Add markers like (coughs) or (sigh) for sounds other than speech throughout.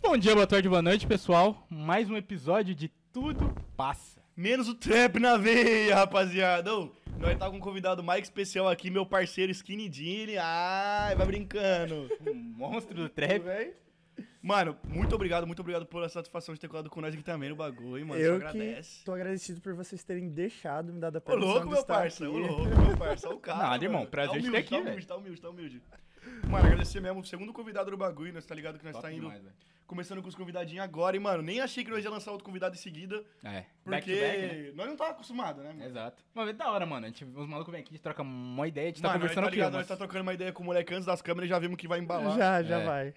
Bom dia, boa tarde, boa noite, pessoal. Mais um episódio de Tudo Passa. Menos o trap na veia, rapaziada. Ô, nós tá com um convidado mais especial aqui, meu parceiro Skinny Dilly. Ai, vai brincando. Um monstro do Tudo trap. bem? Mano, muito obrigado, muito obrigado pela satisfação de ter colado com nós aqui também no bagulho, mano. Só eu agradece. que tô agradecido por vocês terem deixado me dar da Ô, permissão louco, de meu estar parça. aqui. Ô, louco, meu (laughs) parça. Ó o cara. Nada, mano. irmão, prazer tá de ter humilde, aqui, Tá velho. humilde, tá humilde, tá humilde. Mano, agradecer mesmo. Segundo convidado do bagulho, nós tá ligado que nós tá indo. velho. Começando com os convidadinhos agora, e, mano, nem achei que nós ia lançar outro convidado em seguida. É, Porque back to back, né? nós não tava acostumado, né, mano? Exato. Uma vez da hora, mano. A gente, os malucos vêm aqui, a gente troca uma ideia, a gente tá Mano, conversando tá ligado, aqui. Mas... nós tá trocando uma ideia com o moleque antes das câmeras e já vimos que vai embalar. Já, já É. vai.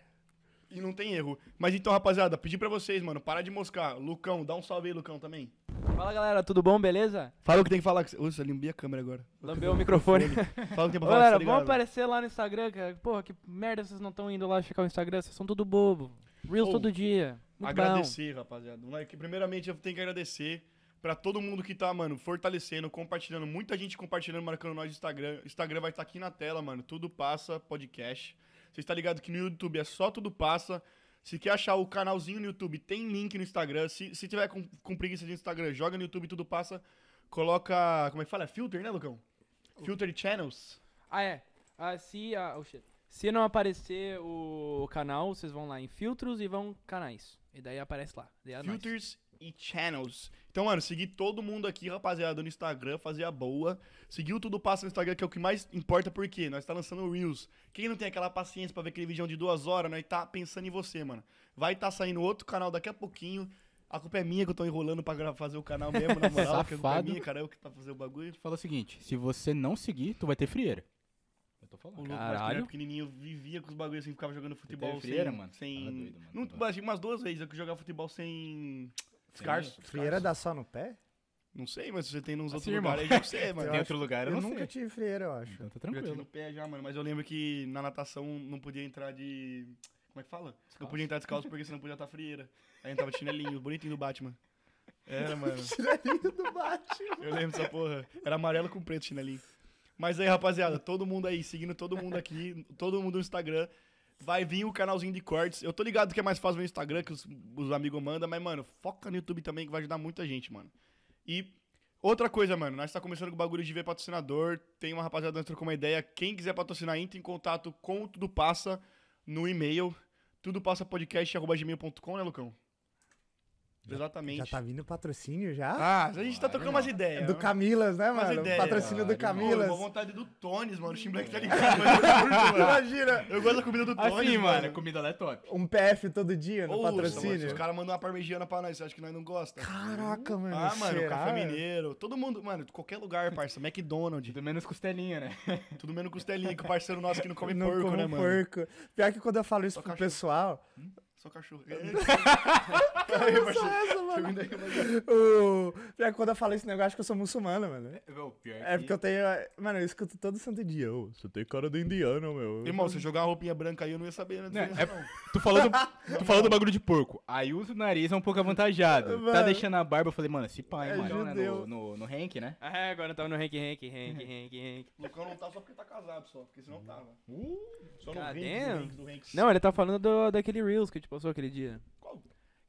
E não tem erro. Mas então, rapaziada, pedi pra vocês, mano, para de moscar. Lucão, dá um salve aí, Lucão, também. Fala galera, tudo bom, beleza? Fala o que tem que falar. Ô, você limpei a câmera agora. Lambeu o microfone. (laughs) Fala o que tá tem pra Ô, falar, galera, vamos aparecer lá no Instagram, cara. Porra, que merda vocês não estão indo lá checar o Instagram, vocês são tudo bobo. Reels Ô, todo dia. Muito Agradecer, rapaziada. Moleque, primeiramente, eu tenho que agradecer pra todo mundo que tá, mano, fortalecendo, compartilhando. Muita gente compartilhando, marcando nós no Instagram. O Instagram vai estar aqui na tela, mano. Tudo Passa Podcast. Vocês tá ligado que no YouTube é só Tudo Passa. Se quer achar o canalzinho no YouTube, tem link no Instagram. Se, se tiver com, com preguiça de Instagram, joga no YouTube Tudo Passa. Coloca... Como é que fala? É Filter, né, Lucão? Filter Channels. Bom. Ah, é. Ah, se, ah, oh, shit. se não aparecer o canal, vocês vão lá em filtros e vão canais. E daí aparece lá. Daí é nóis. Filters e Channels. Então, mano, seguir todo mundo aqui, rapaziada, no Instagram, fazer a boa. Seguir o Tudo Passa no Instagram, que é o que mais importa, porque nós tá lançando Reels. Quem não tem aquela paciência pra ver aquele vídeo de duas horas, nós tá pensando em você, mano. Vai tá saindo outro canal daqui a pouquinho. A culpa é minha que eu tô enrolando pra gra- fazer o canal mesmo, na moral. que a culpa é Safado. minha, cara, eu que tá fazendo o bagulho. Fala o seguinte, se você não seguir, tu vai ter frieira. Eu tô falando. O louco, mas quando eu Caralho. era pequenininho, eu vivia com os bagulhos assim, ficava jogando futebol sem... frieira, mano? Sem... Tava doido, mano. Não, mas, umas duas vezes eu que jogava futebol sem... Descarso. Frieira dá só no pé? Não sei, mas se você tem nos outros Assim, irmão. lugares, aí (laughs) eu sei, Tem mano. outro lugar, eu, eu não nunca sei. tive frieira, eu acho. (laughs) Então tá Eu tive no tranquilo. pé já, mano. Mas eu lembro que na natação não podia entrar de. Como é que fala? Não podia entrar descalço porque você não podia estar frieira. Aí entrava de chinelinho, bonitinho do Batman. Era, mano. Chinelinho do Batman. Eu lembro dessa porra. Era amarelo com preto o chinelinho. Mas aí, rapaziada, todo mundo aí, seguindo todo mundo aqui, todo mundo no Instagram. Vai vir o canalzinho de cortes. Eu tô ligado que é mais fácil no Instagram, que os, os amigos mandam, mas, mano, foca no YouTube também, que vai ajudar muita gente, mano. E outra coisa, mano, nós tá começando com o bagulho de ver patrocinador. Tem uma rapaziada dentro com uma ideia. Quem quiser patrocinar, entre em contato com o Tudo Passa no e-mail. tudopassapodcast.gmail.com, né, Lucão? Exatamente. Já tá vindo patrocínio já? Ah, a gente tá trocando umas ideias. É do Camilas, né, Umas mano? ideias, patrocínio do cara. Pô, Camilas. (laughs) eu vou vontade do Tones, mano. O Tim Black tá ligado. mas eu curto, mano. Imagina, Eu gosto da comida do Tones, Assim, mano, a comida lá é top. um PF todo dia no Ouça, mano, se patrocínio. Os caras mandam uma parmegiana pra nós, você acha que nós não gosta? Caraca, mano. Ah, mano, será? café mineiro. Todo mundo, mano, qualquer lugar, parça. McDonald's. Tudo menos costelinha, né? Tudo menos costelinha, que o parceiro nosso que não come (laughs) Não porco, como né, mano? porco. Pior que quando eu falo isso Só pro cachorro. (laughs) pessoal, Só cachorro. É, Aí, parceiro, termina aí, mano. o... pior que quando eu falo esse negócio, acho que eu sou muçulmano, mano. O pior É porque eu tenho. Mano, eu escuto todo santo dia. Ô, Você tem cara do indiano, meu. Irmão, se eu jogar uma roupinha branca aí, eu não ia saber, né? Né, disso, é- não. Tu falou, do, (laughs) tu falou do bagulho de porco. Aí o nariz é um pouco avantajado. Tá Mano. deixando a barba, eu falei, mano, esse pai, É mano, né, no, judeu. no, no rank, né? Ah, é, agora eu tava no rank, rank, rank, (laughs) rank, rank. O Lucão não tá só porque tá casado, só. Porque senão tá, tava. Só no God Ranks, damn. no Ranks, do Ranks. Não, ele tá falando do, daquele Reels que a gente postou aquele dia. Qual?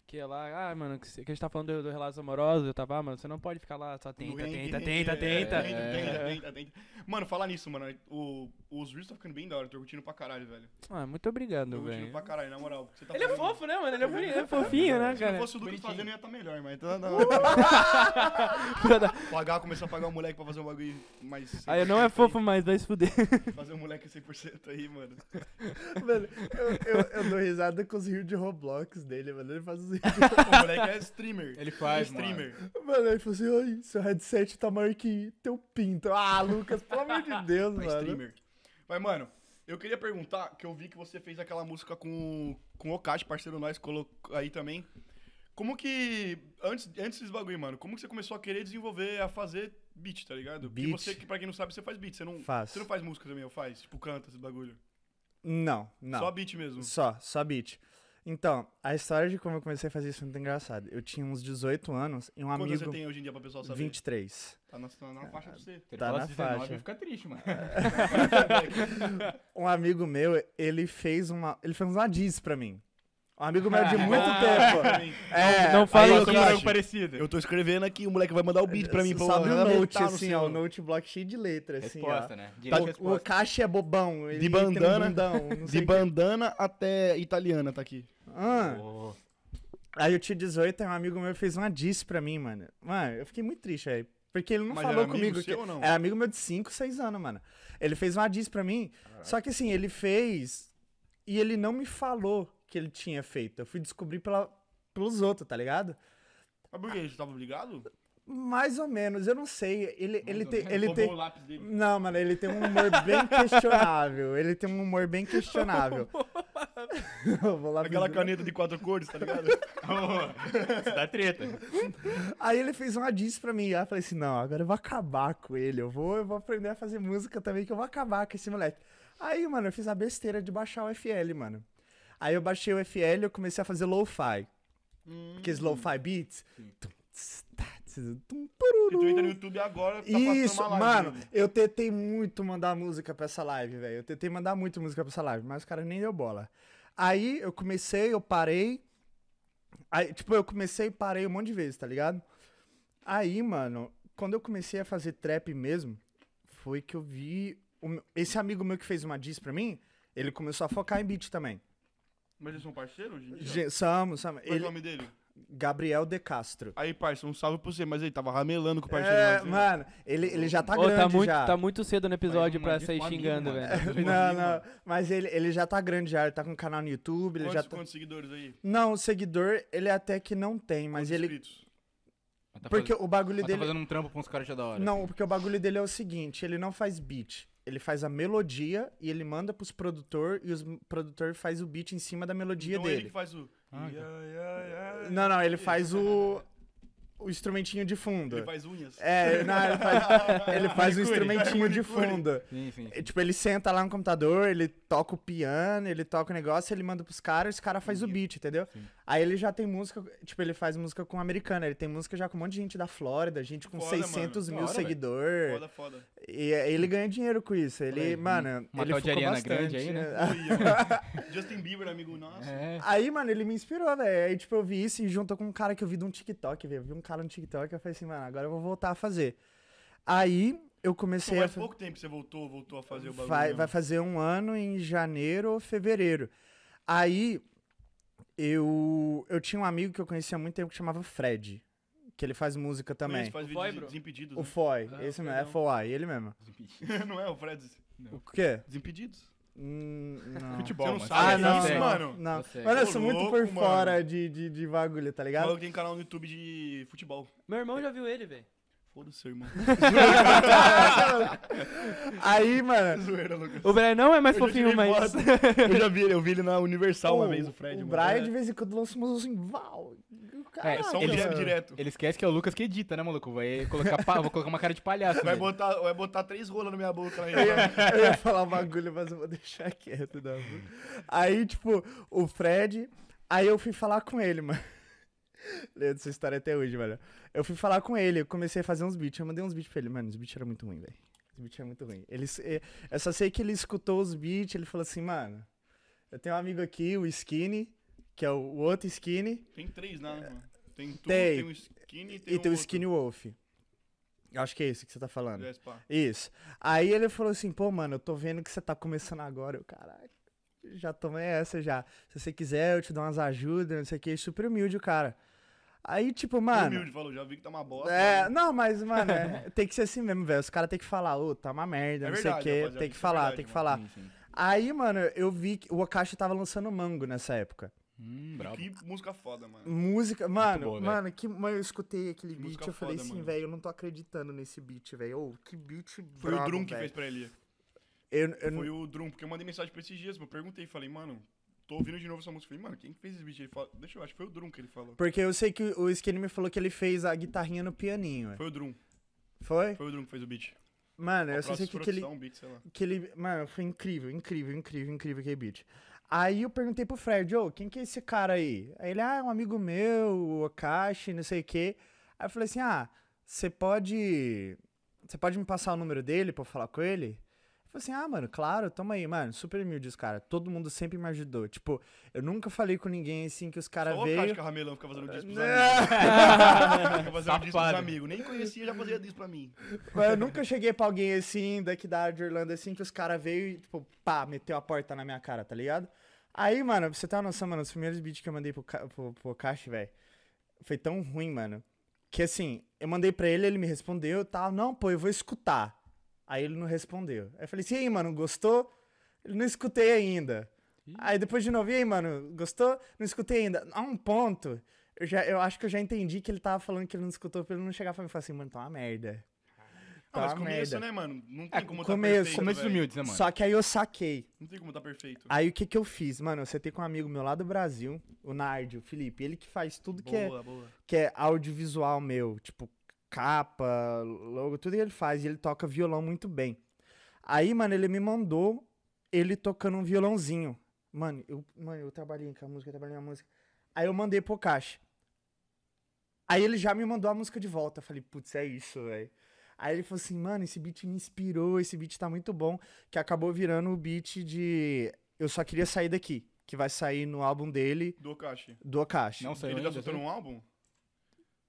Que é lá, ah, mano, que, se- que a gente tá falando do, do relatos amorosos, eu tava, ah, mano, você não pode ficar lá, só tenta, Doente, tenta, doente, tenta, é, tenta. doente, É. tenta, tenta, tenta. Mano, falar nisso, mano. o- os Reels tá ficando bem da hora. Tô curtindo pra caralho, velho. Ah, muito obrigado, Tô curtindo velho. pra caralho, na moral. Você tá Ele é fazendo- fofo, né, mano? Ele é, boni- ele é fofinho, né, Uh! Se não cara? fosse o Lucas Bonitinho. fazendo, ia tá melhor, mas tá da hora. Pagar, começar a pagar o moleque pra fazer um bagulho mais. (laughs) Aí eu não é 100% aí. fofo mais, vai se fuder. Fazer um moleque 100% aí, mano. (laughs) (laughs) Mano, eu, eu, eu dou risada com os rios de Roblox dele, mano. Ele faz os rios. O moleque é streamer. Ele faz, mano. streamer. (laughs) Mano, ele falou assim: Ai, seu headset tá maior que teu pinto. Ah, Lucas, pelo amor de Deus, Pra mano. streamer. Mas, mano, eu queria perguntar, que eu vi que você fez aquela música com, com o Okashi, parceiro nós, colocou aí também. Como que, antes, antes desse bagulho, mano, como que você começou a querer desenvolver, a fazer beat, tá ligado? Porque Beat. você, que pra quem não sabe, você faz beat, você não, Faço. você não faz música também, ou faz? Tipo, canta, esse bagulho. Não, não. Só beat mesmo. Só, só beat. Então, a história de como eu comecei a fazer isso é muito engraçada. Eu tinha uns 18 anos e um Quanto amigo. você tem hoje em dia pra pessoal saber? 23. Tá na, tá na faixa pra (laughs) você. Ele Tá fala na 19, faixa. eu fico triste, (laughs) mano. Um amigo meu, ele fez uma. Ele fez uma diz um pra mim. Um amigo meu de (laughs) muito tempo. É, (laughs) Não fala aí isso, eu não. acho- algo parecido. Eu tô escrevendo aqui, o moleque vai mandar o beat pra mim. pra eu Sobe o note, arrebentar no assim, ó. O celular. note block cheio de letra, assim, resposta, ó. né? Tá- Direito o, o resposta. caixa é bobão. Ele tem um bandana. (laughs) bundão, não sei De o quê. bandana até italiana tá aqui. Ah, Ô, aí eu tinha 18, aí um amigo meu fez uma diss pra mim, mano. Mano, eu fiquei muito triste aí. Porque ele não Mas falou era amigo comigo. seu que- ou não? Era amigo meu de 5, 6 anos, mano. Ele fez uma diss pra mim. Só que assim, ele fez e ele não me falou que ele tinha feito. Eu fui descobrir pela, pelos outros, tá ligado? Mas por que? Ele tava ligado? Mais ou menos, eu não sei. Ele, ele tem. Ele Roubou tem... o lápis dele. Não, mano, ele tem um humor bem questionável. Ele tem um humor bem questionável. Eu (laughs) vou lá Aquela pedir- caneta de quatro cores, tá (laughs) ligado? Isso tá dá treta. Aí ele fez uma diss pra mim. Aí eu falei assim: não, agora eu vou acabar com ele. Eu vou, eu vou aprender a fazer música também, que eu vou acabar com esse moleque. Aí, mano, eu fiz a besteira de baixar o FL, mano. Aí eu baixei o FL e eu comecei a fazer lo-fi. Aqueles lo-fi beats. Tum, tss, tá, tss, tum, E tu entra no tururu. YouTube agora, tá Isso, passando uma live. né? mano, eu tentei muito mandar música pra essa live, velho. Eu tentei mandar muito música pra essa live, mas o cara nem deu bola. Aí eu comecei, eu parei. Aí, tipo, eu comecei e parei um monte de vezes, tá ligado? Aí, mano, quando eu comecei a fazer trap mesmo, foi que eu vi. o meu- Esse amigo meu que fez uma diss pra mim, ele começou a focar em beat também. Mas eles são parceiros hoje em dia? Ge- Samo, Samo. Qual é o Ele, nome dele? Gabriel De Castro. Aí, parça, um salve pra você, mas ele tava ramelando com o parceiro. É, mas- mano, ele, ele já tá Ô, grande tá, muito, já. tá muito cedo no episódio Mas, pra mano, sair com amigo, xingando, mano. velho. Não, não. Mas ele, ele já tá grande já. Ele tá com um canal no YouTube, ele Quantos, já tá... quantos seguidores aí? Não, o seguidor, ele até que não tem, mas Quantos ele. inscritos? Mas tá Porque fazendo- o bagulho mas tá dele. fazendo um trampo pra uns caras já da hora. assim. Não, porque o bagulho dele é o seguinte: ele não faz beat. Ele faz a melodia e ele manda pros produtor e os produtor faz o beat em cima da melodia então ele que dele. faz o... Ah, Ia, ia, ia. Não, não, ele faz o. o instrumentinho de fundo. Ele faz unhas. É, não, (laughs) ele faz, ele faz o instrumentinho de né? manicure. fundo. Sim, sim. É, Tipo, ele senta lá no computador, ele toca o piano, ele toca o negócio, ele manda pros caras, os caras faz o beat, entendeu? Aí ele já tem música, tipo, ele faz música com americana, ele tem música já com um monte de gente da Flórida, gente com Foda, 600 mano. mil Da hora, seguidores. Foda, foda. E é, ele ganha dinheiro com isso. Ele, aí, mano, uma ele tal de focou Ariana bastante. Grande aí, né? né? Ia, (laughs) mano. Justin Bieber, amigo nosso. É. Aí, mano, ele me inspirou, velho. Aí, tipo, eu vi isso e juntou com um cara que eu vi de um TikTok, velho. Eu vi um cara no TikTok eu falei assim, mano, agora eu vou voltar a fazer. Aí, eu Pô, comecei a... faz fa- pouco tempo que você voltou, voltou a fazer o bagulho. é- Vai, né? vai fazer um ano em janeiro ou fevereiro. Aí eu, eu tinha um amigo que eu conhecia há muito tempo que chamava Fred, que ele faz música Mas também. Faz O Foy, vídeos bro? desimpedidos. O Foy, Ah, esse o mesmo, é Foy, ele mesmo. né? (laughs) Não é o Fred? O (laughs) quê? Desimpedidos. Hum, não. Futebol, Você não mas- sabe Ah, não, disso, não, mano. não. Eu sei. Mano, eu Ô, sou muito louco, por mano. fora de, de, de bagulho, tá O ligado? maluco tem canal no YouTube de futebol. Meu irmão já viu ele, velho. Foda-se, (laughs) irmão. (laughs) Aí, mano, Zoeira, Lucas. O Brian não é mais Eu já fofinho, tirei mas. (laughs) foto. Eu já vi ele, eu vi ele na Universal uma vez, o Fred. o mano. Brian de vez em quando lança umas assim, Val. É, É só um Ele- jab direto. Ele esquece que é o Lucas que edita, né, maluco? Vai colocar, pa... Vou colocar uma cara de palhaço. Vai nele. botar, vai botar três rolas na minha boca aí. Eu É. ia falar um bagulho, mas eu vou deixar quieto. Não. Aí, tipo, o Fred. Aí eu fui falar com ele, mano. Lembro dessa história até hoje, velho. Eu fui falar com ele, eu comecei a fazer uns beats. Eu mandei uns beats pra ele, mano. Os beats eram muito ruins, velho. Os beats eram muito ruins. Ele, eh, eu só sei que ele escutou os beats, ele falou assim, mano. Eu tenho um amigo aqui, o Skinny, que é o o outro Skinny. Tem três, né, mano? Tem tu, Tem. tem, o skinny e tem um e tem o outro. Skinny Wolf. Eu acho que é isso que você tá falando. É, pá. Isso. Aí ele falou assim, pô, mano, eu tô vendo que você tá começando agora. Eu, caraca, já tomei essa já. Se você quiser, eu te dou umas ajudas, não sei o que. Super humilde o cara. Aí, tipo, mano. Humilde, falou, já vi que tá uma bosta. É, né? não, mas, mano, (laughs) é, tem que ser assim mesmo, velho. Os caras tem que falar, ô, tá uma merda, É não verdade, sei o rapaziada, quê. Tem isso que é falar, verdade, tem que mano. falar. Sim, sim. Aí, mano, eu vi que o Akashi tava lançando mango nessa época. Hum, brabo. Que música foda, mano. Música, mano, boa, velho. mano, que mano, eu escutei aquele beat, música eu falei foda, assim, mano. velho, eu não tô acreditando nesse beat, velho. Ô, que beat Foi brabo, o Drum que velho. fez pra ele. Eu, eu não- Foi o Drum, porque eu mandei mensagem pra esses dias, eu perguntei, falei, mano, tô ouvindo de novo essa música. Falei, mano, quem que fez esse beat? Ele falou, deixa eu, acho que foi o Drum que ele falou. Porque eu sei que o Skinny me falou que ele fez a guitarrinha no pianinho. Foi o Drum, Foi? foi o Drum que fez o beat. Mano, A É, eu só sei que, próxima que ele. produção, um beat, sei lá. Que ele. Mano, foi incrível, incrível, incrível, incrível aquele beat. Aí eu perguntei pro Fred, ô, quem que é esse cara aí? Aí ele, ah, é um amigo meu, o Okashi, não sei o quê. Aí eu falei assim, ah, você pode. Você pode me passar o número dele pra eu falar com ele? Ele Falei assim, ah, mano, claro, toma aí, mano, super humilde os caras. Todo mundo sempre me ajudou. Tipo, eu nunca falei com ninguém assim que os caras Só o veio. Cássio Carramelão fica fazendo disco pros amigos. Não. Fica fazendo disco pros Safado. amigos. Nem conhecia, já fazia disco pra mim. Ah, Mas eu nunca cheguei pra alguém assim, daqui da área de Orlando, assim, que os caras veio e, tipo, pá, meteu a porta na minha cara, tá ligado? Aí, mano, pra você ter uma noção, mano, os primeiros beats que eu mandei pro, Ca- pro, pro Cache, velho, foi tão ruim, mano, que assim, eu mandei pra ele, ele me respondeu e tal, não, pô, eu vou escutar. Aí ele não respondeu. Aí eu falei assim, e aí, mano, gostou? Ele não escutei ainda. Aí depois de novo, e aí, mano, gostou? Não escutei ainda. A um ponto, eu, já, eu acho que eu já entendi que ele tava falando que ele não escutou pra ele não chegar pra mim e falar assim, mano, tá uma merda. Ah, Tá mas uma começo, merda. né, mano? Não tem É, como começo, Ah, tá perfeito, Começos velho. humildes, né, mano? Só que aí eu saquei. Não tem como tá perfeito. Aí o que que eu fiz? Mano, eu sentei com um amigo meu lá do Brasil, o Nardi, o Felipe. Ele que faz tudo que é, boa, boa. que é audiovisual meu. Tipo, capa, logo, tudo ele faz. E ele toca violão muito bem. Aí, mano, ele me mandou ele tocando um violãozinho. Mano, eu, mano, eu trabalhei com a música, eu trabalhei com a música. Aí eu mandei pro Caixa. Aí ele já me mandou a música de volta. Eu falei, putz, é isso, velho. Aí ele falou assim, mano, esse beat me inspirou, esse beat tá muito bom. Que acabou virando o beat de Eu Só Queria Sair Daqui. Que vai sair no álbum dele, Do Okashi. do Akashi. Não saiu Ele tá ainda. soltando saiu? um álbum?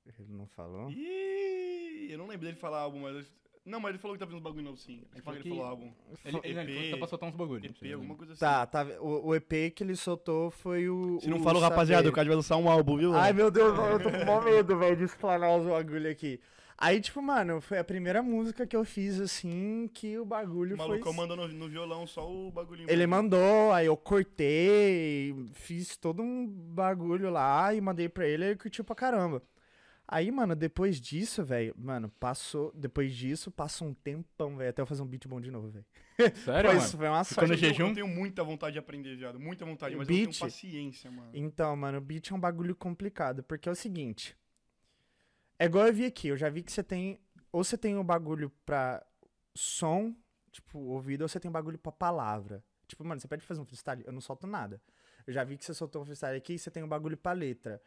Ele não falou? Ih, eu não lembro dele falar álbum, mas... Não, mas ele falou que tá vindo um bagulho novo, sim. Acho que falou ele que- falou álbum. Ele, ele, ele falou que tá pra soltar uns bagulho. EP, alguma coisa assim. Tá, tá. O, o EP que ele soltou foi o. Se não o falou, Saber. rapaziada, o Cássio vai lançar um álbum, viu? Ai, meu Deus, eu (laughs) tô com mó medo, velho, de explanar os bagulho aqui. Aí, tipo, mano, foi a primeira música que eu fiz, assim, que o bagulho O malucão foi... mandou no, no violão só o bagulhinho. Ele mandou, aí eu cortei, fiz todo um bagulho lá e mandei pra ele, ele curtiu pra caramba. Aí, mano, depois disso, velho, mano, passou, depois disso, passou um tempão, velho, até eu fazer um beat bom de novo, velho. Sério, Foi, mano? isso, foi uma Só que sorte. no eu, tenho- jejum? eu tenho muita vontade de aprender, viado. Muita vontade, mas eu não Beat? tenho paciência, mano. Então, mano, o beat é um bagulho complicado, porque é o seguinte. É igual eu vi aqui, eu já vi que você tem. Ou você tem um bagulho pra som, tipo, ouvido, ou você tem um bagulho pra palavra. Tipo, mano, você pede pra fazer um freestyle, eu não solto nada. Eu já vi que você soltou um freestyle aqui e você tem um bagulho pra letra.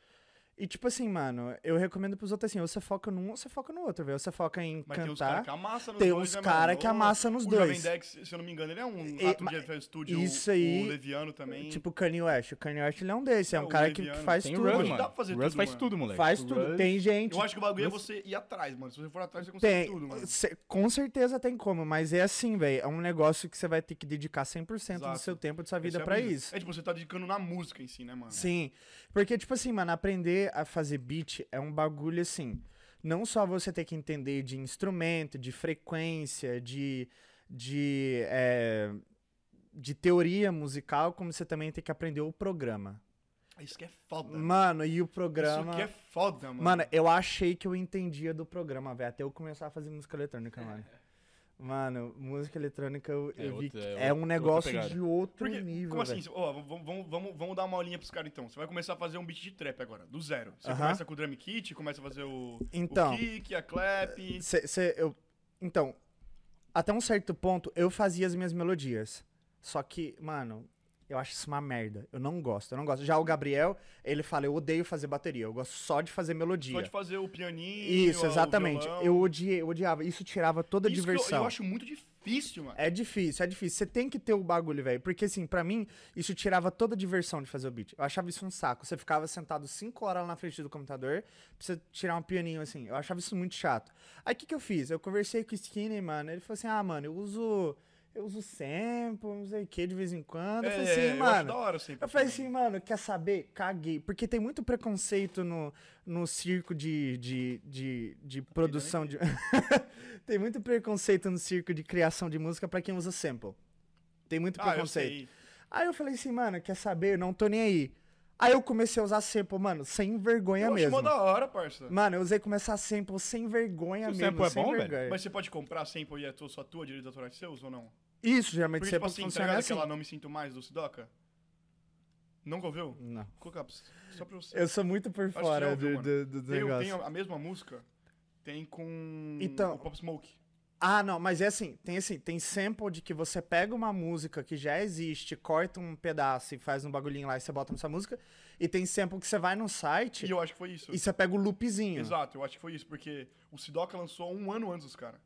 E tipo assim, mano, eu recomendo pros outros assim, ou você foca num ou você foca no outro, velho. Ou você foca em Mas tem uns caras cantar. que amassa nos Tem dois, uns né, cara mano? que Ô, amassa nos o dois. Jovem Dex, se eu não me engano, ele é um E- ato mas- de Affair Studio. isso o- aí- O Leviano também. Tipo, Kanye West. O Kanye West, ele é um desses. É É, um o cara que, que Leviano. faz Tem o tudo. Russ, Run, mano. Dá mano. pra fazer Russ tudo, faz mano. tudo, moleque. Faz tudo. Russ- Tem gente eu acho que o bagulho é você ir atrás, mano. Se você for atrás, você consegue Tem, tudo, mano. cê- com certeza tem como, mas é assim, velho. É um negócio que você vai ter que dedicar 100% do Exato. seu tempo, da sua Esse vida é pra brisa. isso. É tipo, você tá dedicando na música em si, né, mano? Sim. Porque, tipo assim, mano, aprender a fazer beat é um bagulho assim. Não só você ter que entender de instrumento, de frequência, de. de. é, de teoria musical, como você também tem que aprender o programa. Isso que é foda. Mano, e o Isso programa. que é foda, mano. Mano, eu achei que eu entendia do programa, velho. Até eu começar a fazer música eletrônica, (laughs) mano. Mano, música eletrônica eu, É eu vi outra- que é é, outra- um outra negócio pegada. de outro Porque, nível. como velho. assim? Ó, vamos, vamos, vamos, vamos dar uma olhinha pros caras então. Você vai começar a fazer um beat de trap agora, do zero. Você Aham. começa com o drum kit, começa a fazer o, Então. o kick, a clap. Cê- cê- eu- então, até um certo ponto, eu fazia as minhas melodias. Só que, mano, eu acho isso uma merda. Eu não gosto, eu não gosto. Já o Gabriel, ele fala, eu odeio fazer bateria, eu gosto só de fazer melodia. Pode fazer o pianinho. Isso, o exatamente. violão. Eu odiei, eu odiava. Isso tirava toda a Isso que eu- diversão. Eu, acho muito difícil, mano. É difícil, é difícil. Você tem que ter o bagulho, velho. Porque, assim, pra mim, isso tirava toda a diversão de fazer o beat. Eu achava isso um saco. Você ficava sentado 5 horas lá na frente do computador pra você tirar um pianinho, assim. Eu achava isso muito chato. Aí, o que, que eu fiz? Eu conversei com o Skinny, mano. Ele falou assim, ah, mano, eu uso... Eu uso sample, não sei o que, de vez em quando. eu falei assim, É, eu acho mano... da hora sempre. Eu falei assim, assim, mano, quer saber? Caguei. Porque tem muito preconceito no, no circo de, de, de, de produção de. (laughs) tem muito preconceito no circo de criação de música pra quem usa sample. Tem muito Ah, eu preconceito. sei. Aí eu falei assim, mano, quer saber? Eu não tô nem aí. Aí eu comecei a usar sample, mano, sem vergonha Eu acho mó mesmo. Hum. da hora, parça. Mano, eu usei começar sample sem vergonha Se o mesmo. sample é sem bom, velho? vergonha. Mas você pode comprar sample e é tua- só tua direitos autorais seus ou não? Isso, geralmente Porque, tipo sample assim, tá funciona ligado assim. aquela Não Me Sinto Mais do Sidoca? Nunca ouviu? Vou Não. colocar pra você- só pra você. Eu sou muito por que fora já ouviu, do, mano. do, do Eu negócio. tenho a mesma música, tem com Então- o Pop Smoke. Ah, não, mas é assim, tem assim, tem sample de que você pega uma música que já existe, corta um pedaço e faz um bagulhinho lá e você bota nessa música, e tem sample que você vai no E site eu acho que foi isso. e você pega o loopzinho. Exato, eu acho que foi isso, porque o Sidoca lançou um ano antes dos caras.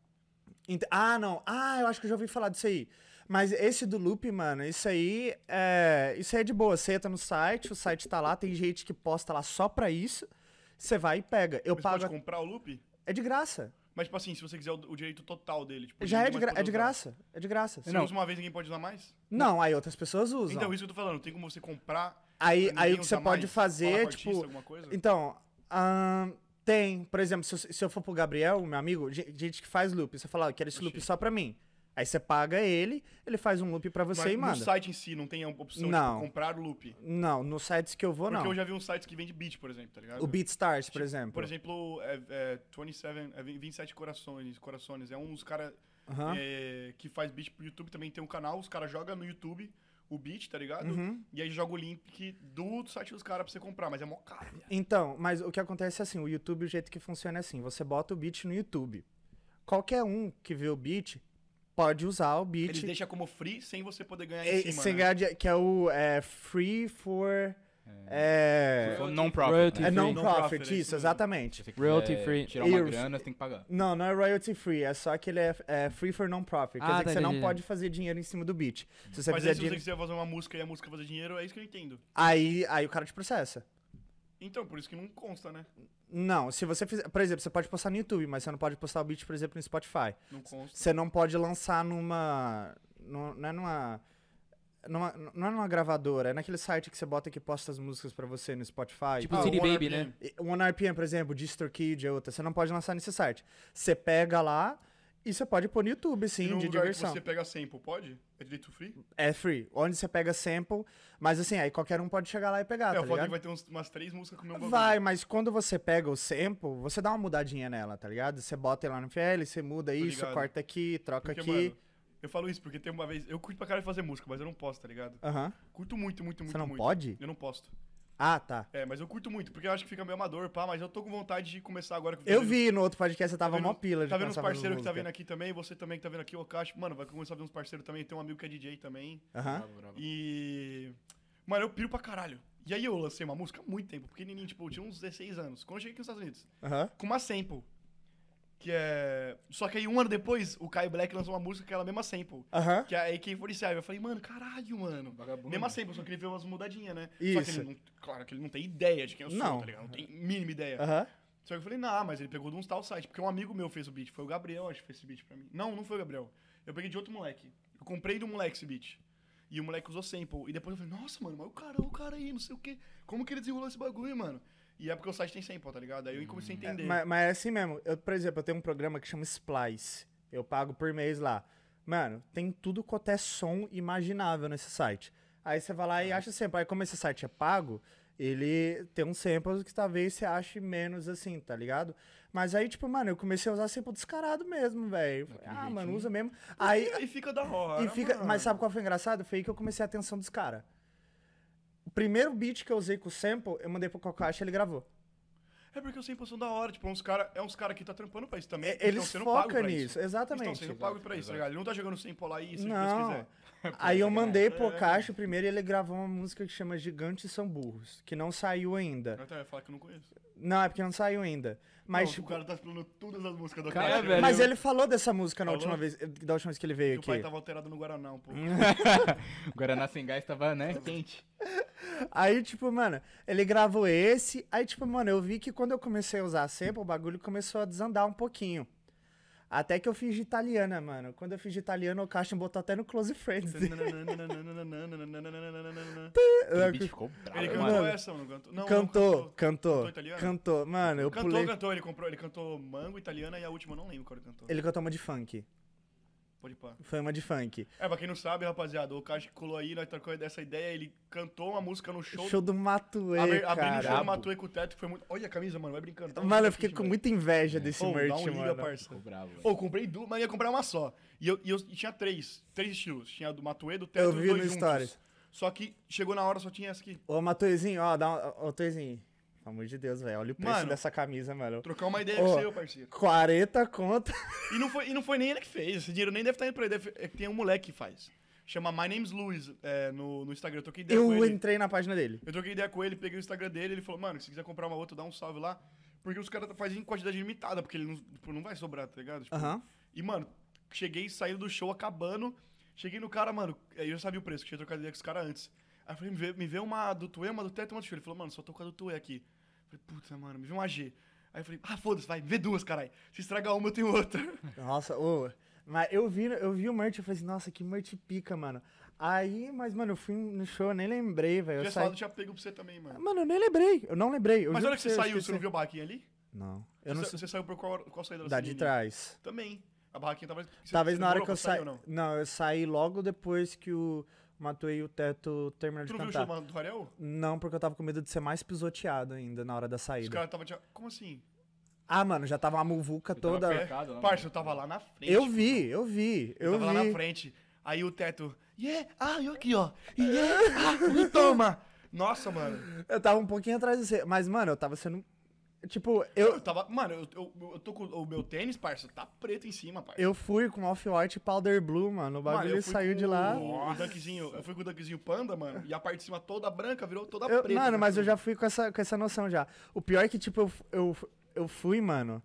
Ent- Ah, não. Ah, eu acho que eu já ouvi falar disso aí. Mas esse do loop, mano, isso aí é, isso aí é de boa. Você entra no site, o site tá lá, tem gente que posta lá só pra isso. Você vai e pega. Eu Mas pago. pode comprar o loop? É de graça. Mas, tipo assim, se você quiser o, o direito total dele, tipo, Já ninguém é de, mais gra- pode é de usar. graça. É de graça. Se Não, não. usa uma vez, ninguém pode usar mais? aí outras pessoas usam. Então, isso é que eu tô falando, tem como você comprar. aí ninguém aí o que usa você pode mais? fazer Falar é, com tipo. artista, alguma coisa? Então, ahn, tem, por exemplo, se eu, se eu for pro Gabriel, meu amigo, ge- gente que faz loop, você fala, "Ah, eu quero esse loop só pra mim. Aí você paga ele, ele faz um loop pra você Mas e manda. No site em si não tem a opção Não. de comprar o loop. Não, nos sites que eu vou, Porque não. eu já vi uns sites que vende beat, por exemplo, tá ligado? O BeatStars, por Tipo, exemplo. Por exemplo, é, é 27, é 27 Corações, Corações. É uns caras Aham. é, que faz beat pro YouTube, também tem um canal, os caras jogam no YouTube o beat, tá ligado? Uhum. E aí joga o link do site dos caras pra você comprar, mas é mó caro. viado. Então, mas o que acontece é assim, o YouTube, o jeito que funciona é assim, você bota o beat no YouTube. Qualquer um que vê o beat pode usar o beat Eles deixam como free sem você poder ganhar e- em cima, sem né? ganhar dinhe- que é o é, Free for... É, Foi non-profit. Royalty é Né? free. non-profit, Non-profit, é isso, isso mesmo. exatamente. Se você Royalty quiser free. Tirar uma Eu- grana, você tem que pagar. Não, não é royalty free, é só que ele é, é free for non-profit. Quer Ah, dizer tá, que você não entendi. pode fazer dinheiro em cima do beat. Se você Mas fizer aí, se você dinheiro. quiser fazer uma música e a música fazer dinheiro, é isso que eu entendo. Aí, aí o cara te processa. Então, por isso que não consta, né? Não, se você fizer. Por exemplo, você pode postar no YouTube, mas você não pode postar o beat, por exemplo, no Spotify. Não consta. Você não pode lançar numa. nu- Não é numa. numa- não é numa gravadora, é naquele site que você bota que posta as músicas pra você no Spotify. Tipo Ah, City o One Baby, RPM. né? E- um One RPM, por exemplo, DistroKid é outra. Você não pode lançar nesse site. Você pega lá e você pode pôr no YouTube, E sim, no de lugar diversão. que você pega sample, pode? É direito free? É free. Onde você pega sample, mas assim, aí qualquer um pode chegar lá e pegar, é, tá o foda é que ligado? vai ter uns- umas três músicas com o meu bagulho. Vai, mas quando você pega o sample, você dá uma mudadinha nela, tá ligado? Você bota lá no FL, você muda isso, ligado. corta aqui, troca Porque, aqui. mano, eu falo isso porque tem uma vez... Eu curto pra caralho fazer música, mas eu não posso, tá ligado? Aham. Curto muito, muito, muito, Você não muito. pode? Eu não posso. Ah, tá. É, mas eu curto muito, porque eu acho que fica meio amador, pá, mas eu tô com vontade de começar agora. que Eu vendo- vi no outro podcast, você tava vendo- mó pila de Tá vendo os pensar fazendo parceiros que tá música. vendo aqui também, você também que tá vendo aqui, o Cacho. Mano, vai começar a ver uns parceiros também, tem um amigo que é DJ também. Aham. Bravo, bravo. E. Mano, eu piro pra caralho. E aí eu lancei uma música há muito tempo, pequenininho, tipo, eu tinha uns 16 anos. Quando eu cheguei aqui nos Estados Unidos, Aham. com uma sample. Que é. Só que aí um ano depois, o Kai Black lançou uma música que era a mesma sample. Aham. Que é a AK-47. Eu falei, mano, caralho, mano. Vagabundo. Mesma sample, só que ele veio umas mudadinhas, né? Só que Isso. ele não, claro que ele não tem ideia de quem eu sou, Não. tá ligado? Não tem mínima ideia. Aham. Só que eu falei, não, mas ele pegou de uns tal site, porque um amigo meu fez o beat. Foi o Gabriel, acho que fez esse beat pra mim. Não, não foi o Gabriel. Eu peguei de outro moleque. Eu comprei do moleque esse beat. E o moleque usou sample. E depois eu falei, nossa, mano, mas o cara, o cara aí, não sei o quê. Como que ele desenrolou esse bagulho, mano? E é porque o site tem sample, tá ligado? Aí eu comecei a entender. Mas, mas é assim mesmo. Eu, por exemplo, eu tenho um programa que chama Splice. Eu pago por mês lá. Mano, tem tudo quanto é som imaginável nesse site. Aí você vai lá e acha sample. Aí como esse site é pago, ele tem uns samples que talvez você ache menos assim, tá ligado? Mas aí, tipo, mano, eu comecei a usar sample descarado mesmo, velho. Falei, Ah, mano, usa mesmo. Aí, E aí fica da hora. e fica, mano. mas sabe qual foi engraçado? Foi aí que eu comecei a atenção dos caras. O primeiro beat que eu usei com o sample, eu mandei pro Kokashi e ele gravou. É porque os samples são da hora. Tipo, é uns cara, é uns cara que tá trampando pra isso também. É, que tão Eles sendo pago focam pra nisso, exatamente. Estão sendo pagos pra isso, exato. tá ligado? Ele não tá jogando sample lá e se Deus Não. quiser. (laughs) Aí eu sacanagem. mandei pro É. Cacho primeiro e ele gravou uma música que chama Gigantes São Burros, que não saiu ainda. Eu até ia falar que eu não conheço. Não, é porque não saiu ainda. Mas, Não, tipo, o cara tá explorando todas as músicas do Cara, cara. velho, mas ele falou dessa música na Falou? última vez, da última vez que é? ele Que veio o pai tá aqui. tava alterado no Guaraná (laughs) um pouco. Guaraná sem gás tava, né? Quente. Aí, tipo, mano, ele gravou esse. Aí, tipo, mano, eu vi que quando eu comecei a usar sample, o bagulho começou a desandar um pouquinho. Até que eu fiz de italiana, mano. Quando eu fiz de italiana, o Cacho botou até no Close Friends. dele. Aquele bicho ficou bravo. (laughs) Ele mano. cantou essa, mano. Cantou, não, não, Cantou, Cantou cantou, italiano? cantou. Mano, eu Cantou, pulei. cantou, ele comprou, ele cantou Mango Italiana e a última eu não lembro qual ele cantou. Ele cantou uma de funk. Pode pá. Foi uma de funk. É, pra quem não sabe, rapaziada, o Cacho colou aí, nós trocou dessa ideia, ele cantou uma música no show. Show, do Matuê, abri- abrindo o show cara. do Matuê com o teto, que foi muito. Olha a camisa, mano, vai brincando. tá um Mano, eu kit, fiquei com velho. muita inveja desse Ô, dá merch, um liga, mano. parça. Ficou bravo. velho. Ou comprei duas, mas ia comprar uma só. E eu, e eu e tinha três, três estilos. Tinha do Matuê, do Teto Eu e os vi dois no juntos. Stories. Só que chegou na hora, só tinha essa aqui. Ô, Matuezinho, ó, dá um... Ô, Matuezinho, pelo amor de Deus, velho. Olha o preço Mano. dessa camisa, mano. Trocar uma ideia Ô. com seu, parceiro. 40 conto. (laughs) E não, foi, e não foi nem ele que fez. Esse dinheiro nem deve estar indo pra ele. Deve- é que tem um moleque que faz. Chama My Name's Luiz é, no, no Instagram. Eu troquei ideia com Eu ele. entrei na página dele. Eu troquei ideia com ele, peguei o Instagram dele. Ele falou, mano, se quiser comprar uma outra, dá um salve lá. Porque os caras fazem em quantidade limitada, porque ele não, tipo, não vai sobrar, tá ligado? Tipo, Aham. E, mano, cheguei saindo do show acabando. Cheguei no cara, mano, aí eu já sabia o preço, que tinha trocado ideia com os caras antes. Aí eu falei, me vê, me vê uma do Tuê, uma do Teto, uma do Tio. Ele falou, mano, só tô com a do Tuê aqui. Eu falei, puta, mano, me vê uma G. Aí eu falei, ah, foda-se, vai, me vê duas, caralho. Se estragar uma, eu tenho outra. Nossa, ô. Mas eu vi, eu vi o merch e falei assim, nossa, que merch pica, mano. Aí, mas, mano, eu fui no show, eu nem lembrei, velho. Eu Tinha saí... falado, tinha pego pra você também, mano. Mano, eu nem lembrei, eu não lembrei. Eu Mas juro olha que você eu saiu, você esqueci. não viu a barraquinha ali? Não, eu não você, sei. você saiu por qual, qual saída da Da de Cilindro? trás. Também. A barraquinha tava. você- Talvez você na hora demorou que eu pra sair saí. ou Não? não? eu saí logo depois que o Matuei e o Teto terminaram Tu de não viu o cantar. show do Ariel? Não, porque eu tava com medo de ser mais pisoteado ainda na hora da Os saída. caras estavam. te- Como assim? Ah, mano, já tava uma muvuca toda. Parça, eu tava lá na frente. Eu vi, eu vi, eu, Eu tava vi. lá na frente. Aí o teto. Yeah! Ah, eu aqui, ó. Yeah! Ah, me toma! Nossa, mano. Eu tava um pouquinho atrás de você. Mas, mano, eu tava sendo. Tipo, eu, Eu tava. Mano, eu, eu, eu tô com. O meu tênis, parça, tá preto em cima, parça. eu fui com off-white e powder blue, mano. O Mano, bagulho eu fui saiu com de lá. O duckzinho, eu fui com o duckzinho panda, mano, e a parte de cima toda branca virou toda Eu- preta. né, mano, mas eu já fui com essa, com essa noção já. O pior é que, tipo, eu, eu, eu fui, mano.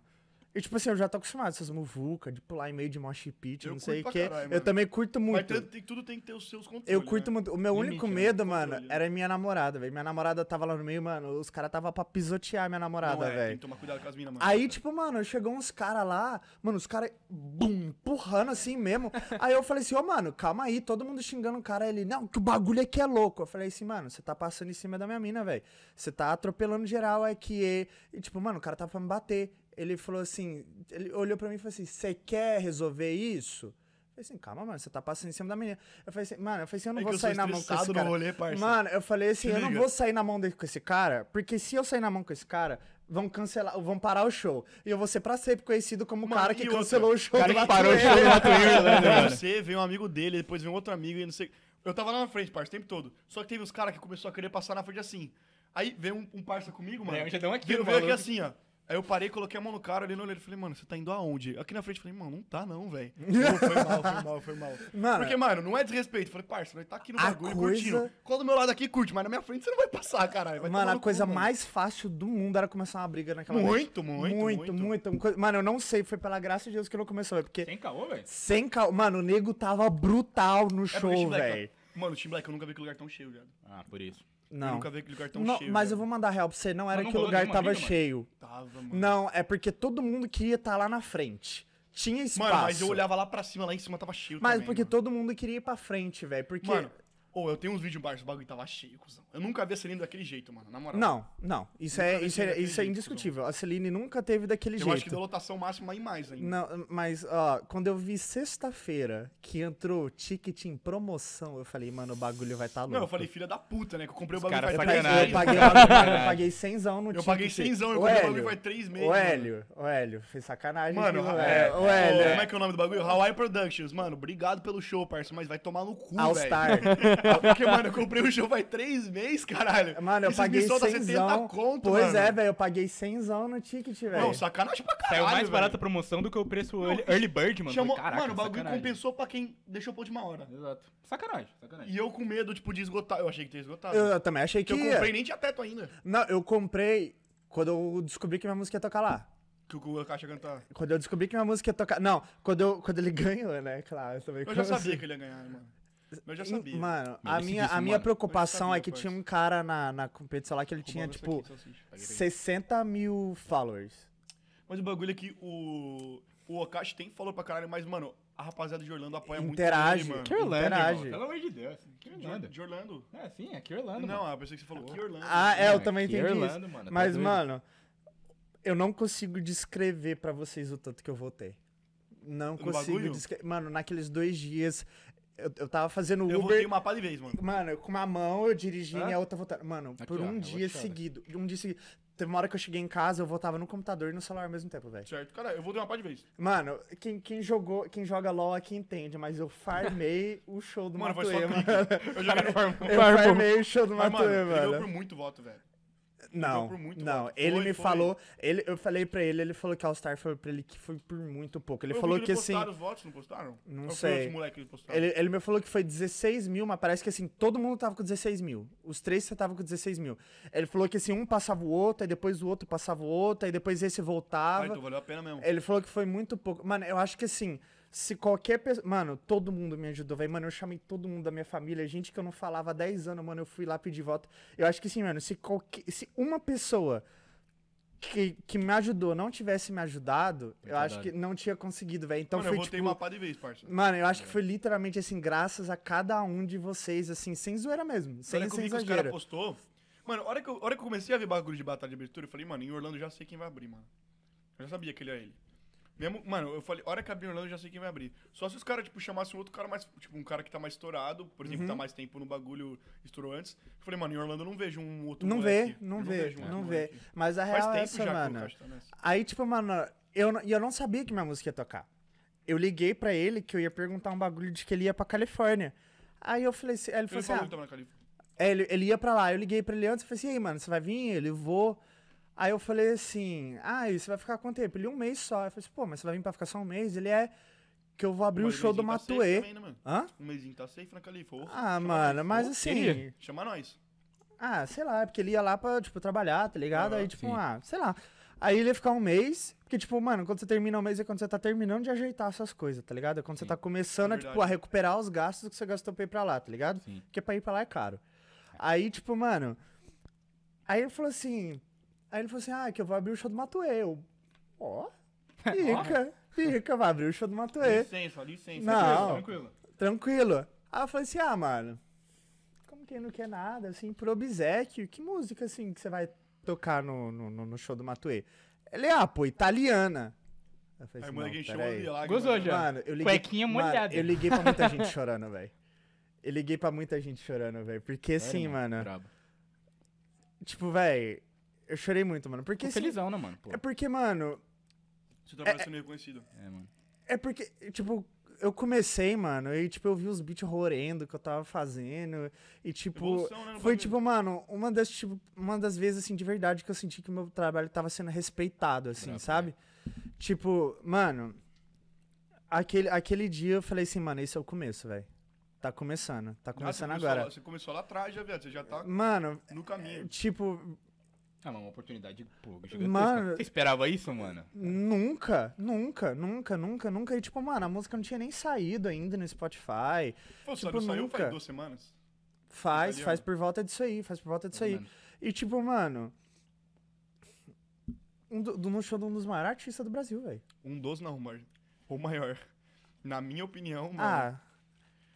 E, tipo assim, eu já tô acostumado com essas muvuca, de pular em meio de mosh pit, Eu não curto sei o pra quê. caralho, eu mano. também curto Mas muito. tanto- tem- tudo tem que ter os seus controles. Eu curto né? muito. O meu Limite, único né? medo, Controle, mano, né? era minha namorada, velho. Minha namorada tava lá no meio, mano. Os caras tava pra pisotear minha namorada, Não é, Tem velho. que tomar cuidado com as minas, mano. Aí, tipo, mano, chegou uns caras lá, mano, os caras, bum, empurrando assim mesmo. Aí eu falei assim, ô, mano, calma aí, todo mundo xingando o cara. Ele, não, que o bagulho aqui é louco. Eu falei assim, mano, você tá passando em cima da minha mina, velho. Você tá atropelando geral, é que. é-" E, tipo, mano, o cara tava pra me bater. Ele falou assim, ele olhou pra mim e falou assim, você quer resolver isso? Eu falei assim, calma, mano, você tá passando em cima da menina. Eu falei assim, mano, eu falei assim, eu não É que vou eu sou sair na mão com estressado esse no cara. rolê, parça. mano, eu falei assim, Se eu não liga. vou sair na mão de- com esse cara, porque se eu sair na mão com esse cara, vão cancelar, vão parar o show. E eu vou ser pra sempre conhecido como o Mano, cara e que outra? cancelou o show. O cara do que parou o Matuê. show do Matuê, né, Veio mano? você, veio um amigo dele, depois veio outro amigo e não sei. Eu tava lá na frente, parça, o tempo todo. Só que teve uns caras que começou a querer passar na frente assim. Aí veio um, um parça comigo, mano. É, eu já dei um aqui veio, no veio aqui maluco. assim, ó. Aí eu parei, coloquei a mão no cara, olhei no olho e falei, mano, você tá indo aonde? Aqui na frente, eu falei, mano, não tá não, (laughs) velho. Não, foi mal, foi mal, foi mal. Mano, Porque, mano, não é desrespeito. Eu Falei, parça, nós tá aqui no A bagulho coisa- curtindo. Cola do meu lado aqui, curte, mas na minha frente você não vai passar, caralho. Vai mano, tomar a no cu, coisa mano. mais fácil do mundo era começar uma briga naquela noite. Muito, muito, muito, muito. Uma coisa- Mano, eu não sei, foi pela graça de Deus que não começou, velho, porque Sem caô, velho. sem cal... Mano, o nego tava É porque brutal no Team show, Black, velho. Mano, o Team Black, eu nunca vi aquele lugar tão cheio, viado. Ah, por isso. Eu Não. nunca vi aquele lugar é um tão Não, cheio. né? mas eu viado. vou mandar real pra você, não era não que o rolou lugar nenhuma tava briga, mano? cheio. Tava, mano. Não, é porque todo mundo queria estar lá na frente. Tinha espaço. Mano, mas eu olhava lá pra cima, lá em cima tava cheio Mas também, porque mano. todo mundo queria ir pra frente, velho. Porque. Mano, ou eu tenho uns vídeos embaixo, o bagulho tava cheio, cuzão. Eu nunca vi a Celine daquele jeito, mano, na moral. Não, não. Isso Nunca é, vi isso é, daquele isso é jeito, indiscutível. A Celine nunca teve daquele Eu jeito. acho que deu lotação máxima e mais ainda. Não, mas, ó, quando eu vi sexta-feira que entrou ticket em promoção, eu falei, mano, o bagulho vai estar louco. Não, eu falei, filha da puta, né? Que eu comprei o Os bagulho caras faz Eu três sacanagem. é meses. paguei, Sacanagem. (laughs) mano, eu paguei 100 no ticket. Eu paguei 100, eu Ô, comprei o bagulho Hélio, faz três meses. Ô, mano. Hélio, ô, Hélio, foi sacanagem. Mano, viu, é, Ô, Hélio. como é que é o nome do bagulho? Hawaii Productions. Mano, obrigado pelo show, parça, mas vai tomar no cu, All velho. Star. (laughs) Porque, mano, eu comprei o show faz três meses, caralho. (laughs) Mano, eu Esses paguei me soltam 70 100zão. conto, Pois mano. é, velho, eu paguei 100zão no ticket, velho. Não, sacanagem pra caralho, Saiu mais velho. barata a promoção do que o preço early, early bird, mano. Chamou- Caraca, mano, o bagulho sacanagem. compensou pra quem deixou pra última hora. Exato. Sacanagem, sacanagem. E eu com medo, tipo, de esgotar. Eu achei que tinha esgotado. Eu, eu também achei que que, eu ia. comprei nem tinha teto ainda. Não, eu comprei quando eu descobri que minha música ia tocar lá. Que o Caixa cantar. Quando eu descobri que minha música ia tocar. Não, quando, eu, quando ele (laughs) ganhou, né? Claro, eu também Eu já comecei- sabia que ele ia ganhar, mano. Eu já sabia. Mano, a Merecidíssimo, minha, a minha mano. preocupação Eu já é que sabia, tinha um cara na, na competição lá que ele tinha, Roubando essa tipo, aqui, tá salsicha. 60 mil followers. Mas o bagulho é que o. O Okashi tem falou pra caralho, mas, mano, a rapaziada de Orlando apoia Interage. muito. Que ele, Orlando, irmão, Interage. Pelo amor de Deus. Que mano. Orlando. De, de Orlando? É, sim, é que Orlando, Não, mano. ah, eu pensei que você falou que Orlando. Ah, é, eu mano, também que entendi Orlando, isso. mano, tá Mas, doido. mano, eu não consigo descrever pra vocês o tanto que eu voltei. Não No consigo bagulho? descrever. Mano, naqueles dois dias, eu, eu tava fazendo eu Uber. voltei uma pá de vez, mano. Mano, com uma mão eu dirigindo Hã? e a outra voltando. Mano, Aqui, por ó, um eu vou dia te dar. seguido. Um dia seguido. Teve uma hora que eu cheguei em casa, eu voltava no computador e no celular ao mesmo tempo, velho. Certo? Cara, eu voltei uma pá de vez. Mano, quem, quem jogou, quem joga LOL aqui entende, mas eu farmei o show do Mano, foi Matuê, só mano. clique. Eu joguei no (laughs) Eu Farmou. farmei o show do Mas, mano, Matuê, ele mano. deu por muito voto, velho. Não, por muito não. voto. Ele Foi, me foi. falou, ele, eu falei pra ele, ele falou que All Star foi pra ele que foi por muito pouco. Ele Eu vi falou que, que eles assim, postaram os votos, não postaram? Não Ou foi sei. outros moleques que postaram? ele, ele me falou que foi 16 mil, mas parece que assim, todo mundo tava com 16 mil. Os três você tava com 16 mil. Ele falou que assim, um passava o outro, aí depois o outro passava o outro, aí depois esse Ah, voltava. então valeu a pena mesmo. Ele falou que foi muito pouco. Mano, eu acho que assim, Se qualquer pessoa. Mano, todo mundo me ajudou, velho. Mano, eu chamei todo mundo da minha família, gente que eu não falava há 10 anos, mano. Eu fui lá pedir voto. Eu acho que sim, mano. Se, qualquer... se uma pessoa que, que me ajudou não tivesse me ajudado, eu acho que Verdade. não tinha conseguido, velho. Então Mano, foi eu tipo. votei uma pá de vez, parça. Mano, eu acho que foi literalmente assim, graças a cada um de vocês, assim, sem zoeira mesmo. Na hora Sem, que eu sem vi que os caras exagero. postou. Mano, a hora, que eu, a hora que eu comecei a ver bagulho de batalha de abertura, eu falei, mano, em Orlando eu já sei quem vai abrir, mano. Eu já sabia que ele era ele. Mesmo, mano, eu falei, a hora que abrir em Orlando eu já sei quem vai abrir. Só se os caras, tipo, chamassem um outro cara mais. Tipo, um cara que tá mais estourado, por exemplo, que tá Uhum. mais tempo no bagulho, estourou antes. Eu falei, mano, em Orlando eu não vejo um outro Não moleque. vê, não Eu vê, vejo um outro não vê. moleque. Mas a Faz real é tempo essa, já que o mano. Caixa tá nessa. Aí, tipo, mano, eu, não- e eu não sabia que minha música ia tocar. Eu liguei pra ele que eu ia perguntar um bagulho de que ele ia pra Califórnia. Aí eu falei assim, aí ele Ele falou falou então. assim, que tava na Califórnia. ah, é, ele, ele ia pra lá. Eu liguei pra ele antes e falei assim, e aí, mano, você vai vir? Ele, vou. Aí eu falei assim, ah, e você vai ficar quanto tempo? Ele, um mês só. Eu falei assim, pô, mas você vai vir pra ficar só um mês? Ele é que eu vou abrir o Mas show do mêsinho tá safe Matuê. também, né, mano? Hã? Um mêsinho tá safe na Califórnia. Ah, mano, mas assim. queria. Chama nós. Ah, sei lá, é porque ele ia lá pra, tipo, trabalhar, tá ligado? Ah, aí, tipo, sim. ah, sei lá. Aí ele ia ficar um mês, porque, tipo, mano, quando você termina um mês é quando você tá terminando de ajeitar suas coisas, tá ligado? É quando você tá começando, é a, tipo, verdade. a recuperar os gastos que você gastou pra ir pra lá, tá ligado? Sim. Porque pra ir pra lá é caro. Aí, tipo, mano. Aí ele falou assim. Aí ele falou assim, ah, que eu vou abrir o show do Matuê. Eu, ó, pica, pica, vai abrir o show do Matuê. Licença, licença. Não. Tranquilo. Tranquilo. Aí eu falei assim, ah, mano, como quem não quer nada, assim, pro obsequio, que música, assim, que você vai tocar no, no, no- no show do Matuê? Ele, ah, pô, italiana. Eu Aí falei o assim, moleque não, encheu a peraí. milagre. Gozou já. Mano, eu liguei... Cuequinha mano, molhada. eu liguei pra muita (laughs) gente chorando, velho. Eu liguei pra muita gente chorando, velho. Porque, assim, mano, Brabo. tipo, velho, eu chorei muito, mano. Porque, Tô assim, felizão, né, mano? Pô. é porque, mano, Você trabalha sendo reconhecido. É, mano. É porque, tipo, eu comecei, mano, e, tipo, eu vi os beats horrendo que eu tava fazendo. E, tipo, Evolução, né, no foi, bagulho. tipo, mano, uma das, tipo, uma das vezes, assim, de verdade que eu senti que meu trabalho tava sendo respeitado, assim, Brabo, sabe? Tipo, mano, aquele, aquele dia eu falei assim, mano, esse é o começo, velho. Tá começando, tá Ah, você começando começou agora. lá- você começou lá atrás, já, viado. Você já tá Mano, no caminho. tipo, Ah, mas uma oportunidade, pô, gigantesca. Mano- Você esperava isso, mano? nunca, nunca, nunca, nunca, nunca. E, tipo, mano, a música não tinha nem saído ainda no Spotify. Pô, Tipo, sabe, saiu nunca. faz duas semanas. Faz, Italiano. faz por volta disso aí, faz por volta disso Mais aí. ou menos. E tipo, mano. Um do, do- no show de um dos maiores artistas do Brasil, velho. Um dos não, mas o maior. Na minha opinião, mano. Ah.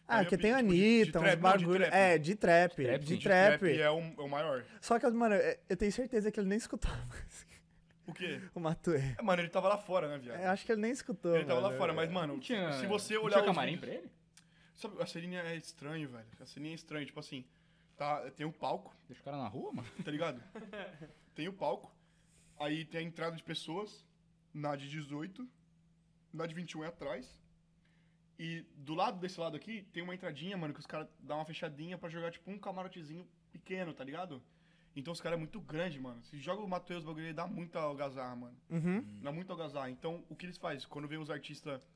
Ah, Aí eu que vi, tem tipo, de- de Anitta, trap, uns não, de bagulho. trap. É, de trap. De trap, trap. sim, de Rap é o, é o maior. Só que, mano, eu, eu tenho certeza que ele nem escutou (laughs) a música. O quê? O Matuê. É, Mano, ele tava lá fora, né, viado? Eu É, acho que é. ele nem escutou. ele tava lá mano. fora, mas, mano, Não tinha. se você não olhar. Tinha os camarim vídeos- pra ele? Sabe, a Celina é estranho, velho. A Celina é estranho. Tipo assim, tá, tem um palco, Deixa o cara na rua, mano? (laughs) tá ligado? tem o palco. Aí tem a entrada de pessoas. Na de 18. Na de 21 é atrás. E do lado desse lado aqui tem uma entradinha, mano, que os caras dão uma fechadinha pra jogar tipo um camarotezinho pequeno, tá ligado? Então os caras é muito grande, mano. Se joga o Matheus bagulho, ele dá muita algazarra, mano. Uhum. Dá muito algazarra. Então o que eles fazem? Quando vem os artistas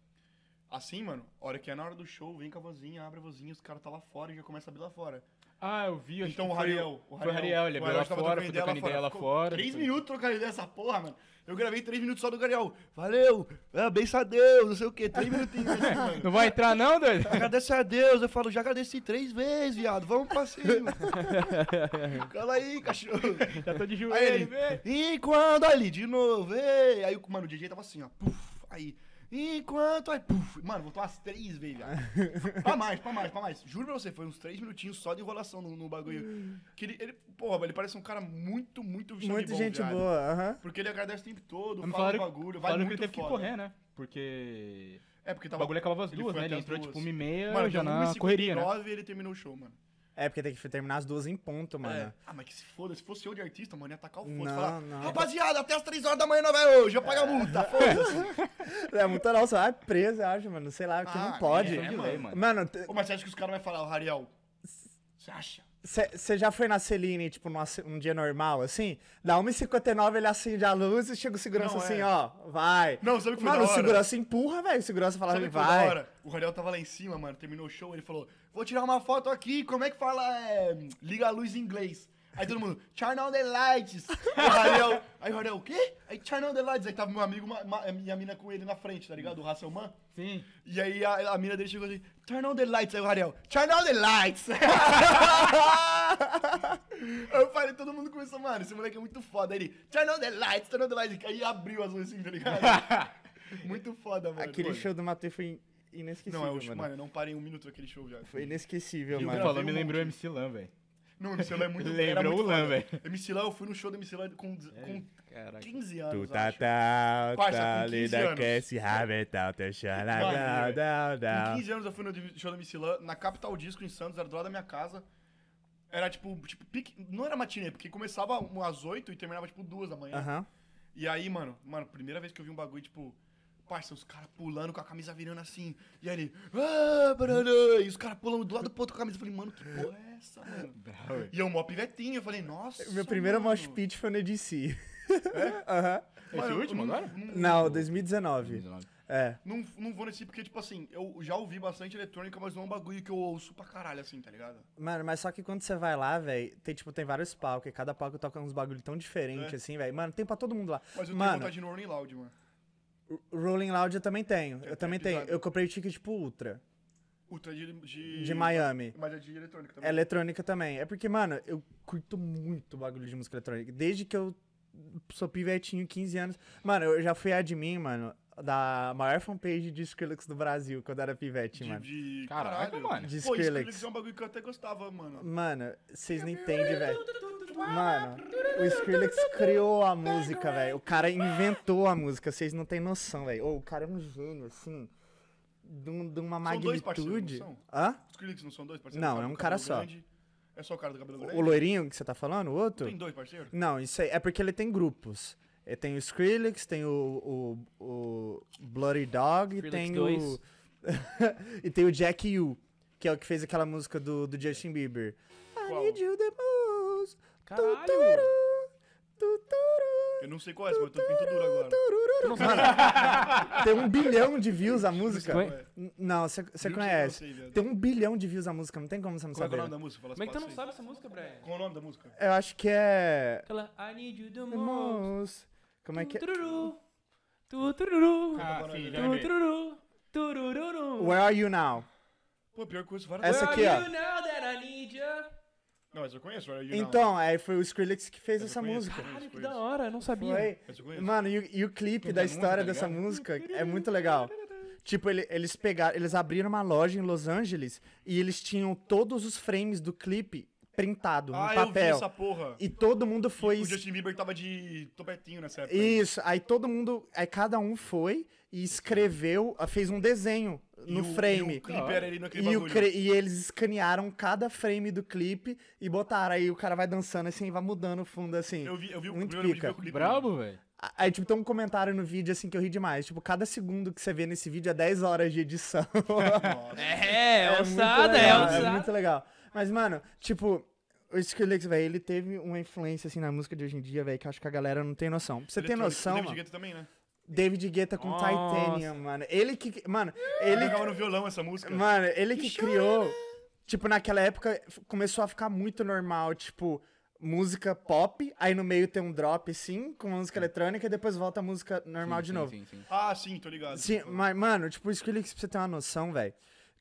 assim, mano, a hora que é na hora do show, vem com a vozinha, abre a vozinha, os caras tá lá fora e já começa a abrir lá fora. Ah, eu vi. acho Então que o foi Rariel. Foi o Rariel, ele abriu lá fora, foi trocando ideia lá fora. 3 foi- minutos trocando ideia dessa porra, mano. Eu gravei 3 minutos só do Rariel. Valeu, é, benção a Deus, não sei o quê. (laughs) 3 minutinhos, assim, mano. Não vai entrar, não, doido? Agradece a Deus, eu falo, já agradeci três vezes, viado, vamos pra (laughs) cima. Cala aí, cachorro. Já tô de Aí ele, joelho, velho. enquanto, ali, de novo, ei. Aí, o- mano, o DJ tava assim, ó, puf, aí, enquanto, aí, puf. Mano, voltou umas três vezes, viado. (laughs) pra mais, pra mais, pra mais. Juro pra você, foi uns três minutinhos só de enrolação no, no Hum. bagulho. Que ele, ele, porra, ele parece um cara muito, muito sangue Muita bom, gente viado. boa, aham. Porque ele agradece o tempo todo, Me fala falaram, do bagulho, vai falaram muito que ele teve foda. que correr, né? Porque É, porque o tava... bagulho acabava às ele duas, foi né? Ele até às entrou duas. tipo uma e meia, Mano, já deu na correria, né? 1h59 e ele terminou o show, mano. É, porque tem que terminar as duas em ponto, mano. É. Ah, mas que se foda, se fosse eu de artista, mano, ia atacar o Não, foda. Falar, não. rapaziada, até as 3 horas da manhã não vai hoje, eu pago a multa, foda-se. É, muito não, você vai preso, eu acho, mano. Sei lá, que Ah, não pode. é, é, mano. Mano, t- Ô, mas você acha que os caras vão falar, o Rariel? Você acha? Você já foi na Celine, tipo, numa ce- um dia normal, assim? Dá 1h59, ele acende a luz e chega o segurança Não, é. assim, ó, vai. Não, sabe o que foi Mano, da o hora? segurança empurra, velho. O segurança fala, Sabe o que foi da vai. hora? O Rariel tava lá em cima, mano, terminou o show, ele falou, vou tirar uma foto aqui, como é que fala, é, liga a luz em inglês. Aí todo mundo, turn on the lights. Aí o Ariel, aí o Ariel, o quê? Aí turn on the lights. Aí tava meu amigo ma- ma- e a mina com ele na frente, tá ligado? O Hasselman. Sim. E aí a, a mina dele chegou assim, turn on the lights. Aí o Ariel, turn on the (laughs) lights. Aí eu falei, todo mundo começou, mano, esse moleque é muito foda. Aí ele, turn on the lights, turn on the lights. Aí abriu as luzes assim, tá (laughs) ligado? muito foda, mano. Aquele Mano, show do Matuê foi in- inesquecível, Não, é o show, mano. mano, eu não parei um minuto naquele show já. Foi inesquecível, E o Você mano. Gravei falou, me um lembrou monte. MC Lan, velho. Não, MC Lan é (laughs) muito era Lembrou muito o Lan, foda. velho. MC Lan, eu fui no show do MC Lan com, com Caraca. 15 Tu anos, tá acho. tal, Parça, tá com 15 lida anos. que esse rabetal, teu Mano, xalagau, dau, Com dau. 15 anos eu fui no show da MC Lan, na Capital Disco, em Santos, era do lado da minha casa. Era tipo, tipo pique- não era matinê, porque começava um- às 8 e terminava tipo 2 da manhã. Aham. E aí, mano, mano, primeira vez que eu vi um bagulho, tipo, parça, os caras pulando com a camisa virando assim. E aí ele, ah, barana", e os caras pulando do lado do outro com a camisa. Eu falei, mano, que porra é essa, (laughs) mano? E eu, mó pivetinho, eu falei, nossa. É Meu primeiro mano. mosh pit foi no EDC. É? (laughs) Aham. Hum. Esse é eu último não- agora? não- Não, 2019. É. Não, não vou nesse, porque, tipo assim, eu já ouvi bastante eletrônica, mas não é um bagulho que eu ouço pra caralho, assim, tá ligado? Mano, mas só que quando você vai lá, velho, tem tipo, tem vários palcos, e cada palco toca uns bagulho tão diferente, É. assim, velho. Mano, tem pra todo mundo lá. Mas eu tenho Mano, vontade de ir no Rolling Loud, mano. Rolling Loud eu também tenho. Eu tenho também tenho. episódio. Eu comprei o ticket pro Ultra, Ultra de. De, de Miami. Mas é de eletrônica também. Eletrônica também. É porque, mano, eu curto muito bagulho de música eletrônica. Desde que eu sou pivetinho, 15 anos. Mano, eu já fui admin, mano, da maior fanpage de Skrillex do Brasil, quando eu era pivete, de, mano. de- Caraca, caralho. mano. De Pô, Skrillex. Skrillex é um bagulho que eu até gostava, mano. Mano, vocês não entendem, velho. Mano, o Skrillex criou a música, velho. O cara inventou a música, vocês não têm noção, velho. Ô, O cara é um gênio, assim, de, um- de uma São dois parceiros, não magnitude. são? Hã? Os Skrillex não são dois parceiros? Não, O é um do cara cabelo só. grande. É só o cara do cabelo grande? O loirinho que você tá falando, o outro? Tem dois parceiros? Não, isso aí é porque ele tem grupos. Ele tem o Skrillex, tem o, o, o Bloody Dog e Skrillex tem o. dois. (laughs) e tem o Jack Yu, que é o que fez aquela música do, do Justin Bieber. Qual? I need you the most. Caralho! Tuturu, tuturu, Eu não sei qual é, mas eu tô pinto duro agora. tururu. Mano, tem um bilhão de views a música. Ué? N- Não, você Juro que eu você é. não conhece. sei, viado. Tem um bilhão de views a música, não tem como você não Qual é o saber. nome né? da música? Fala as Como é que tu não Ah, partes aí. sabe essa música, Brian? Qual é o nome da música? Eu acho que é. Aquela I need you the most. Most. Como é que é? Tururu. Tururu. é Ah, sim, é já lembrei. Tururu. Tururu. Where are you now? Pô, pior que eu conheço várias Essa aqui, ó. You know that I need ya. Não, mas eu conheço, era original. Então, aí foi o Skrillex que Mas fez eu essa conheço, música. conheço, Caralho, que conheço. da hora, eu não sabia. Foi. Mas eu conheço. Mano, e, o- e o clipe da a história tá música, dessa ligado? música é muito legal. Tipo, ele- eles pegaram, eles abriram uma loja em Los Angeles e eles tinham todos os frames do clipe printado no ah, eu vi um papel. essa porra. E todo mundo foi. O Justin Bieber tava de topetinho nessa época. Isso, aí todo mundo. Aí cada um foi e escreveu, ah, fez um desenho E no o- E frame. o clipe era ali naquele E, o bagulho. cre- e eles escanearam cada frame do clipe e botaram. Aí o cara vai dançando assim, vai mudando o fundo assim. Eu vi, eu vi o Muito primeiro pica. vídeo que eu vi o clipe. (laughs) Brabo, velho. A- Aí, tipo, tem um comentário no vídeo, assim, que eu ri demais. Tipo, cada segundo que você vê nesse vídeo é 10 horas de edição. (laughs) Nossa. É, é muito ousada, é legal, É ousada. (laughs) muito legal. Mas, mano, tipo, o Skrillex, velho, ele teve uma influência, assim, na música de hoje em dia, velho, que eu acho que a galera não tem noção. Pra você ter Eletrônico. noção, David mano, Guetta também, né? David Guetta com Nossa. Titanium, mano. Ele que... Mano, Ele ele... jogava no violão essa música. Mano, ele que criou... Tipo, naquela época, f- começou a ficar muito normal, tipo... Música pop, aí no meio tem um drop, assim, com música eletrônica, e depois volta a música normal de novo. Ah, sim, tô ligado. Sim, mas, mano, tipo, o Skrillex, pra você ter uma noção, velho.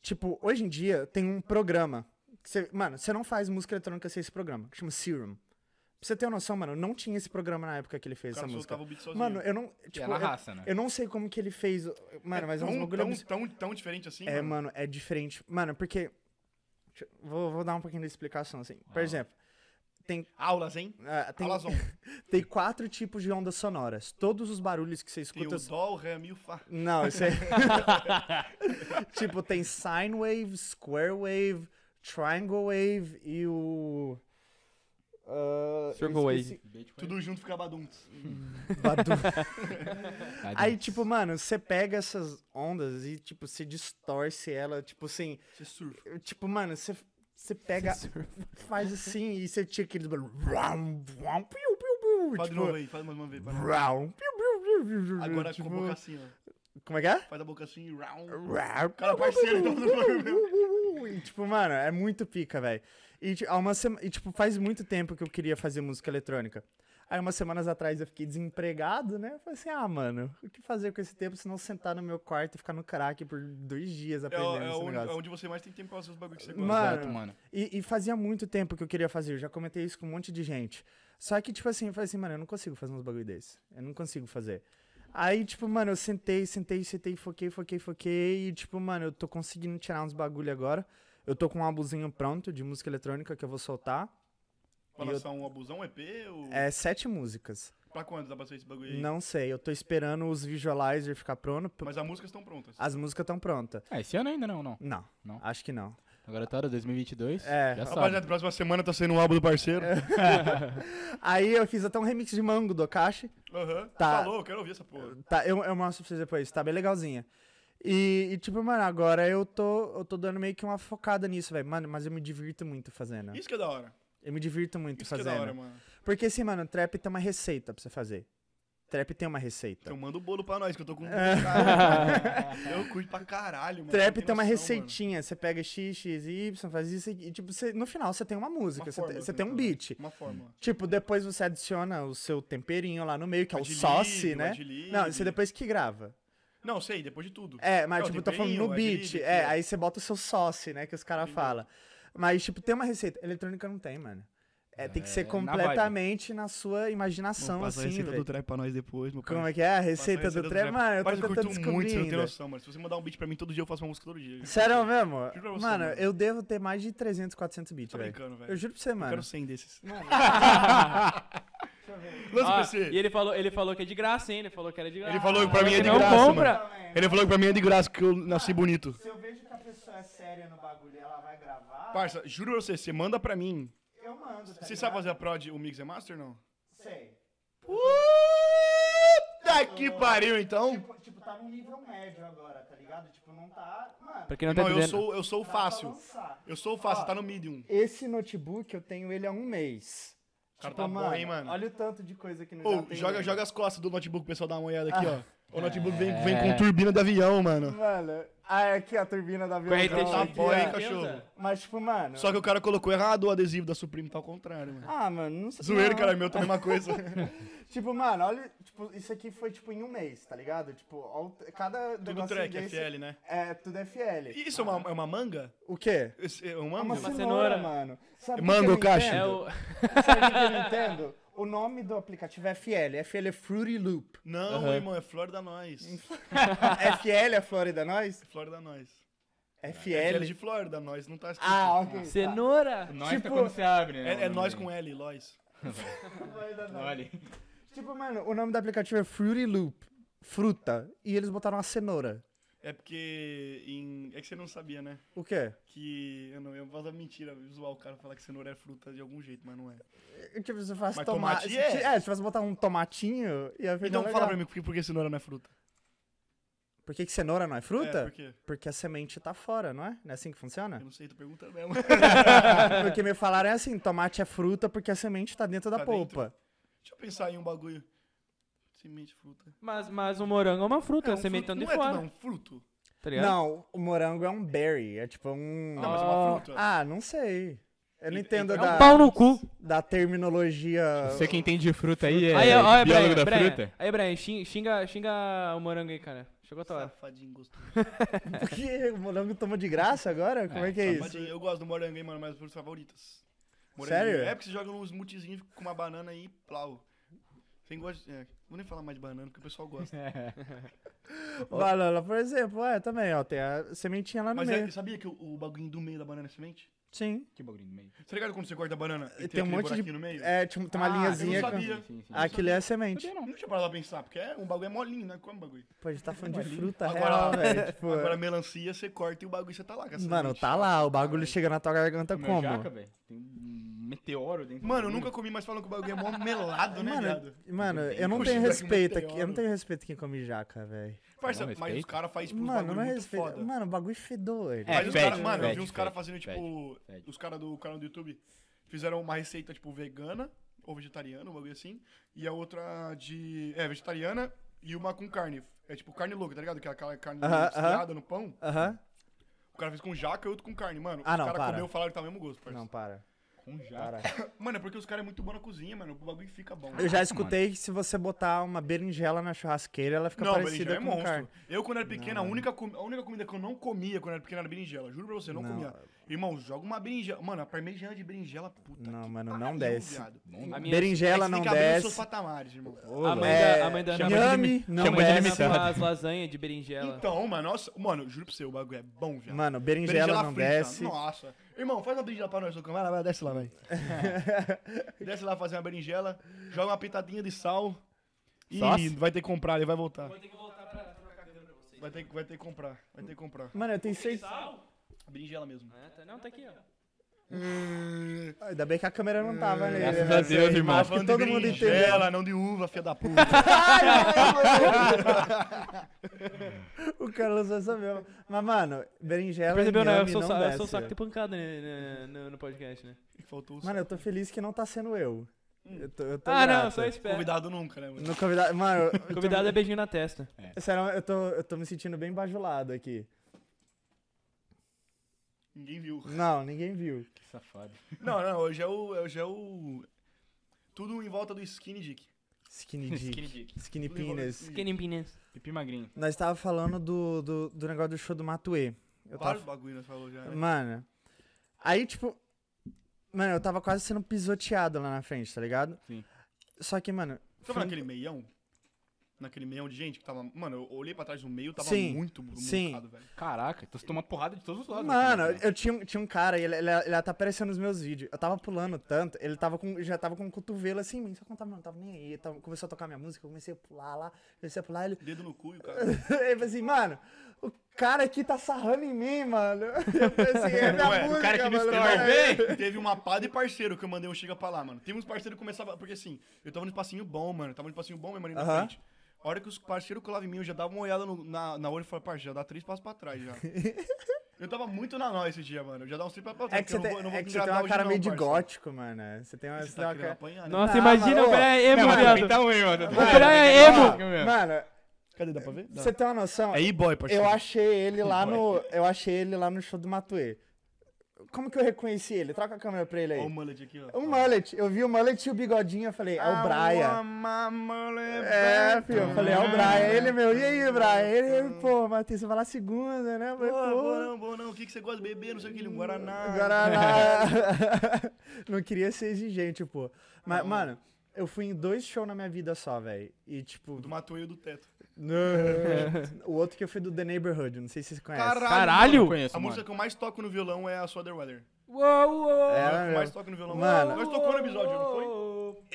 Tipo, hoje em dia tem um programa. que você- mano, você não faz música eletrônica sem esse programa, que chama Serum. Pra você ter uma noção, mano, não tinha esse programa na época que ele o fez cara essa música. soltava o beat sozinho. Mano, eu não. Que Tipo, é na eu, raça, né? eu não sei como que ele fez. Mano, mas é uns tão, bagulho. tão, abs- tão, tão diferente assim, É, mano. mano, é diferente. Mano, porque. deixa eu- Vou, vou dar um pouquinho de explicação, assim. Por exemplo, Aulas, hein? ah, tem, Aulas on. tem quatro tipos de ondas sonoras. Todos os barulhos que Tem você um escuta o dó, o ré, mi, o fá. Não, isso é. tipo, tem sine wave, square wave, triangle wave e o. ah, eu Circle wave. esqueci. Tudo junto ficava duntos. Badu. Aí, tipo, mano, você pega essas ondas e, tipo, você distorce ela, tipo assim. Você surfa. Tipo, mano, você. Você (laughs) pega, faz assim e você tira aqueles barulhos. Vroom, vroom, piu, piu, piu, Faz de tipo, novo aí, faz mais uma vez. vai lá. vroom, piu, piu, piu, piu, Agora tipo, com a boca assim, ó. Como é que é? Faz a boca assim, round. Vroom, Cara, é parceiro, tá fazendo bagulho mesmo. Uh, uh, uh, uh, E, tipo, mano, é muito pica, velho. E, ti- há uma sema- e, tipo, faz muito tempo que eu queria fazer música eletrônica. Aí, umas semanas atrás, eu fiquei desempregado, né? Eu falei assim, ah, mano, o que fazer com esse tempo se não sentar no meu quarto e ficar no crack por dois dias É, o- aprendendo é o esse único- negócio? é onde você mais tem tempo pra fazer os bagulhos que você gosta. Mano, Exato, mano. E, e fazia muito tempo que eu queria fazer, eu já comentei isso com um monte de gente. Só que, tipo assim, eu falei assim, mano, eu não consigo fazer uns bagulho desse. Eu não consigo fazer. Aí, tipo, mano, eu sentei, sentei, sentei, foquei, foquei, foquei. E, tipo, mano, eu tô conseguindo tirar uns bagulho agora. Eu tô com um álbumzinho pronto de música eletrônica que eu vou soltar. Pra E eu- lançar um abusão, um EP? Ou... É sete músicas. Pra quando dá pra ser esse bagulho aí? Não sei, eu tô esperando os visualizer ficar pronto. Mas as músicas estão prontas. As músicas estão prontas. Ah, esse ano ainda não, não. Não, Não? acho que não. Agora tá 2022. É. já sabe. Rapaziada, próxima semana tá saindo o álbum do parceiro. Aí eu fiz até um remix de Mango do Akashi. Aham. Tá. Falou, eu quero ouvir essa porra. Tá, eu, eu mostro pra vocês depois, tá bem legalzinha. E, e, tipo, mano, agora eu tô, eu tô dando meio que uma focada nisso, velho. Mano, mas eu me divirto muito fazendo. Isso que é da hora. Eu me divirto muito Isso que é fazendo. da hora, mano. Porque assim, mano, trap tem uma receita pra você fazer. Trap tem uma receita. Então manda o bolo pra nós, que eu É. tô com. (laughs) eu curto pra caralho, mano. trap Não tem uma noção, receitinha. Você pega X, X, Y, faz isso e, tipo, você, no final você tem uma mano. música, Uma você, tem- fórmula, você né, tem um pelo beat. menos. Uma forma. Tipo, depois você adiciona o seu temperinho lá no meio, que é o Adlib, sauce, né? adlib. Não, isso é depois que grava. Não, sei, depois de tudo. É, mas É, o tipo, tá falando no temperinho, é beat. gíria, É, é. aí você bota o seu sauce, né? Que os caras Entendeu? falam. Mas, tipo, tem uma receita. Eletrônica não tem, mano. É, tem que É, ser na completamente na, sua imaginação, Passa a assim, receita do velho. trap pra nós depois, meu pai. Como é que é? A Passa a receita do trap? Mano, eu tô Mas eu tentando curto muito, você não tem descobrir. ainda. noção, mano. Se você mandar um beat pra mim todo dia, eu faço uma música todo dia. Sério mesmo? Juro pra você, mano. Mano, eu devo ter mais de 300, 400 beats, Tá velho. brincando, velho. Eu juro pra você, Eu mano. quero 100 (laughs) desses. (laughs) Ó, Lança e PC. ele falou, ele falou que é de graça, hein? Ele falou que era de graça. Ele falou que pra Falou mim é que de não graça, compra. mano. Ele falou que pra mim é de graça, que eu nasci bonito. Se eu vejo que a pessoa é séria no bagulho e ela vai gravar, Parça, juro pra você, você manda pra mim. eu mando. Tá Você sabe fazer a prod, o Mix é Master, não? Sei. Puta que pariu, então. tipo, tá num nível médio agora, tá ligado? Tipo, não tá. Mano, Pra quem não tá Não, eu entendendo. sou, eu sou o fácil. Eu sou o fácil, tá no medium. Esse notebook eu tenho ele há um mês. Tipo, O cara tá bom, hein, mano. Olha o tanto de coisa que não Ah. Ô, joga, joga as costas do notebook, pessoal, dá uma olhada aqui, ó. O notebook vem, vem com turbina de avião, mano. Mano, ah, aqui a turbina da avião. Corrente Tá de- bom, hein, Meu Deus, cachorro. é. Mas, tipo, mano. Só que o cara colocou errado o adesivo da Supreme, tá ao contrário, mano. Ah, mano, não sei. Zoeiro, não. cara, meu, tá a mesma (laughs) coisa. Tipo, mano, olha. Tipo, isso aqui foi, tipo, em um mês, tá ligado? Tipo, ó, o- cada Tudo negocinho track, desse- FL, né? É, tudo FL. Isso é uma, é uma manga? O quê? Esse É um É uma manga? cenoura, cenoura. mano. Sabe o Manga, que eu caixa. É entendo? o... Sabe o que eu não entendo? O nome do aplicativo é FL. FL é Fruity Loop. Não, Aham. irmão, é Florida Nós. FL é Florida Nós? Florida Nós. FL FL. é de Florida, nós não tá escrito. Ah, ok. tá. (laughs) Cenoura! Nós Tipo, tá quando você abre, né? É, é o nome nós aí. com L, Lois. Florida Nós. Olha. Tipo, mano, o nome do aplicativo é Fruity Loop. Fruta. E eles botaram uma cenoura. É porque em... É que você não sabia, né? O quê? Que... Eu não eu posso dar mentira, zoar o cara falar que cenoura é fruta de algum jeito, mas não é. Tipo, você faz Mas tomate. tomate se- é. É, se você botar um tomatinho e a Então fala pra mim por que, por que cenoura não é fruta. Por que, que cenoura não é fruta? É, por quê? Porque a semente tá fora, não é? Não é assim que Eu funciona? não sei, tu pergunta (laughs) mesmo. porque me falaram é assim, tomate é fruta porque a semente tá dentro da Tá dentro. polpa. Deixa eu pensar em um bagulho. Semente, fruta. Mas, mas o morango é uma fruta, É é um sementando fruto- de fora. Não é não, fruto. Tá ligado? Não, o morango é um berry. É tipo um... Não, mas é uma Ah. fruta. Ah, não sei. Eu não entendo É da, um pau no cu. da terminologia... (laughs) Você que entende de fruta aí é aí, ó, ó, é biólogo Brian, da Brian. fruta? Aí, Brian, xing- xinga, xinga o morango aí, cara. Chegou a tua hora. Safadinho gostoso. Porque o morango toma de graça agora? Como é, que é isso? Safadinho. Eu gosto do morango, hein, mano, mas as frutas favoritas. Sério? É porque você joga num smoothiezinho com uma banana aí e plau. Sem gosto de... é, vou nem falar mais de banana, porque o pessoal gosta. Banana, por exemplo, é, também, ó, tem a sementinha lá no Mas meio. é, sabia que o, o bagulho do meio da banana é semente? Sim. (laughs) Que bagulho no meio. Tá ligado quando você corta a banana e tem, Tem um aquele monte de. buraquinho no meio? É, tipo, tem uma Ah, eu não linhazinha. eu com- não sabia. Sim, sim, sim. Aquilo é a semente. Sabia não. Não tinha parado pra pensar, porque é um bagulho é molinho, né? Como bagulho? Pô, a gente tá falando de fruta real, Agora- é (laughs) velho. Tipo, Agora melancia, você corta e o bagulho você tá lá. com a mano, semente. tá lá, o bagulho chega na tua garganta O meu como? tá jaca, velho, Tem um meteoro dentro Mano, eu do nunca comi, mas falam que o bagulho é mó melado, né, hum. Mano, viado? mano, eu não Puxa, tenho moleque, respeito muito aqui. Eu não teórico. tenho respeito a quem come jaca, velho. Parça, Não, mas os respeito. caras fazem, tipo, Mano, uns não é bagulho muito respeito. foda. Mano, o bagulho fedor. ele. É, Mas os fede, caras, mano, eu fede, vi uns caras fede, fazendo, tipo, fede. os caras do canal do YouTube fizeram uma receita, tipo, vegana ou vegetariana, um bagulho assim, e a outra de. É, vegetariana e uma com carne. É tipo carne louca, tá ligado? Aquela carne Aham, aham. estriada no pão. Aham. O cara fez com jaca e outro com carne, mano. Ah, os não, caras para. comeu e falaram que tá o mesmo gosto, parceiro. Não, para. Com jaca. para. Mano, é porque os caras é muito bom na cozinha, mano. O bagulho fica bom. Eu já escutei que se você botar uma berinjela na churrasqueira, ela fica Não, berinjela parecida é com monstro. carne. Eu, quando era pequeno, a, única comi- a única comida que eu não comia quando era pequeno era berinjela. Juro pra você, eu não, Não. comia. Irmão, joga uma berinjela. Mano, a parmegiana de berinjela, puta. Não, que mano, pariu, não desce. viado. A minha- É Berinjela que não tem que abrir os desce. seus patamares, irmão. Ah, A mãe É, da, a mãe da Ana chama Maria de Nhame limi- não chama é de desce. limi- faz limitado. as lasanhas de berinjela. Então, mano, nossa, mano, juro pra você, o bagulho é bom, viado. Mano, berinjela, não frita, desce. Nossa. Irmão, faz uma berinjela pra nós, Lucão. Vai lá, vai, desce lá, (laughs) vai. desce lá fazer uma berinjela, joga uma pitadinha de sal. E Sócio? vai ter que comprar, ele vai voltar. Vou ter que voltar pra trocar a câmera pra vocês. Vai ter, que- vai ter que comprar, vai ter que comprar. Mano, eu tenho seis. Sal? A berinjela mesmo. Ah, tá- Não, tá aqui, ó. Ainda bem que a câmera não É, tava nele. Graças né? a É, Deus, irmão. Acho que todo mundo entendeu. berinjela, É, não de uva, filha da (laughs) puta. O Carlos já sabeu. Mas, mano, berinjela Percebeu, e né? Eu inhame sou, não sa- eu desce. é. sou saco de pancada né, né, no, no podcast, né? Faltou o Mano, eu tô feliz que não tá sendo eu. Eu tô, eu tô Ah, não, grato. eu só (laughs) espero. convidado nunca, né, mano? No convidado, mano, eu- eu Convidado é tô, beijinho na testa. é... Sério, eu tô, eu tô me sentindo bem bajulado aqui. Ninguém viu. Não, ninguém viu. Que safado. Não, não, hoje é o. Hoje é o. Tudo em volta do skinny dick. Skinny (laughs) Dick. Skinny Skinny, dick. Tudo em volta do Penis. skinny dick. Skinny penis. Pipi magrinho. Nós tava falando do, do, do negócio do show do Matue. Eu tava Vários bagulho nós falou já. né? Mano. Aí, tipo. Mano, eu tava quase sendo pisoteado lá na frente, tá ligado? Sim. Só que, mano. Tava naquele meião? Naquele meião de gente que tava. Mano, eu olhei pra trás do meio, tava Sim, muito sim. montado, velho. Caraca, então você toma porrada de todos os lados. Mano, Assim, né? eu tinha, um- tinha um cara, e ele, ele, ele tá aparecendo nos meus vídeos. Eu tava pulando tanto, ele tava com, já tava com o cotovelo assim em mim. Só que eu não tava, não tava nem aí. Tava- começou a tocar minha música, eu comecei a pular lá. Comecei a pular, ele. (laughs) Dedo no cu e o cara. ele falou assim, mano, o cara aqui tá sarrando em mim, mano. (laughs) Eu falei assim, é minha Ué, o música, cara aqui no mano, é É story, mano. vem! Teve uma pá de parceiro que eu mandei um chega pra lá, mano. Teve uns parceiros que começavam. Porque assim, eu tava num espacinho bom, mano. Tava num espacinho bom mesmo ali na Aham. frente. A hora que os parceiros colavam em mim, eu já dava uma olhada no- na, na olho e falava, parceiro, já dá três passos pra trás (laughs) já. eu tava muito na nó esse dia, mano. Eu já dava uns três passos pra trás. É que você porque tá- eu tem, não vou- eu não vou é que você tem engranar uma hoje cara não, meio de parceiro. gótico, mano. Você tem uma, Você você tem tá uma querendo cara. apanhar, né? Nossa, Não, imagina mas, o ô, Brian Não, emo, mas viado. Então, hein, mano. O Brian é emo. Mano, Cadê? Dá pra ver? Dá. você tem uma noção? É e-boy, parceiro. Eu achei ele lá no. Eu achei ele lá no show do Matue. Como que eu reconheci ele? Troca a câmera pra é ele Olha É o aí. mullet aqui, ó. O mullet. Eu vi o mullet e o bigodinho, eu falei, Ah, é o Brian. É, filho, eu falei, é o Ah. Brian. Ele, meu, e aí, Brian? Ele, pô, Matheus, você vai lá segunda, né? Eu Pô, falei, bom pô. Hum, não, bom não. O que, que você gosta de beber? Não sei o que, ele, um Guaraná. (laughs) Agora na- (laughs) não queria ser exigente, pô. Mas, mano, eu fui em dois shows na minha vida só, velho. E tipo. Do matoeiro do teto. Não. o outro que eu fui do The Neighborhood, não sei se vocês conhecem. Caralho! Eu conheço, A música mano. que eu mais toco no violão é a Sua The Weather. Uou, uou. É, A que eu meu. mais toco no violão. Mano. Nós tocou no episódio, não foi? foi?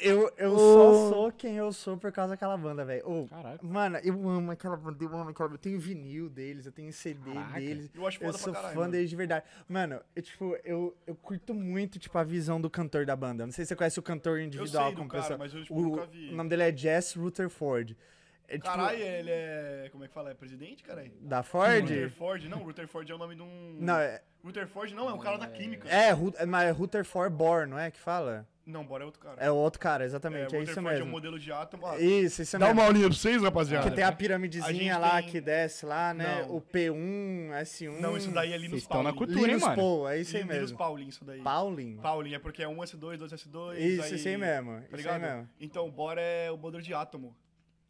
Eu, eu Ô. só sou quem eu sou por causa daquela banda, velho. Ô, Caraca. mano, eu amo aquela banda, eu amo aquela banda. Eu tenho vinil deles, eu tenho CD Caraca. deles. Eu acho Eu foda sou pra caralho. fã mano. deles de verdade. Mano, eu, tipo, eu, eu curto muito, tipo, a visão do cantor da banda. Não sei se você conhece o cantor Eu individual sei do como cara, pessoa. mas eu tipo, o, nunca vi. o nome dele é Jess Rutherford. É, tipo, Caralho, ele é... Como é que fala? É presidente, caralho? da Ford? Rutherford? Não, Rutherford é o nome de um... Não, é, Rutherford não, é o cara da química. é, Ru- é, mas é Rutherford Born, não é que fala? Não, bora é outro cara. É o outro cara, exatamente, é, isso Rutherford é um mesmo. modelo de átomo. Ah, Isso, isso Dá mesmo. uma aulinha pra vocês, rapaziada. Que tem a A gente piramidezinha lá tem- que desce lá, né? Não. O P1, S1. Não, isso daí é Linus Vocês estão na Pauling. cultura, hein, Linus mano? Paul, é isso aí Linus mesmo. Pauling, isso daí. Pauling? Pauling, é porque é 1S2, 2S2... Isso, isso aí mesmo. Tá isso aí ligado? mesmo. Então, bora é o modelo de átomo.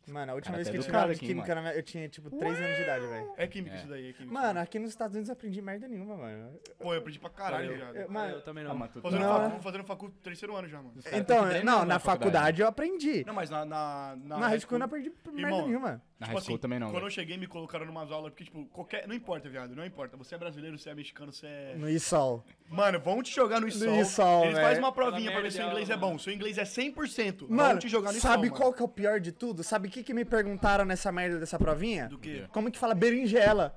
Mano, a última Cara, vez tá que eu tive educado aula de aqui, química, na minha- eu tinha, tipo, 3 anos de idade, velho. É química É. isso daí, é química. Mano, aqui nos Estados Unidos eu aprendi merda nenhuma, mano. Pô, eu aprendi pra caralho, Eu- viado. Eu- Eu mano também Ah, não. mas tu tá- Fazendo, Não, facu, né? fazendo facu terceiro ano já, mano. Os caras então, tão treinando não, na faculdade eu aprendi. Não, mas na. Na, Na high school eu não é aprendi merda Irmão, nenhuma. Na high school também não, assim, Quando eu velho. cheguei, me colocaram numa aula, porque, tipo, qualquer. Não importa, viado, não importa. Você é brasileiro, você é mexicano, você é. No ISOL. Mano, vão te jogar no ISOL. ISOL, Eles velho. fazem uma provinha Aquela pra ver se o merda inglês de é aula, bom. Se o inglês é 100%, vão Mano, te jogar no sabe ISOL. qual mano. que é o pior de tudo? Sabe o que, que me perguntaram nessa merda dessa provinha? Do quê? Como que fala berinjela?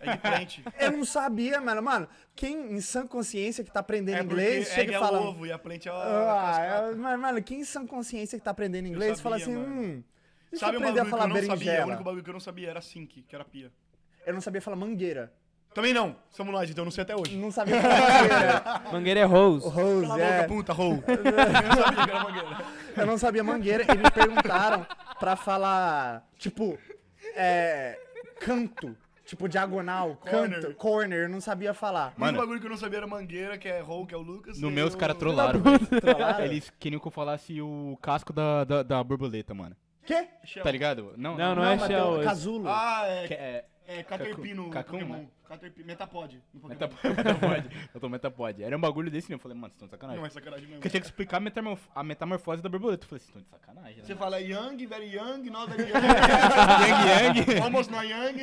É (laughs) diferente. Eu não sabia, mano. Mano, quem em sã consciência que tá aprendendo é inglês porque egg chega é e fala. o ovo e a plente é a Ah, cascata. é- mas, mano, quem em sã consciência que tá aprendendo inglês sabia, fala assim, mano. hum. Deixa Sabe eu um aprender bagulho a que eu falar não sabia? O berinjela. único bagulho que eu não sabia era sink, que era pia. Eu não sabia falar mangueira. Também não. Somos nós, então eu não sei até hoje. Não sabia falar mangueira. Mangueira é rose. (laughs) Cala a Rose, boca, é. puta, rou. (laughs) Eu não sabia que era mangueira. Eu não sabia mangueira e me perguntaram pra falar, tipo, é. canto. Tipo, diagonal, Corner. canto, corner, eu não sabia (laughs) falar. Mano. Mano. Um bagulho que eu não sabia era mangueira, que é roll, que é o Lucas. No e meu, os eu- caras trollaram. Trollaram? Eles queriam que eu falasse o casco da, da, da borboleta, mano. Quê? Shell. Tá ligado? Não, Não, não Não, é mas tem um Shell. casulo. Ah, é. Que é- É, Caterpie no Cacum, Pokémon. né? Caterpie, Metapod. no Pokémon. Metapod. (laughs) Metapod. Eu tô Metapod. Era um bagulho desse, né? Eu falei, mano, vocês estão de sacanagem. Não, é sacanagem mesmo. Porque eu tinha que explicar a, metamorf- a metamorfose da borboleta. Eu falei, vocês estão de sacanagem. (laughs) Você Né? fala Yang, very Yang, not (laughs) very Yang. Yang Yang. Almost not Yang.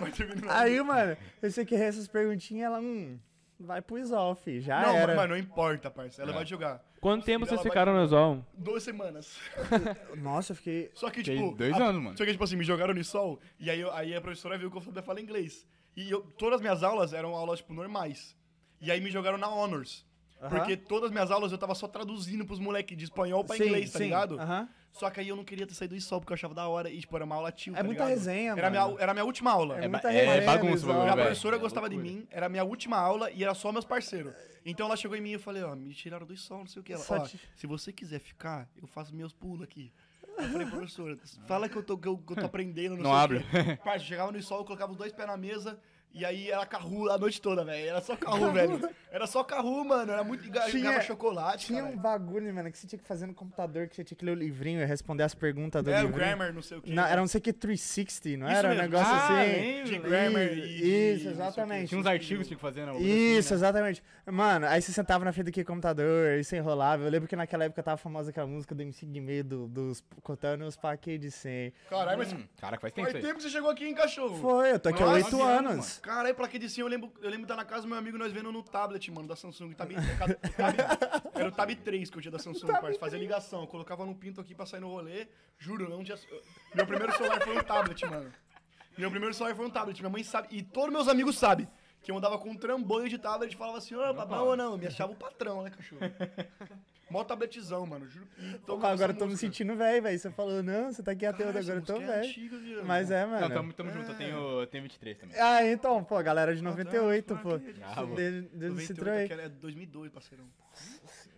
Vai terminar. Aí, mano, eu sei que essas perguntinhas, ela, hum, vai pro Isol, fi, já Não, era. mas não importa, parça. Ela vai jogar. Quanto tempo vocês Ela vai- ficaram no Zol? Duas semanas. Nossa, eu fiquei... Só que, Fiquei tipo. dois a- anos, mano. Só que, tipo assim, me jogaram no sol. E aí, eu- aí a professora viu que eu sabia falar inglês. E eu- todas as minhas aulas eram aulas, tipo, normais. E aí me jogaram na Honors. Aham. Porque todas as minhas aulas eu tava só traduzindo pros moleques de espanhol pra Sim, inglês, tá sim, ligado? aham. Só que aí eu não queria ter saído do sol porque eu achava da hora. E, tipo, era uma aula tio. É tá muita ligado? resenha, era mano. Minha, era a minha última aula. É É, ba- é muita resenha, bagunça o Isol. bagulho, A Ué, velho. professora É gostava de loucura. mim, era a minha última aula e era só meus parceiros. Então ela chegou em mim e eu falei, ó, me tiraram do sol, não sei o que. Ela, Só ó, te- se você quiser ficar, eu faço meus pulos aqui. Eu falei, professora, fala que eu tô, que eu, que eu tô aprendendo, não, Não sei abre. o quê. Parça, chegava no sol, eu colocava os dois pés na mesa e aí era carru a noite toda, velho. Era só carru, velho. Era só carru, mano. Era muito... Tinha... Tinha- Jogava chocolate, Tinha um caralho. bagulho, mano, que você tinha que fazer no computador, que você tinha que ler o livrinho e responder as perguntas do Era É, o livrinho. grammar, não sei o que. Não, né? era um não sei que 360, não Isso era? mesmo. Um negócio Ah, assim. lembro. De grammar e... Isso, não isso, sei o quê. exatamente. Tinha uns artigos que tinha que fazer, né? Isso, exatamente. Mano, aí você sentava na frente daquele computador, aí você enrolava. Eu lembro que naquela época tava famosa aquela música do MC Guimê, do, dos contando os paquês de 100. Caralho, mas... hum, Caraca, faz tempo Faz isso aí. tempo que você chegou aqui, hein, cachorro? Foi, eu tô aqui há Nossa, É oito mano, anos. Caralho, pra que disse eu lembro, eu lembro de estar na casa do meu amigo nós vendo no tablet, mano, da Samsung. Tab, tab- era o Tab 3 que eu tinha da Samsung, parceiro. Fazia ligação. Eu colocava no pinto aqui pra sair no rolê. Juro, eu não tinha. Meu primeiro celular foi um tablet, mano. Meu primeiro celular foi um tablet. Minha mãe sabe. E todos meus amigos sabem. Que eu andava com um trambolho de tablet e falava assim, ô, babão ou não? Me achava o patrão, né, cachorro? Mó tabletzão, mano. Juro. E Pô, tocava agora eu essa tô me música. sentindo velho, velho. Você falou, não, você tá aqui até Caralho, agora, essa eu tô música é velho. antiga, viado. Mas é, mano. tá Não, tamo, tamo junto, eu tenho, eu tenho 23 também. Ah, então, pô, galera de 98, tá, pô. Ah, tá, tá, tá, tá. Desde desde esse 98, trem. aquela é 2002, parceirão.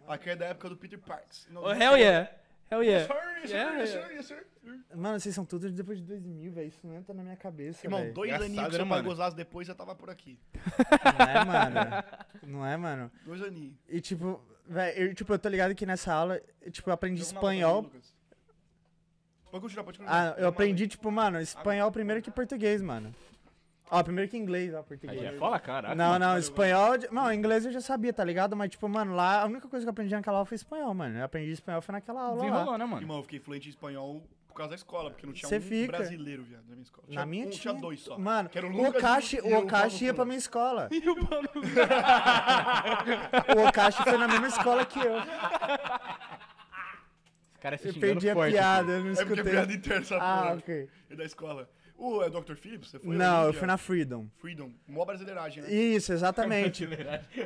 Aqui é da época do Peter Parks. Não, Oh, hell yeah. Hell yeah. Sorry, sorry, Yeah, sorry, sorry. Mano, vocês são todos depois de 2000, velho. Isso não entra na minha cabeça, Irmão, velho. dois Engraçado, aninhos que né, você mano? pagou as depois, já tava por aqui. Não é, mano? Não é, mano? Dois aninhos. E tipo, velho, eu, tipo, eu tô ligado que nessa aula, tipo, eu aprendi Joga uma bola pra mim, espanhol. Lucas. Pode continuar, pode continuar. Ah, Joga eu uma aprendi, tipo, mano, espanhol primeiro que português, mano. Ó, primeiro que inglês, ó, Aí é português. já fala, Ah, caraca. Não, mano. não, espanhol. de- Não, inglês eu já sabia, tá ligado? Mas, tipo, mano, lá a única coisa que eu aprendi naquela aula foi espanhol, mano. Eu aprendi espanhol foi naquela aula. Lá. Desenrolou, né, bola. mano? Irmão, eu fiquei fluente em espanhol por causa da escola, porque não tinha Cê um fica. brasileiro, viado, na minha escola. Na minha um, tinha. tinha dois só. Mano, Que era o Lucas Okashi, e o Okashi Paulo ia pra Flores. (laughs) minha escola. E o Paulo (laughs) O Okashi foi na mesma escola que eu. Os caras se Eu xingando perdi a forte. piada, eu não É porque é piada escutei. interna, essa Ah, porra. ok. É da escola. O é Dr. Phillips? Você foi? Não, eu Olímpia? fui na Freedom. Freedom. Mó brasileiragem, né? Isso, (laughs) exatamente.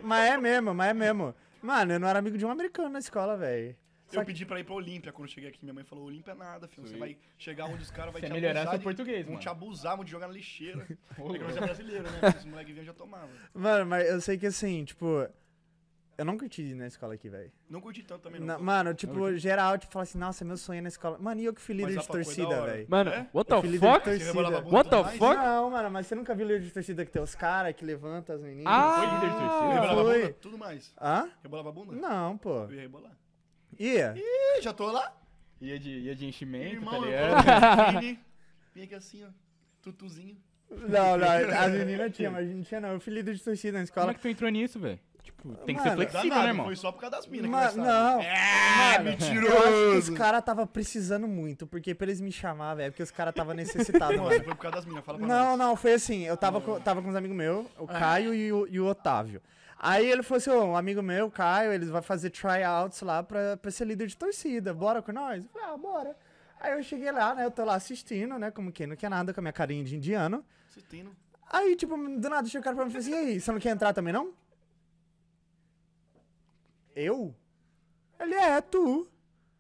mas é mesmo, mas é mesmo. Mano, eu não era amigo de um americano na escola, velho. Eu Só que- pedi pra ir pra Olímpia quando eu cheguei aqui. Minha mãe falou: Olímpia é nada, filho. Você Sim. vai chegar onde os caras vão Você te ia melhorar abusar. seu de- português, vão mano. te abusar, vão te jogar (laughs) na lixeira. Ô, Porque nós é louco. brasileiro, né? Esses moleque vinha já tomava. Mano, mas eu sei que assim, tipo. Eu não curti ir na escola aqui, velho. Não curti tanto também, não. Na- Mano, tipo, geral, tipo, fala assim, nossa, meu sonho é na escola. Mano, e eu que fui líder a de foi da torcida, hora. velho. Mano, É? what Eu the fui líder de fuck? Você rebolava a torcida. bunda What e tudo the mais? fuck? Não, mano, mas você nunca viu líder de torcida que tem os caras que levantam as meninas? Ah! assim. Foi líder de torcida? Rebolava a Foi. bunda, tudo mais. Hã? Rebolava a bunda? Não, pô. Eu ia rebolar. Ia. Ih, já tô lá. Ia de, ia de enchimento, Irmão, tá eu ligado? (laughs) tô Vini. Vem aqui assim, ó. Tutuzinho. Não, não, as meninas tinham, mas não tinha não. Eu fui líder de torcida na Como escola. é que tu entrou nisso, velho? Tipo, tem que Mano, ser flexível, Danado, né, irmão? Foi só por causa das minas que Mano, nós sabe. não. É, Eu acho que os mentiroso. caras tava precisando muito, porque pra eles me chamar, velho, porque os caras tava (laughs) necessitado, Nossa, mano. foi por causa das minas. Fala pra Não, nós. Ah. não, foi assim, eu tava com, tava com uns amigos meus, o Caio e o, e o Otávio. Aí ele falou assim, ô, um amigo meu, o Caio, eles vão fazer tryouts lá pra, pra ser líder de torcida, bora com nós? Eu falei, ah, bora. Aí eu cheguei lá, né, eu tô lá assistindo, né, como quem não quer nada, com a minha carinha de indiano. Você tem, não? Aí, tipo, do nada, chega o cara pra mim e fala assim, e aí, você não quer entrar também, não? Eu? Ele é, tu.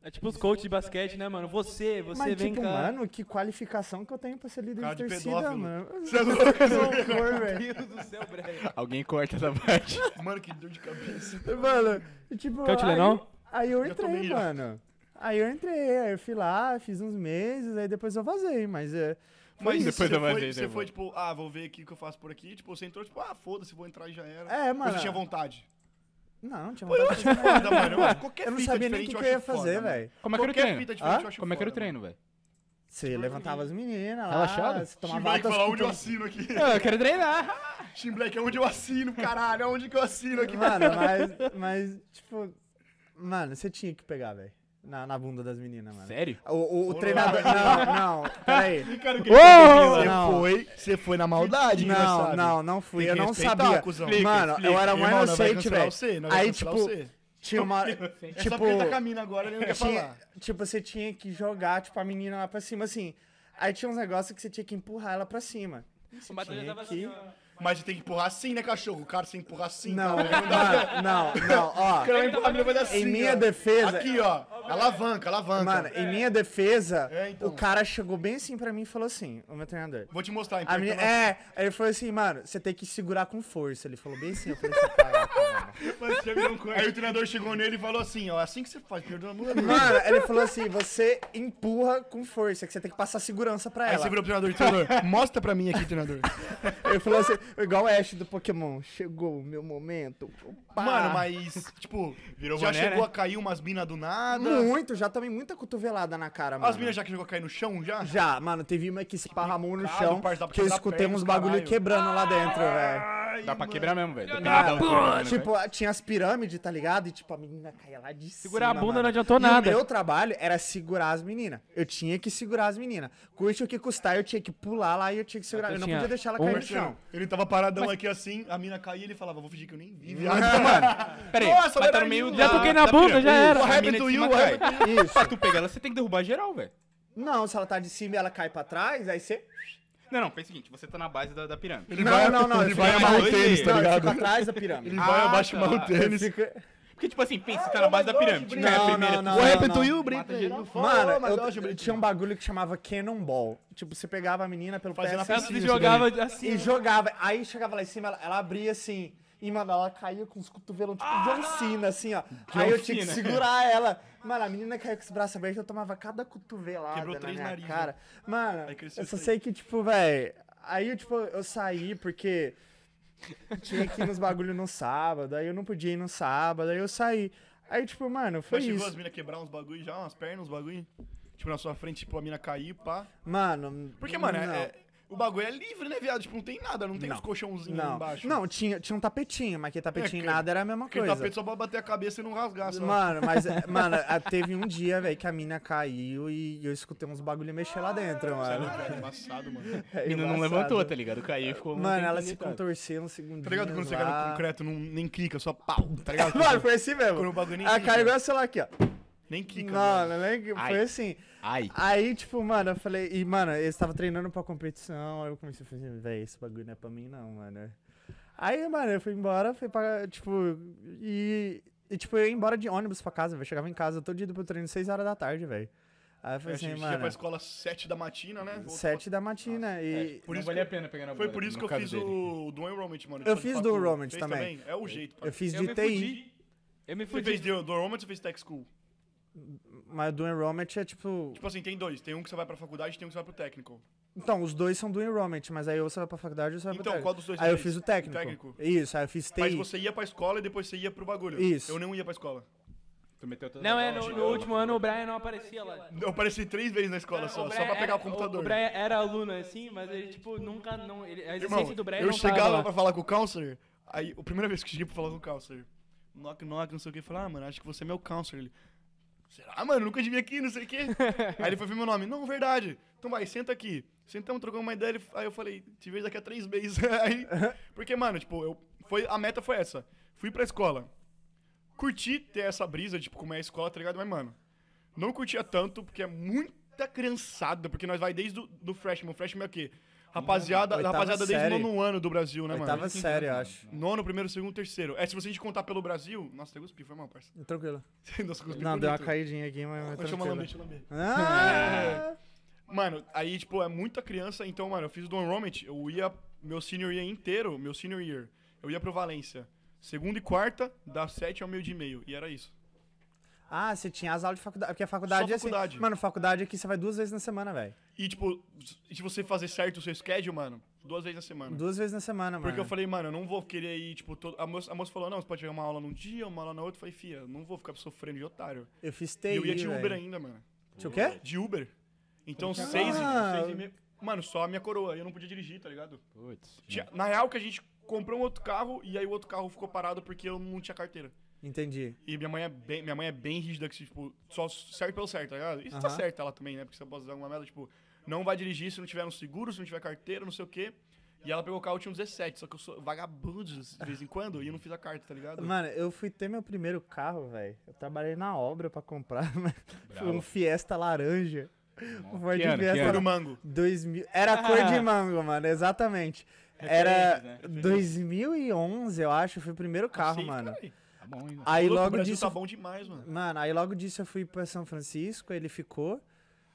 É tipo os coaches de basquete, né, mano? Você, você Mas, vem tipo, cá. mano, que qualificação que eu tenho pra ser líder Cara de de torcida, pedófilo. mano. Você é louco. (laughs) Que horror, velho. Meu Deus do céu, Breia. Alguém corta essa parte. Mano, que dor de cabeça. Mano, e, tipo... Quer o Tilenol? Aí, aí eu Já entrei, tomei já. mano. Aí eu entrei, aí eu fui lá, fiz uns meses, aí depois eu vazei, mas... é, Mas isso. Depois você, eu né, vou foi, ver, você eu vou. foi tipo, ah, vou ver aqui o que eu faço por aqui. Tipo, você entrou, tipo, ah, foda-se, vou entrar e já era. É, Ou mano. Você tinha vontade. Não, não tinha Pô, eu vontade. acho foda, mano. Eu, acho qualquer Eu não fita sabia nem o que, diferente que eu ia acho foda, né? fazer, mano. velho. Como é que era o Qualquer treino? fita diferente Hã? eu acho Como é que era o foda, treino, velho? Você levantava as meninas lá. Relaxado? Você mano. tomava Tim Black Tipo, altas falar onde eu cutucadas. assino aqui. Eu quero treinar. (laughs) Tim Black é onde eu assino, caralho. É Onde que tá. eu assino aqui? Mano, mas, mas, tipo. Mano, você tinha que pegar, velho. Na, na bunda das meninas, mano. Sério? O, o- o Ô, treinador. Não, não, peraí. Cara, que- Ô! Você Não. foi, você foi na maldade, né, Não, sabe? não, não fui. Tem Eu que não respeitar, sabia. cuzão. Mano, Explica, eu era um explica. Irmão, nós vai inocente, cancelar velho. você, nós vai Aí, cancelar tipo, você. tinha uma. É só tipo. porque ele tá caminho agora, ele não quer tinha- falar. tipo, você tinha que jogar, tipo, a menina lá pra cima, assim. Aí tinha uns negócios que você tinha que empurrar ela pra cima. O batalha Tinha tava que- assim, ó. Mas você tem que empurrar assim, né, cachorro? O cara tem que empurrar assim, Não, cara. Não dá. mano, não, não, ó. (laughs) O cara vai empurrar, a menina vai dar assim, Em minha ó. defesa. Aqui, ó. Alavanca, alavanca. Mano, em minha defesa, É, então. o cara chegou bem assim pra mim e falou assim, o meu treinador. Vou te mostrar, A então. menina, é, aí ele falou assim, mano, você tem que segurar com força. Ele falou bem assim, eu falei assim, caraca, mano. (laughs) um Aí o treinador chegou nele e falou assim, ó. É assim que você faz, perdão a mulher. Mano, ele falou assim, você empurra com força, que você tem que passar segurança pra Aí ela. você virou pro treinador, treinador, mostra pra mim aqui, (laughs) treinador. Ele falou assim, igual o Ash do Pokémon, chegou o meu momento. Opa. Mano, mas, tipo, Virou já boné, chegou né? a cair umas minas do nada. Muito, já tomei muita cotovelada na cara, mano. As minas já que chegou a cair no chão, já? Já, mano, teve uma que se parramou no Complicado, chão, parça, que eu porque dá escutei perna, uns bagulho caralho. quebrando lá dentro, Ah, velho. Dá pra quebrar mesmo, velho. Dependendo da da puta, forma, né, Tipo, tinha as pirâmides, tá ligado? E tipo, a menina caía lá de Segurar cima, a bunda mano. não adiantou E nada. o meu trabalho era segurar as meninas. Eu tinha que segurar as meninas. Custe o que custar, eu tinha que pular lá e eu tinha que segurar. Eu Eu não tinha podia deixar ela um- cair no Marcelo, chão. Ele tava paradão aqui assim, a mina caía e ele falava, vou fingir que eu nem (laughs) vi. viado." velho? Pera aí, Nossa, mas tá olha no meio aí, da- já toquei na da bunda, já pirâmide. era. A What mina happened to de cima you? What cai. happened Pra Isso. tu pegar ela, você tem que derrubar geral, velho. Não, se ela tá de cima e ela cai pra trás, aí você. Não, não, pensa o seguinte, você tá na base da, da pirâmide. Ele Não, vai- não, não, Ele eu vai fiquei amarrar o mais tênis, dois tá não, eu ligado? fico atrás da Ele pirâmide. vai Ah, abaixo e amarra o tá. Eu tênis. fico- Porque, tipo assim, pensa, você tá na base da pirâmide. Não, não, não, What não, happened não. to you, Brito? Mano, Fala, mas eu- dá uma eu, chibretinha. tinha um bagulho que chamava Cannonball. Tipo, você pegava a menina pelo pé Fazia na assim, Ela Isso, se jogava assim. e jogava. Aí chegava lá em cima, ela, ela abria assim. E, mano, ela caía com os cotovelos, tipo, Ah! John Cena, assim, ó. aí eu tinha que Cena. segurar ela. Mano, a menina caiu com os braços abertos, eu tomava cada cotovelada Quebrou na três minha narizes. né? cara. Mano, Aí eu cresceu só três. sei que, tipo, velho... Aí, eu, tipo, eu saí porque tinha que ir nos bagulho no sábado, aí eu não podia ir no sábado, aí eu saí. Aí, tipo, mano, foi Mas chegou as isso. minas quebrar uns bagulho já, umas pernas, uns bagulho. Tipo, na sua frente, tipo, a mina cair, pá. Mano... Porque, mano, é- não. é- o bagulho é livre, né, viado? Tipo, não tem nada, não tem Não. uns colchãozinhos Não, embaixo. não tinha, tinha um tapetinho, mas que É, tapetinho que- nada era a mesma Aquele coisa. tapete só pra bater a cabeça e não rasgar, só. Mano, mas, eh, mano, ah, teve um dia, velho, que a mina caiu e eu escutei uns bagulho mexer lá dentro, mano. Cara, embaçado, mano. (laughs) É A mina não embaçado. levantou, tá ligado? Caiu e ficou... Mano, ela se contou. contorceu um segundo. Tá ligado quando você cai no concreto, não, nem clica, só pau, tá ligado? Mano, foi assim mesmo. Quando o bagulho nem Ela quica. caiu igual sei lá aqui, ó. Nem clica, Não, mano. não lembro. que- Foi Ai. assim. Ai. Aí, tipo, mano, eu falei. E, mano, eles estavam treinando pra competição. Aí eu comecei a falar assim, velho, esse bagulho não é pra mim, não, mano. Aí, mano, eu fui embora, fui pra. Tipo, e. E, tipo, eu ia embora de ônibus pra casa, velho. Chegava em casa todo dia do pro treino, 6 horas da tarde, velho. Aí eu É, falei a assim, gente ia pra mano. escola 7 da matina, né? Voltava- 7 da matina. E. Por Por isso isso valia que- a pena pegar na Foi bunda, por isso no que eu caso fiz dele. o do enrollment, mano. Eu só de fiz fato, do enrollment fez também. É o jeito, Eu parceiro. fiz Eu de me TI, fudi. Eu me Você fez fudi. do do enrollment ou você fez tech school? mas do enrollment é tipo. Tipo assim, tem dois. Tem um que você vai pra faculdade e tem um que você vai pro técnico. Então, os dois são do enrollment, mas aí ou você vai pra faculdade ou você vai pro Então, técnico. qual dos dois Aí eu você fiz fez? o técnico. Técnico. Isso, aí eu fiz TI. Mas você ia pra escola e depois você ia pro bagulho. Isso. Eu não ia pra escola. Tu meteu toda Não, a é, mão, no, chegou no lá. último ano o Brian não aparecia lá. Eu apareci três vezes na escola só, só pra pegar o computador. O Brian era aluno, assim, mas ele, tipo, nunca, não... Ele, a existência Irmão, do Brian eu não chegava tava pra lá. falar com o counselor, aí a primeira vez que eu cheguei pra falar com o counselor, knock, knock, não sei o que, falar, ah, mano, acho que você é meu counselor. Ele, será, mano, nunca devia aqui, não sei o que. aí ele foi ver meu nome, não, verdade, então vai, senta aqui. Sentamos, trocamos uma ideia, ele- aí eu falei, te vejo daqui a três meses. (laughs) aí, porque, mano, tipo, eu, foi, a meta foi essa, fui pra escola, curti ter essa brisa, tipo, como é a escola, tá ligado? Mas, mano, não curtia tanto, porque é muita criançada, porque nós vai desde do, do freshman. O freshman é o quê? Rapaziada, Oitava rapaziada desde série. o nono ano do Brasil, né, Oitava mano? série, eu acho. Nono, primeiro, segundo, terceiro. É, se você a gente contar pelo Brasil... Nossa, tem cuspi, foi mal, parça. (laughs) Tranquilo. Nossa, cuspi Não, deu uma bonito. caidinha aqui, mas. mas Deixa eu tranquilo. lamber, deixa eu lamber. Ah! Mano, aí, tipo, é muita criança, então, mano, eu fiz do enrollment, eu ia, meu senior year inteiro, meu senior year, eu ia pro Valência. Segunda e quarta, das sete ao meio de e meio, e era isso. Ah, você tinha as aulas de faculdade. Porque a faculdade é assim. faculdade. Mano, faculdade aqui você vai duas vezes na semana, velho. E, tipo, se você fazer certo o seu schedule, mano, duas vezes na semana. Duas vezes na semana, mano. Porque eu falei, mano, eu não vou querer ir, tipo, todo... a, moça, a moça falou, não, você pode pegar uma aula num dia, uma aula na outra. Eu falei, fia, eu não vou ficar sofrendo de otário. Eu fiz E TI. eu ia de Uber velho. ainda, mano. Tinha o quê? De Uber. Então, Ah. seis, e, seis e meia... Mano, só a minha coroa, eu não podia dirigir, tá ligado? Putz. Tinha- Na real, que a gente comprou um outro carro e aí o outro carro ficou parado porque eu não tinha carteira. Entendi. E minha mãe é bem, minha mãe é bem rígida, que, tipo, só certo pelo certo, tá ligado? Isso tá Aham. certo ela também, né? Porque se eu posso dar alguma merda, tipo, não vai dirigir se não tiver um seguro, se não tiver carteira, não sei o quê. E ela pegou o carro, eu tinha uns 17, só que eu sou vagabundo de vez em quando e eu não fiz a carta, tá ligado? Mano, eu fui ter meu primeiro carro, velho. Eu trabalhei na obra pra comprar, (laughs) mano. Foi um Bravo. Fiesta laranja. Um Ford Que ano, que Fiesta Foi ano? no mango. 2000. Era a cor de mango, mano, exatamente. Era né? 2011, eu acho, foi o primeiro carro, Sim, mano. caralho. Tá bom, hein? Aí Louco, o logo Brasil disso, tá bom demais, mano. mano, aí logo disso eu fui pra São Francisco, ele ficou.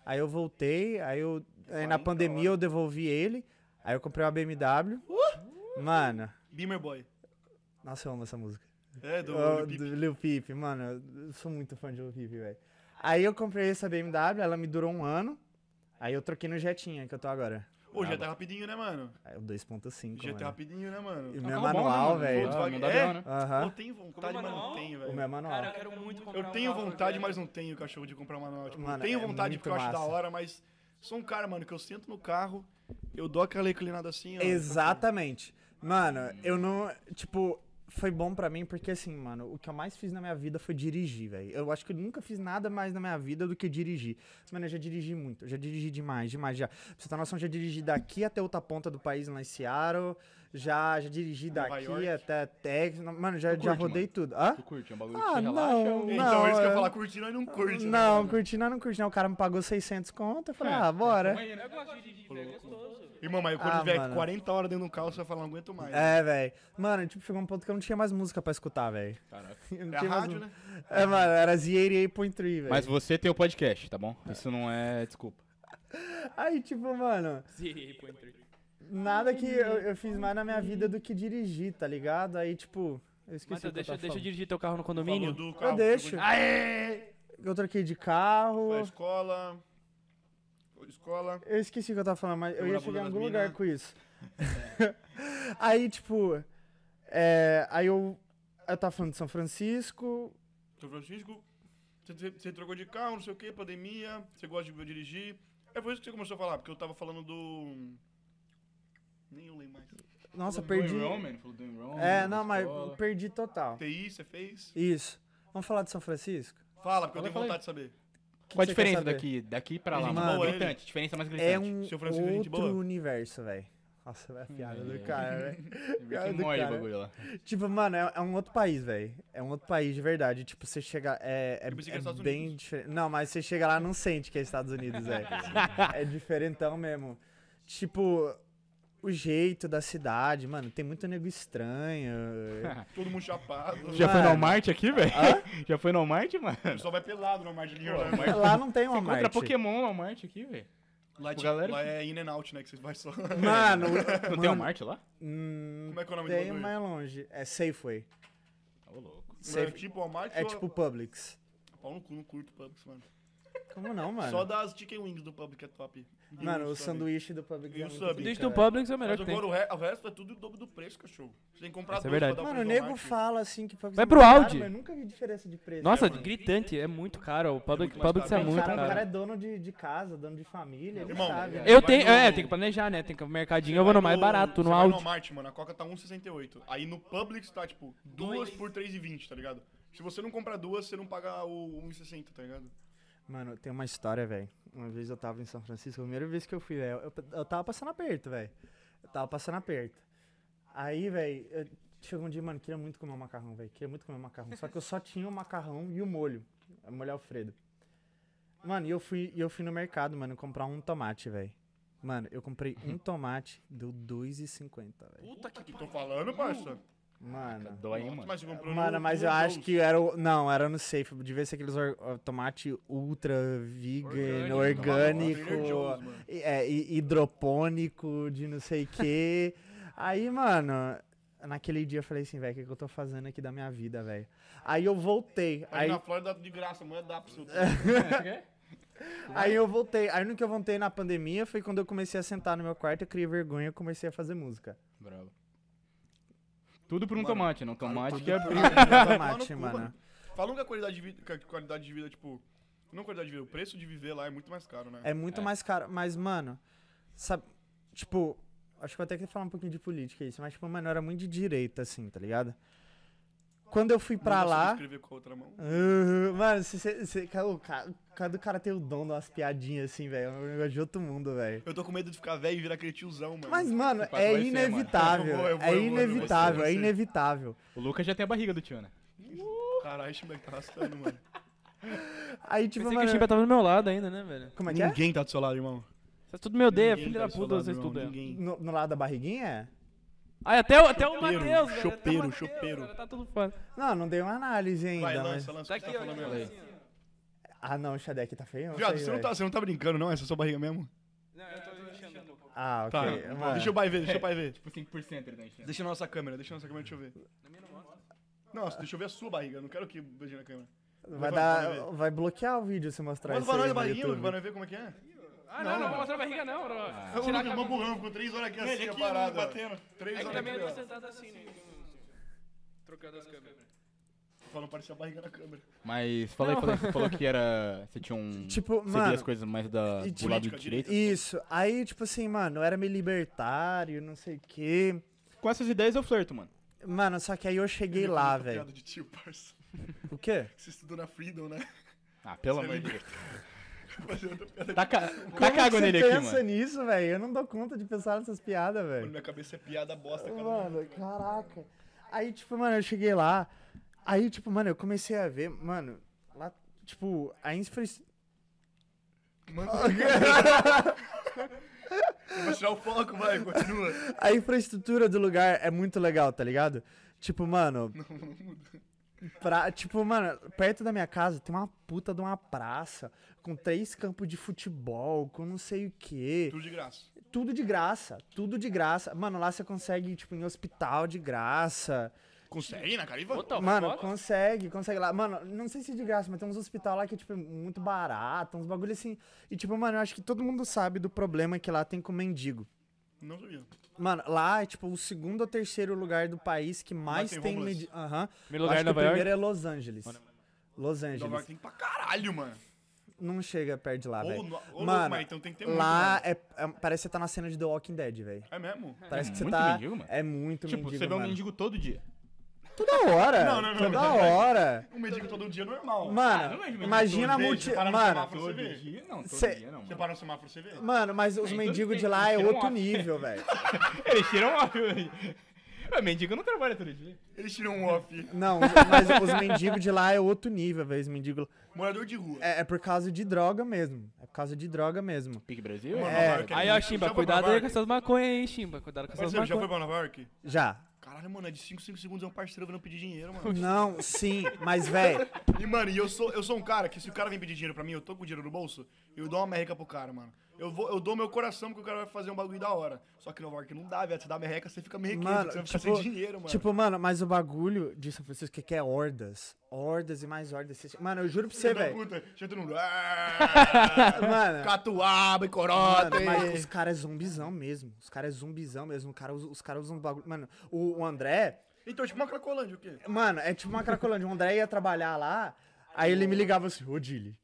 Aí eu voltei, aí eu aí 40 na pandemia eu devolvi ele. Aí eu comprei uma BMW. Mano, Beamer Boy. nossa, eu amo essa música. É, do Ó, Lil Peep. Ah, do Lil Peep, mano, eu sou muito fã de Lil Peep, velho. Aí eu comprei essa BMW, ela me durou um ano. Aí eu troquei no Jetinha que eu tô agora. Ô, já tá rapidinho, né, mano? Aí o 2.5, Já tá mano. rapidinho, né, mano? E o meu carro é bom, né, manual, mano? velho. Volkswagen. não dá É? BO, né? Aham. Eu tenho vontade, Como mas não manual? tenho, O meu é velho. manual. Cara, eu quero muito comprar Eu um tenho carro, vontade, velho. mas não tenho cachorro de comprar manual. Tipo, Mano, eu tenho é vontade muito porque eu acho da massa. hora, mas sou um cara, mano, que eu sento no carro, eu dou aquela reclinada assim, ó. Exatamente. Mano, eu não. Tipo, foi bom pra mim porque, assim, mano, o que eu mais fiz na minha vida foi dirigir, velho. Eu acho que eu nunca fiz nada mais na minha vida do que dirigir. Mano, eu já dirigi muito. Eu já dirigi demais, demais. Já. Pra você ter noção, eu já dirigi daqui até outra ponta do país, lá em Seattle. Já, já dirigi Nova daqui York. até Texas. Mano, já, Tu já curte, rodei mano? tudo. Hã? Tu curte? É um bagulho que Ah, te relaxa? não. ou- Então, é isso que eu é. ia falar, curtir nós não curte. né, É. Não, mano? curti, não, não curti, não. O cara me pagou 600 conto. Eu falei, ah, bora. Eu gosto de dirigir, velho, é gostoso. Irmão, mas quando Ah, tiver mano. 40 horas dentro de um carro, você vai falar, não aguento mais. É, velho. Mano, tipo, chegou um ponto que eu não tinha mais música pra escutar, velho. Caraca. (laughs) Eu não É a tinha mais rádio, mu- né? É, mano, era Z88.3, velho. Mas você tem o podcast, tá bom? Isso não é desculpa. Aí, tipo, mano, Zerei, pô, entrei. nada que eu, eu fiz mais na minha vida do que dirigir, tá ligado? Aí, tipo, eu esqueci Mata, o que deixa, eu tava deixa eu falando. dirigir teu carro no Falou condomínio. do Ah, carro. deixo. chegou Aê! Eu troquei de carro, em- Foi a escola. Foi a escola. eu esqueci o que eu tava falando, mas eu Segura ia a bunda chegar em das algum lugar mina. com isso. aí, tipo, é, aí eu, eu tava falando de São Francisco, São Francisco, você- você você trocou de carro, não sei o que, pandemia, você gosta de dirigir. É por isso que você começou a falar, porque eu tava falando do. Nem eu lembro mais. nossa, um perdi. Falou do Enrollment. É, não, mas perdi total. TI, você fez? Isso. Vamos falar de São Francisco? Fala, porque Fala, eu tenho fala aí. vontade de saber. que Qual a você quer diferença saber? daqui, daqui pra lá, Gente mano? boa, gritante, diferença mais gritante. É um Seu Francisco é gente outro boa? universo, velho. Nossa, velho, a piada É. do cara, (laughs) velho. Rick cara and do Morty o cara. bagulho lá. Tipo, mano, é, é um outro país, velho. É um outro país de verdade. Tipo, você chega. É, é, Eu pensei que era é Estados bem Unidos. diferente. Não, mas você chega lá não sente que é Estados Unidos, (laughs) velho. é diferentão mesmo. Tipo, o jeito da cidade, mano, tem muito (laughs) nego estranho. Todo mundo chapado. Já foi no Mano. Walmart aqui, velho? (laughs) Já foi no Walmart, mano? Só vai pelado no Walmart de né? Rio Pô, Grande. Walmart. lá não tem Você uma encontra marca. Pokémon no Walmart aqui, velho? Lá, de- galera- lá é in and out, né? Que você vai só. Mano, né? (laughs) Não É, mano, tem Walmart lá? hum, Como é que é o nome do tem bagulho? mais longe. É Safeway. Ô, louco. É Safe- tipo Walmart É ou- tipo Publix. Pau no cu, não curto Publix, mano. Como não, mano? Só das chicken wings do Publix é top. E Mano, o o sub. sanduíche do Publix. E é o muito sub? zica, Desde o velho. Publix é o melhor Mas que tem. agora o, re- o resto é tudo o dobro do preço, cachorro. Você tem que comprar Isso é dois pra verdade. dar pro Mano, o nego Walmart. fala assim que Publix Vai é pro muito caro, Audi. mas eu nunca vi diferença de preço. Nossa, mano. gritante, é muito caro. O Public, muito mais Publix é caro. o muito cara, o cara é caro. dono de, de casa, dono de família, ele Irmão, sabe. né? Eu Vai tenho, no- é, tem que planejar, né? Tem que mercadinho, eu Vai vou no mais barato, você no vai Audi. No Walmart, mano, a Coca tá 1,68. Aí no Publix tá, tipo, duas por 3,20, tá ligado? Se você não comprar duas, você não paga o 1,60, tá ligado? Mano, tem uma história, velho. Uma vez eu tava em São Francisco, a primeira vez que eu fui, velho, eu, eu tava passando aperto, velho. Eu tava passando aperto. Aí, velho, eu- chegou um dia, mano, queria muito comer um macarrão, velho. Queria muito comer um macarrão. Só que eu só tinha o macarrão e o molho. O molho Alfredo. Mano, e eu fui, e eu fui no mercado, mano, comprar um tomate, velho. Mano, eu comprei um tomate, deu 2,50, velho. Puta que Tô falando, parça. Mano. Dói, hein, Nossa, mano? mas você comprou no- Mano, mas no eu acho Joe's. que era o. Não, era no safe. Devia ser aqueles or- or- tomate ultra Orgânico. vegan, orgânico, Trader Joe's, mano. e- é, e- hidropônico, de não sei o quê. Aí, mano, naquele dia eu falei assim, velho, o que, que eu tô fazendo aqui da minha vida, velho? Aí eu voltei. Aqui Aí, É, na Flórida dá de graça, a mulher dá (laughs) pra você. aí eu voltei. Aí no que eu voltei na pandemia foi quando eu comecei a sentar no meu quarto, eu criei vergonha e comecei a fazer música. Bravo. Tudo por um tomate, não. Tomate tudo que é por- briga. um Tomate, Tomar no cu, mano. Falando que a um qualidade de vida, que a qualidade de vida, tipo. Não qualidade de vida, o preço de viver lá é muito mais caro, né? É muito É. mais caro. Mas, mano, sabe, tipo, acho que eu até queria falar um pouquinho de política isso, mas, tipo, mano, eu era muito de direita, assim, tá ligado? Quando eu fui pra Manda lá. Escrever com a outra mão. Uhum. Mano, se você. se- cara, o ca- Cada cara tem o dom de umas piadinhas assim, velho. É um negócio de outro mundo, velho. Eu tô com medo de ficar velho e virar aquele tiozão, mano. Mas, mano, Esse papo vai é ser, mano. inevitável. (laughs) Eu vou, eu vou, é eu vou, eu vou. inevitável, Vai é ser. inevitável. O Lucas já tem a barriga do tio, né? Caralho, esse moleque tá arrastando, mano. Aí, tipo, Pensei que o mano. Chiba tava do meu lado ainda, né, velho? Como é que é? Ninguém tá do seu lado, irmão. Vocês é tudo me odeiam, Ninguém filho tá da do seu puta, lado, vocês irmão, tudo. é. Ninguém. No, no lado da barriguinha? Ah, e até, o- até o Chopeiro, Matheus, velho. até o chopeiro, Matheus, chopeiro. velho, Tá tudo foda. Não, não dei uma análise ainda. Vai, mas- lança, lança. o que você tá falando mesmo? Ah, não, o Xadec tá feio. Viado, você não, tá, você não tá brincando, não? Essa é sua barriga mesmo? Ah, ok. Tá. mano. Deixa o pai ver, deixa o pai ver. Tipo 5% ele tá enchendo. Deixa na nossa câmera, deixa na nossa câmera, deixa eu ver. Nossa, deixa eu ver a sua barriga, eu não quero que veja na câmera. Vai, Levanta, dar, vai vai bloquear o vídeo se mostrar Manda um isso pra aí nós a no barriguinha, YouTube. Lucas, pra nós ver como é que é. Ah, não, não, vou mostrar a barriga, não, bro. Eu não, eu burrão, ficou três horas aqui assim, a parada. Batendo. Três horas aqui, é ó. sentado assim, né? Trocando as câmeras. Pra não parecer a barriga na câmera. Mas fala aí, fala aí, você falou que era. Você tinha um. (laughs) Tipo, você via mano, as coisas mais da, e do tipo- lado Política, direito. Isso. Aí, tipo assim, mano, eu era meio libertário, não sei o quê. Com essas ideias eu flerto, mano. Mano, só que aí eu cheguei Eu lá, tô velho. piada de tio, parça. (laughs) O quê? Você estudou na Freedom, né? (laughs) Ah, pelo Você amor é de Deus. Tá Fazer outra piada. Taca, Como é que água você nele pensa aqui, mano. nisso, velho? Eu não dou conta de pensar nessas piadas, Mano, velho. minha cabeça é piada bosta, cara. Mano, caraca. Aí, tipo, mano, eu cheguei lá. Aí, tipo, mano, eu comecei a ver, mano, lá, tipo, a infraestrutura. (laughs) Mano, eu vou tirar o foco, vai, continua. A infraestrutura do lugar é muito legal, tá ligado? Tipo, mano. pra- tipo, mano, perto da minha casa tem uma puta de uma praça com três campos de futebol, com não sei o quê. Tudo de graça. Tudo de graça, tudo de graça. Mano, lá você consegue, tipo, em hospital de graça. Consegue na Cariva? mano, consegue, consegue lá. Mano, não sei se é de graça, mas tem uns hospital lá que é, tipo, muito barato, uns bagulho assim. E, tipo, mano, eu acho que todo mundo sabe do problema que lá tem com mendigo. Não sabia. Mano, lá é tipo o segundo ou terceiro lugar do país que mais tem tem. homeless. medi- Aham. Acho Primeiro lugar, que Nova o York. primeiro é Los Angeles. Los Nova York Angeles. tem um pra caralho, mano. Não chega perto de lá, Ou, velho. no, ou Mano, mano, mas então tem que ter Lá muito. é, é- Parece que você tá na cena de The Walking Dead, velho. mano. É mesmo? Parece que você muito tá. mendigo, mano. É muito Tipo, mendigo. você vê um mano. mendigo todo dia. Toda hora. Não, não, não, Toda não. hora. Um mendigo todo dia é normal. Ah, Mano, não é de mendigo imagina a todo dia, multi. você para no Mano. semáforo. Todo vê? dia? Não, todo Cê- dia não, Você mano. para no semáforo, você vê? Mano, mas os (laughs) então mendigos tem- de lá é um tiram outro a- nível, velho. Eles tiram óbvio. né? Mas mendigo não trabalha todo dia. Eles tiram um off. Não, os- mas os mendigos de lá é outro nível, velho. Os mendigos. Morador de rua. É, é por causa de droga mesmo. É por causa de droga mesmo. Pique Brasil? Mano, é, Nova York Aí, ó, muito- Já Chimba, foi pra cuidado Nova aí York? com essas maconhas aí, Chimba. Cuidado com essas Parceiro, já foi maconhas. pra Nova York? Já. Caralho, mano, é de 5, 5 segundos, é um parceiro vindo pedir dinheiro, mano. Não, sim, mas, (laughs) velho, E, mano, e eu sou, eu sou um cara que se o cara vem pedir dinheiro pra mim, eu tô com dinheiro no bolso, eu dou uma merreca pro cara, mano. Eu, vou, eu dou meu coração porque o cara vai fazer um bagulho da hora. Só que Nova York não dá, velho. Você dá merreca, você fica merrequento, mano, você vai ficar tipo, sem dinheiro, mano. tipo, mano, mas o bagulho de São Francisco é que é hordas. Hordas e mais hordas. Cê- Mano, eu juro pra você, Filha da velho. puta, deixa (laughs) todo mundo. "Ah, Mano, Catuaba e mano, corota. mas e- os caras é zombizão mesmo. Os caras é zombizão mesmo. O cara usa- os caras usam os bagulho. Mano, o, o André. Então, tipo, uma cracolândia, o quê? Mano, é tipo uma cracolândia. O André ia trabalhar lá, aí ele me ligava assim, ô Dili.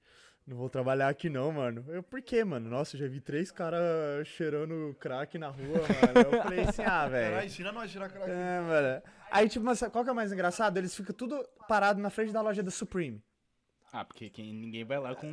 Não vou trabalhar aqui não, mano. Eu, por quê, mano? Nossa, eu já vi três caras cheirando crack na rua, mano. Eu falei assim, ah, velho. (laughs) Caralho, ensina nós a tirar crack. É, mano. Aí, tipo, mas sabe qual que é o mais engraçado? Eles ficam tudo parado na frente da loja da Supreme. Ah, porque quem, ninguém vai lá com,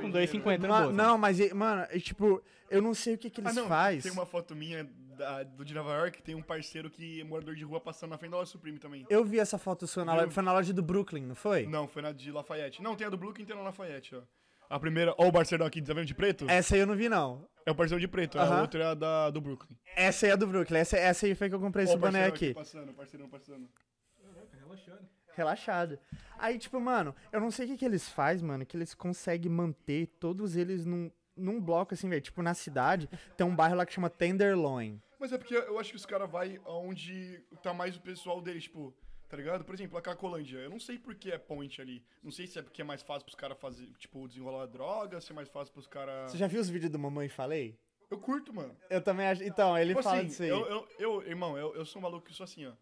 com 2,50 no Ma- bolso. não, mas, e- mano, e, tipo, eu não sei o que que eles né? Ah, não, fazem. Tem uma foto minha da- do de Nova York, tem um parceiro que é morador de rua passando na frente da loja Supreme também. Eu vi essa foto sua na Viu? loja. Foi na loja do Brooklyn, não foi? Não, foi na de Lafayette. Não, tem a do Brooklyn e tem a da Lafayette, ó. A primeira, ó, o parceiro aqui, tá vendo de preto? É, Essa aí eu não vi, não. o parceiro de preto, Aham. a outra é a da, do Brooklyn. Essa aí é do Brooklyn. Essa, essa aí foi que eu Ó, comprei esse o boné parceirão aqui. Passando, parceirão passando. Relaxado. Aí, tipo, mano, eu não sei o que que eles fazem, mano, que eles conseguem manter todos eles num, num bloco, assim, velho. Tipo, na cidade, tem um bairro lá que chama Tenderloin. Mas é porque eu acho que os caras vai aonde tá mais o pessoal deles, tipo, tá ligado? Por exemplo, a Cacolândia. Eu não sei por que é point ali. Não sei se é porque é mais fácil pros caras fazer, tipo, desenrolar droga, se é mais fácil pros caras. Você já viu os vídeos do Mamãe Falei? Eu curto, mano. Eu também acho. Então, ele Tipo fala assim, disso aí. Eu, eu, eu- irmão, eu, eu sou um maluco que sou assim, ó.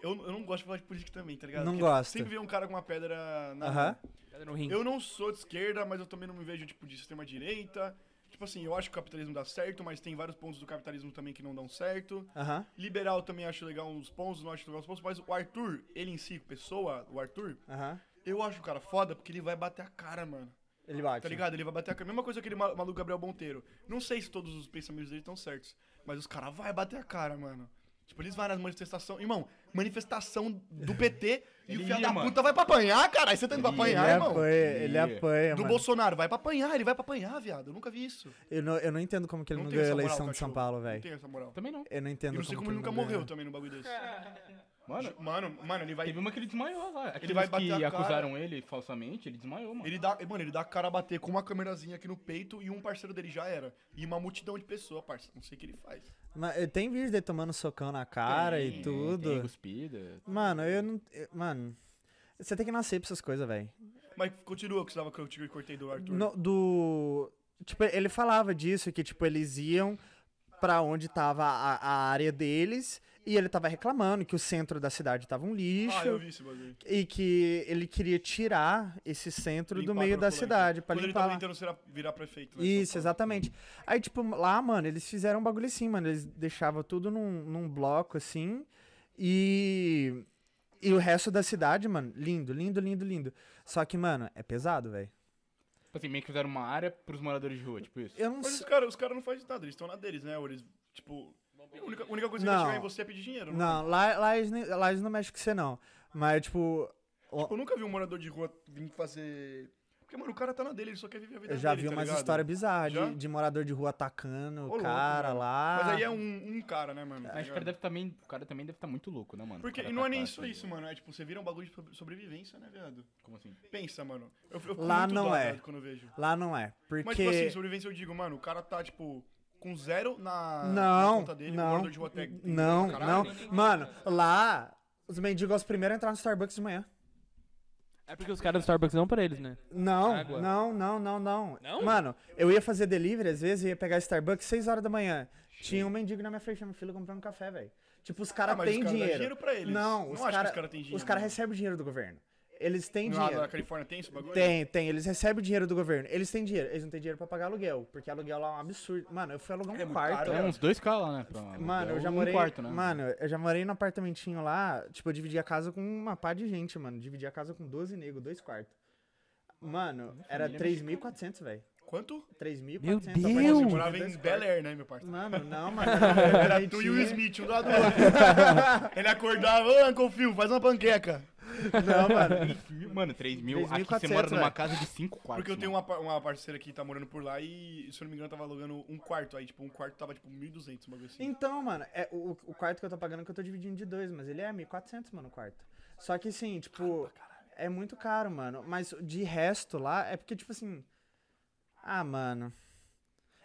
Eu, eu não gosto de falar de política também, tá ligado? Não Porque gosta. Sempre vê um cara com uma pedra na. Aham. mão. Pedra no rim. Eu não sou de esquerda, mas eu também não me vejo, tipo, de extrema-direita. Tipo assim, eu acho que o capitalismo dá certo, mas tem vários pontos do capitalismo também que não dão certo. Aham. Liberal também acho legal uns pontos, não acho legal uns pontos, mas o Arthur, ele em si, pessoa, o Arthur, Aham. eu acho o cara foda porque ele vai bater a cara, mano. Ele bate. Tá ligado? Ele vai bater a cara. Mesma coisa que aquele ma- maluco Gabriel Monteiro. Não sei se todos os pensamentos dele estão certos, mas os caras vai bater a cara, mano. Tipo, eles vão nas manifestações. Irmão, manifestação do PT e o Ele filho ia, da mano. puta vai pra apanhar, cara. Aí Você tá indo pra Ele apanhar, ele irmão. apanha, ele Ih. apanha, Do mano. Bolsonaro, vai pra apanhar, ele vai pra apanhar, viado. Eu nunca vi isso. Eu não, eu não entendo como que ele não, tem ganhou a essa moral, eleição de São cachorro. Paulo, Não velho. tem essa moral. Também não. Eu não né? entendo E não sei como que ele nunca não morreu ganhou. também num bagulho desse. Mano, Mano, mano, ele vai. teve uma que ele desmaiou lá. Aqueles vai bater que a cara. acusaram ele falsamente, ele desmaiou, um mano. Ele dá, mano, ele dá a cara a bater com uma câmerazinha aqui no peito e um parceiro dele já era. E uma multidão de pessoas, parceiro. Não sei o que ele faz. Mas eu- tem vídeo dele tomando socão na cara Tem- e tudo. tem cuspida. Mano, eu não. eu- mano. Você tem que nascer pra essas coisas, velho. Mas continua o que você tava que eu te cortei do Arthur. Ah, No- Do. Tipo, ele falava disso, que, tipo, eles iam pra onde tava a, a área deles e ele tava reclamando que o centro da cidade tava um lixo. Ah, eu vi esse bagulho. E que ele queria tirar esse centro do Limpar meio a da Cracolândia. cidade pra Quando limpar. Ele lá. tava tentando ser- virar prefeito, né? Isso, exatamente. Aí, tipo, lá, mano, eles fizeram um bagulho assim, mano. Eles deixavam tudo num, num bloco assim. E. E o resto da cidade, mano, lindo, lindo, lindo, lindo. Só que, mano, é pesado, velho. Tipo assim, meio que fizeram uma área pros moradores de rua, tipo isso. Eu não Mas os sei. caras os cara não fazem nada, eles estão na deles, né? Ou Eles, tipo. A única, a única coisa que Não. vai chegar em você é pedir dinheiro. né? Não, lá, lá, eles, nem- lá eles não mexem com você, não. Mas, tipo, Eu nunca vi um morador de rua vir fazer. Porque, mano, o cara tá na dele, ele só quer viver a vida eu já dele. vi tá umas ligado? histórias bizarras Já? de, de morador de rua atacando Ô, o louco, cara mano. lá. Mas aí é um, um cara, né, mano? tá Mas o cara, ligado? deve também, o cara também deve estar muito louco, né, mano? Porque O cara e não tá é nem quase- só isso, mano. É tipo, você vira um bagulho de sobre- sobrevivência, né, viado? Como assim? Pensa, mano. Eu, eu fico Lá muito não dó, é. viado, quando eu vejo. Lá não é. Porque. Mas, tipo assim, sobrevivência eu digo, mano, o cara tá, tipo, com zero na, na Não, conta dele, o não, morador de rua tag. não, Caralho, não. né? Mano, lá, os mendigos aos primeiros a entrar no Starbucks de manhã. É porque os caras do Starbucks não pra eles, né? Não, Água. não, não, não, não. Não? Mano, eu ia fazer delivery às vezes, eu ia pegar Starbucks 6 horas da manhã. Tinha um mendigo na minha frente, na minha fila, comprando café, velho. Tipo, os Ah, caras mas os têm cara dá dinheiro. dinheiro pra eles. Não, Não os acho que caras os cara têm dinheiro, cara não. recebem dinheiro do governo. Eles têm Lá dinheiro. na Califórnia tem esse bagulho? Tem, tem, eles recebem dinheiro do governo. Eles têm dinheiro, eles não têm dinheiro pra pagar aluguel, porque aluguel lá é um absurdo. Mano, eu fui alugar um É muito quarto. caro, É Então- uns 2K lá, né? pra- Mano, eu já um morei. quarto, né? Mano, eu já morei num apartamentinho lá. Tipo, eu dividi a casa com uma pá de gente, mano. Dividi a casa com 12 negros, dois quartos. Mano, era é 3.400, velho. Quanto? 3.400. Meu Pô, Deus! Você Eu- morava em Bel Belém. Air, né, meu parceiro? Mano, um. não, mano. (laughs) Era Tu e o Smith, um do (laughs) lado do outro. Ele acordava, ô, Uncle Phil, faz uma panqueca. Não, mano. 3 mil, mano, 3 mil. Aqui você 3.400, mora numa velho. casa de 5 quartos. Porque eu tenho mano. uma, par- uma parceira que tá morando por lá e, se eu não me engano, tava alugando um quarto. Aí, tipo, um quarto tava, tipo, 1.200, um bagulho assim. Então, mano, é, o, o quarto que eu tô pagando é que eu tô dividindo de dois, mas ele é 1.400, mano, o quarto. Só que, assim, tipo, é muito caro, mano. Mas de resto lá, é porque, tipo assim. Ah, mano.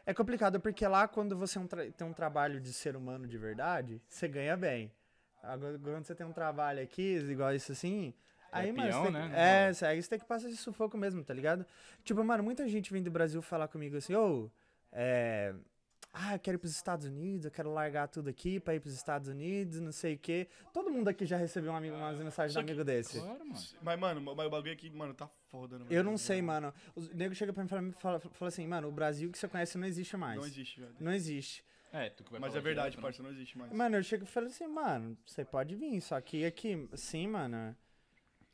É complicado porque lá, quando você é um tra- tem um trabalho de ser humano de verdade, você ganha bem. Agora, quando você tem um trabalho aqui, igual isso assim. É Aí, mano, peão, você tem que, né? é, você- aí você tem que passar esse sufoco mesmo, tá ligado? Tipo, mano, muita gente vem do Brasil falar comigo assim, ô, é, ah, eu quero ir pros Estados Unidos, eu quero largar tudo aqui pra ir pros Estados Unidos, não sei o quê. Todo mundo aqui já recebeu uma, umas mensagens de Só um que- amigo desse. Claro, mano. Mas, mano, mas o bagulho aqui, mano, tá foda, né? Eu mano? não sei, mano. O nego chega pra mim e fala, fala- fala assim, mano, o Brasil que você conhece não existe mais. Não existe, velho. Não existe. É, tu que vai Mas falar é verdade, direto, né? parceiro, não existe mais. Mano, eu chego e falo assim, mano, você pode vir, só que aqui, sim, mano.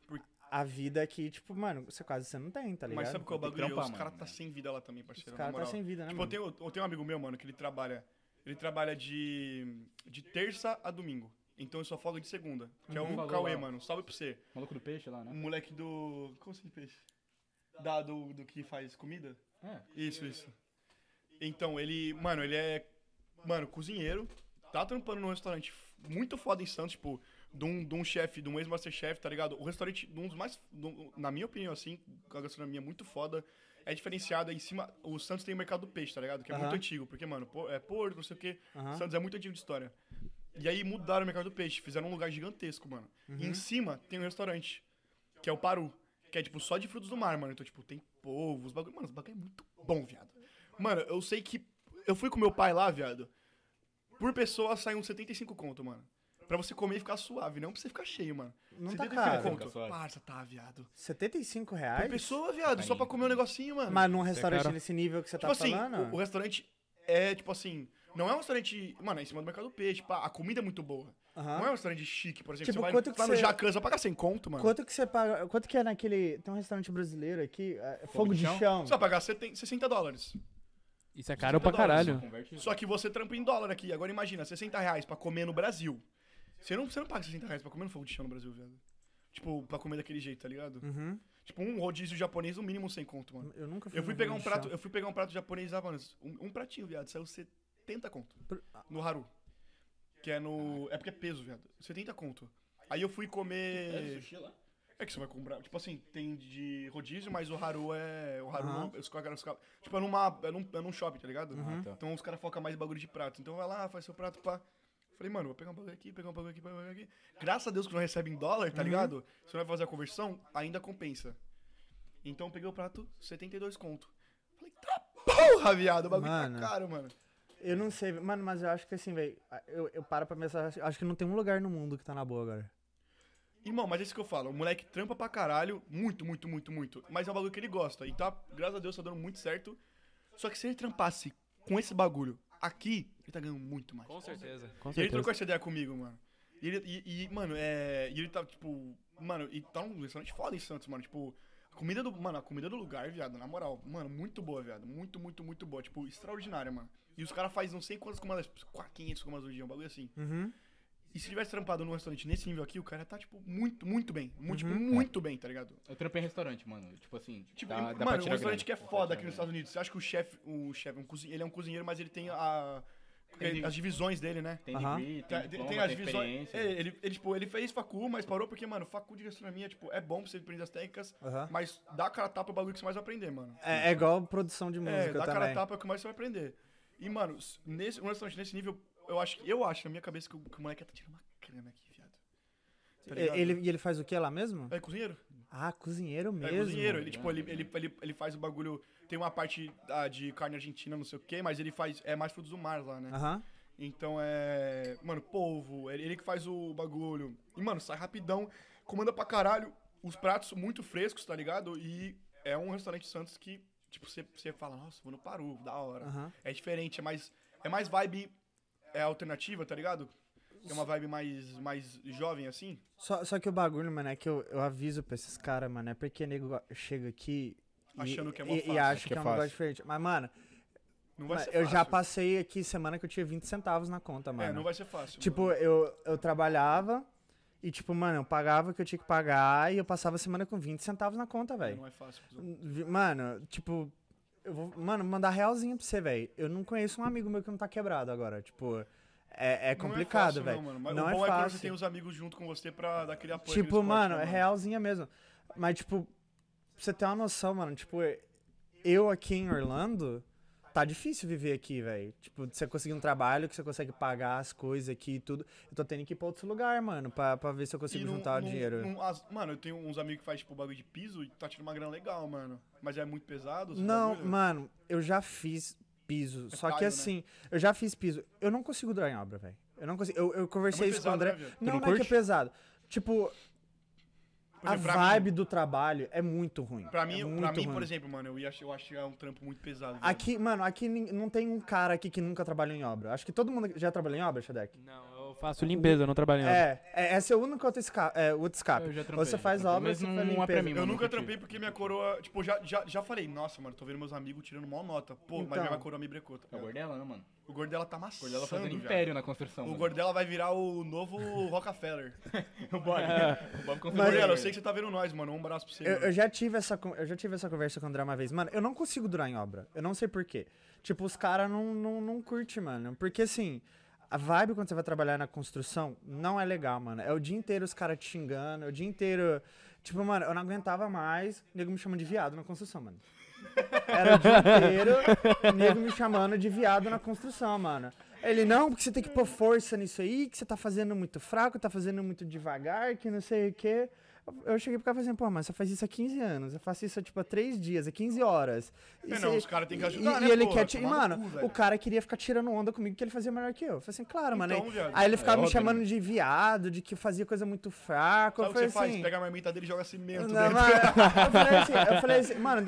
Por- A vida aqui, tipo, mano, você quase você não tem, tá ligado? Mas sabe qual é o Tem que bagulho? trampar, Os caras mano, tá né? sem vida lá também, parceiro. Os na caras tá moral. sem vida, né, Tipo, eu mano? tenho, eu tenho um amigo meu, mano, que ele trabalha. Ele trabalha de. de terça a domingo. Então eu só folgo de segunda. Que é Uhum. o Falou Cauê, lá. mano. Salve pra você. Maluco do peixe Uhum. lá, O né? moleque do. Como assim, peixe? Da, do, do que faz comida? É. Isso, isso. Então, ele. Mano, ele é. Mano, cozinheiro. Tá trampando num restaurante muito foda em Santos, tipo, de um, de um chefe, de um ex-masterchef, tá ligado? O restaurante, um dos mais, do- na minha opinião, assim, com a gastronomia muito foda, é diferenciado é em cima. O Santos tem o mercado do peixe, tá ligado? Que é muito Aham. antigo, porque, mano, por- é porto, não sei o quê. Aham. Santos é muito antigo de história. E aí mudaram o mercado do peixe, fizeram um lugar gigantesco, mano. E Uhum. em cima tem um restaurante, que é o Paru, que é tipo só de frutos do mar, mano. Então, tipo, tem polvo, os bagulho. Mano, os bagulho é muito bom, viado. Mano, eu sei que. Eu fui com meu pai lá, viado. Por pessoa sai uns 75 conto, mano. Pra você comer e ficar suave, não pra você ficar cheio, mano. Não tá 75 caro. Fica conto. suave. Parça, tá, viado. 75 Por reais? pessoa, viado, só pra comer um negocinho, mano. tá Mas num é restaurante caro. nesse nível que você Tipo tá assim, falando? o, o restaurante é, tipo assim, não é um restaurante. Mano, é em cima do mercado do peixe, pá, a comida é muito boa. Aham. Não é um restaurante chique, por exemplo. Tipo, você vai quanto que lá no você- Jacan, só paga 100 conto, mano. Quanto que você paga? Quanto que é naquele. Tem um restaurante brasileiro aqui, é, Fogo de Chão. Você vai pagar 70 60 dólares. Isso é caro pra 60 dólares, caralho. Converte Só que você trampa em dólar aqui. Agora imagina, 60 reais pra comer no Brasil. Você não, você não paga 60 reais pra comer no fogo de chão no Brasil, velho. Tipo, pra comer daquele jeito, tá ligado? Uhum. Tipo, um rodízio japonês, no mínimo 100 conto, mano. Eu nunca fui Eu fui no pegar um Fogo de prato, Chão. eu fui pegar um prato japonês lá, mano. Um, um pratinho, viado. Saiu 70 conto. ah. No Haru. Que é no. É porque é peso, viado. 70 conto. Aí eu fui comer. É que você vai comprar. Tipo assim, tem de rodízio, mas o Haru é. O Haru Aham. não. Os caras. os caras- Tipo, é, numa, é, num, é num shopping, tá ligado? Ah, tá. Então os caras focam mais em bagulho de prato. Então vai lá, faz seu prato, pá. Falei, mano, vou pegar um bagulho aqui, pegar um bagulho aqui, pegar um bagulho aqui. Graças a Deus que não recebe em dólar, Uhum. tá ligado? Se não vai fazer a conversão, ainda compensa. Então eu peguei o prato, 72 conto. Falei, tá porra, viado, o bagulho Mano. tá caro, mano. Eu não sei, mano, mas eu acho que assim, velho. Eu, eu paro pra pensar, acho- acho que não tem um lugar no mundo que tá na boa agora. Irmão, mas é isso que eu falo, o moleque trampa pra caralho, muito, muito, muito, muito. Mas é um bagulho que ele gosta. E tá, graças a Deus, tá dando muito certo. Só que se ele trampasse com esse bagulho aqui, ele tá ganhando muito mais. Com certeza. Com E ele certeza. trocou essa ideia comigo, mano. E, ele, e, e, mano, é. E ele tá, tipo. Mano, e tá num restaurante foda em Santos, mano. Tipo, a comida do. Mano, a comida do lugar, viado, na moral. Mano, muito boa, viado. Muito, muito, muito boa. Tipo, extraordinária, mano. E os caras fazem não sei quantas comandas. tipo, 500 comandas do dia, um bagulho assim. Uhum. E se tivesse trampado num restaurante nesse nível aqui, o cara tá, tipo, muito, muito bem. Muito, tipo, Uhum. muito bem, tá ligado? Eu trampei em restaurante, mano. Tipo assim, Tipo, dá, e- dá pra mano, um tirar restaurante grana. que é Dá pra foda tirar aqui grana. nos Estados Unidos. Você acha que o chefe, o chefe é um cozinheiro, ele é um cozinheiro, mas ele tem a, as divisões dele, né? Tem Aham. degree, Tá, tem, Tem, diploma, tem as tem visões. experiência. é, Ele, ele, tipo, ele fez facu, mas parou porque, mano, facu de gastronomia, tipo, é bom pra você aprender as técnicas, Aham. mas dá a cara a tapa é o bagulho que você mais vai aprender, mano. É, é igual produção de É, música dá a cara a também. tapa é o que mais você vai aprender. E, mano, s- nesse, um restaurante nesse nível, eu acho, que- eu acho na minha cabeça que o, que o moleque tá tirando uma grana aqui, viado. Tá ligado? E- ele, e ele faz o que lá mesmo? É cozinheiro? Ah, cozinheiro É mesmo. cozinheiro. Ele, tipo, ele, ele, ele, ele faz o bagulho. Tem uma parte ah, de carne argentina, não sei o quê, mas ele faz. É mais frutos do mar lá, né? Aham. Então é. Mano, polvo, ele, ele que faz o bagulho. E, mano, sai rapidão, comanda pra caralho. Os pratos muito frescos, tá ligado? E é um restaurante Santos que, tipo, você- você fala, nossa, vou no Paru, da hora. Aham. É diferente, é mais. É mais vibe. É alternativa, tá ligado? É uma vibe mais, mais jovem, assim. Só, só que o bagulho, mano, é que eu, eu aviso pra esses caras, mano, é porque nego go- chega aqui. e- Achando que é mó e, e fácil. acha É que que é, é um negócio fácil. diferente. Mas, mano, Não vai ma- ser eu já fácil. passei aqui semana que eu tinha 20 centavos na conta, mano. É, não vai ser fácil. Tipo, eu, eu trabalhava e, tipo, mano, eu pagava o que eu tinha que pagar e eu passava a semana com 20 centavos na conta, mano. velho. Não é fácil. cuzão. Vi- Mano, tipo, eu vou, mano, mandar realzinho pra você, velho. Eu não conheço um amigo meu que não tá quebrado agora. Tipo, é, é Não complicado, fácil, velho. Não, mano. Não, Mas o bom é é quando você fácil. tem os amigos junto com você pra dar aquele apoio. Tipo, aquele suporte, mano, né, é realzinha mesmo. Mas, tipo, pra você ter uma noção, mano, tipo, eu aqui em Orlando, tá difícil viver aqui, velho. Tipo, de você conseguir um trabalho que você consegue pagar as coisas aqui e tudo. Eu tô tendo que ir pra outro lugar, mano, pra, pra ver se eu E consigo não- juntar não- dinheiro. não- as- mano, eu tenho uns amigos que faz, tipo, bagulho de piso e tá tirando uma grana legal, mano. Mas é muito pesado? esse Não, bagulho? mano, eu já fiz piso. só que pago, né? assim, eu já fiz piso. Eu não consigo durar em obra, velho. Eu não consigo. Eu, eu conversei muito isso com o pesado, André. né, velho? Tu não, não não, é que é curte? pesado. Tipo, Por a exemplo, pra vibe Mim, do trabalho é muito ruim. pra mim, é muito pra mim ruim. por exemplo, mano, eu, ia, eu acho que é um trampo muito pesado. velho. Aqui, mano, aqui nin- não tem um cara aqui que nunca trabalhou em obra. Acho que todo mundo já trabalhou em obra, Shadek. Não, eu faço limpeza, eu não trabalho em obra. É, é, esse é o único outro escape. É, outro escape. Eu já trampei, você faz já trampei, obra, mas você não- faz não é pra limpeza. mim, Eu mano, nunca nunca trampei tive. porque minha coroa. Tipo, já, já, já falei, nossa, mano, tô vendo meus amigos tirando mó nota. Pô, mas Então. minha coroa me brecou. tá É o ligado? Gordela, né, mano? O Gordela tá O amassando. Gordela fazendo viado. império na construção. O mano. Gordela vai virar o (laughs) novo (laughs) Rockefeller. O Bob. O Bob construiu o (laughs) Gordela, eu Gordela. sei que você tá vendo nós, mano. Um abraço pra você. Eu, mano. eu já tive essa, con- eu já tive essa conversa com o André uma vez. Mano, eu não consigo durar em obra. Eu não sei porquê. Tipo, os caras não, não, não curte, mano. Porque assim, A vibe quando você vai trabalhar na construção não é legal, mano. É o dia inteiro os caras te xingando, é o dia inteiro. Tipo, mano, eu não aguentava mais, nego me chamando de viado na construção, mano. Era o dia inteiro, nego me chamando de viado na construção, mano. Ele, não, porque você tem que pôr força nisso aí, que você tá fazendo muito fraco, tá fazendo muito devagar, que não sei o quê. Eu cheguei pro cara e falei assim, pô, mas você faz isso há 15 anos, eu faço isso, tipo, há 3 dias, há 15 horas. E É, você- não, os caras têm que ajudar, e, né, E ele porra? quer... ti- E, Tomar no mano, cu, velho. o cara queria ficar tirando onda comigo que ele fazia melhor que eu. Eu falei assim, claro, mano. Então, aí- viado. né? aí ele ficava me óbvio, chamando de viado, de que fazia coisa muito fraca. Sabe Eu o que você falei faz? assim... Pega a marmita dele e joga cimento Não, dentro. mano, eu falei assim, eu falei assim, mano,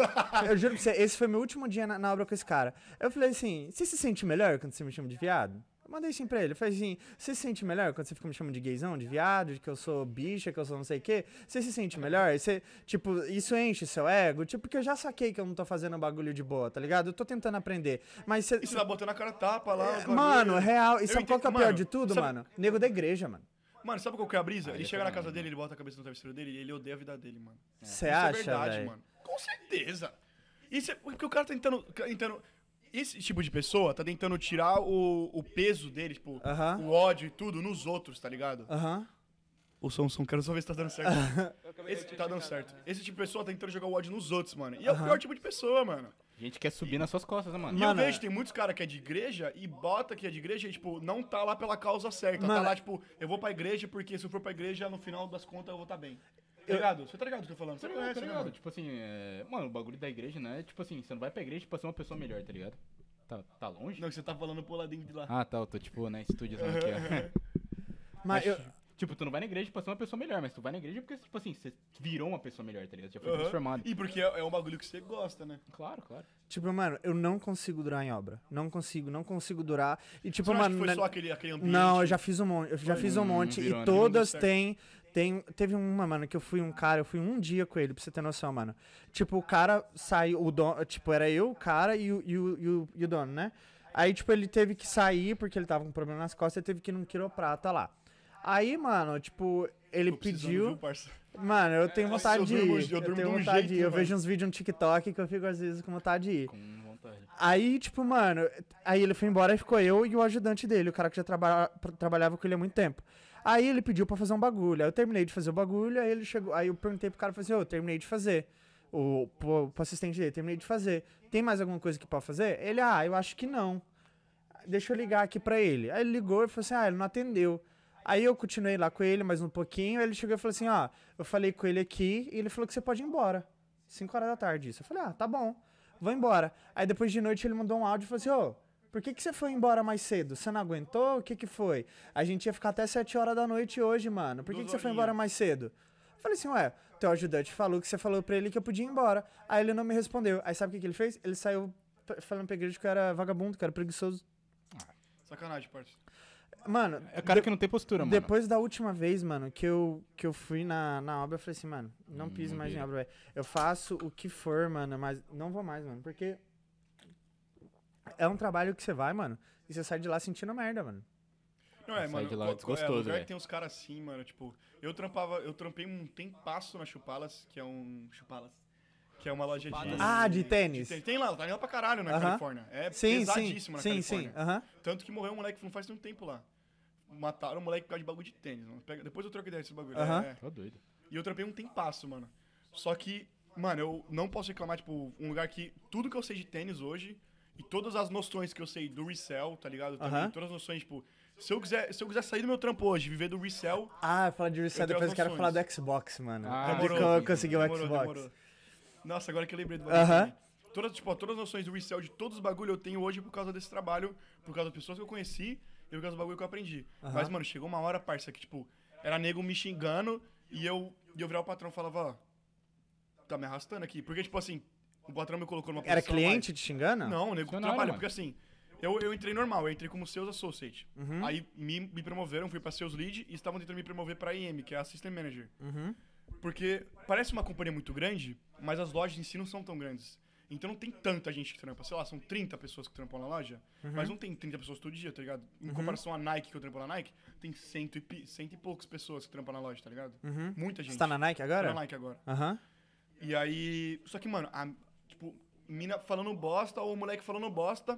eu juro pra você, esse foi meu último dia na, na obra com esse cara. Eu falei assim, você se sente melhor quando você me chama de viado? Eu mandei assim pra ele, eu falei assim, você se sente melhor quando você fica me chamando de gaysão, de viado, de que eu sou bicha, que eu sou não sei o quê? Você se sente melhor? Você, tipo, isso enche seu ego? Tipo, porque eu já saquei que eu não tô fazendo um bagulho de boa, tá ligado? Eu tô tentando aprender, mas você... E você tá botando a cara tapa lá. os bagulho. Mano, real, e sabe qual entendo- que é o pior mano, de tudo, sabe- mano? Nego da igreja, mano. Mano, sabe qual que é a brisa? ele é chega na problema, casa dele, ele bota a cabeça no travesseiro dele e ele odeia a vida dele, mano. Você Isso acha, é verdade, velho? mano. Com certeza. Isso é porque o cara tá tentando, tentando. Esse tipo de pessoa tá tentando tirar o, o peso dele, tipo, Aham. Ah. o ódio e tudo nos outros, tá ligado? Aham. O som, som, quero só ver se tá dando (laughs) certo. Esse, tá dando certo. Esse tipo de pessoa tá tentando jogar o ódio nos outros, mano. E é o pior tipo de pessoa, mano. gente quer subir nas suas costas, né, mano? E eu Mano, vejo, tem muitos caras que é de igreja e bota que é de igreja e, tipo, não tá lá pela causa certa. Mano- Tá lá, tipo, eu vou pra igreja porque se eu for pra igreja, no final das contas eu vou tá bem. Tá Eu- ligado? Você tá ligado o que eu tô falando? Você Tá conhece, ligado, tá né, ligado? mano? Tipo assim, é... mano, o bagulho da igreja, né? Tipo assim, você não vai pra igreja pra ser uma pessoa melhor, tá ligado? Tá, tá longe? Não, que você tá falando pro ladinho de lá. Ah, tá, eu tô tipo, né, estúdios aqui, ó. Mas eu... (laughs) Tipo, tu não vai na igreja pra ser uma pessoa melhor, mas tu vai na igreja porque, tipo assim, você virou uma pessoa melhor, tá ligado? Já foi Aham. transformado. E porque é, é um bagulho que você gosta, né? Claro, claro. Tipo, mano, eu não consigo durar em obra. Não consigo, não consigo durar. E tipo, Você não acha mano. que foi na- só aquele, aquele ambiente? Não, eu já fiz um monte. Eu já fiz um Hum, monte. virou, E né? todas Não deu certo. têm. Tem, teve uma, mano, que eu fui um cara, eu fui um dia com ele, pra você ter noção, mano. Tipo, o cara saiu, o dono, tipo, era eu, o cara e o, e o, e o, e o dono, né? Aí, tipo, ele teve que sair porque ele tava com um problema nas costas, ele teve que ir num quiroprata lá. Aí, mano, tipo, ele Tô precisando, pediu. viu, parça? Mano, eu tenho nossa, vontade É, eu de durmo- ir. eu Eu durmo tenho de um vontade de jeito, ir. Eu mano. vejo uns vídeos no TikTok que eu fico às vezes com vontade de ir. Com vontade. Aí, tipo, mano, aí ele foi embora e ficou eu e o ajudante dele, o cara que já traba- tra- trabalhava com ele há muito tempo. Aí ele pediu pra fazer um bagulho. Aí eu terminei de fazer o bagulho, aí ele chegou. Aí eu perguntei pro cara e falei assim, ô, eu terminei de fazer. O, pro, pro assistente dele, terminei de fazer. Tem mais alguma coisa que pode fazer? Ele, ah, eu acho que não. Deixa eu ligar aqui pra ele. Aí ele ligou e falou assim, ah, ele não atendeu. Aí eu continuei lá com ele mais um pouquinho, aí ele chegou e falou assim, ó, eu falei com ele aqui e ele falou que você pode ir embora. 5 horas da tarde isso. Eu falei, ah, tá bom, vou embora. Aí depois de noite ele mandou um áudio e falou assim, ô, por que, que você foi embora mais cedo? Você não aguentou? O que que foi? A gente ia ficar até 7 horas da noite hoje, mano. Por que, Duas que você foi horinhas. embora mais cedo? Eu falei assim, ué, teu ajudante falou que você falou pra ele que eu podia ir embora. Aí ele não me respondeu. Aí sabe o que, que ele fez? Ele saiu p- falando pra igreja que eu era vagabundo, que eu era preguiçoso. Sacanagem, parça. Mano, É cara que não tem postura, mano. depois da última vez, mano, que eu, que eu fui na, na obra, eu falei assim, mano, não Hum, piso não mais em vira. obra, velho. Eu faço o que for, mano, mas não vou mais, mano, porque é um trabalho que você vai, mano, e você sai de lá sentindo merda, mano. Não é, Sai mano. de lá qual- desgostoso, é, lugar velho. que tem uns caras assim, mano. Tipo, eu trampava, eu trampei um tempasso na Chupalas, que é um. Chupalas. Que é uma loja de. Chupalas. Ah, de tênis. Tem, tem lá, tá lá pra caralho na Aham. Califórnia. É Sim, sim, pesadíssimo na sim, sim, Califórnia. aham. Tanto que morreu um moleque não faz tanto tempo lá. Mataram o moleque por causa de bagulho de tênis, mano. Pega- depois eu troco ideia desse bagulho. Aham. é. Tô Tá doido. E eu trampei um tempasso, mano. Só que, mano, eu não posso reclamar, tipo, um lugar que tudo que eu sei de tênis hoje e todas as noções que eu sei do resell, tá ligado? Também, Aham. todas as noções, tipo, se eu quiser, se eu quiser sair do meu trampo hoje, viver do resell, Ah, fala de Eu Reset, tenho depois eu as quero falar noções. do Xbox, mano. Ah, de demorou. como eu consegui o demorou, Xbox. demorou. Nossa, agora que eu lembrei do Aham. bagulho. Todas, tipo, ó, todas as noções do resell de todos os bagulhos eu tenho hoje por causa desse trabalho, por causa das pessoas que eu conheci e por causa do bagulho que eu aprendi. Aham. Mas, mano, chegou uma hora, parça, que, tipo, era nego me xingando e eu, e eu virar o patrão e falava, ó, tá me arrastando aqui. Porque, tipo assim, o patrão me colocou numa Era posição cliente te xingando? mais- Não, o nego Funcionário, trabalha, mano. porque assim, eu, eu entrei normal, eu entrei como seus associate. Uhum. Aí me, me promoveram, fui pra seus lead e estavam tentando me promover pra IM, que é Assistant Manager. Uhum. Porque parece uma companhia muito grande, mas as lojas em si não são tão grandes. Então não tem tanta gente que trampa. Sei lá, são 30 pessoas que trampam na loja, Uhum. mas não tem 30 pessoas todo dia, tá ligado? Em comparação à Nike, que eu trampo na Nike, tem cento e, pi- cento e poucas pessoas que trampam na loja, tá ligado? Uhum. Muita gente. Você tá na Nike Tô agora? na Nike agora. Aham. E aí. Só que, mano, a- tipo, mina falando bosta ou o moleque falando bosta.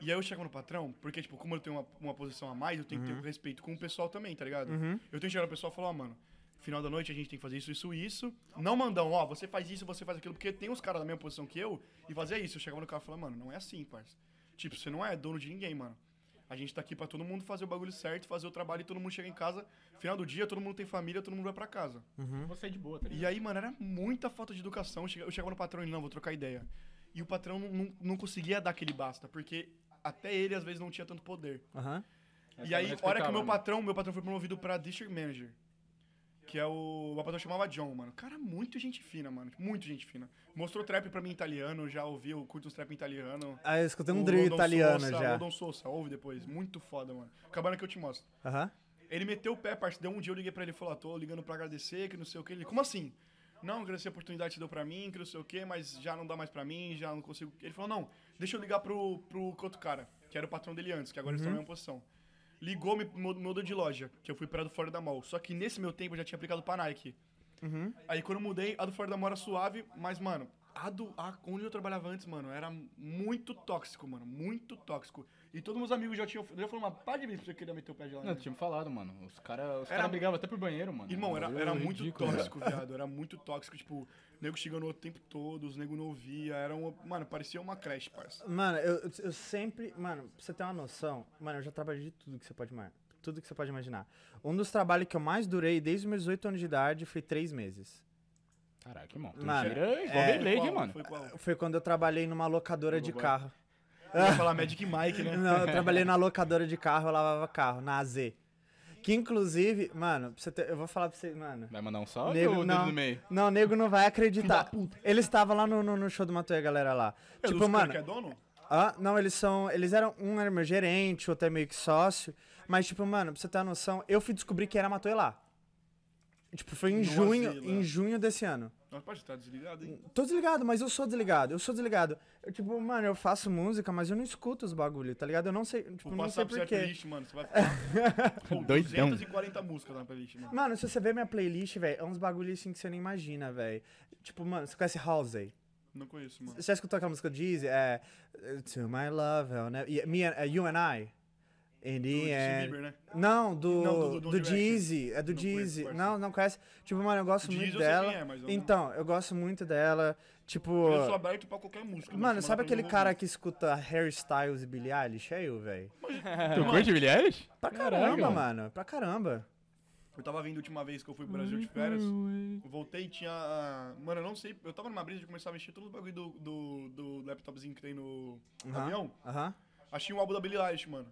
E aí eu chego no patrão, porque, tipo, como eu tenho uma, uma posição a mais, eu tenho que ter respeito com o pessoal também, tá ligado? Eu tenho que chegar no pessoal e falar, ó, mano, final da noite a gente tem que fazer isso, isso, isso. Não mandam, ó, você faz isso, você faz aquilo, porque tem uns caras da mesma posição que eu e fazia isso. Eu chegava no carro e falava, mano, não é assim, parça. Tipo, você não é dono de ninguém, mano. A gente tá aqui pra todo mundo fazer o bagulho certo, fazer o trabalho e todo mundo chega em casa. Final do dia, todo mundo tem família, todo mundo vai pra casa. Você é de boa, tá ligado? E aí, mano, era muita falta de educação. Eu chega- eu chegava no patrão e ele, não, vou trocar ideia. E o patrão não, não, não conseguia dar aquele basta, porque até ele às vezes não tinha tanto poder. Aham. Mas e aí, também hora que o meu respeitava, né? patrão, meu patrão foi promovido pra district manager. Que é o. Meu patrão chamava John, mano. Cara, muito gente fina, mano. Muito gente fina. Mostrou trap pra mim em italiano, já ouvi, eu curto uns trap em italiano. Ah, eu escutei um O drill Rodon italiano Sousa, já. Rodon Sousa, ouve depois. Muito foda, mano. Acabando que eu te mostro. Aham. Ele meteu o pé, parceiro. Deu um dia, eu liguei pra ele e falou, ah, tô ligando pra agradecer, que não sei o que. Ele, como assim? Não, agradecer a oportunidade que você deu pra mim, que não sei o que, mas já não dá mais pra mim, já não consigo... Ele falou, não, deixa eu ligar pro, pro outro cara, que era o patrão dele antes, que agora eles estão na mesma posição. Ligou, me mu- mudou de loja, que eu fui pra do Fora da Mall. Só que nesse meu tempo eu já tinha aplicado pra Nike. Aí quando eu mudei, a do Fora da Mall era suave, mas, mano, a do. A, onde eu trabalhava antes, mano, era muito tóxico, mano. Muito tóxico. E todos meus amigos já tinham. Já falou uma pá de vezes pra eu queria meter o pé de lá. Não, né? tu tinha me falado, mano. Os caras os Era- cara brigavam até pro banheiro, mano. Irmão, era, bagulho era muito ridículo, né? velho. tóxico, viado. Era muito tóxico. Tipo, nego chegando o tempo todo, os nego não ouvia. Era uma. Mano, parecia uma creche, parça. Mano, eu, eu sempre. Mano, pra você ter uma noção, mano, eu já trabalhei de tudo que você pode imaginar. Tudo que você pode imaginar. Um dos trabalhos que eu mais durei desde os meus 18 anos de idade foi três meses. Caraca, irmão. Tu Mano, tira igual é- Beyblade, hein, Qual? mano. Foi qual? Eu Foi quando eu trabalhei numa locadora de Uruguai. carro. ia falar Magic Mike, né? Não, eu trabalhei na locadora de carro, eu lavava carro, na AZ. Que inclusive, mano, pra você ter- eu vou falar pra vocês, mano. Vai mandar um salve Nego- ou o dedo não. no meio? Não, nego não vai acreditar. Eles estavam lá no, no, no show do Matuê, a galera lá. É, tipo, Lúcio mano. Que é dono? Ah, não, eles são. Eles eram. Um era meu gerente, outro é meio que sócio. Mas, tipo, mano, pra você ter uma noção, eu fui descobrir quem era Matuê lá. Tipo, foi em No junho, Asila. em junho desse ano. Nossa, pode estar desligado, hein? Tô desligado, mas eu sou desligado, eu sou desligado. Eu, tipo, mano, eu faço música, mas eu não escuto os bagulho, tá ligado? Eu não sei, tipo, Vou não sei passar pra você a porquê. playlist, mano. Você vai ficar. (laughs) Pô, Doidão. 240 músicas na playlist, mano. Mano, se você ver minha playlist, velho, é uns bagulhos assim que você nem imagina, velho. Tipo, mano, você conhece Halsey? Não conheço, mano. Você já escutou aquela música do Jeezy? É. To my love, I'll never- e- me and- é, You and I. In the Do Justin end. Bieber, né? Não, do. Não, do- do, do One Jeezy. É do Não conheço, Jeezy. parça. Não, não conhece. Tipo, mano, eu gosto Do Jeezy muito eu sei quem dela. é, mas eu não- então, eu gosto muito dela. Tipo. Eu sou aberto pra qualquer música. Mano, Se mandar pra sabe mim, aquele eu vou cara ouvir. que escuta Harry Styles e Billie Eilish? É eu, velho. Tu curte Billie Eilish? Pra Caraca, caramba, mano. mano. Pra caramba. Eu tava vindo a última vez que eu fui pro Brasil de Uhum. férias. Eu Voltei e tinha. ah, Mano, eu não sei. Eu tava numa brisa de começar a mexer todo o bagulho do, do, do laptopzinho que tem no Aham. avião. Aham. Achei um álbum da Billie Eilish, mano.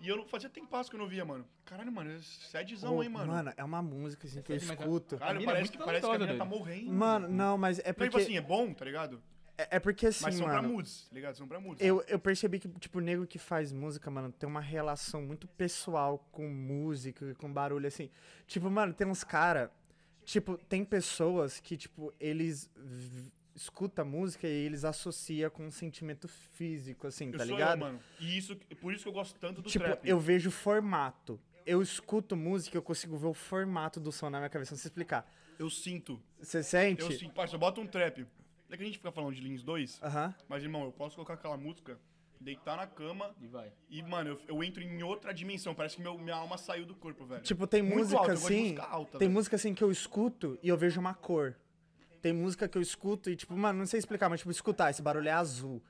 E eu não fazia tempo que eu não via, mano. Caralho, mano, é sedzão, Ô, hein, mano. Mano, é uma música assim que eu Mas a- escuto. a Caralho, mina é parece, muito que, parece que a talentosa, menina tá doido. morrendo. Mano, não, mas é Não, porque. tipo assim, é bom, tá ligado? é, é porque assim, Mas são pra mano. moods, tá ligado? São pra moods. Eu, eu percebi que, tipo, o nego que faz música, mano, tem uma relação muito pessoal com música e com barulho, assim. Tipo, mano, tem uns cara. Tipo, tem pessoas que, tipo, eles v- escuta música e eles associam com um sentimento físico, assim, Eu tá sou ligado? eu, mano. E isso, por isso que eu gosto tanto do Tipo, trap. eu vejo formato. Eu escuto música, eu consigo ver o formato do som na minha cabeça. Não sei explicar. Eu sinto. Você sente? Eu sinto. Parça, eu boto um trap. É que a gente fica falando de Lins 2, Aham. mas, irmão, eu posso colocar aquela música, deitar na cama E vai. e, mano, eu, eu entro em outra dimensão. Parece que meu, minha alma saiu do corpo, velho. Tipo, tem Muito música alto, eu gosto de assim. música alta, tem velho. música assim que eu escuto e eu vejo uma cor. Tem música que eu escuto e, tipo, mano, não sei explicar, mas tipo, escutar, esse barulho é azul.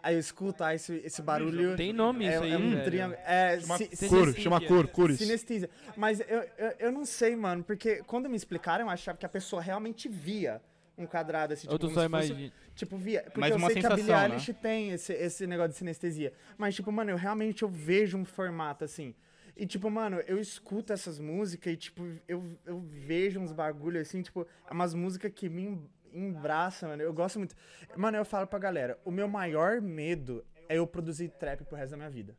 Aí eu escuto, ah, esse, esse barulho. Tem nome é, isso aí, é um velho. triângulo. É, Chama si- si- Cor, chama cor, cores. sinestesia. Mas eu, eu, eu não sei, mano, porque quando me explicaram, eu achava que a pessoa realmente via um quadrado assim. Eu tô tipo, só como se fosse- imaginando. Tipo, via. Porque Mas eu uma sei que a Billie sensação, né? Eilish tem esse, esse negócio de sinestesia. Mas, tipo, mano, eu realmente eu vejo um formato assim. E, tipo, mano, eu escuto essas músicas e, tipo, eu, eu vejo uns bagulho assim, tipo, é umas músicas que me em- embraçam, mano. Eu gosto muito. Mano, eu falo pra galera, o meu maior medo é eu produzir trap pro resto da minha vida.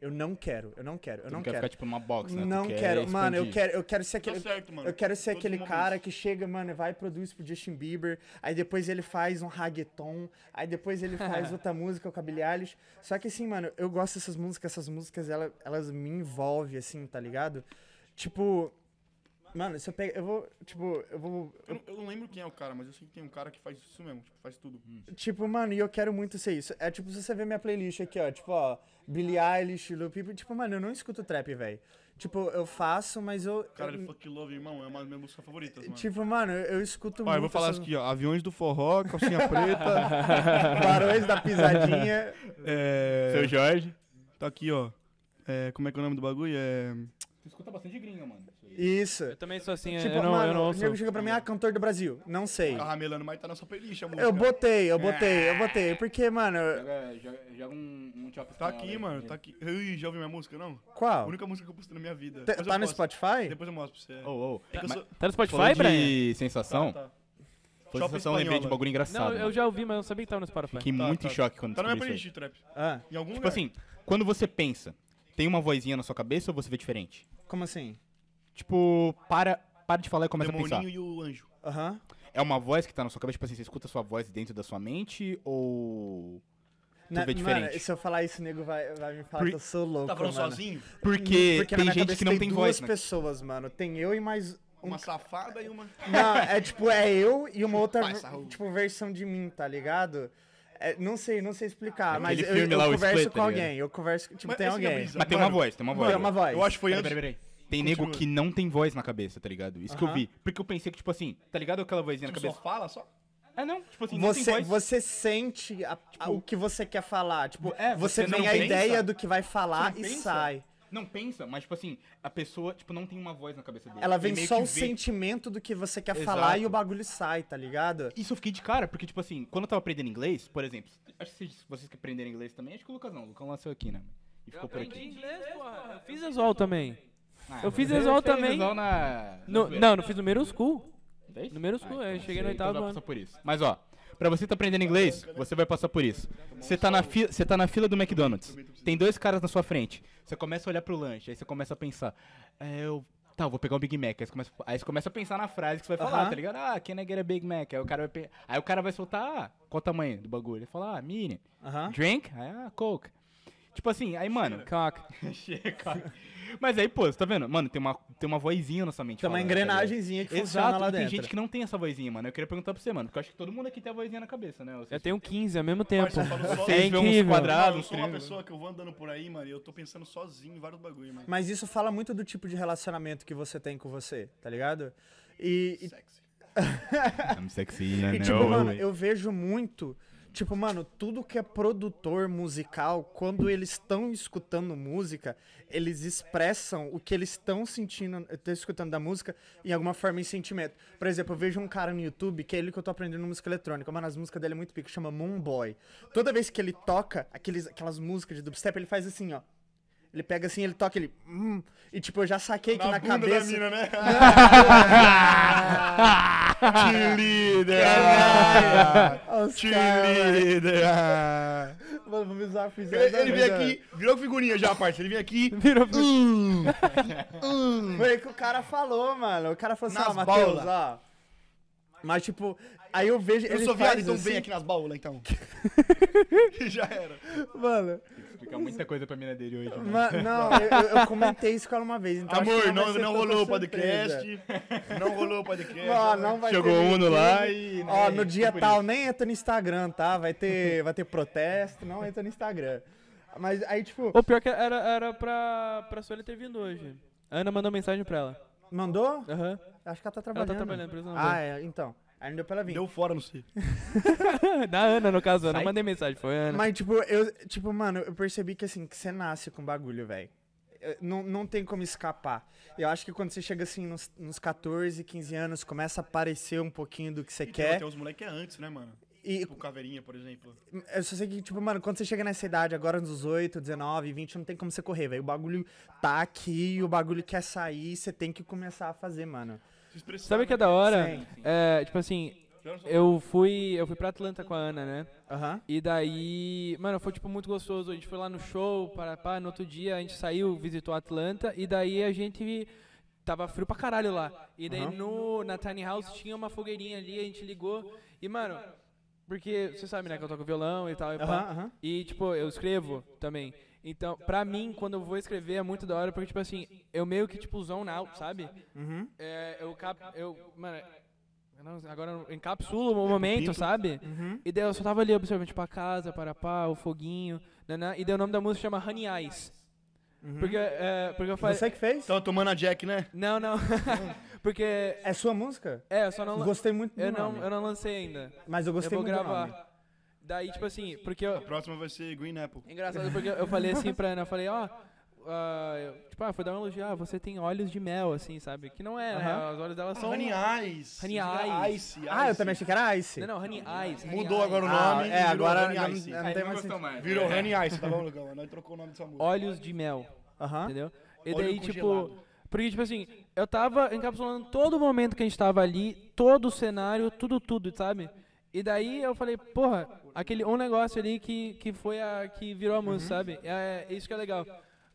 Eu não quero, eu não quero, eu Tu não, não quer quero. ficar tipo numa box, né? Tu Não quer quero, mano, eu expandir. quero, eu quero ser Tá aquele. certo, mano. Eu quero ser Todos os aquele momentos. cara que chega, mano, e vai e produz pro Justin Bieber, aí depois ele faz um reggaeton, aí depois (laughs) ele faz outra música com a Billie Eilish. Só que assim, mano, eu gosto dessas músicas, essas músicas ela- elas, me envolvem, assim, tá ligado? Tipo, Mano, se eu pegar. Eu vou. Tipo, eu vou. Eu não, eu não lembro quem é o cara, mas eu sei que tem um cara que faz isso mesmo, tipo, faz tudo. Tipo, mano, e eu quero muito ser isso. É tipo, se você ver minha playlist aqui, ó. Tipo, ó. Billie Eilish, Lupe. Tipo, mano, eu não escuto trap, velho. Tipo, eu faço, mas eu. Cara, eu- ele fuck love, irmão, é uma das minhas músicas favoritas, mano. Hum. tipo, mano, eu eu escuto Ó, muito. eu vou falar essas- isso aqui, ó. Aviões do Forró, (laughs) Calcinha Preta, (laughs) Barões da Pisadinha. é... Seu Jorge. Tá aqui, ó. É, como é que é o nome do bagulho? É... Tu escuta bastante gringa, mano. Isso aí. Isso. Eu também sou É, assim, Tipo, eu, não, mano, eu não o ouço. nego chega pra mim, ah, cantor do Brasil. Não sei. Tá ramelando, mas tá na sua playlist a música. É. Eu botei, eu botei, eu botei. Porque, mano, Joga, joga, joga um, um chop Tá espanhol aqui, aí. mano, tá aqui. Ui, já ouviu minha música, não? A qual? única música que eu postei na minha vida. Tá Depois eu tá no mostro. Spotify? Depois eu mostro pra você. Oh, oh. É que eu Mas- sou... Tá no Spotify, Falando Brian? de sensação, Tá, tá. foi Shopping sensação, lembrei de espanhola. um bagulho engraçado. Não, eu mano. já ouvi, mas eu não sabia que tava no Spotify. Fiquei Tá, muito tá, em choque quando Tá na minha descobri isso. playlist de trap. Ah, Em algum aí. Tipo lugar. assim, quando você pensa, tem uma vozinha na sua cabeça ou você vê diferente? como assim? Tipo, para, para de falar e começa a Demoninho pensar. e o Anjo. Aham. É uma voz que tá na sua cabeça, tipo assim, você escuta a sua voz dentro da sua mente ou. Na- vê Mano, é diferente. se eu falar isso, o nego vai, vai me falar Por- que eu sou louco, Tá falando mano. sozinho? né? Porque, Porque na tem minha gente cabeça que não tem, duas voz, né? pessoas, mano. Tem eu e mais... Uma safada e uma... Não, é tipo, é eu e uma outra, Vai, Saul. tipo, versão de mim, tá ligado? É, não sei, não sei explicar, mas Aquele eu, filme eu lá, o converso Split, com tá alguém. Eu converso, tipo, Mas tem essa é a alguém. brisa. Mas tem uma Mano, voz, tem uma voz. Tem uma voz. Eu acho que foi Peraí, antes... peraí, peraí. Tem Continua. nego que não tem voz na cabeça, tá ligado? Isso que eu Aham. vi. Porque eu pensei que, tipo assim, tá ligado aquela vozinha na Tipo, só cabeça? fala, só... É não, tipo assim, não tem Você, voz. Tipo, você sente a- a- o que você quer falar. Tipo, É, você, você tem não a pensa. ideia do que vai falar Você e não pensa. sai. Não pensa, mas tipo assim, a pessoa, tipo, não tem uma voz na cabeça dele. Ela Ele vem meio só que o vê. sentimento do que você quer falar e Exato. o bagulho sai, tá ligado? Isso eu fiquei de cara, porque, tipo assim, quando eu tava aprendendo inglês, por exemplo, acho que vocês- vocês que aprenderam inglês também, acho que o Lucas não, o Lucas nasceu aqui, né? E ficou por aqui. inglês, porra. Eu fiz Exol também. Ah, Eu fiz você Exol fez também. Exol na... No, na- não, não fiz no Middle School. Fez? No middle school, eu então cheguei você- no oitavo então vai ano. passar por isso. Mas ó, pra você tá aprendendo inglês, você vai passar por isso. Você tá, na fi- você tá na fila do McDonald's, tem dois caras na sua frente. Você começa a olhar pro lanche, aí você começa a pensar, é, eu... Tá, eu vou pegar um Big Mac. Aí você, começa, aí você começa a pensar na frase que você vai falar, Aham. tá ligado? Ah, can I get a Big Mac? Aí o cara vai, pe- aí o cara vai soltar, ah, qual o tamanho do bagulho? Ele fala, ah, mini. Aham. Drink? Aí, ah, Coke. Tipo assim, aí, (laughs) mano... Caca. Chega. Mas aí, pô, você tá vendo? Mano, tem uma, tem uma vozinha na sua mente Tem é uma falando, tá ligado? engrenagemzinha que funciona Exato, lá mas tem dentro. gente que não tem essa vozinha, mano. Eu queria perguntar pra você, mano, porque eu acho que todo mundo aqui tem a vozinha na cabeça, né? Ou seja, Eu tenho 15 ao mesmo tempo. Parça, eu falo só- É Vocês vê uns incrível. quadrados. Quadrado, Não, eu um sou uma triângulo. pessoa que eu vou andando por aí, mano, e eu tô pensando sozinho em vários bagulho, mano. Mas isso fala muito do tipo de relacionamento que você tem com você, tá ligado? E, e- Sexy. I'm (laughs) sexy, né? e, tipo, mano, eu vejo muito. Tipo, mano, tudo que é produtor musical, quando eles estão escutando música, eles expressam o que eles estão sentindo, estão escutando da música em alguma forma em sentimento. Por exemplo, eu vejo um cara no YouTube, que é ele que eu tô aprendendo música eletrônica, mano, as músicas dele é muito pica, chama Moonboy. Toda vez que ele toca aqueles, aquelas músicas de dubstep, ele faz assim, ó. Ele pega assim, ele toca, ele. hum, e tipo, eu já saquei que na, bunda cabeça. da mina, né? (laughs) Que líder! Ó, os caras, velho. Mano, vamos usar a fisionomia Ele, ele da vem vida. aqui, virou figurinha já, parça. Ele vem aqui (laughs) Virou pro- Hum. Foi o que o cara falou, mano. O cara falou assim, Nas ó, Matheus, bolas. ó. Mas, tipo, aí eu vejo. Eu ele sou viado, faz então assim, vem aqui nas baulas, (laughs) então. E já era. Mano, Explicar é muita coisa pra mina dele hoje. Mano. (laughs) ma- não, eu, eu- eu comentei isso com ela uma vez. Então acho que Tá Amor, vai não, ser não tanta rolou o surpresa. podcast. Não rolou o (laughs) podcast. Ó, né? não vai Chegou ter um no ninguém. lá e, né, Ó, no dia ficou por tal, nem entra no Instagram, tá? Vai ter, vai ter protesto, não entra no Instagram. Mas aí, tipo, O pior é que era, era pra, pra Sônia ter vindo hoje. A Ana mandou mensagem pra ela. mandou? Aham. Acho que ela tá Ela trabalhando. tá trabalhando, por isso não Ah, é, então. Aí não deu pra ela vir. Deu fora, não sei. veio. (laughs) Da Ana, no caso. Eu não Sai. mandei mensagem, foi a Ana. Mas, tipo, eu, tipo, mano, eu percebi que assim, que você nasce com bagulho, velho. Eu- Não, não tem como escapar. Eu acho que quando você chega assim, nos, nos 14, 15 anos, começa a aparecer um pouquinho do que você Tem, quer. tem uns moleques que é antes, né, mano? E Tipo Caveirinha, por exemplo. eu só sei que, tipo, mano, quando você chega nessa idade, agora nos 18, 19, 20, não tem como você correr, velho. O bagulho tá aqui, o bagulho quer sair, você tem que começar a fazer, mano. Se expressar. Sabe o que é né? Então, da hora? Sim. É, tipo assim, eu fui, eu fui pra Atlanta com a Ana, né? Aham. E daí, mano, foi tipo muito gostoso. A gente foi lá no show, para pá, no outro dia a gente saiu, visitou Atlanta e daí a gente tava frio pra caralho lá. E daí Aham. no na tiny house tinha uma fogueirinha ali, a gente ligou. E mano, porque você sabe, né, que eu toco violão e tal e pá. Aham, aham. E, tipo, eu escrevo também. Então, pra mim, quando eu vou escrever é muito da hora, porque, tipo assim, eu meio que, tipo, zone out, sabe? Uhum. É, eu, cap, eu, mano, eu não- agora eu encapsulo É o momento, sabe? Uhum. E daí eu só tava ali observando, tipo, a casa, para pá, o foguinho, naná, e daí o nome da música chama Honey Eyes. Porque, é, porque eu falei... Uhum. Você que fez? Tava tomando a Jack, né? Não, não. (laughs) porque... É sua música? É, eu só não... Gostei muito do Eu não, nome. eu não lancei ainda. Mas eu gostei eu vou muito gravar. do nome. Daí, tipo assim, porque eu, (laughs) A próxima vai ser Green Apple. é engraçado (laughs) porque eu falei assim pra Ana, eu falei, ó, ah, eu- tipo, ah, foi dar um elogio, ah, você tem olhos de mel, assim, sabe? Que não é, né? Aham. Os olhos dela são... Honey Eyes. Honey Eyes. Ice, Ice. Ah, eu também achei que era Ice. Não, não, Honey Eyes. Honey Mudou Eyes. agora o Ah, nome. é, virou agora Honey já Ice. não- não tem mais gostou sentido. mais. É. Virou Honey Ice, tá bom, Lucão? Nós trocou o nome dessa música. Olhos de mel, Aham. entendeu? E Olho daí, tipo... congelado. Porque, tipo assim, eu tava encapsulando todo o momento que a gente tava ali, todo o cenário, tudo, tudo, sabe? E daí eu falei, porra, aquele um negócio ali que, que foi a. que virou a Uhum. música, sabe? É, é isso que é legal.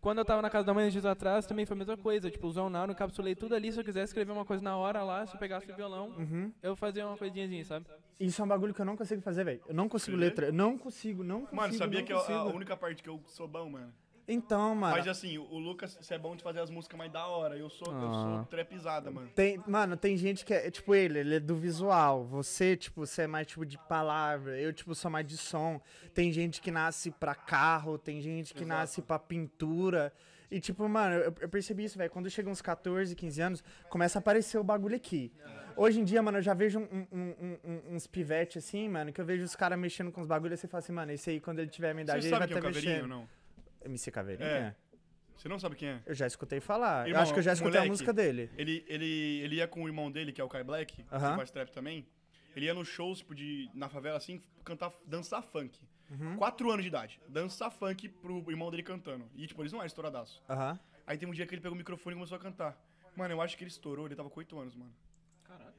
Quando eu tava na casa da mãe uns dias atrás, também foi a mesma coisa. Tipo, usar o Now, encapsulei tudo ali. Se eu quisesse escrever uma coisa na hora lá, se eu pegasse o violão, Uhum. eu fazia uma coisinhazinha, sabe? Isso é um bagulho que eu não consigo fazer, velho. Eu não consigo letra. Eu não consigo, não consigo. Mano, sabia não que é a- a consigo. única parte que eu sou bom, mano? Então, mano. Mas assim, o Lucas, você é bom de fazer as músicas mais da hora. Eu sou, eu Ah. sou trapizada, mano. Tem, mano, tem gente que é, tipo, ele, ele é do visual. Você, tipo, você é mais, tipo, de palavra. Eu, tipo, sou mais de som. Tem gente que nasce pra carro, tem gente que nasce pra pintura. E, tipo, mano, eu, eu percebi isso, velho. Quando chega uns 14, 15 anos, começa a aparecer o bagulho aqui. Hoje em dia, mano, eu já vejo um- um- um- um- uns pivetes assim, mano, que eu vejo os caras mexendo com os bagulhos e você fala assim, mano, esse aí, quando ele tiver a minha idade, Você ele vai sabe quem estar é o Caveirinho ou mexendo. não? MC Caveirinha? É. Você não sabe quem é? Eu já escutei falar. eu Irmão, acho que eu já escutei moleque, a música dele. Ele, ele, ele ia com o irmão dele, que é o Kai Black, que Aham. faz trap também. Ele ia nos shows, tipo, de, na favela, assim, cantar, dançar funk. Uhum. Quatro anos de idade. Dançar funk pro irmão dele cantando. E, tipo, eles não eram estouradaço. Aham. Aí tem um dia que ele pegou o microfone e começou a cantar. Mano, eu acho que ele estourou, ele tava com oito anos, mano.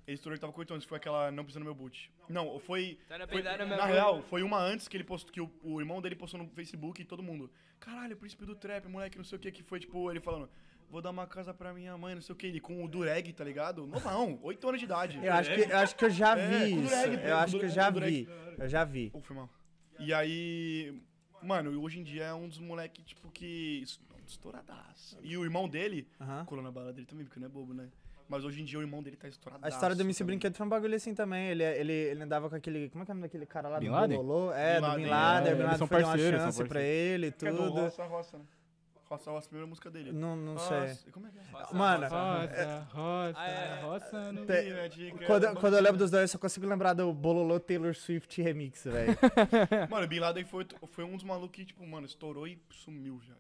Ele estourou, ele tava com oito anos, foi aquela Não Precisa no Meu Boot. Não, foi... foi- Tá na real, foi uma antes que ele postou, que o, o irmão dele postou no Facebook e todo mundo... Caralho, o príncipe do trap, moleque, não sei o que, que foi, tipo, ele falando... Vou dar uma casa pra minha mãe, não sei o que, ele com o Dureg, tá ligado? Novão, (laughs) oito anos de idade. Eu acho, que, eu acho que eu já É, vi com isso. drag, pô, eu acho com que eu drag, já com drag. vi. Eu já vi. Pô, foi mal. E aí. Mano, hoje em dia é um dos moleque, tipo, que. es- Estouradaço. E o irmão dele. Aham. Colou na bala dele também, porque não é bobo, né? Mas hoje em dia o irmão dele tá estouradaço. A história do MC também. Brinquedo foi um bagulho assim também. Ele, ele, ele andava com aquele. Como é que é o nome daquele cara lá Bin do Laden? Bololô? É, Bin do Bin Laden, Laden. é. o Bin Eles Laden são foi dar uma parceiros, são chance pra parceiros. ele e Que é do tudo. Roça Roça, né? Roça Roça, a primeira música dele. Não, não Roça- sei. Como é que é? Mano, Rosa, É. rosa, rosa no... Tem- Minha dica é- quando, quando eu lembro dos dois, eu só consigo lembrar do Bololô Taylor Swift (laughs) remix, velho. Mano, o Bin Laden foi, foi um dos malucos que, tipo, mano, estourou e sumiu já.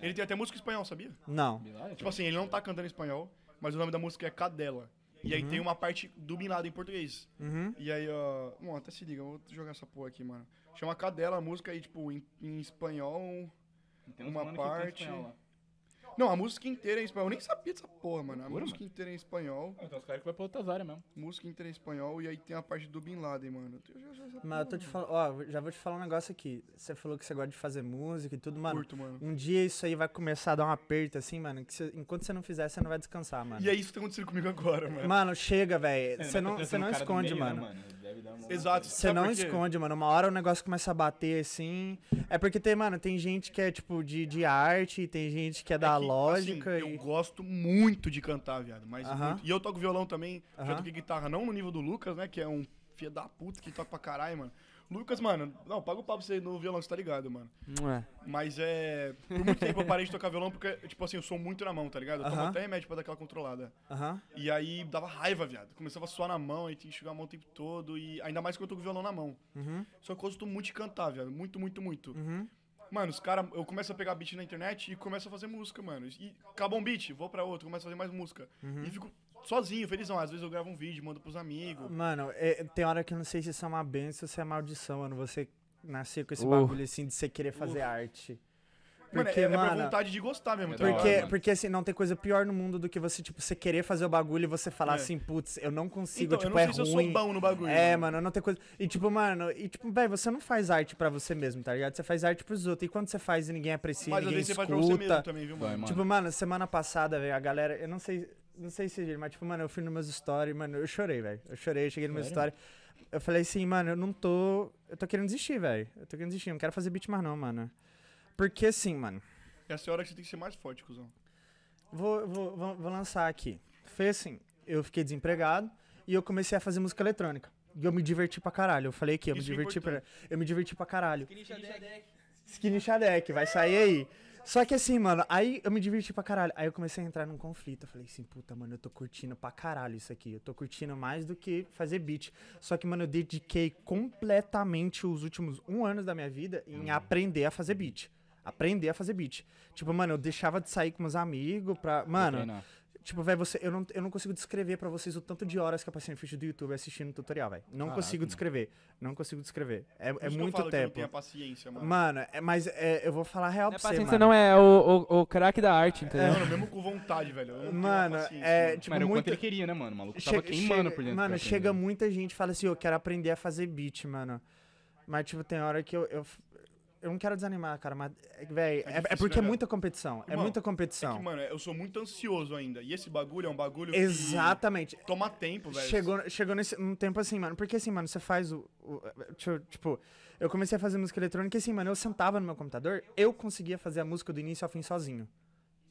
Ele tem até música em espanhol, sabia? Não. Tipo assim, ele não tá cantando em espanhol, mas o nome da música é Cadela. E aí tem uma parte do Bin Laden em português. Uhum. E aí, ó. Bom, até se liga, eu vou jogar essa porra aqui, mano. Chama Cadela a música aí, tipo, em, em espanhol. uma parte. Ah, Não, a música inteira é em espanhol. Eu nem sabia dessa porra, mano. A Jura, música inteira é em espanhol. Então os caras que vai pra outras áreas mesmo. Música inteira é em espanhol. E aí tem a parte do Bin Laden, mano. Eu já, já, essa Mas eu tô te falando. Ó, já vou te falar um negócio aqui. Você falou que você gosta de fazer música e tudo, mano. curto, mano. Um dia isso aí vai começar a dar um aperto assim, mano. Que você- enquanto você não fizer, você não vai descansar, mano. E é isso que tá acontecendo comigo agora, mano. Mano, chega, velho. tá Você não, um você um não esconde, né, mano. Exato. Você né, sabe não por quê? esconde, mano. Uma hora o negócio começa a bater assim. É porque tem, mano, tem gente que é tipo de, de arte, tem gente que é da que, lógica. assim, e- eu gosto muito de cantar, viado. Mas Aham. muito. E eu toco violão também. Já Aham. toquei guitarra, não no nível do Lucas, né? Que é um filho da puta que toca pra caralho, mano. Lucas, mano, não, paga o papo pra você no violão, você tá ligado, mano. Mas é. Por muito tempo eu parei de tocar violão porque, tipo assim, eu sou muito na mão, tá ligado? Eu tomo Aham. até remédio pra dar aquela controlada. Aham. E aí dava raiva, viado. Começava a suar na mão, aí tinha que enxugar a mão o tempo todo. E ainda mais quando eu tô com o violão na mão. Uhum. Só que eu gosto muito de cantar, viado. Muito, muito, muito. Mano, os caras, eu começo a pegar beat na internet e começo a fazer música, mano. E acabou um beat, vou pra outro, começo a fazer mais música. Uhum. E fico sozinho, felizão. Às vezes eu gravo um vídeo, mando pros amigos. Mano, é- tem hora que eu não sei se isso é uma benção ou se é maldição, mano. Você nascer com esse Uh. bagulho assim de você querer fazer arte. Uh. mano, Porque, é, é mano, pra vontade de gostar mesmo, tá da hora, Porque, ligado? mano. porque assim, não tem coisa pior no mundo do que você, tipo, você querer fazer o bagulho e você falar É. assim, putz, eu não consigo, Então, eu tipo, não sei é se eu ruim. sou bom no bagulho. É, mano, não tem coisa. E tipo, mano, e tipo, velho, você não faz arte pra você mesmo, tá ligado? Você faz arte pros outros. E quando você faz e ninguém aprecia, Mas às ninguém vezes você escuta. faz pra você mesmo também, viu, mano? Vai, mano. Tipo, mano, semana passada, velho, a galera, eu não sei, não sei se viram, mas tipo, mano, eu fui nos meus stories, mano, eu chorei, velho. Eu chorei, eu cheguei no meu story. Eu falei assim, mano, eu não tô, eu tô querendo desistir, velho. Eu tô querendo desistir, eu não quero fazer beat mais não, mano. Porque assim, mano. Essa é a hora que você tem que ser mais forte, cuzão. Vou, vou, vou- vou lançar aqui. Foi assim, eu fiquei desempregado e eu comecei a fazer música eletrônica. E eu me diverti pra caralho. Eu falei aqui, eu me Isso é diverti pra, importante. eu me diverti pra caralho. Skinny Shadek, vai sair aí. Só que assim, mano, aí eu me diverti pra caralho. Aí eu comecei a entrar num conflito. Eu falei assim, puta, mano, eu tô curtindo pra caralho isso aqui. Eu tô curtindo mais do que fazer beat. Só que, mano, eu dediquei completamente os últimos um ano da minha vida Uhum. em aprender a fazer beat. Aprender a fazer beat. Tipo, mano, eu deixava de sair com meus amigos pra. Mano, treinar. Tipo, velho, você, eu, não, eu não consigo descrever pra vocês o tanto de horas que eu passei no feed do YouTube assistindo tutorial, velho. Não Caraca, consigo mano. descrever. Não consigo descrever. É, Por é isso que eu falo muito Que eu não tempo. tenho a paciência, mano. Mano, é- mas é, eu vou falar a real Não é pra você, paciência, mano. não, é o, o, o craque da arte, entendeu? Mano, mesmo com vontade, velho. eu não tenho a É. Mano, paciência, é mano. tipo Mano, o quanto muito. ele queria, né, mano? O maluco chega- tava queimando chega- por dentro. tá Mano, pra chega aprender. muita gente e fala assim, "Ô, eu quero aprender a fazer beat, mano. Mas, tipo, tem hora que eu. eu eu não quero desanimar, cara, mas, é que, velho, é, é difícil, né, porque é velho? muita competição, é Irmão, muita É competição. que, mano, eu sou muito ansioso ainda. E esse bagulho é um bagulho que Exatamente. toma tempo, velho. Chegou, chegou nesse um tempo assim, mano. Porque assim, mano, você faz o. o- deixa eu- tipo, eu comecei a fazer música eletrônica e assim, mano, eu sentava no meu computador, eu conseguia fazer a música do início ao fim sozinho.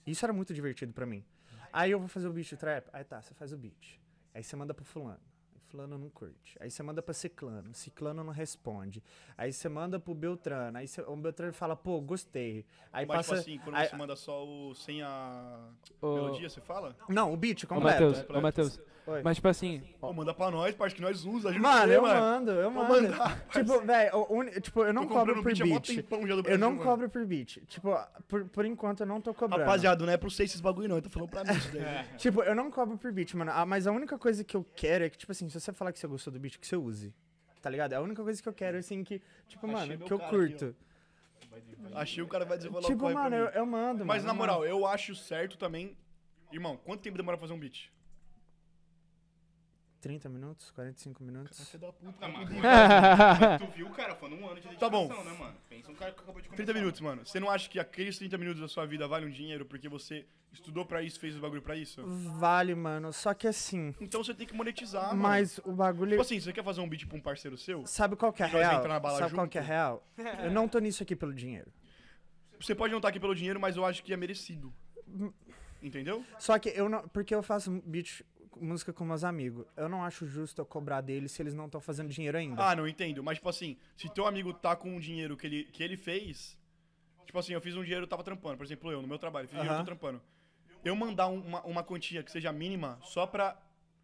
Isso era muito divertido pra mim. Aí eu vou fazer o beat do trap. Aí tá, você faz o beat. Aí você manda pro fulano. Aí Fulano não curte. Aí você manda pra Ciclano. Ciclano não responde. Aí você manda pro Beltrano. Aí você- o Beltrano fala, pô, gostei. Aí Mas, passa. tipo assim, quando aí- você manda só o... Sem a Ô- melodia, você fala? não, o beat Ô, completo. Matheus, ô, completo. Matheus. Oi. Mas, tipo assim, Pô, manda pra nós, parte que nós usa. ajuda Mano, você, eu mando, eu Vou mando. mandar, (laughs) tipo, velho, tipo, eu não Tô cobro comprando por beat há mó beat. tempão já do Eu Brasil, não mano. cobro por beat. Tipo, por, por enquanto eu não tô cobrando. Rapaziada, não é pro seis esses bagulho não, ele tá falando pra mim isso daí. (laughs) né? Tipo, eu não cobro por beat, mano. Ah, mas a única coisa que eu quero é que, tipo assim, se você falar que você gostou do beat, que você use. Tá ligado? É a única coisa que eu quero, assim, que, tipo, Achei mano, meu que eu cara curto. Achei o cara vai desenrolar o tipo, corre pra mano, mim. eu, eu mando, mano. Mas na eu mando. moral, eu acho certo também. Irmão, quanto tempo demora pra fazer um beat? 30 minutos, 45 minutos. da puta, Tu viu, cara? Foi um ano de Tá bom. dedicação, né, mano? Pensa um cara que acabou de começar. 30 minutos, mano. Você não acha que aqueles 30 minutos da sua vida valem um dinheiro porque você estudou pra isso, fez o bagulho pra isso? Vale, mano. Só que assim. Então você tem que monetizar, mano. Mas o bagulho. Tipo assim, você quer fazer um beat pra um parceiro seu? Sabe qual que é a nós vai real? entrar na bala Sabe qual que é a junto? real? Eu não tô nisso aqui pelo dinheiro. Você pode não estar aqui pelo dinheiro, mas eu acho que é merecido. Entendeu? Só que eu não. Porque eu faço beat, música com meus amigos. Eu não acho justo eu cobrar deles se eles não estão fazendo dinheiro ainda. Ah, não entendo. Mas, tipo assim, se teu amigo tá com um dinheiro que ele, que ele fez. Tipo assim, eu fiz um dinheiro, eu tava trampando. Por exemplo, eu, no meu trabalho, fiz um dinheiro, eu tô Aham. trampando. Eu mandar um- uma, uma quantia que seja mínima, só pra.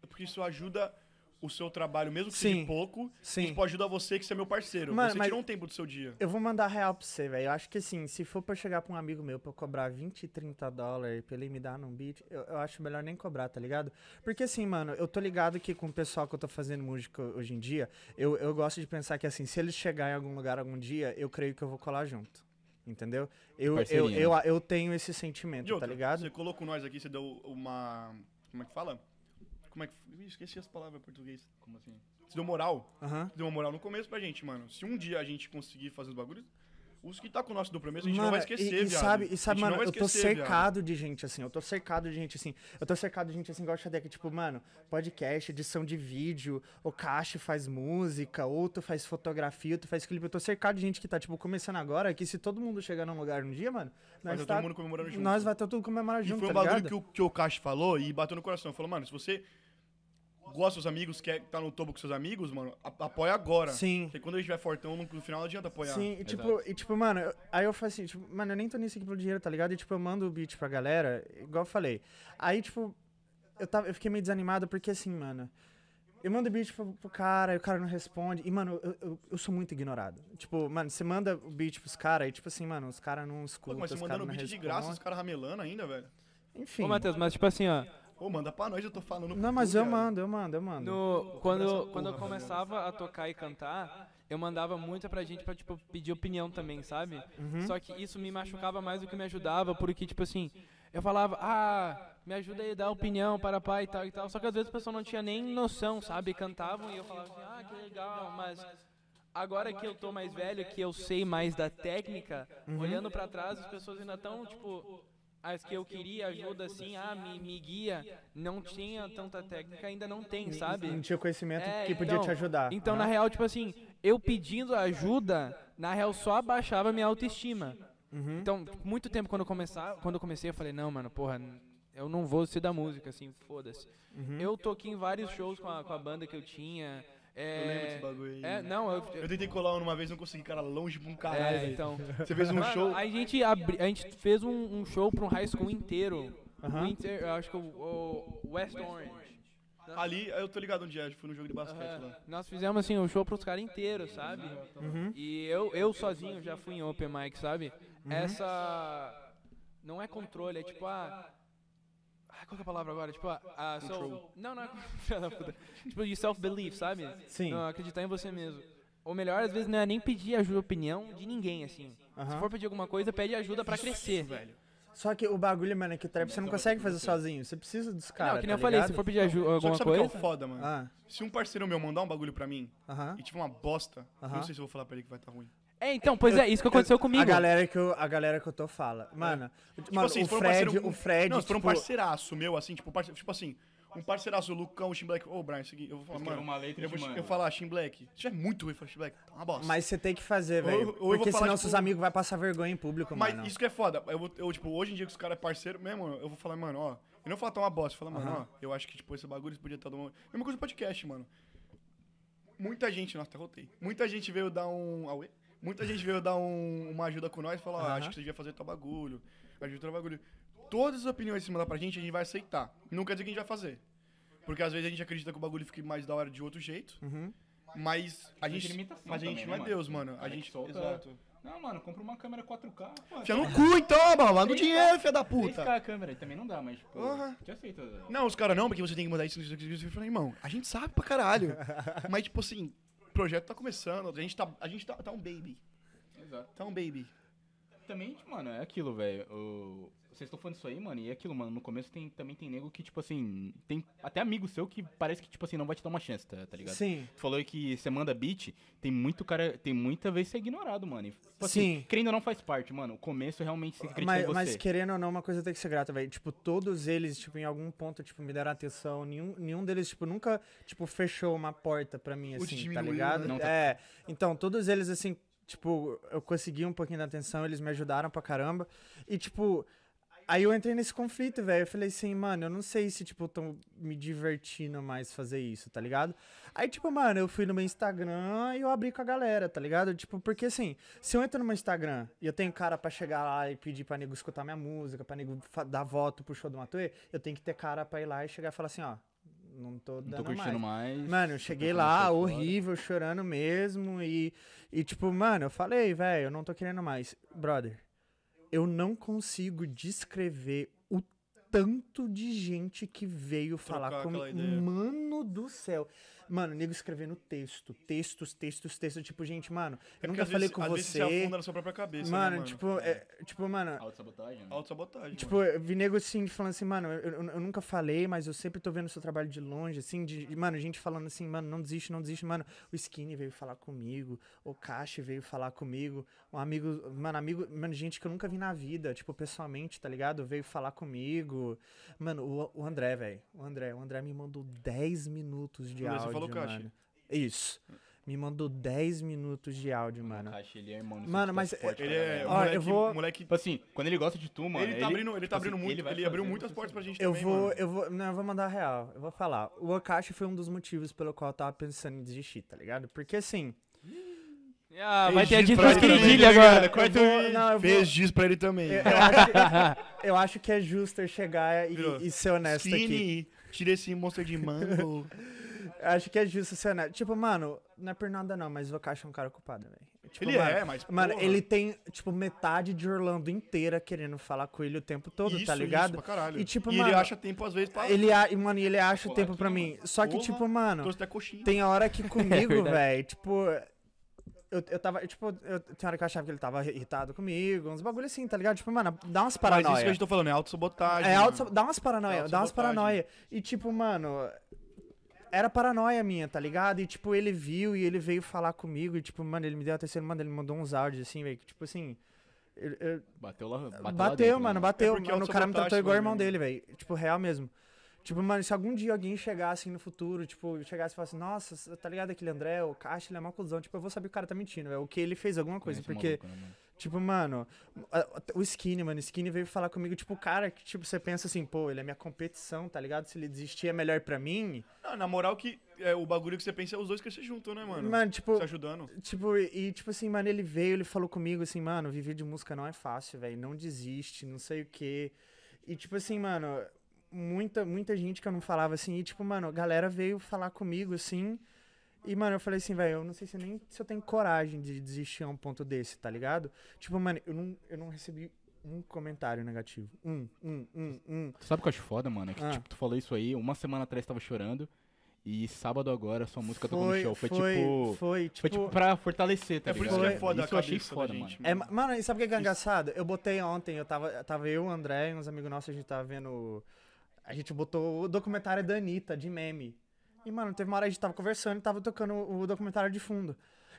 Porque isso ajuda o seu trabalho, mesmo que seja Sim. pouco. Sim. Tipo, ajuda você, que você é meu parceiro. Mano, você mas- tirou um tempo do seu dia. Eu vou mandar real pra você, velho. Eu acho que assim, se for pra eu chegar pra um amigo meu pra eu cobrar 20, 30 dólares pra ele me dar num beat, eu, eu acho melhor nem cobrar, tá ligado? Porque assim, mano, eu tô ligado que com o pessoal que eu tô fazendo música hoje em dia, eu, eu gosto de pensar que assim, se eles chegarem em algum lugar algum dia, eu creio que eu vou colar junto. Entendeu? Eu, eu, Parceria, eu, eu tenho esse sentimento, E outra, tá ligado? Você colocou nós aqui, você deu uma. Como é que fala? Como é que. Ih, esqueci as palavras em português. Como assim? Você deu moral? Aham. deu uma moral no começo pra gente, mano. Se um dia a gente conseguir fazer os bagulhos, os que tá com o nosso do começo, a gente não vai Mano, e- esquecer, e, viado. sabe, A e sabe, gente não mano, vai eu tô esquecer, viado. cercado de gente assim, eu tô cercado de gente assim, eu tô cercado de gente assim, igual o Xadec, tipo, mano, podcast, edição de vídeo, o Cache faz música, ou tu faz fotografia, tu faz clipe, eu tô cercado de gente que tá, tipo, começando agora, que se todo mundo chegar num lugar um dia, mano, Vai nós, tá tá, todo mundo comemorando junto. nós vai estar tudo comemorando E junto, foi um tá bagulho ligado? que o, que o Cash falou e bateu no coração. Falou, mano, se você gosta dos seus amigos, quer estar no topo com seus amigos, mano, a- apoia agora. Sim. Porque quando a gente vai fortão, no, no final não adianta apoiar. Sim, e tipo, Exato. e tipo, mano, eu- aí eu falo assim, tipo, mano, eu nem tô nisso aqui pelo dinheiro, tá ligado? E tipo, eu mando o beat pra galera, igual eu falei. Aí, tipo, eu, tava, eu fiquei meio desanimado porque assim, mano. Eu mando o beat pro, pro cara, e o cara não responde. E, mano, eu, eu, eu sou muito ignorado. Tipo, mano, você manda o beat pros caras e, tipo assim, mano, os caras não Pô, escutam, mas você os caras mandando não beat respondem. de graça, os caras ramelando ainda, velho. Enfim. ô Matheus, mas tipo assim, ó. Pô, manda pra nós, eu tô falando. não, pro mas cu, eu viado. mando, eu mando, eu mando. No, quando, quando eu começava a tocar e cantar, eu mandava muito pra gente pra, tipo, pedir opinião também, sabe? Só que isso me machucava mais do que me ajudava, porque, tipo assim, eu falava, ah, me ajuda aí a dar opinião para pai e tal e tal. Só que às vezes o pessoal não tinha nem noção, sabe? Cantavam e eu falava assim, ah, que legal, mas. Agora que eu tô mais velho, que eu sei mais da técnica, olhando pra trás, as pessoas ainda tão, tipo, as que eu queria ajuda assim, ah, me, me guia, não tinha tanta técnica, ainda não tem, sabe? Não tinha conhecimento É, que podia então- te ajudar. né? Então, Aham. na real, tipo assim, eu pedindo ajuda, na real só abaixava minha autoestima. Uhum. Então, muito tempo quando eu, começar, quando eu comecei, eu falei, não, mano, porra, n- eu não vou ser da música, assim, foda-se. Uhum. Eu toquei em vários shows com a, com a banda que eu tinha. É, Eu lembro desse bagulho aí. É, não, eu... Eu tentei colar uma vez, não consegui, cara, longe pra um caralho. é, velho. então... Você fez um Mano, show. A gente, abri- a gente fez um, um show pra um high school inteiro. Aham. O Inter- eu acho que o, o West Orange. Ali, eu tô ligado onde é, fui no jogo de basquete Aham. lá. Nós fizemos assim um show pros caras inteiros, sabe? Uhum. E eu, eu sozinho já fui em open mic, sabe? Essa não é controle, é tipo a ah, qual que é a palavra agora? Tipo, a, a so- não, não é (laughs) filha da puta. Tipo, de self-belief, sabe? Sim. Não, acreditar em você mesmo. Ou melhor, às vezes não é nem pedir ajuda, opinião de ninguém, assim. Se Aham. for pedir alguma coisa, pede ajuda pra crescer. Só que o bagulho, mano, é que trap você Então, não consegue fazer sozinho. Você precisa dos caras. não, que nem tá eu falei, se ligado? for pedir aju- Só que alguma sabe o que é coisa. o foda, mano? Ah, Se um parceiro meu mandar um bagulho pra mim aham. e tiver uma bosta, eu Aham. não sei se eu vou falar pra ele que vai tá ruim. É, então, pois é, isso que aconteceu comigo. A galera, que eu, a galera que eu tô fala. Mano, mano É. assim, o, se for um Fred, parceiro- o Fred. não, se for um tipo, parceiraço meu, assim, tipo, parce- tipo assim, um parceiraço, o Lucão, o Shin Black. Ô, Brian, é o seguinte, eu vou falar, Escreve mano, uma letra e eu vou te eu manda. falar, Shin Black, isso é muito ruim, eu falo, Shin Black, tá uma bosta. Mas você tem que fazer, Ou- velho. ou eu vou Porque falar, senão tipo, seus amigos vão passar vergonha em público, Mas mano. isso que é foda. Eu, vou- eu, tipo, hoje em dia que os caras é parceiro mesmo, eu vou falar, mano, ó. Eu não vou falar tão uma bosta. Falar, mano, ó, eu acho que, tipo, esse bagulho podia estar dando uma. Mesma coisa do podcast, mano. Muita gente, nossa, até rotei. Muita gente veio dar um. Auê? Muita gente veio dar um- uma ajuda com nós e falar, ó, Aham. acho que você devia fazer tal bagulho. Ajuda tal bagulho. Todas as opiniões que você mandar pra gente, a gente vai aceitar. Não quer dizer que a gente vai fazer. Porque às vezes a gente acredita que o bagulho fique mais da hora de outro jeito. Uhum. Mas a Tem gente. limitação Mas a gente também, não é né, Deus, mano? mano. A Cara que gente. solta- Exato. Não, mano, compra uma câmera 4K. Pô, Enfia no cu então, mano. Manda o dinheiro, filha da puta. 3K a câmera, também não dá, mas, tipo, pô, Porra. te aceita. Não, os caras não, porque você tem que mudar isso, isso, isso, isso. Eu falei, irmão, a gente sabe pra caralho. Mas, tipo assim, o projeto tá começando, a gente tá, a gente tá, tá um baby. Exato. Tá um baby. Também, tipo, mano, é aquilo, velho. O- Vocês estão falando isso aí, mano, e é aquilo, mano. No começo tem, também tem nego que, tipo assim, tem até amigo seu que parece que, tipo assim, não vai te dar uma chance, tá, tá ligado? Sim. Tu falou aí que você manda beat, tem muito cara, tem muita vez você é ignorado, mano. E, tipo assim, Sim. Querendo ou não faz parte, mano. O começo realmente se acredita em Mas, você. mas querendo ou não, uma coisa tem que ser grata, velho. Tipo, todos eles, tipo, em algum ponto, tipo, me deram atenção. Nenhum, nenhum deles, tipo, nunca, tipo, fechou uma porta pra mim, Ou te assim, tá diminuiu, ligado? né? Não tá- É. Então, todos eles, assim, tipo, eu consegui um pouquinho da atenção, eles me ajudaram pra caramba. E, tipo, aí eu entrei nesse conflito, velho. Eu falei assim, mano, eu não sei se, tipo, tão me divertindo mais fazer isso, tá ligado? Aí, tipo, mano, eu fui no meu Instagram e eu abri com a galera, tá ligado? Tipo, porque assim, se eu entro no meu Instagram e eu tenho cara pra chegar lá e pedir pra nego escutar minha música, pra nego fa- dar voto pro show do Matuê, eu tenho que ter cara pra ir lá e chegar e falar assim, ó, não tô dando Não tô curtindo mais. Mano, eu cheguei lá, horrível, chorando mesmo. E, e tipo, mano, eu falei, velho, eu não tô querendo mais. Brother, eu não consigo descrever o tanto de gente que veio falar Trocar comigo. aquela ideia. Mano do céu. Mano, nego escrevendo texto, textos, textos, textos. Tipo, gente, mano, eu É porque nunca às falei vezes- com às você. Vezes você afunda na sua própria cabeça. mano, né, mano, tipo, é, tipo, mano, Autossabotagem, né? Autossabotagem. Tipo, eu vi nego assim, falando assim, mano, eu, eu- eu nunca falei, mas eu sempre tô vendo seu trabalho de longe, assim, de, de- mano, gente falando assim, mano, não desiste, não desiste, mano. O Skinny veio falar comigo, o Cash veio falar comigo, um amigo, mano, amigo, mano, gente que eu nunca vi na vida, tipo, pessoalmente, tá ligado? Veio falar comigo. Mano, o, o André, velho, o André, o André me mandou 10 minutos de André, você áudio, falou Cache? mano. Isso. Me mandou 10 minutos de áudio, O mano. Caixa, ele é irmão. no Mano, sentido mas da suporte, Ele cara, é. velho. o Ó, moleque, eu vou- moleque Tipo assim, quando ele gosta de tu, mano. ele, tá abrindo, ele tá abrindo assim, muito, ele ele, vai abriu fazer muitas você portas pra gente Eu também, vou, mano. eu vou, não, eu vou mandar a real. Eu vou falar. O Akashi foi um dos motivos pelo qual eu tava pensando em desistir, tá ligado? Porque assim, Ah, Fez vai ter a giz dica pra dos ele também, queridilhos né, tá ligado? agora. Corta Eu o vou- giz. não, eu vou- Fez giz pra ele também. eu acho, eu acho que é justo eu chegar Virou. e, e ser honesto aqui. Skinny, tira esse monstro de (laughs) mango. Eu acho que é justo ser honesto. Tipo, mano, não é por nada não, mas o Akashi é um cara ocupado, velho. Tipo, ele mano, é, mas. Mano, porra, ele tem, tipo, metade de Orlando inteira querendo falar com ele o tempo todo, isso, tá ligado? Isso, pra caralho. E, tipo, e ele mano, acha tempo às vezes pra. Ele, a- e, mano, e ele acha o Pô, tempo aqui, pra mim. Só que, é Porra, tipo, mano. Trouxe até coxinha. Tem hora que comigo, verdade. velho, tipo. Eu, eu tava, tipo, eu, tem hora que eu achava que ele tava irritado comigo, uns bagulho assim, tá ligado? Tipo, mano, dá umas Mas paranoia. isso que a gente tá falando, é autossabotagem. É, mano. auto, dá umas paranoia, É dá umas autossabotagem. paranoia. E tipo, mano, era paranoia minha, tá ligado? E tipo, ele viu e ele veio falar comigo e tipo, mano, ele me deu a terceira, mano, ele mandou uns áudios assim, velho, que tipo assim, eu- eu- Bateu lá. Bateu, lá Bateu, dentro, né, mano, bateu. É porque mano, o cara me tratou autossabotagem, igual o irmão mano. dele, velho. Tipo, real mesmo. Tipo, mano, se algum dia alguém chegar assim no futuro, tipo, chegasse e falasse, nossa, cê tá ligado aquele André, o Caixa, ele é uma cuzão. Tipo, eu vou saber que o cara tá mentindo, velho. O que ele fez alguma coisa. Conhece o porque, maluco, né, mano? Tipo, mano, a- a- o Skinny, mano, o Skinny veio falar comigo, tipo, cara, que tipo, você pensa assim, pô, ele é minha competição, tá ligado? Se ele desistir é melhor pra mim. Não, na moral que é, o bagulho que você pensa é os dois crescer junto, né, mano? Mano, tipo, Se ajudando. Tipo, e e, tipo assim, mano, ele veio, ele falou comigo assim, mano, viver de música não é fácil, velho, não desiste, não sei o quê. E tipo assim, mano, muita muita gente que eu não falava assim, e tipo, mano, a galera veio falar comigo assim. E mano, eu falei assim, velho, eu não sei se nem se eu tenho coragem de desistir a um ponto desse, tá ligado? Tipo, mano, eu não eu não recebi um comentário negativo. Um, um, um, um. Tu sabe o que eu acho foda, mano? É que, Ah. tipo, tu falou isso aí, uma semana atrás tava chorando, e sábado agora sua música tocou no Foi- show. Foi, foi, tipo... Foi, Foi, tipo, pra fortalecer, tá é por ligado? isso que é foda Isso a eu achei cabeça da foda, mano. gente, É, ma- mano, e sabe o que é engraçado? Eu botei ontem, eu tava, tava eu, o André e uns amigos nossos, a gente tava vendo. A gente botou o documentário da Anitta, de meme. E, mano, teve uma hora que a gente tava conversando e tava tocando o documentário de fundo.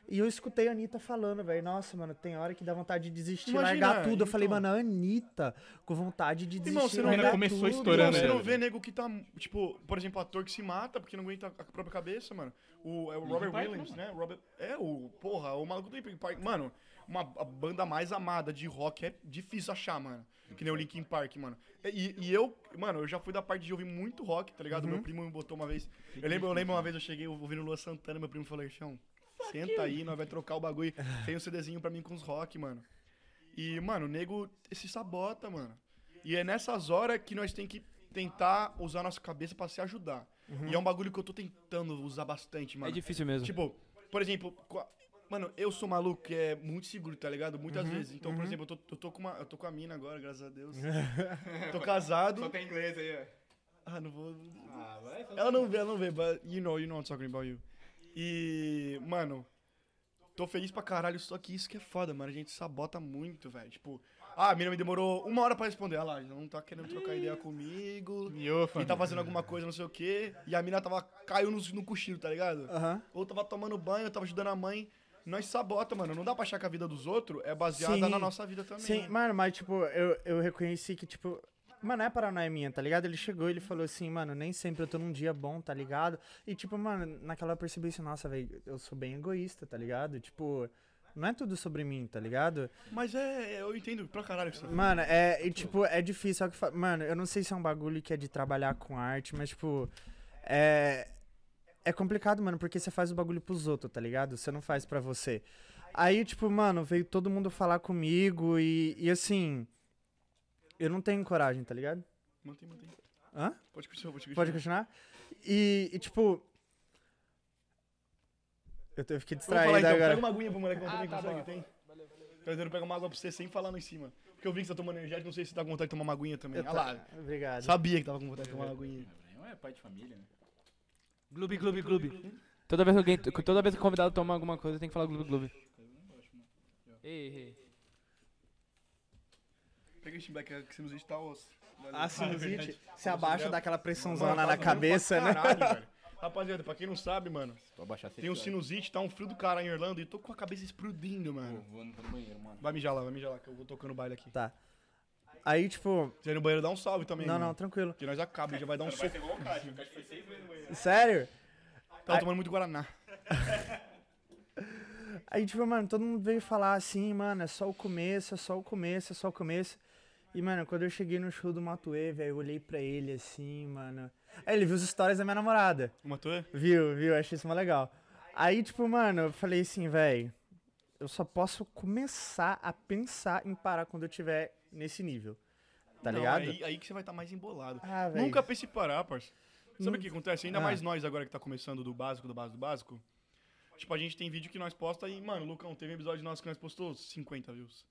E eu escutei a Anitta falando, velho. Nossa, mano, tem hora que dá vontade de desistir, Imagina, largar tudo. Eu falei, então. mano, a Anitta com vontade de desistir. Irmão, você não largar vê- começou tudo, estourando, Você né? não velho? vê nego que tá, tipo, por exemplo, ator que se mata porque não aguenta a própria cabeça, mano. O, é o Robert Park, Williams, né, né? Robert, é, o, porra, o maluco do Linkin Park. Mano, uma a banda mais amada de rock é difícil achar, mano. Que nem o Linkin Park, mano. E, e eu, mano, eu já fui da parte de ouvir muito rock, tá ligado? Uhum. Meu primo me botou uma vez. Eu lembro, eu lembro uma vez eu cheguei ouvindo Lua Santana, meu primo falou, Chão, senta aí, nós vai trocar (laughs) o bagulho. Tem um CDzinho pra mim com os rock, mano. E, mano, o nego se sabota, mano. E é nessas horas que nós tem que tentar usar nossa cabeça pra se ajudar. E é um bagulho que eu tô tentando usar bastante, mano. Uhum. É difícil mesmo. Tipo, por exemplo, co- mano, eu sou maluco que é muito seguro, tá ligado? Uhum. Muitas vezes. Então, por exemplo, eu tô, eu tô com uma, eu tô com a mina agora, graças a (laughs) Deus. tô casado. tem inglês aí, ó. Ah, não vou. Ela não vê, ela não vê, but you know, you know I'm talking about you. E, mano, tô feliz pra caralho, só que isso que é foda, mano. A gente sabota muito, velho. Tipo, ah, a mina me demorou uma hora pra responder. Ela não tá querendo trocar ideia (laughs) comigo. E tá fazendo alguma coisa, não sei o quê. E a mina tava. caiu no, no cochilo, tá ligado? Aham. Ou tava tomando banho, tava ajudando a mãe. Nós sabota, mano. Não dá pra achar que a vida dos outros é baseada Sim. na nossa vida também. né? Sim, mano, mas tipo, eu, eu reconheci que, tipo. Mano, é paranoia minha, tá ligado? Ele chegou e ele falou assim, mano, nem sempre eu tô num dia bom, tá ligado? E tipo, mano, naquela hora eu percebi assim, nossa, velho, eu sou bem egoísta, tá ligado? Tipo, não é tudo sobre mim, tá ligado? Mas é. Eu entendo pra caralho o que você tá falando. Mano, é, e, tipo, é difícil. só que fa- Mano, eu não sei se é um bagulho que é de trabalhar com arte, mas, tipo, é. É complicado, mano, porque você faz o bagulho pros outros, tá ligado? Você não faz pra você. Aí, tipo, mano, veio todo mundo falar comigo e, e assim. Eu não tenho coragem, tá ligado? Mantém, mantém. Hã? Pode continuar, pode continuar. Pode continuar? E, e, tipo. Eu, tô- eu fiquei Eu vou distraído falar então, agora. pega uma aguinha pro moleque que Ah, ah, tá consegue, bom. tem? Eu quero pegar uma água pra você sem falar lá em cima. Porque eu vi que você tá tomando energético, não sei se você tá com vontade de tomar uma aguinha também. Eu Olha tá- lá, Obrigado. sabia que tava com vontade de tomar uma aguinha. É pai de família, né? Gloob, gloob, gloob. Toda vez que alguém, toda vez que o convidado toma alguma coisa, tem que falar gloob, gloob. Ei, ei. Pega esse black que sinusite tá osso. A sinusite se abaixa, dá aquela pressãozona lá tá na doendo cabeça, pra né? caralho, velho. Rapaziada, pra quem não sabe, mano, Vou abaixar tem um sinusite, tá um frio do cara em Orlando e tô com a cabeça explodindo, mano. Vou no banheiro, mano. Vai mijar lá, vai mijar lá, que eu vou tocando baile aqui. Tá. Aí, tipo. Se ir no banheiro, dá um salve também. Não, mano. não, tranquilo. Porque nós acaba, já vai dar um soco. Sério? Tava tomando muito Guaraná. Aí, tipo, mano, todo mundo veio falar assim, mano, é só o começo, é só o começo, é só o começo. E, mano, quando eu cheguei no show do Matuê, velho, eu olhei pra ele assim, mano. Aí ele viu as histórias da minha namorada. Matou? Viu, viu? Achei isso mó legal. Aí, tipo, mano, eu falei assim, velho, eu só posso começar a pensar em parar quando eu tiver nesse nível. Tá Não, ligado? Aí, aí que você vai estar mais embolado. Ah, velho. Nunca pense em parar, parça. Sabe o que acontece? Ainda Ah. mais nós agora que tá começando do básico, do básico, do básico. Tipo, a gente tem vídeo que nós posta e, mano, Lucão, teve um episódio nosso que nós postou 50 views.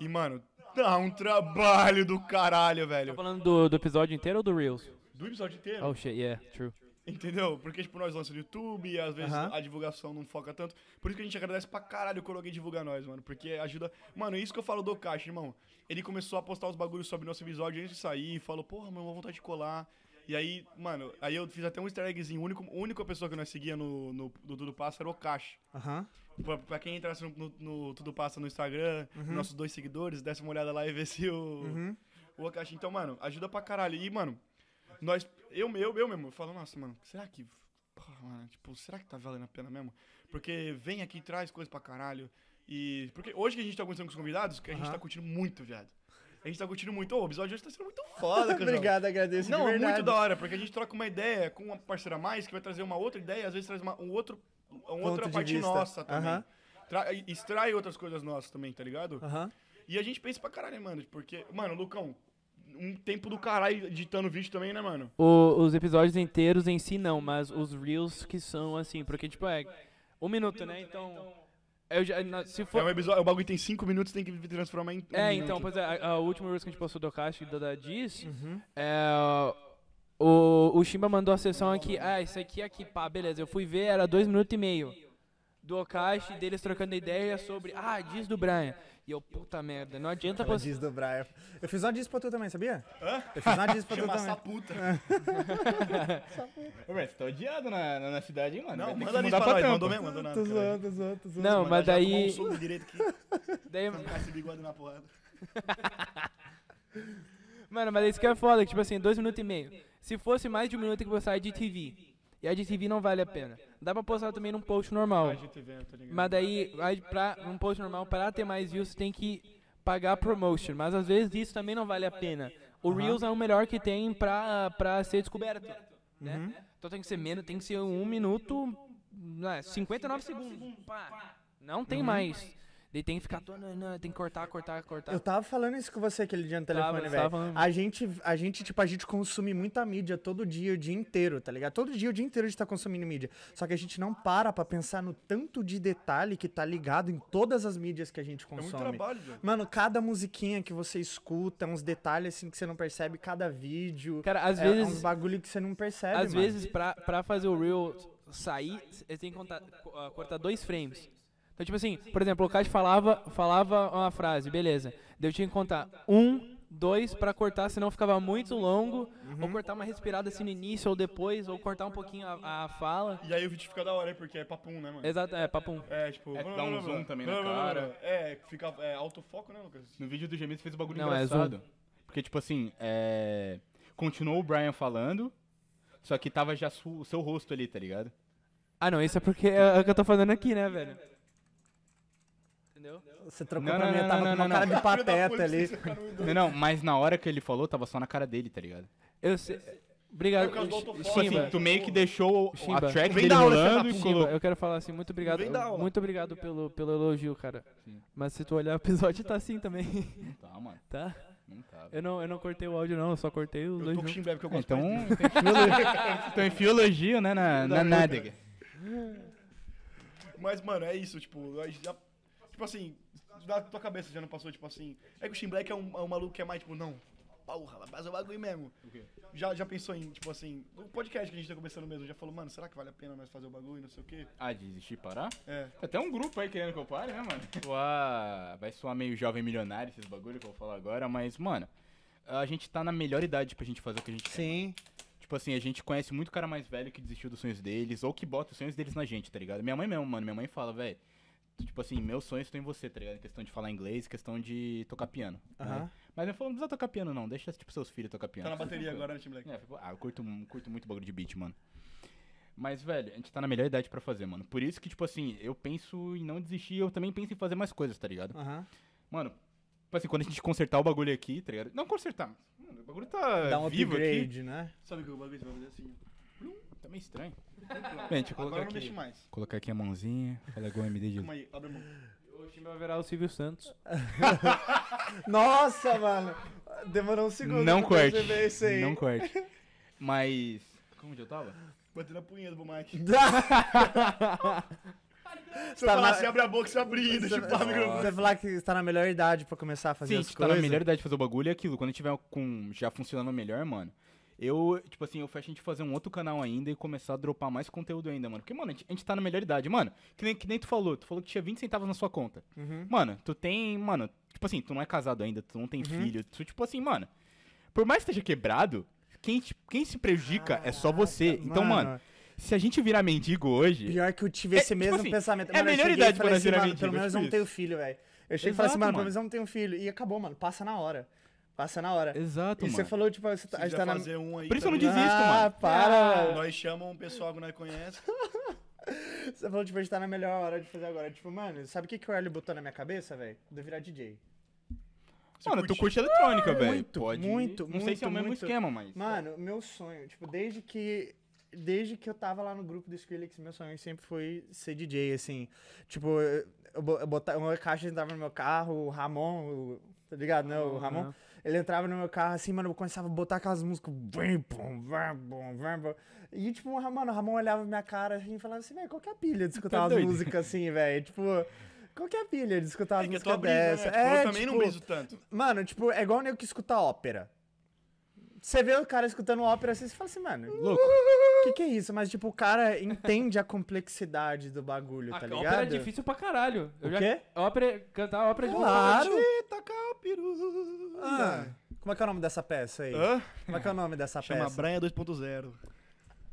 E, mano, dá um trabalho do caralho, Tá velho. falando do, do episódio inteiro ou do Reels? Do episódio inteiro. Oh shit, yeah, true. Entendeu? Porque, tipo, nós lançamos no YouTube e às vezes Aham. a divulgação não foca tanto. Por isso que a gente agradece pra caralho quando alguém divulga nós, mano. Porque ajuda. Mano, isso que eu falo do Caixa, irmão. Ele começou a postar os bagulhos sobre nosso episódio antes de sair e falou, porra, mano, uma vontade de colar. E aí, mano, aí eu fiz até um easter eggzinho. O único, a única pessoa que nós seguia no, no, do Tudo Passa era o Caixa. Aham. Pra, pra quem entrasse no, no- no Tudo Passa no Instagram, nossos dois seguidores, desse uma olhada lá e vê se o. Uhum. O Akashi. Então, mano, ajuda pra caralho. E, mano, nós. Eu, eu, eu mesmo, eu falo, nossa, mano, será que Porra, mano, tipo, será que tá valendo a pena mesmo? Porque vem aqui, traz coisa pra caralho. E. Porque hoje que a gente tá conversando com os convidados, que a gente Aham. tá curtindo muito, viado. A gente tá curtindo muito. Ô, o episódio hoje tá sendo muito (laughs) foda, cara. (laughs) Obrigado, agradeço. Não, de é verdade. muito da hora, porque a gente troca uma ideia com uma parceira a mais que vai trazer uma outra ideia, às vezes traz uma, um outro, uma outra de parte vista. nossa também. Aham. Tra- extrai outras coisas nossas também, tá ligado? Aham. E a gente pensa pra caralho, mano, porque, mano, Lucão, um tempo do caralho editando vídeo também, né, mano? O- os episódios inteiros em si não, mas os reels que são assim, porque tipo é um minuto, né? Então eu já, na- se É um for episódio, o bagulho tem 5 minutos, tem que transformar em. um é, minuto. então, pois é, a, a última reels que a gente postou do Akashi e da da Diz, é, o, o Shimba mandou a sessão aqui, ah, isso aqui aqui, pá, beleza. Eu fui ver, era dois minutos e meio. Do Okashi, deles trocando ideia sobre, ah, diz do Brian. E eu, puta merda, não adianta Ela postar. diz do Brian. Eu fiz uma diz pra tu também, sabia? Hã? Eu fiz uma diz pra tu Chama essa também. puta. É. Ô, velho, você tá odiado na, na, na cidade, hein, mano? né? Não, Vai ter que manda ali mudar pra nós, trampo. mandou mesmo, mandou nada. Tô cara. zoando, tô zoando, tô zoando. Não, mas já tomou daí, Um soco direito (laughs) que daí tá esse bigode na porrada. Mano, mas isso que é foda, que tipo assim, dois minutos e meio. Se fosse mais de um minuto que postar é de TV. E a de TV não vale a pena. Dá pra postar também num post normal. Mas daí, aí pra um post normal, pra ter mais views, você tem que pagar promotion. Mas às vezes isso também não vale a pena. O Reels é o melhor que tem pra, pra ser descoberto. Né? Uhum. Então tem que ser menos, tem que ser um minuto, né, 59 segundos. Pá. Não Uhum. tem mais. Daí tem que ficar, todo- tem que cortar, cortar, cortar. Eu tava falando isso com você aquele dia no telefone, tá. Tava, velho. tava. A gente, a gente, tipo, a gente consome muita mídia todo dia, o dia inteiro, tá ligado? Todo dia, o dia inteiro a gente tá consumindo mídia. Só que a gente não para pra pensar no tanto de detalhe que tá ligado em todas as mídias que a gente É muito consome. trabalho, velho. Mano, cada musiquinha que você escuta, uns detalhes assim que você não percebe, cada vídeo. Cara, às é, vezes- Uns bagulho que você não percebe. Às mano. vezes, pra, pra fazer o Reel sair, eles têm que contar- co- ah, cortar dois frames. Então, tipo assim, por exemplo, o Kat falava, falava uma frase, beleza. Daí eu tinha que contar um, dois pra cortar, senão ficava muito longo. Ou cortar uma respirada assim no início ou depois, ou cortar um pouquinho a, a fala. E aí o vídeo fica da hora, hein, porque é papum, né, mano? Exato, é, papum. É, tipo... É, dá um zoom também na cara. É, fica é, autofoco, né, Lucas? No vídeo do Gemidos fez um bagulho Não, é engraçado. porque, tipo assim, é... continuou o Brian falando, só que tava já su- o seu rosto ali, tá ligado? Ah, não, isso é porque é o que eu tô fazendo aqui, né, velho? Entendeu? Você trocou Não, pra não, mim, eu não, tava não, com uma não, (laughs) cara não. de pateta ali. Um, Não, não, mas na hora que ele falou, tava só na cara dele, tá ligado? Eu sei. Obrigado. É por causa do autofoco, Tipo assim, Shimba. tu meio que deixou o- a Shimba. track Vem dele da aula, tá rolando filha e da Shimba, colocou... eu quero falar assim, muito obrigado. Vem dar aula. Muito obrigado pelo, pelo elogio, cara. Mas se tu olhar o episódio, tá assim também, Não tá, mano, tá? não tá. É, velho. Eu não, eu não cortei o áudio, não, eu só cortei os Eu dois. tô um. com juntos. chimbré porque eu Ah, gosto Então, mais. (laughs) então enfia o elogio, né, na, na nádega. Mas, mano, é isso, tipo... aí já- Tipo assim, na tua cabeça já não passou, tipo assim... É que o chimbré que é um, é um maluco que é mais, tipo, não... Porra, vai fazer o bagulho mesmo. Já, já pensou em, tipo assim... No podcast que a gente tá começando mesmo, já falou, mano, será que vale a pena nós fazer o bagulho, não sei o quê? Ah, desistir e parar? É. Tem até um grupo aí querendo que eu pare, né, mano? Uá, vai soar meio jovem milionário esses bagulho que eu vou falar agora, mas, mano, a gente tá na melhor idade pra gente fazer o que a gente quer. Sim. Tipo assim, a gente conhece muito cara mais velho que desistiu dos sonhos deles, ou que bota os sonhos deles na gente, tá ligado? Minha mãe mesmo, mano, minha mãe fala, velho, tipo assim, meus sonhos estão em você, tá ligado? Em Questão de falar inglês, questão de tocar piano. né? Aham. Mas eu falo, não precisa tocar piano, não, deixa, tipo, seus filhos tocar piano. Tá na bateria agora, né, chimbré? É, foi- ah, eu curto, mu- curto muito bagulho de beat, mano. Mas, velho, a gente tá na melhor idade pra fazer, mano. Por isso que, tipo assim, eu penso em não desistir, eu também penso em fazer mais coisas, tá ligado? Aham. Mano, tipo assim, quando a gente consertar o bagulho aqui, tá ligado? Não consertar, mas, mano, o bagulho tá Dá um vivo aqui. upgrade, né? Sabe o que o bagulho você vai fazer assim? Tá meio estranho. Bem, deixa eu colocar Agora não aqui. mexe mais. Colocar aqui a mãozinha, falar igual MD de... Calma aí, abre a mão. O time vai virar é o Silvio Santos. Nossa, mano. Demorou um segundo. Não pra corte, perceber Isso aí. (laughs) não corte. Mas... Como que eu tava? Batendo a punheta pro Mike. Você Se eu tá falar na- assim, abre a boca, você abre, deixa eu falar o microfone. Você falar que tá está na melhor idade pra começar a fazer Sim, a as gente tá na coisas. melhor idade de fazer o bagulho e aquilo. Quando tiver com já funcionando melhor, mano. Eu, tipo assim, eu fecho a gente fazer um outro canal ainda e começar a dropar mais conteúdo ainda, mano. Porque, mano, a gente, a gente tá na melhor idade. Mano, que nem, que nem tu falou, tu falou que tinha 20 centavos na sua conta. Uhum. Mano, tu tem, mano, tipo assim, tu não é casado ainda, tu não tem Uhum. filho. Tu, tipo assim, mano, por mais que esteja quebrado, quem, te- quem se prejudica é só você. Então, mano, mano. se a gente virar mendigo hoje, Pior que eu tive É, esse tipo mesmo assim, pensamento. é Mano, eu a melhor cheguei e idade falei pra assim, virar mano, mendigo, Pelo menos tipo eu não tenho isso. filho, velho. Eu cheguei e falei assim, Exato, mano, pelo mano. menos eu não tenho filho. E acabou, mano. Passa na hora. Passa na hora. Exato, e mano. você falou, tipo, você tá, a gente tá na. fazer um aí. Por isso eu não também. desisto, ah, mano. para, mano. Nós chamamos um pessoal que nós conhece. Você falou, tipo, a gente tá na melhor hora de fazer agora. Tipo, mano, sabe o que, que o Hélio botou na minha cabeça, velho? De virar DJ. Você Mano, tu curte? curte eletrônica, velho. Ah, muito, Pode. muito, Não sei se é o muito, mesmo muito. esquema, mas. Mano, meu sonho, tipo, desde que. Desde que eu tava lá no grupo do Skrillex, meu sonho sempre foi ser DJ, assim. Tipo, eu, eu bo- eu botava uma caixa entrava no meu carro, o Ramon, o- tá ligado, né? O Ramon. Ele entrava no meu carro assim, mano, eu começava a botar aquelas músicas. Vim, pum, vim, pum, vim, pum. E, tipo, o Ra- mano, o Ramon olhava pra minha cara assim e falava assim, velho, qual que é a pilha de Tá escutar umas doido? músicas assim, velho? Tipo, qual que é a pilha de escutar umas É que a tua músicas brisa, né? dessa? Tipo, eu também não tipo, briso tanto. Mano, tipo, é igual nego que escuta ópera. Você vê o cara escutando ópera assim, você fala assim, mano, é Louco. o que, que é isso? Mas, tipo, o cara entende a complexidade do bagulho, Ah, A tá ópera ligado? A ópera é difícil pra caralho. Eu O já- quê? Ópera, cantar ópera é de Claro. Eita, capiru. Ah, como é que é o nome dessa peça aí? Hã? Como é que é o nome dessa Chama peça? Branha 2.0.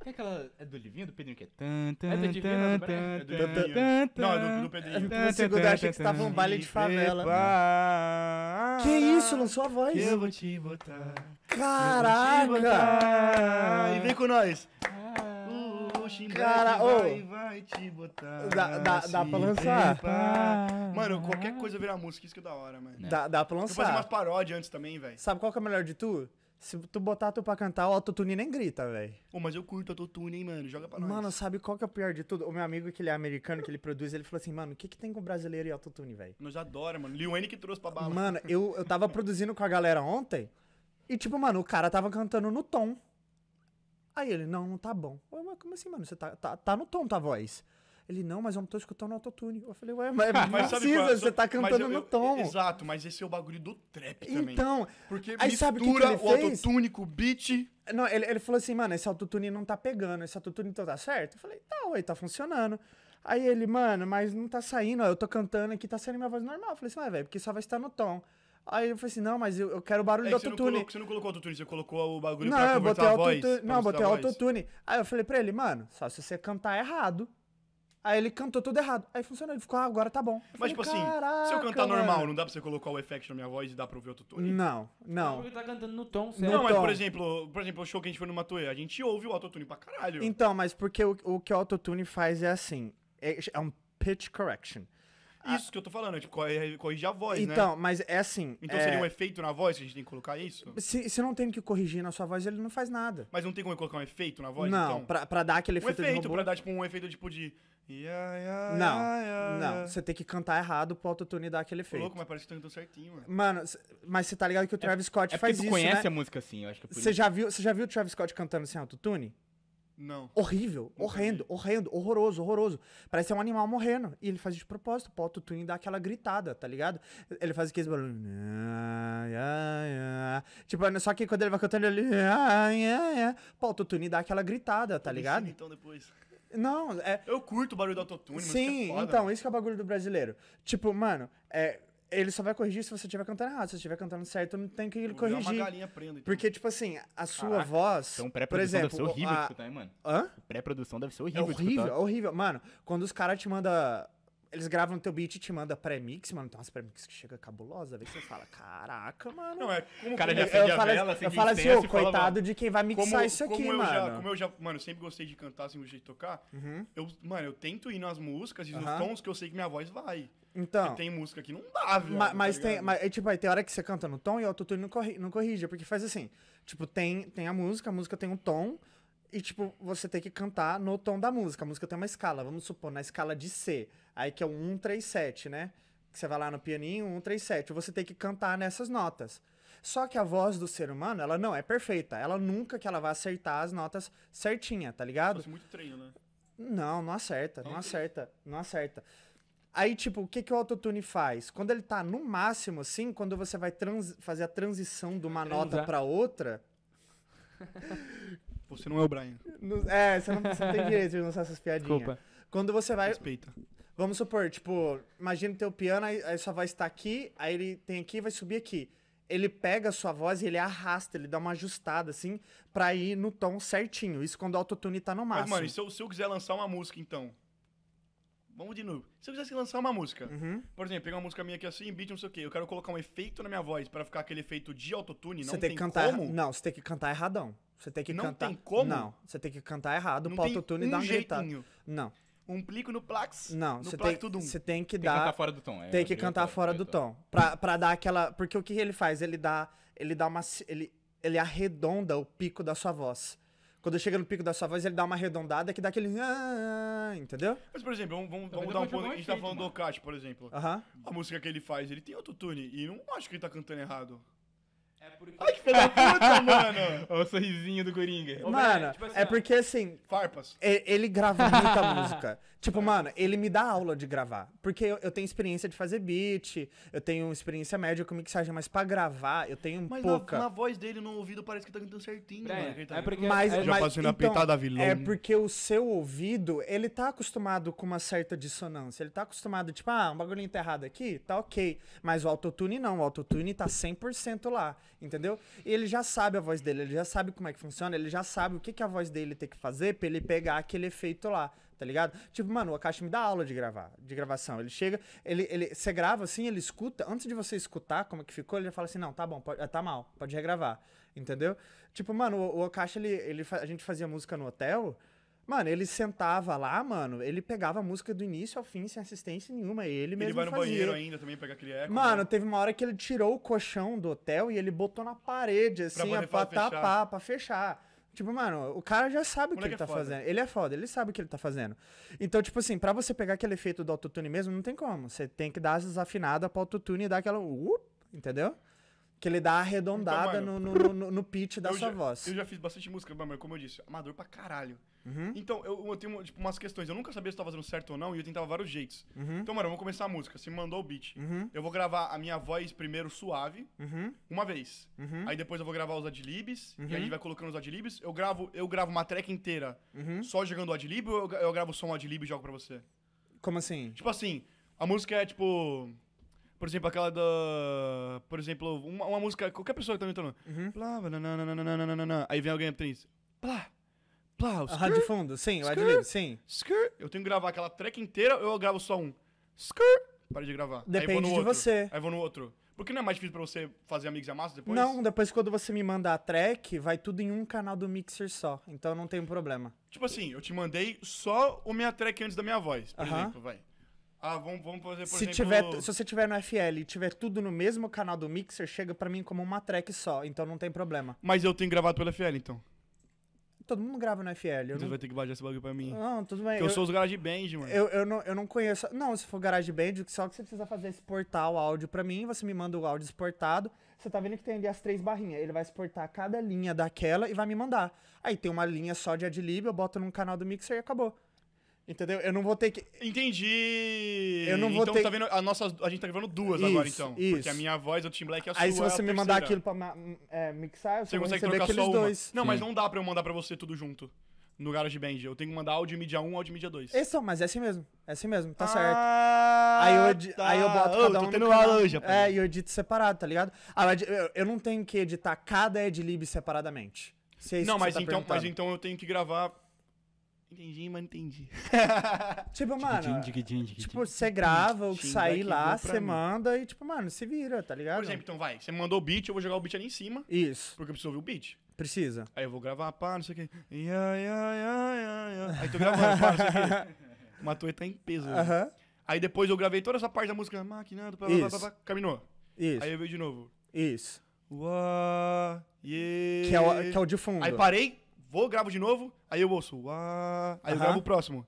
É aquela. É do Livinho do Pedrinho que é. É do Livinho, não, do Brian. É do Pedrinho. Não, é do, do Pedrinho. Por um segundo eu achei que você tava um baile de favela. Que isso, lançou a voz. Eu vou te botar. Caraca! Ah, e vem com nós. Ah. Uh, O chimbeque Cara, ô. vai, vai te botar. Dá- dá- dá se pra lançar? prepara. Mano, Ah. qualquer coisa virar música, isso que é da hora, mano. Dá, dá pra Eu vou fazer umas lançar. paródias antes também, velho. Sabe qual que é o melhor de tu? Se tu botar tu pra cantar, o autotune nem grita, velho. Ô, mas eu curto autotune, hein, mano. Joga pra nós. Mano, sabe qual que é o pior de tudo? O meu amigo, que ele é americano, que ele produz, ele falou assim, mano, o que que tem com brasileiro e autotune, velho? Nós adora, mano. Lil Wayne que trouxe pra bala. Mano, eu, (laughs) eu tava produzindo com a galera ontem e, tipo, mano, o cara tava cantando no tom. Aí ele, não, não tá bom. Ué, mas como assim, mano? Você tá, tá, tá no tom tua voz. Ele, não, mas eu não tô escutando autotune. Eu (laughs) falei, ué, mas, não sabe precisa, qual é? você tá Mas eu- cantando no eu- tom. Exato, mas esse é o bagulho do trap também. Então, Porque aí mistura sabe o que que ele o fez? autotune com o beat. Não, ele, ele falou assim, mano, esse autotune não tá pegando, esse autotune então tá certo? Eu falei, tá, ué, tá funcionando. Aí ele, mano, mas não tá saindo, ó, eu tô cantando aqui, tá saindo minha voz normal. Eu falei assim, ué, velho, porque só vai estar no tom. Aí eu falei assim, não, mas eu, eu quero o barulho É do que você, não autotune. colocou, você não colocou autotune, você colocou o bagulho Não, pra eu converter botei a voz. autotune. pra Não, eu mostrar botei a voz. autotune. Aí eu falei pra ele, mano, só se você cantar errado. Aí ele cantou tudo errado. Aí funcionou, ele ficou, ah, agora tá bom. Eu Mas, falei, tipo assim, se eu "Caraca, cantar normal, mano." não dá pra você colocar o effect na minha voz e dá pra ouvir autotune? é Não, não. Porque tá cantando no tom Não, certo. Não, é mas, por Então. exemplo, por exemplo, o show que a gente foi no Matuê, a gente ouve o autotune pra caralho. Então, mas porque o, o que o autotune faz é assim, é, é um pitch correction. Isso que eu tô falando, é tipo, corre- corrigir a voz, né? Então, mas é assim. Então é, seria um efeito na voz que a gente tem que colocar isso? se, se não tem o que corrigir na sua voz, ele não faz nada. Mas não tem como eu colocar um efeito na voz, não, então? pra, pra dar aquele Um efeito, de efeito, robô. pra dar, tipo, um efeito, tipo, de... ia, ia, Não, ia, ia, não. ia. Você tem que cantar errado pro autotune dar aquele Tô efeito. louco, mas parece que tá cantando certinho, mano. Mano, c- mas você tá ligado que o Travis Scott É porque faz tu isso, conhece a né? música assim, eu acho que é por Você isso. já viu, você já viu o Travis Scott cantando sem autotune? Não. Horrível, Nunca horrendo, horrendo, horroroso, horroroso. Parece ser um animal morrendo. E ele faz de propósito pro autotune dar aquela gritada, tá ligado? Ele faz aqueles barulhos. Tipo, só que quando ele vai cantando, ele. Pô, autotune dá aquela gritada, tá Me ensina, ligado? Então depois. Não, é, Eu curto o barulho do autotune, mas Sim, isso que é foda, então, mano. isso que é o bagulho do brasileiro. Tipo, mano, é, ele só vai corrigir se você estiver cantando errado. Se você estiver cantando certo, não tem que ele Vou virar uma corrigir. galinha prenda, então. Porque, tipo assim, a sua Caraca, voz. Então por pré-produção deve exemplo, ser horrível de tipo. a- escutar, hein, mano. Hã? Pré-produção deve ser É horrível de tá? horrível, é escutar. horrível. Mano, quando os caras te mandam. Eles gravam teu beat e te mandam pré-mix, mano. Tem umas pré-mix que chega cabulosa, vez que você fala, caraca, mano. Não, é como O cara já como- eu, acende eu a falo, vela, eu acende falo assim, incenso ô, e fala, coitado de quem vai mixar como- isso aqui, como eu mano. Uhum. Já, como eu já, mano, eu sempre gostei de cantar assim, o jeito de tocar. Eu, mano, eu tento ir nas músicas e nos Aham. tons que eu sei que minha voz vai. Então. Porque tem música que não dá, velho. Ma- tá mas ligado? tem. Mas, é, tipo, aí tem hora que você canta no tom e o autotune não, corri, não corrige, porque faz assim. Tipo, tem, tem a música, a música tem um tom. E, tipo, você tem que cantar no tom da música. A música tem uma escala, vamos supor, na escala de C. Aí que é o 1, 3, 7, né? Que você vai lá no pianinho, 1, 3, 7. Você tem que cantar nessas notas. Só que a voz do ser humano, ela não é perfeita. Ela nunca que ela vai acertar as notas certinha, tá ligado? Fosse muito treino, né? Não, não acerta, não acerta, não acerta. Aí, tipo, o que, que o autotune faz? Quando ele tá no máximo, assim, quando você vai trans- fazer a transição de uma nota transar. pra outra. Você não é o Brian. não- é, você não, você não tem direito de lançar essas piadinhas. Desculpa. Quando você vai. Respeita. Vamos supor, tipo, imagina o teu piano, aí, aí sua voz tá aqui, aí ele tem aqui e vai subir aqui. Ele pega a sua voz e ele arrasta, ele dá uma ajustada, assim, pra ir no tom certinho. Isso quando o autotune tá no máximo. Mas, mano, e se eu, se eu quiser lançar uma música, então? Vamos de novo. Se eu quisesse lançar uma música, Uhum. por exemplo, pegar uma música minha aqui assim, beat, não sei o quê, eu quero colocar um efeito na minha voz pra ficar aquele efeito de autotune, não Você tem que cantar. como. Não, você tem que cantar erradão. Você tem que Não cantar. tem como? Não, você tem que cantar errado, Não pro tem autotune e um dar uma gritada. jeitinho. Não, Um plico no plax, não, no você plax tem, tudo um. você tem que Tem que cantar dar. fora do tom. é, Tem que diretor, cantar fora do diretor. tom. Pra, pra dar aquela. Porque o que ele faz? Ele dá. Ele dá uma. ci- Ele, ele arredonda o pico da sua voz. Quando chega no pico da sua voz, ele dá uma arredondada que dá aquele. ah, Entendeu? Mas, por exemplo, vamos, vamos- Então, mas vamos dar eu vou um ponto. jogar A gente tá efeito, falando do mano. Ocate, por exemplo. Aham. A música que ele faz, ele tem autotune. E não acho que ele tá cantando errado. É Ai, que filho da (laughs) puta, mano! Olha o sorrisinho do Coringa. Ô, Mano, velho, tipo assim, é ó. porque assim, Farpas. E- Ele grava (laughs) muita música. Tipo, mano, ele me dá aula de gravar. Porque eu, eu tenho experiência de fazer beat, eu tenho experiência média com mixagem, mas pra gravar eu tenho Mas na, pouca. na voz dele, no ouvido, parece que tá cantando certinho, Brian, mano. que ele tá é porque- Mas, Já mas passei na então, peitada, vilão. É porque o seu ouvido, ele tá acostumado com uma certa dissonância. Ele tá acostumado, tipo, ah, um bagulhinho tá errado aqui, tá ok. Mas o autotune não, o autotune tá 100% lá, entendeu? E ele já sabe a voz dele, ele já sabe como é que funciona, ele já sabe o que, que a voz dele tem que fazer pra ele pegar aquele efeito lá. Tá ligado? Tipo, mano, o Akashi me dá aula de gravar, de gravação. Ele chega, ele, ele, você grava assim, ele escuta, antes de você escutar como é que ficou, ele já fala assim, não, tá bom, pode- tá mal, pode regravar. Entendeu? Tipo, mano, o, o Okashi, ele, ele, fa- a gente fazia música no hotel. Mano, ele sentava lá, mano, ele pegava a música do início ao fim, sem assistência nenhuma. E ele mesmo Ele vai no fazia. banheiro ainda também, pegar aquele eco. Mano, né? teve uma hora que ele tirou o colchão do hotel e ele botou na parede, assim, poder a- pra, fechar. tapar, pra fechar. Tipo, mano, o cara já sabe o que Moleque ele é tá foda. fazendo. Ele é foda, ele sabe o que ele tá fazendo. Então, tipo assim, pra você pegar aquele efeito do autotune mesmo, não tem como. Você tem que dar as desafinadas pro autotune e dar aquela. Uh, entendeu? Que ele dá a arredondada Então, (laughs) no, no, no, no pitch da eu sua já, voz. Eu já fiz bastante música, mas como eu disse, amador pra caralho. Uhum. Então, eu, eu tenho tipo, umas questões. Eu nunca sabia se tava fazendo certo ou não, e eu tentava vários jeitos. Uhum. Então, mano, eu vou começar a música. Você me mandou o beat. Eu vou gravar a minha voz primeiro suave, Uhum. uma vez. Aí depois eu vou gravar os adlibs, e aí vai colocando os adlibs. Eu gravo, eu gravo uma track inteira Uhum. só jogando o adlib, ou eu, gra- eu gravo só um adlib e jogo pra você? Como assim? Tipo assim, a música é tipo. Por exemplo, aquela da. Por exemplo, uma, uma música. Qualquer pessoa que tá me entrando. Uhum. Plá, banananananananana. Aí vem alguém pra isso. Plá. Plá. o Ah, de fundo, sim, o Adlib, sim. Skrr. Eu tenho que gravar aquela track inteira ou eu gravo só um? Skrr. Para de gravar. Aí Depende vou no de outro. você. Aí vou no outro. Porque não é mais difícil pra você fazer amigos e a massa depois? Não, depois quando você me manda a track, vai tudo em um canal do mixer só. Então não tem problema. Tipo assim, eu te mandei só o minha track antes da minha voz, por Aham. exemplo, vai. Ah, vamos, vamos fazer, por Se, exemplo... tiver, tu- se você tiver no FL e tiver tudo no mesmo canal do mixer, chega pra mim como uma track só. Então não tem problema. Mas eu tenho gravado pelo FL, então. Todo mundo grava no FL. Eu Você não... vai ter que baixar esse bagulho pra mim. não, tudo bem. Porque eu, sou os GarageBand, mano. É, eu, eu não, eu não conheço. Não, se for GarageBand, só que você precisa fazer exportar o áudio pra mim. Você me manda o áudio exportado. Você tá vendo que tem ali as três barrinhas. Ele vai exportar cada linha daquela e vai me mandar. Aí tem uma linha só de adlib, eu boto num canal do mixer e acabou. Entendeu? Eu não vou ter que. Entendi. Eu não vou então ter- tá vendo, a, nossa, a gente tá gravando duas Isso, agora, então. isso. Porque a minha voz, o Tim Black, é a sua. Aí se você é a me mandar terceira. aquilo pra ma- é, mixar, eu só você vou consegue receber trocar aqueles só uma. dois. Hum. Não, mas Sim. não dá pra eu mandar pra você tudo junto no GarageBand. Eu tenho que mandar áudio mídia 1, áudio mídia 2. Esse não, mas é assim mesmo. É assim mesmo, tá Ah, certo. Aí eu, edi- tá. aí eu boto Ô, cada um tô no tendo canal. aula hoje, rapaz. É, e eu edito separado, tá ligado? Ah, mas eu, eu não tenho que editar cada Edlib separadamente. Se é isso não, que você mas, tá então, mas perguntando. então eu tenho que gravar... Entendi, mas não entendi. então- Tipo, mano... Digidim, digidim, Tipo, você grava o que Tim sair Black lá, deu pra você mim. manda e, tipo, mano, se vira, tá ligado? Por exemplo, então vai. Você me mandou o beat, eu vou jogar o beat ali em cima, Isso, porque eu preciso ouvir o beat. precisa. Aí eu vou gravar, pá, não sei o quê. Ia, ia, ia, ia, ia. Aí tô gravando, pá, não (laughs) sei o quê. Matuê tá em peso. né? Aham, Aí depois eu gravei toda essa parte da música, maquinando, blá, blá, blá, Isso. blá, blá, caminhou. isso, Aí eu veio de novo. isso. Uá, yeah. Que é, o, que é o de fundo. Aí parei, vou, gravo de novo, aí eu ouço. Uá, aí eu Aham. gravo o próximo.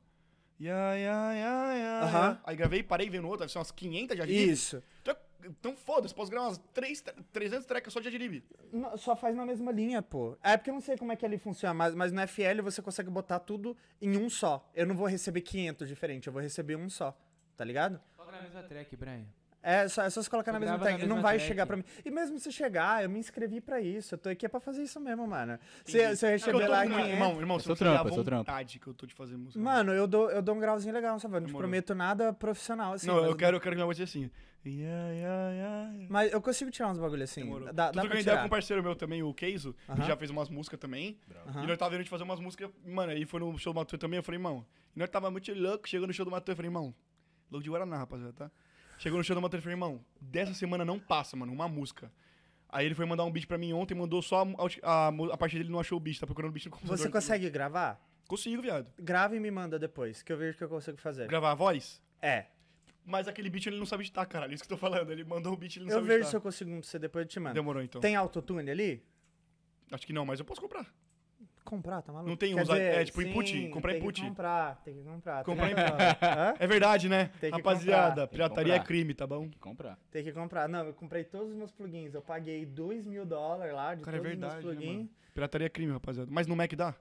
Ya, ya, ya, ya, Aham. ya. Aí gravei, parei, veio no outro, deve ser umas 500 de adlib. Isso. Então, então foda-se, posso gravar umas três, 300 trecas só de adlib. Não, Só faz na mesma linha, pô. É porque eu não sei como é que ele funciona, mas, mas no FL você consegue botar tudo em um só. Eu não vou receber 500 diferentes, eu vou receber um só, tá ligado? Toca na mesma track, Brian. É só, é só se colocar na Só mesma grava na tag. Não mesma vai tag. chegar pra mim. E mesmo se chegar, eu me inscrevi pra isso. Eu tô aqui é pra fazer isso mesmo, mano. Se, se eu Porque eu receber tô lá com- quem é- Irmão, irmão, você sou não tem a trampa, eu sou trampa. vontade que eu tô de fazer música. Mano, eu dou, eu dou um grauzinho legal, sabe? Eu Não te Demorou. prometo nada profissional, assim. não, mas eu quero, eu quero que minha voz seja assim. Yeah, yeah, yeah. yeah. Mas eu consigo tirar uns bagulho assim. Demorou. Dá, Tô dá pra trocando ideia com tirar. um parceiro meu também, o Keizo, que Aham. já fez umas músicas também. Aham. E nós tava vendo a gente fazer umas músicas, mano, aí foi no show do Matuê também, eu falei, irmão, e nós tava muito louco, chegou no show do Matuê, eu falei, irmão, louco de Guaraná, rapaziada, tá? Chegou no show do Matuê, eu falei, irmão, dessa semana não passa, mano, uma música. Aí ele foi mandar um beat pra mim ontem, mandou só a, a, a parte dele não achou o beat, tá procurando o beat no computador. Você consegue gravar? Consigo, viado. Grava e me manda depois, que eu vejo que eu consigo fazer. Gravar a voz? É. Mas aquele beat ele não sabe editar, caralho, é isso que eu tô falando. Ele mandou o beat, ele não Eu sabe vejo se editar. eu consigo pra você depois eu te mando. Demorou, então. Tem autotune ali? Acho que não, mas eu posso comprar. Comprar, tá maluco? Não tem Quer usar- dizer, é, tipo, input, sim, comprar tem input. Que comprar, tem que comprar. Comprar tem que (laughs) comprar. (laughs) Hã? É verdade, né? Tem que comprar. Rapaziada, Tem que pirataria é comprar. crime, tá bom? Tem que comprar. Tem que comprar. Não, eu comprei todos os meus plugins. Eu paguei 2 mil dólares lá de Cara, é todos verdade, os né, meus plugins. Pirataria é crime, rapaziada. Mas no Mac dá?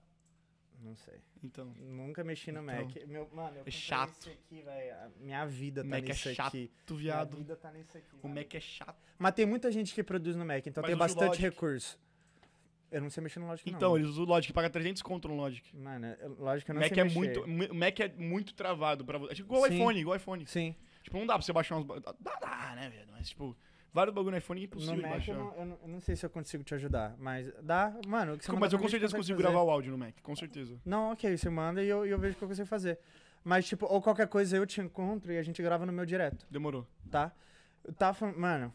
não sei. Então. Nunca mexi no Então. Mac. Meu, mano, eu comprei chato. isso aqui, velho. A Minha vida tá Mac é nisso chato, aqui. viado. Minha vida tá nisso aqui. O mano. Mac é chato. Mas tem muita gente que produz no Mac, então Mas tem usa o bastante Logic. recurso. Eu não sei mexer no Logic, Então, não. eles usam o Logic, paga 300 conto no Logic. Mano, eu- Logic eu não Mac sei é, mexer. muito, mu- Mac é muito travado pra você. É tipo igual o Sim. iPhone, igual o iPhone. Sim. Tipo, não dá pra você baixar uns. ba- Dá, dá, né, velho? Mas, tipo, vários bagulho no iPhone é No impossível de Mac eu baixar. não, eu, não, eu não sei se eu consigo te ajudar, mas dá. Mano, o que Mas eu você mandar pra com mim, a gente certeza consigo consegue fazer. gravar o áudio no Mac, com certeza. Não, ok, você manda e eu, e eu vejo o que eu consigo fazer. Mas, tipo, ou qualquer coisa eu te encontro e a gente grava no meu direto, Demorou. tá? Eu tava falando, mano,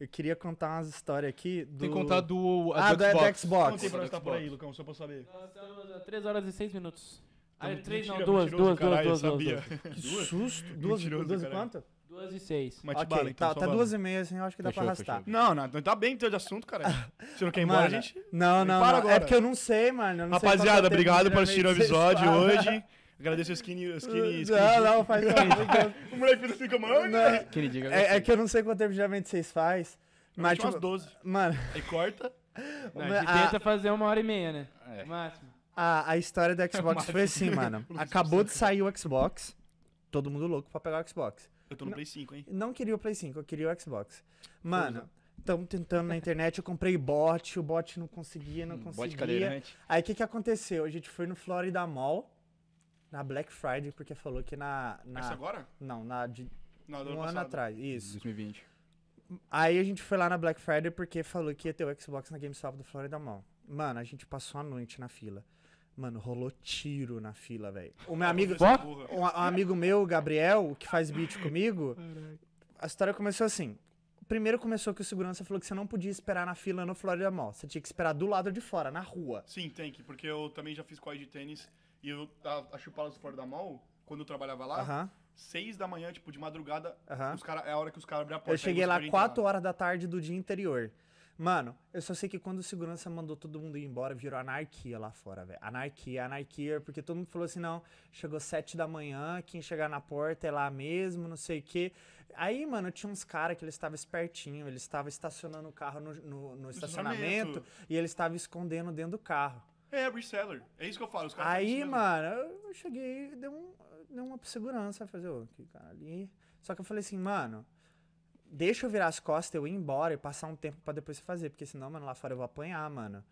eu queria contar umas histórias aqui do... Tem que contar do. a Ah, do, do Quanto Xbox. tempo nós tá por Xbox. aí, Lucão? Só pra eu saber. Nós estamos a 3 horas e 6 minutos. Ah, Então, 3 não, mentira, 2, mentiroso, 2, 2, caralho, 2, eu 2, sabia. 2. Que susto. Duas, Mentiroso, duas e caralho. quanto? 2 e 6. Mas ok, te bala, então, tá, só tá bala. duas e meia, assim, eu acho que dá pra Fechou, arrastar. fechou. Não, não, tá bem teu de assunto, cara. (laughs) Você não quer ir embora, Mano, gente? Não, não, Para não. agora. É porque eu não sei, mano. eu não sei né? é Rapaziada, quanto tempo obrigado por geralmente assistir o vocês episódio falam. (laughs) hoje. Agradeço o Skinny. skinny, skinny Não, não, faz sentido. O moleque fez assim com a mão, né? (laughs) Não, Quem diga. assim, É, é que eu não sei quanto tempo geralmente vocês faz, mas Mas tipo, umas 12. mano, Aí corta. A gente a- tenta fazer uma hora e meia, né? É. Máximo. a, a história do (laughs) Xbox foi assim, mano. Acabou de sair o Xbox, todo mundo louco pra pegar o Xbox. Eu tô no Play 5, hein? Não queria o Play 5, eu queria o Xbox. Mano, tão tentando na internet, eu comprei bot, o bot né? não conseguia, não Bote conseguia. cadeirante. Aí o que que aconteceu? A gente foi no Florida Mall, na Black Friday, porque falou que na... na- Essa agora? Não, na de Não, do um ano passado. atrás, isso. 2020. Aí a gente foi lá na Black Friday porque falou que ia ter o Xbox na GameStop do Florida Mall. Mano, a gente passou a noite na fila. Mano, rolou tiro na fila, velho. O meu amigo. Essa porra. Um, um amigo meu, o Gabriel, que faz beat comigo, a história começou assim. Primeiro começou que o segurança falou que você não podia esperar na fila no Florida Mall. Você tinha que esperar do lado de fora, na rua. Sim, tem que, porque eu também já fiz quadro de tênis e eu, a, a chupada do fora da mall, quando eu trabalhava lá, Aham. seis da manhã, tipo, de madrugada, Aham. os cara, é a hora que os caras abrem a porta. Eu aí cheguei você lá pode entrar. 4 horas da tarde do dia anterior. Mano, eu só sei que quando o segurança mandou todo mundo ir embora, virou anarquia lá fora, velho. Anarquia, anarquia, porque todo mundo falou assim, não, chegou 7 da manhã, quem chegar na porta é lá mesmo, não sei o quê. Aí, mano, tinha uns caras que eles estavam espertinho, eles estavam estacionando o carro no, no- no estacionamento e eles estavam escondendo dentro do carro. É, reseller. É isso que eu falo, os caras fazem isso Aí, mesmo. mano, eu cheguei e dei, um, dei uma segurança, fazer o que, cara, ali. Só que eu falei assim, mano, deixa eu virar as costas, eu ir embora e passar um tempo pra depois fazer, porque senão, mano, lá fora eu vou apanhar, mano.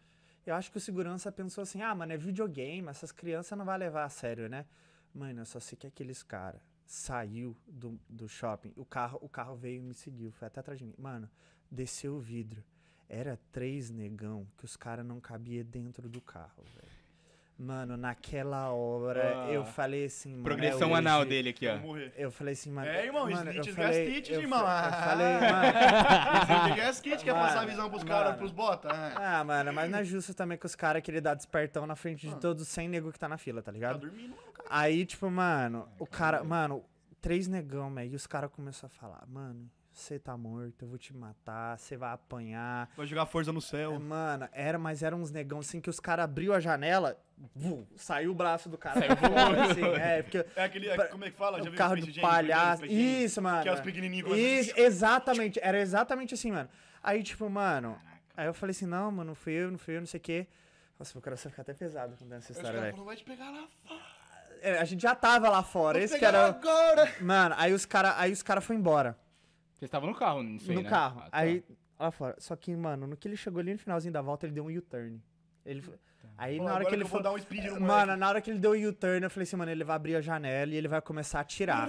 Eu acho que o segurança pensou assim, ah, mano, é videogame, essas crianças não vai levar a sério, né? Mano, eu só sei que aqueles cara saiu do, do shopping, o carro, o carro veio e me seguiu, foi até atrás de mim. Mano, desceu o vidro. Era três negão que os caras não cabia dentro do carro, velho. Mano, naquela hora Ah. eu falei assim, mano, é Progressão hoje. anal dele aqui, Eu vou ó. morrer. Eu falei assim, mano. É, irmão, mano, snitches eu falei- gas titties, eu fa- irmão. Eu falei, (laughs) mano. Você quer as kit, quer Mano, passar a visão pros caras, mano. pros bota? Ah, Ah, mano, mas não é justo também que os caras querem dar despertão na frente de Ah. todos os 100 nego que tá na fila, tá tá ligado? dormindo, mano, cara. Aí, tipo, mano, o cara, mano, três negão, velho, e os caras começaram a falar, mano, você tá morto, eu vou te matar, você vai apanhar. Vai jogar força no céu. Mano, era, mas eram uns negão assim que os caras abriu a janela, vu, saiu o braço do cara. Saiu voando. assim, é, porque É aquele, é- Pra- como é que fala? Já o viu carro Space do Jam? palhaço. Space Jam? Isso, mano. Que é os pequenininhos com as- Isso, exatamente. Era exatamente assim, mano. Aí, tipo, mano. Aí eu falei assim: não, mano, não fui eu, não fui eu, não sei o quê. Nossa, meu coração fica até pesado contando essa Aí Os história, caras velho. falam, vai te pegar lá fora. é, a gente já tava lá fora. Esse que era. um- Mano, aí os cara, aí os cara foi embora. Vocês estavam no carro, não sei, no né? carro. Ah, tá. Aí, lá fora. Só que, mano, no que ele chegou ali no finalzinho da volta, ele deu um U-turn. Ele... foi- Tá. Aí Pô, na hora agora que ele eu vou foi. dar um speed no Mano, na hora que ele deu o U-turn, eu falei assim, mano, ele vai abrir a janela e ele vai começar a atirar.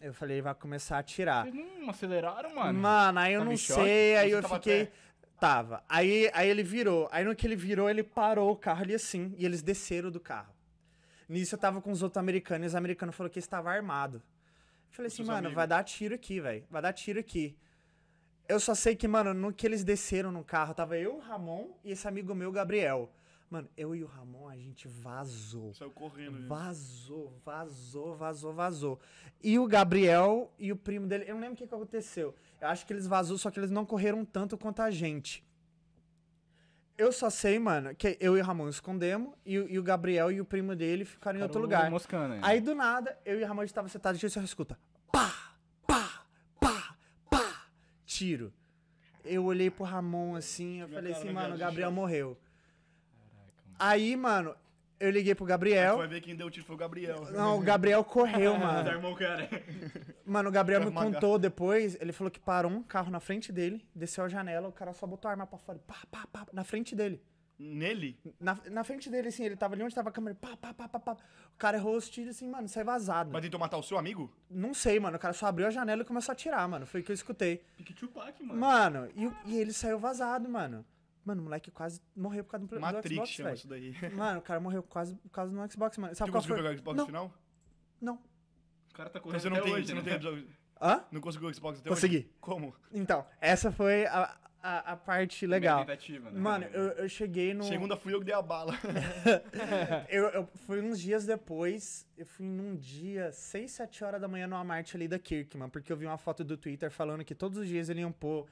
Eu falei, ele vai começar a atirar. Vocês não aceleraram, mano? Mano, aí eu Tava não em choque? sei, aí Você eu tava a fiquei. pé? Tava. Aí, aí ele virou. Aí no que ele virou, ele parou o carro ali assim. E eles desceram do carro. Nisso eu tava com os outros americanos. E os americanos falaram que estava armado. Eu falei assim, seus mano, amigos. vai dar tiro aqui, velho. Vai dar tiro aqui. Eu só sei que, mano, no que eles desceram no carro, tava eu, o Ramon e esse amigo meu, o Gabriel. Mano, eu e o Ramon, a gente vazou. Saiu correndo. gente. Vazou, vazou, vazou, vazou. E o Gabriel e o primo dele, eu não lembro o que, que aconteceu. Eu acho que eles vazou, só que eles não correram tanto quanto a gente. Eu só sei, mano, que eu e o Ramon escondemos e, o- e o Gabriel e o primo dele ficaram em outro Ficaram lugar. Moscando, né? Aí do nada, eu e o Ramon estavam sentados e a gente só escuta pá, pá, pá, pá, tiro. Eu olhei pro Ramon assim, Minha eu falei cara, assim, minha mano, o cara de Gabriel choque. morreu. Aí, mano, eu liguei pro Gabriel. Tu vai ver quem deu o tiro foi o Gabriel. (laughs) é Não, o Gabriel correu, mano. Desarmou o cara. Mano, o Gabriel Pra me esmagar. contou depois, ele falou que parou um carro na frente dele, desceu a janela, o cara só botou a arma pra fora, pá, pá, pá, na frente dele. Nele? Na, na frente dele, assim, ele tava ali onde tava a câmera, pá, pá, pá, pá, pá. O cara errou os tiros, assim, mano, sai vazado. Mas tentou matar o seu amigo? Não sei, mano, o cara só abriu a janela e começou a atirar, mano, foi o que eu escutei. Pique Tupac, mano. Mano, e, o- e ele saiu vazado, mano. Mano, o moleque quase morreu por causa do, do Matrix Xbox, chama isso velho. daí. Mano, o cara morreu quase por causa do Xbox, mano. Sabe Tu qual conseguiu foi? pegar o Xbox no não, final? não. O cara tá correndo Então você não até tem. hoje, você não, né? tem Hã? não conseguiu o Xbox até hoje? Consegui. Como? Então, essa foi a, a, a parte legal. Primeira tentativa, né? Mano, eu, eu cheguei no. É, Segunda fui eu que dei a (laughs) bala. Eu, eu fui uns dias depois, eu fui num dia, 6, 7 horas da manhã, numa Marte ali da Kirkman, porque eu vi uma foto do Twitter falando que todos os dias ele iam pôr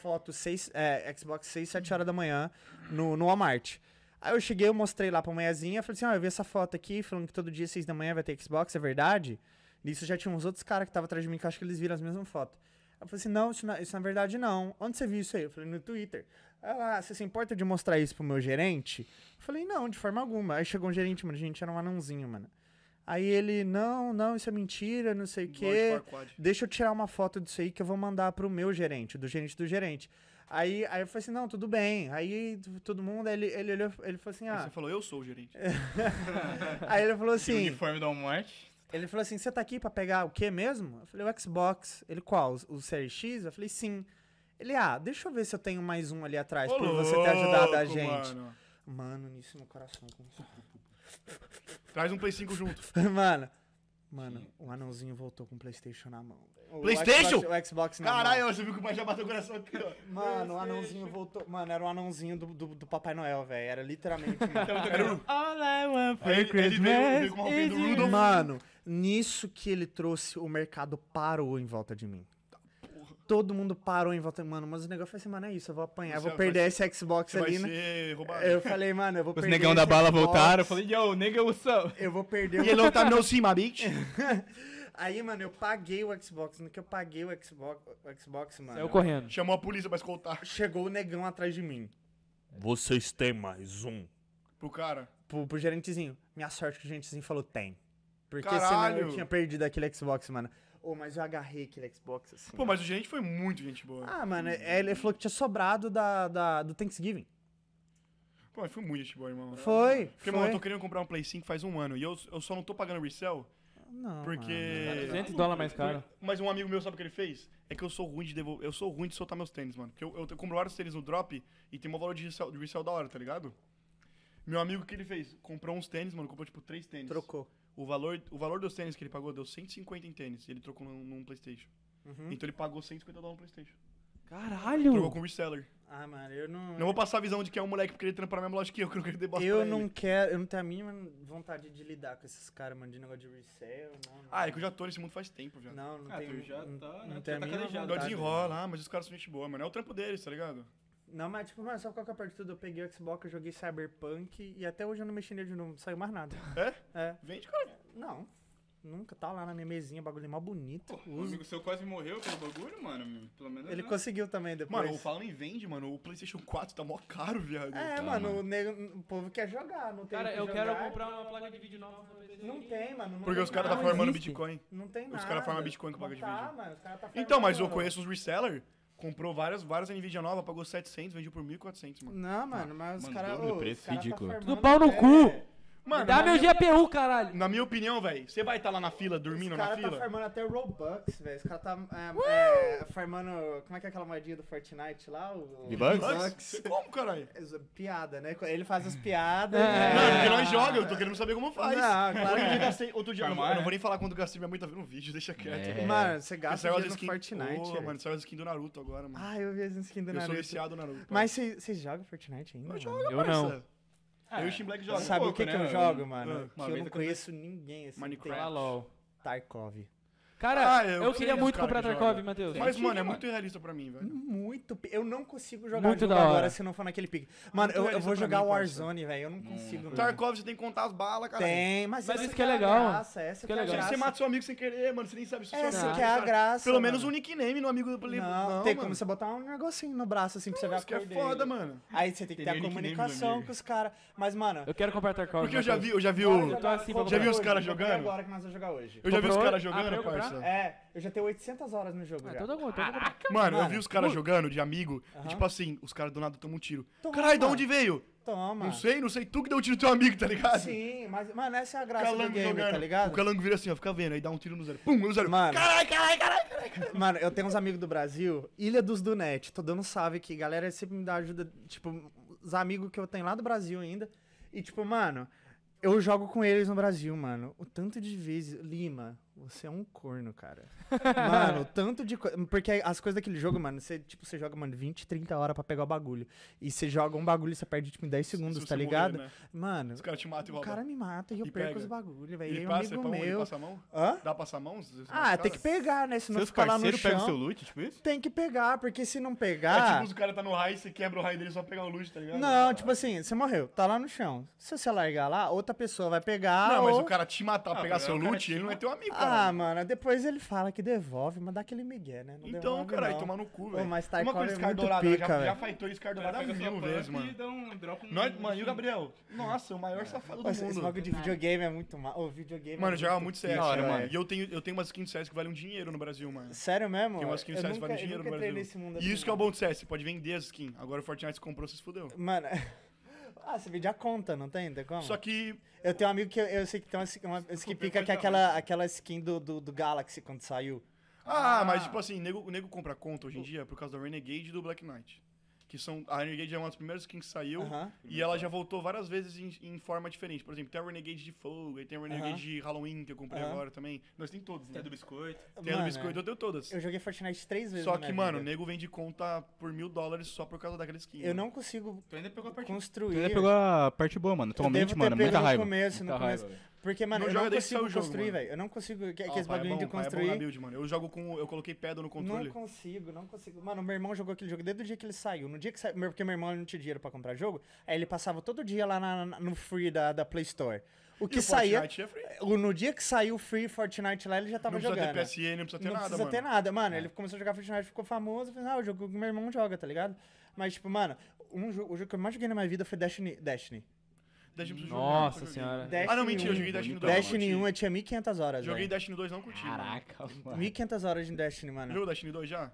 foto seis, é, Xbox 6, 7 horas da manhã no, no Walmart. Aí eu cheguei, eu mostrei lá pra manhãzinha, falei assim, ó, eu vi essa foto aqui, falando que todo dia 6 da manhã vai ter Xbox, é verdade? Nisso já tinha uns outros caras que estavam atrás de mim, que eu acho que eles viram as mesmas fotos. Aí eu falei assim, não isso, não, isso na verdade não. Onde você viu isso aí? Eu falei, no Twitter. Aí lá, você se importa de mostrar isso pro meu gerente? Eu falei, não, de forma alguma. Aí chegou um gerente, mano, gente, era um anãozinho, mano. Aí ele, não, não, isso é mentira, não sei o quê. Lord Farquaad. Deixa eu tirar uma foto disso aí que eu vou mandar pro meu gerente, do gerente do gerente. Aí, aí eu falei assim, não, tudo bem. Aí t- todo mundo, aí ele, ele olhou, ele falou assim, Aí ah. É, Você falou, eu sou o gerente. Aí ele falou O assim, uniforme do Walmart. ele falou assim, você tá aqui pra pegar o quê mesmo? Eu falei, o Xbox. Ele, qual? O- O Série X? Eu falei, sim. Ele, ah, deixa eu ver se eu tenho mais um ali atrás Ô, por você ter ajudado a louco, gente. mano. Mano, nisso meu coração começou. Traz um Play 5 junto. (laughs) Mano. Mano, o anãozinho voltou com o Playstation na mão. O PlayStation? Xbox- é O Xbox na mão. Caralho, você viu que o pai já bateu o coração aqui, ó. Mano, o anãozinho voltou. Mano, era o anãozinho do, do, do Papai Noel, velho. Era literalmente. um mano. Era o- All I want Aí ele- ele veio- veio com uma roupinha do you. Rudolph. Mano, nisso que ele trouxe, o mercado parou em volta de mim. Todo mundo parou em volta de mim. Mano, mas o negócio foi assim, mano, é isso. Eu vou apanhar, eu Você vou vai- perder esse Xbox Você vai ali, né? ser roubado. Eu falei, mano, eu vou Os perder. negão esse da bala Xbox, voltaram. Eu falei, yo, nigga, what's up? Eu vou perder o ele não tá no cima, bitch. Aí, mano, eu paguei o Xbox. No que eu paguei o Xbox, o Xbox mano. Saiu correndo. Chamou a polícia pra escoltar Chegou o negão atrás de mim. Vocês têm mais um? pro cara. Pro, pro gerentezinho. Minha sorte que o gerentezinho falou tem. Porque senão Caralho! eu tinha perdido aquele Xbox, mano. Ô, mas eu agarrei aquele Xbox assim. Pô, mas o gerente foi muito gente boa. Ah, mano, é- ele falou que tinha sobrado da, da- do Thanksgiving. Pô, mas foi muito gente boa, irmão. Foi, Porque, foi. mano, eu tô querendo comprar um Play 5 faz um ano. E eu, eu só não tô pagando resell Ah, Não, porque. 200 dólares mais caro. Mas um amigo meu sabe o que ele fez? É que eu sou ruim de devol... Eu sou ruim de soltar meus tênis, mano. Porque eu, eu te- compro vários tênis no drop e tem um valor de resell, de resell da hora, tá ligado? Meu amigo, o que ele fez? Comprou uns tênis, mano. Comprou, tipo, três tênis. mano, trocou. O valor, o valor dos tênis que ele pagou deu 150 em tênis. E ele trocou num, num Playstation. Uhum. Então ele pagou 150 dólares no Playstation. Trocou Caralho! com reseller. Ah, mano, eu não. Não vou passar a visão de que é um moleque porque ele trampa na mesma loja que eu, que eu não quero ter bosta eu pra não ele. quero, eu não tenho a mínima vontade de lidar com esses caras, mano, de negócio de resale, não. Ah, é que eu já tô nesse mundo faz tempo já. Não, não Ah, tenho. tu já não- tá, né? não Tu tenho a tá mínima calejado. Não vontade. desenrola, ah, mas os caras são gente boa, mano. É o trampo deles, tá ligado? Não, mas tipo, mano, sabe qual que é a parte de tudo? Eu peguei o Xbox, eu joguei Cyberpunk e até hoje eu não mexi nele de novo, não saiu mais nada. É? É. Vende, cara. Não. Nunca tá lá na minha mesinha, bagulho mó bonito. O amigo né? seu quase morreu pelo bagulho, mano. Pelo menos. Ele conseguiu também depois. Mano, falando em vende, mano, o PlayStation 4 tá mó caro, viado. É, Tá, mano, O, nego- o povo quer jogar, não tem o Cara, que eu quero jogar. comprar uma placa de vídeo nova pra PC. Não tem, mano. Não Porque tem os caras tá nada. forma- farmando existe. Bitcoin. Não tem os nada. caras farmam Bitcoin com Não placa de tá, vídeo. mano, os caras tá Então, mas eu farmando. conheço uns reseller, comprou várias, várias Nvidia nova, pagou 700, vendeu por 1.400, mano. Não, mano, mas os Mano, tá caras. dobro do preço, ridículo. Tudo pau no cu. Mano, Dá na, meu GPU, caralho. na minha opinião, velho, você vai estar lá na fila, dormindo Os na caras tá fila? farmando até Robux, velho. Os caras tá é, é, farmando. Como é que é aquela moedinha do Fortnite lá? O... V-Bucks? Antes? Como, caralho? É zo- Piada, né? Ele faz as piadas. né? É. Não, porque nós joga, eu tô querendo saber como faz. Não, Outro claro que dia não. eu gastei, outro dia, eu não, vou- Farmar, eu não vou né? nem falar quanto eu gastei, minha mãe tá vendo um vídeo, deixa quieto. É. Mano, você Porque gasta saiu as dinheiro no Fortnite. é. Ô, mano, saiu as skins do Naruto agora, mano. Ah, eu vi as skins do eu sou Naruto. viciado no Naruto. Mas vocês vocês jogam Fortnite ainda? mano? joga, Eu parça. não. eu e o Shin Black jogam. Sabe pouco, o que, que né? eu jogo, mano? um Ah, que uma eu vez não eu conheço ninguém assim. Minecraft. tem Tarkov. Cara, Ah, eu eu, sei queria os muito cara comprar que joga. Tarkov, assim. Matheus. Mas, Sim, mano, é mano. muito realista pra mim, velho. Hum. Muito. pe- Eu não consigo jogar Muito jogo da hora. agora se não for naquele pique. Ah, Mano, eu, eu realista vou é pra jogar mim, parça. Hum. Warzone, velho. Eu não consigo. mano. Tarkov, você tem que contar as balas, cara. Tem, mas, Mas essa isso que é a legal. graça, essa que é que é a legal. Cara, graça. você mata seu amigo sem querer, mano. Você nem sabe se seu Essa amigo- que é a cara. graça. Pelo menos um mano. nickname no amigo do Play. Não, tem como mano. você botar um negocinho no braço assim pra você ver a Isso que é cor dele. foda, mano. Aí você tem que ter a Tem o nickname do comunicação amigo. com os caras. Mas, mano. Eu quero comprar Tarkov. Porque eu já Matheus. vi, eu já vi bora o. jogar- Então, assim, pra comprei já vi os hoje, caras comprei jogando? agora que nós vamos jogar hoje. Eu já vi os Comprou? caras Ah, pra jogando, eu comprar? parça. É, eu tá já tenho 800 horas no jogo Ah, já. então eu vou- então eu vou comprar. Mano, eu Mano. vi os caras jogando de amigo, e Aham. tipo assim, os caras do nada tomam um tiro. Toma. Caralho, de onde veio? Toma. Não sei, não sei, tu que deu o tiro no teu amigo, tá ligado? Sim, mas, mano, essa é a O graça do calango game, jogando. tá O ligado? calango vira assim, ó, fica vendo, aí dá um tiro no zero. Pum, no zero. Mano. Caralho, caralho, caralho. Mano, eu tenho uns amigos do Brasil, Ilha dos Dunete, tô dando um salve aqui, galera sempre me dá ajuda, tipo, os amigos que eu tenho lá do Brasil ainda, e tipo, mano, eu jogo com eles no Brasil, mano, o tanto de vezes, Lima, você é um corno, cara. (laughs) Mano, o tanto de coisa, porque as coisas daquele jogo, mano, você, tipo, você joga, mano, 20, 30 horas pra pegar o bagulho, e você joga um bagulho e você perde, tipo, em 10 segundos, Se tá você ligado? morrer, né? Mano, Os caras te matam e o roubam. cara me mata e eu E perco pega. os bagulhos, velho, Ele é um passa, é amigo pão, ele meu... passa a mão? Hã? Dá pra passar a mão? Você Ah, machuca? tem que pegar, né? Senão Seus fica lá no parceiros pegam chão. seu loot, tipo isso? Tem que pegar, porque se não É pegar. tipo, os caras tá no raio, você quebra o raio dele só pegar o loot, tá ligado? Não, tipo assim, você morreu, tá lá no chão. Se você largar lá, outra pessoa vai pegar. Não, mas ou- o cara te matar, Ah, pegar mas seu o cara loot, te ele não é teu amigo, cara. Ah, mano, depois ele fala que devolve, mas dá aquele migué, né? Não Então, devolve, caralho, não. tomar no cu, Ô, velho. mas Uma Tarkov coisa, é Scar muito Dourado, pica, já, já velho. fightou Scar Cara, Dourado pega é sua mil pump vezes, E mano. dá um, dropa um... Nós, mano, e o Gabriel? Nossa, o maior safado do Esse, esse mundo. bagulho de videogame é muito mal. Ô, videogame. é Mano, eu jogava muito muito CS, Da hora, velho. mano. E eu tenho, eu tenho umas skins de CS que valem um dinheiro no Brasil, mano. Sério mesmo? Tem umas skins de eu CS que nunca, valem eu dinheiro nunca no entrei Brasil. nesse mundo assim, E isso que é o bom do CS, você pode vender as skins. Agora o Fortnite se comprou, você se fudeu. Mano. (laughs) Ah, você vende a conta, não tem? Tem como? Só que, Eu tenho um amigo que eu, eu sei que tem uma, skin- uma skin pica que é um. aquela, aquela skin do, do, do Galaxy quando saiu. Ah, mas tipo assim, nego, o nego compra conta hoje em dia por causa da Renegade e do Black Knight. Que são. A Renegade é uma das primeiras skins que saiu. Aham. E ela já voltou várias vezes em, em forma diferente. Por exemplo, tem a Renegade de fogo, aí tem a Renegade Aham. de Halloween que eu comprei Aham. agora também. Nós tem todos, né? Tem do biscoito. Tem a do Mano, biscoito, eu tenho todas. Eu joguei Fortnite três vezes. Só na que, minha mano, o vida. nego vende conta por mil dólares só por causa daquela skin. eu mano. não consigo Tu ainda pegou a parte construir. Tu ainda pegou a parte boa, mano. é devo Atualmente, ter mano, pego muita no raiva. começo, no muita começo. raiva, velho. Porque, mano, Não eu joga não desde que consigo saiu o jogo, construir, mano. velho. Eu não consigo. Que, Ah, aqueles pai, bagulho é bom, de pai, É bom na construir. build, mano. Eu jogo com. Eu coloquei pedra no não controle. consigo, não consigo. Mano, meu irmão jogou aquele jogo desde o dia que ele saiu. No dia que saiu. Porque meu irmão não tinha dinheiro pra comprar jogo. Aí ele passava todo dia lá na- na- no free da, da Play Store. O E que o saía. Fortnite é free. o- No dia que saiu o Free Fortnite lá, ele já tava não precisa jogando. ter PSN, não precisa ter não nada, precisa mano. É. ter nada, mano. Ele começou a jogar Fortnite, ficou famoso, falou, ah, o jogo que meu irmão joga, tá ligado? Mas, tipo, mano, um jogo, o jogo que eu mais joguei na minha vida foi Destiny. Destiny. Deixa eu jogar, Nossa nunca joguei. senhora. Ah, não, mentira, eu Destiny um, joguei Destiny 2. Destiny 1 eu tinha 1500 horas, Joguei velho. Destiny 2, não curti. mano. Caraca, mano. 1500 horas de Destiny, mano. Jogou Destiny 2 já?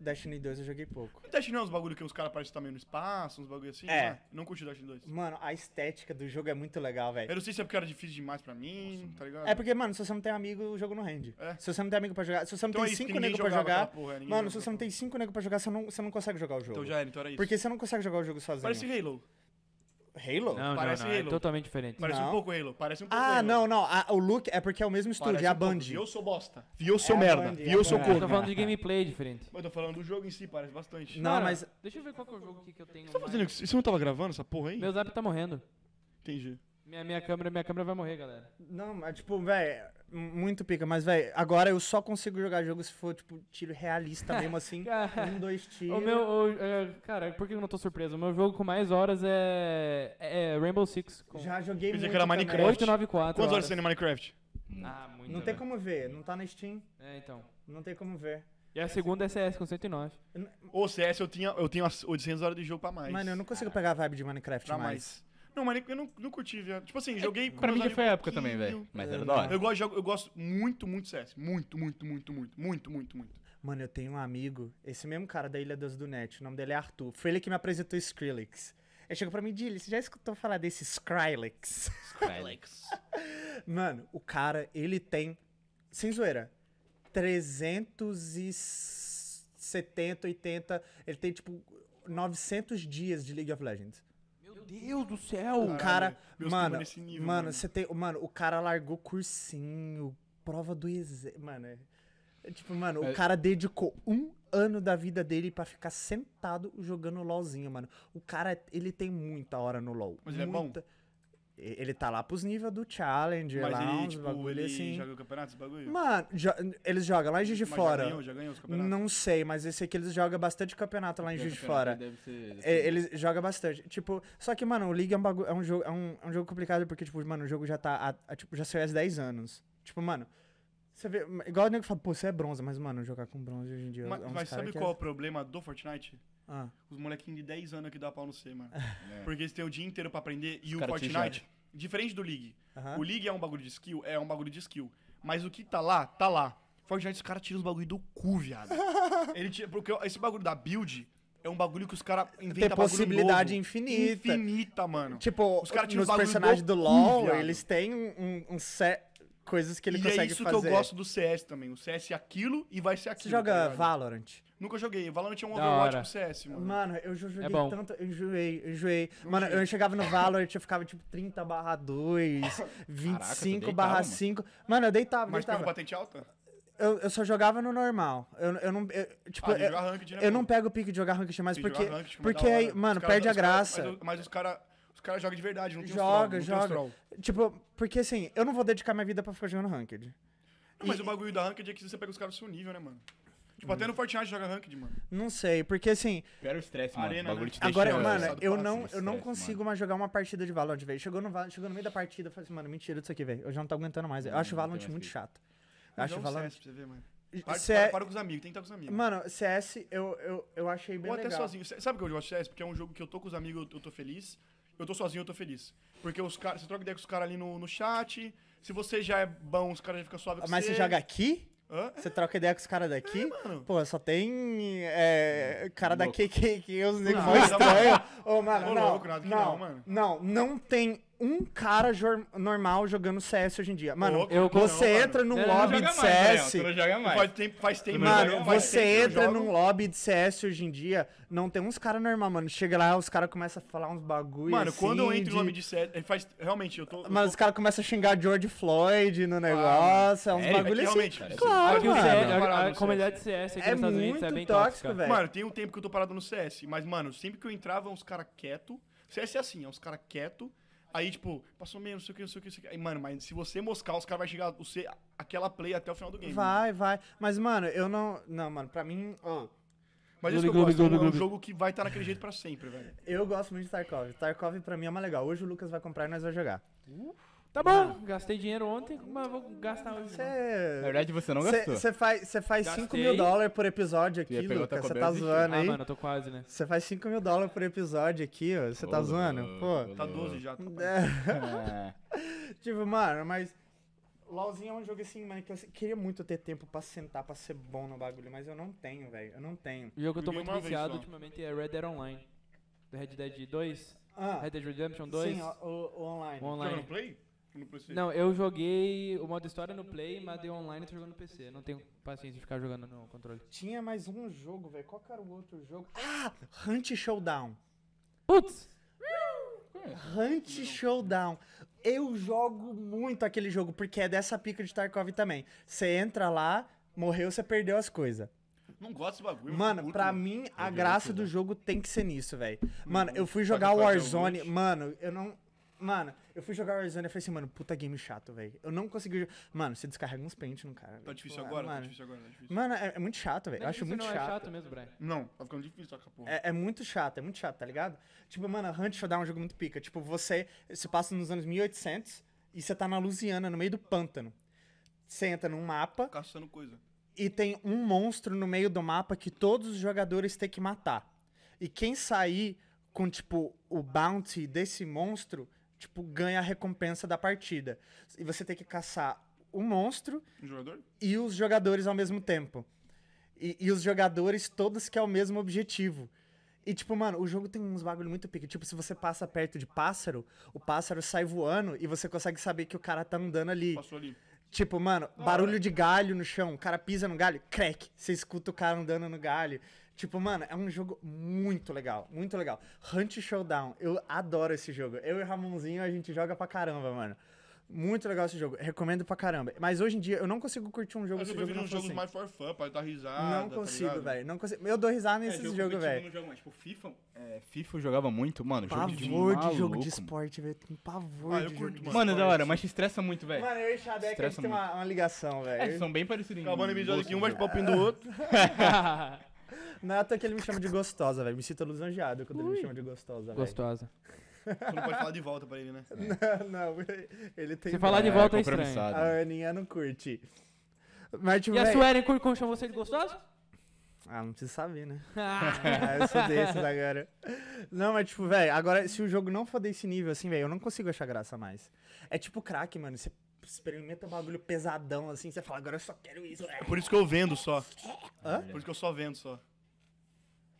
Destiny 2 eu joguei pouco. Destiny não é uns bagulho que os caras parecem também no espaço, uns bagulho assim? É. né? Não curti Destiny 2. Mano, a estética do jogo é muito legal, Eu velho. não sei se é porque era difícil demais pra mim, tá ligado? É porque, mano, se você não tem amigo, o jogo não rende. É. Se você não tem amigo pra jogar, se você não Então é tem isso, que 5 ninguém nego pra jogava jogar. aquela porra, ninguém Mano, se jogava você não aquela tem 5 nego pra jogar, você não, você não consegue jogar o jogo. Então já era, então era isso. Porque você não consegue jogar o jogo sozinho. Parece Halo. Halo? Não, não, Parece não. É Halo. totalmente diferente. Parece um Não. pouco Halo. Parece um pouco Ah, Halo. não, não. a- o look é porque é o mesmo estúdio, Parece é a um pouco. Band. E Eu sou bosta. Viu eu sou É a merda. Bungie, Viu é a eu sou Bungie. Eu corno. tô falando de gameplay diferente. Mas eu tô falando do jogo em si, parece bastante. Não, Cara, mas. Deixa eu ver qual que é o jogo aqui que eu tenho. Ah, Você tá fazendo isso? Você não tava gravando essa porra aí? Meu zap tá morrendo. Entendi. Minha, minha, câmera, minha câmera vai morrer, galera. (laughs) Não, mas tipo, velho. Muito pica, mas, velho, agora eu só consigo jogar jogo se for, tipo, tiro (laughs) realista mesmo assim. um, dois tiros. O meu. o- é, cara, por que eu não tô surpreso? O meu jogo com mais horas é. é Rainbow Six. Com Já joguei Pensei muito. que era também. Minecraft. 894. Quantas horas você tem no Minecraft? Ah, muito. Não tem como ver, não tá na Steam, É, então. não tem como ver. E a segunda é CS com 109. Ô, CS, é eu, tinha, eu tenho as 800 horas de jogo pra mais. Mano, eu não consigo pegar a vibe de Minecraft é, Pra mais. mais. Não, mas eu não, não curti, viado. Tipo assim, joguei... com Pra mim meus já foi a amigos época um também, pouquinho. velho. Mas era da hora. Eu gosto, de jogo- eu gosto muito, muito CS. Muito, muito, muito, muito, muito, muito, muito. Mano, eu tenho um amigo, esse mesmo cara da Ilha das do Net, o nome dele é Arthur. Foi ele que me apresentou Skrillex. Ele chegou pra mim e disse, você já escutou falar desse Skrillex? Mano, o cara, ele tem, sem zoeira, 370, 80, ele tem tipo 900 dias de League of Legends. Meu Deus do céu! O cara, meus mano, primos nesse nível, mano, mano. você tem, mano, o cara largou cursinho, prova do exército, mano, é, é tipo, mano, o É. cara dedicou um ano da vida dele pra ficar sentado jogando LOLzinho, mano. O cara, ele tem muita hora no LOL. Mas ele é bom? muita... E- Ele tá lá pros níveis do Challenger, Mas lá, ele, uns tipo, bagulho ele assim. joga o campeonato, esse bagulho? Mano, jo- eles jogam lá em Juiz de Mas Fora. Já ganhou, já ganhou os campeonatos? Não sei, mas eu sei que eles jogam bastante campeonato lá em Juiz de Fora. É, Ele joga bastante. Tipo, só que, mano, o League é um, bagu- é um jogo, é, um, é um jogo complicado porque, tipo, mano, o jogo já tá. há- há, tipo, já saiu há 10 anos. Tipo, mano. Você vê. Igual o nego fala, pô, você é bronze, mas, mano, jogar com bronze hoje em dia. Mas, é uns mas cara sabe que qual é É... o problema do Fortnite? Ah. Os molequinhos de 10 anos que dá pau no C, mano. Porque eles têm o dia inteiro pra aprender e o cara te Fortnite, diferente do League. Aham. O League é um bagulho de skill, é um bagulho de skill. Mas o que tá lá, tá lá. Fortnite, os caras tiram os bagulho do cu, (laughs) viado. Ele tira, porque esse bagulho da build é um bagulho que os caras inventam bagulho possibilidade novo. infinita. Infinita, mano. Tipo, Os caras tinham nos bagulho personagens do do cu, LoL, viado. eles têm um, um, um set. coisas que ele e consegue é isso fazer. que eu gosto do CS também. O CS é aquilo e vai ser Você aquilo. tá joga ligado? Valorant? Nunca joguei. Valorant é um Da Overwatch hora. pro CS, mano. Mano, eu já É joguei bom. tanto, eu enjoei, eu enjoei. Mano, eu chegava no Valorant, eu ficava tipo 30 barra 2, 25 deitava, barra mano. 5. Mano, eu deitava, Mas pegou deitava. patente alta? Ah, Eu, eu só jogava no normal. Eu, eu não, eu, tipo, Ah, de eu, jogar ranked, né, eu não pô? pego o pique de jogar ranked mais Tem porque, jogar ranked, como é da porque aí, hora. mano, Os caras- perde a os caras- graça. mas o- Mas os caras os cara jogam de verdade, não tem os troll, Joga, não tem os joga. troll. Tipo, porque assim, eu não vou dedicar minha vida pra ficar jogando ranked. Não, mas o bagulho da ranked é que você pega os caras do seu nível, né, mano? Tipo, Hum. até no Fortnite joga ranked, mano. Não sei, porque assim, Pior o estresse, mano. Arena, o bagulho né? te deixa... Agora, mano, estressado eu pra não, cacete, eu não estresse, consigo mais jogar uma partida de Valorant, velho. Chegou no, Val- chegou no meio da partida, eu falei assim, mano, mentira disso aqui, velho. Eu já não tô aguentando mais. Eu acho não tem Valorant mais muito que- chato. Eu acho Joga um Valorant. CS pra você ver, mano. E- Para, cê- para- para com os amigos, tem que estar com os amigos. é Mano, CS eu, eu, eu achei bem Ou até legal. sozinho. Sabe o que eu gosto de CS? Porque é um jogo que eu tô com os amigos, eu- eu tô feliz. Eu tô sozinho, eu tô feliz. Porque os caras, você troca ideia com os caras ali no, no chat. Se você já é bom, os caras já ficam suaves com Mas você. você joga aqui? Hã? Você troca ideia com os caras daqui? É, mano. Pô, só tem é, cara Louco. daqui que, que os negros Não, mó não. estranho. Ô, mano, Ô, não, louco, nada que não, não, mano. não, não tem um cara jor- normal jogando CS hoje em dia. Mano, louco, eu- não, você mano. entra num Não, não lobby de CS... Tu não joga mais. Faz tempo, faz tempo. Mano, né? Faz tempo você que eu entra jogo. num lobby de CS hoje em dia, não tem uns caras normal, mano. Chega lá, os caras começam a falar uns bagulho Mano, assim quando eu entro de... no nome de CS, é, faz, realmente, eu tô... eu Mas tô- os caras começam a xingar George Floyd no negócio, é sério? uns É que bagulho assim. realmente, Claro, Aqui o mano. CS, Não, a, parado a no comunidade CS aqui É nos Estados Unidos é muito bem tóxico, tóxica. velho. Mano, tem um tempo que eu tô parado no CS, mas, mano, sempre que eu entrava, uns caras quieto. CS é assim, é uns caras quieto. Aí, tipo, passou meio, não sei o que, não sei o que, não sei o que. Aí, mano, mas se você moscar, os caras vão chegar você, aquela play até o final do game. mano. Vai, vai. Mas, mano, eu não. Não, mano, pra mim. ó, Mas isso que eu Globo, gosto, Globo, é um Globo. jogo que vai estar naquele jeito pra sempre, velho. eu gosto muito de Tarkov. Tarkov pra mim é mais legal. Hoje o Lucas vai comprar e nós vamos jogar. Tá Ah. bom, gastei dinheiro ontem, mas vou gastar hoje. Ah, é não. Na Você. verdade, você não gastou. Você faz, cê faz 5 Gastei. mil dólares por episódio aqui, ia pegar outra Lucas. Você cobrança tá e desistir. zoando Ah, aí. mano, eu tô quase, né? Você faz 5 mil dólares por episódio aqui, ó. Você tá Ô, zoando? louco, Pô. Tá louco. 12 já, tá É, (laughs) Ah, tipo, mano, mas. LOLzinho é um jogo assim, mano, que eu queria muito ter tempo pra sentar, pra ser bom no bagulho, mas eu não tenho, velho. Eu não tenho. O jogo que eu tô Joguei muito uma vez viciado só. ultimamente é Red Dead Online. Do Red Dead 2, Ah, Red Dead Redemption 2, sim, o, o- o online. Joga o no online. play? Ou No PC? Não, eu joguei o modo história no Play, mas dei online e tô jogando no PC. Não tenho paciência de ficar jogando no controle. Tinha mais um jogo, velho. Qual que era o outro jogo? Ah! Hunt Showdown. Putz! Hunt Showdown. Eu jogo muito aquele jogo, porque é dessa pica de Tarkov também. Você entra lá, morreu, você perdeu as coisas. Não gosto desse bagulho. eu fico Mano, puto, pra mano. mim, a graça do jogo tem que ser nisso, velho. Mano, eu fui Só jogar que faz Warzone. alguns. Mano, eu não. Mano, eu fui jogar Warzone e falei assim, mano, puta game chato, velho. Eu não consegui. jo- Mano, você descarrega uns pentes no cara. Tá velho. difícil Tipo, ah, agora? Tá Mano, difícil agora, tá difícil. mano é, é muito chato, velho. Não Eu é acho difícil, muito não, chato. É chato (laughs) mesmo, Brian. (laughs) Não, tá ficando difícil essa porra. É, é muito chato, é muito chato, tá ligado? Tipo, mano, Hunt Showdown é um jogo muito pica. Tipo, você se passa nos anos 1800 e você tá na Louisiana, no meio do pântano. senta num mapa Tá Caçando coisa. e tem um monstro no meio do mapa que todos os jogadores têm que matar. E quem sair com, tipo, o bounty desse monstro, tipo, ganha a recompensa da partida. E você tem que caçar o monstro Um jogador? e os jogadores ao mesmo tempo. E, e os jogadores todos que é o mesmo objetivo. E, tipo, mano, o jogo tem uns bagulho muito pique. Tipo, se você passa perto de pássaro, o pássaro sai voando e você consegue saber que o cara tá andando ali. Passou ali. Tipo, mano, barulho de galho no chão, o cara pisa no galho, crack, você escuta o cara andando no galho. Tipo, mano, é um jogo muito legal, muito legal. Hunt Showdown, eu adoro esse jogo. Eu e o Ramonzinho, a gente joga pra caramba, mano. Muito legal esse jogo, recomendo pra caramba. Mas hoje em dia eu não consigo curtir um jogo Mas se eu o jogo prefiro não uns for jogos assim. mais for fun, pra dar risada. Não tá consigo, ligado? velho, não consigo. Eu dou risada É, nesses jogo jogos, competitivo velho. não joga mais. Tipo, FIFA, é, FIFA eu jogava muito, mano. Jogo de, Pavor de, maluco, jogo de mano. esporte, velho. Tem pavor Ah, eu de curto, jogo de mano. Mano, é da hora, esporte. mas te estressa muito, velho. Mano, eu e o Xadeca, a gente Estressa tem uma, uma ligação, velho. É, são bem parecidos. em Acabando o episódio Hum, gosto aqui, de um vai jogo. chupar o pinto do outro. Não é à toa que ele me chama de gostosa, velho. Me sinto lisonjeado quando ele me chama de gostosa, velho. Gostosa. Você não pode falar de volta pra ele, né? (laughs) não, ele tem. Se falar de É, volta é estranho. compromissado. A Aninha não curte. Mas, tipo, E a véi- Suelen Curcon chamou você (laughs) de gostosa? Ah, não precisa saber, né? Ah, eu sou desses agora. Não, mas tipo, velho, agora se o jogo não for desse nível assim, velho, eu não consigo achar graça mais. É tipo crack, mano. Você experimenta um bagulho pesadão assim, você fala, agora eu só quero isso. É por isso que eu vendo só. Hã? Por isso que eu só vendo só.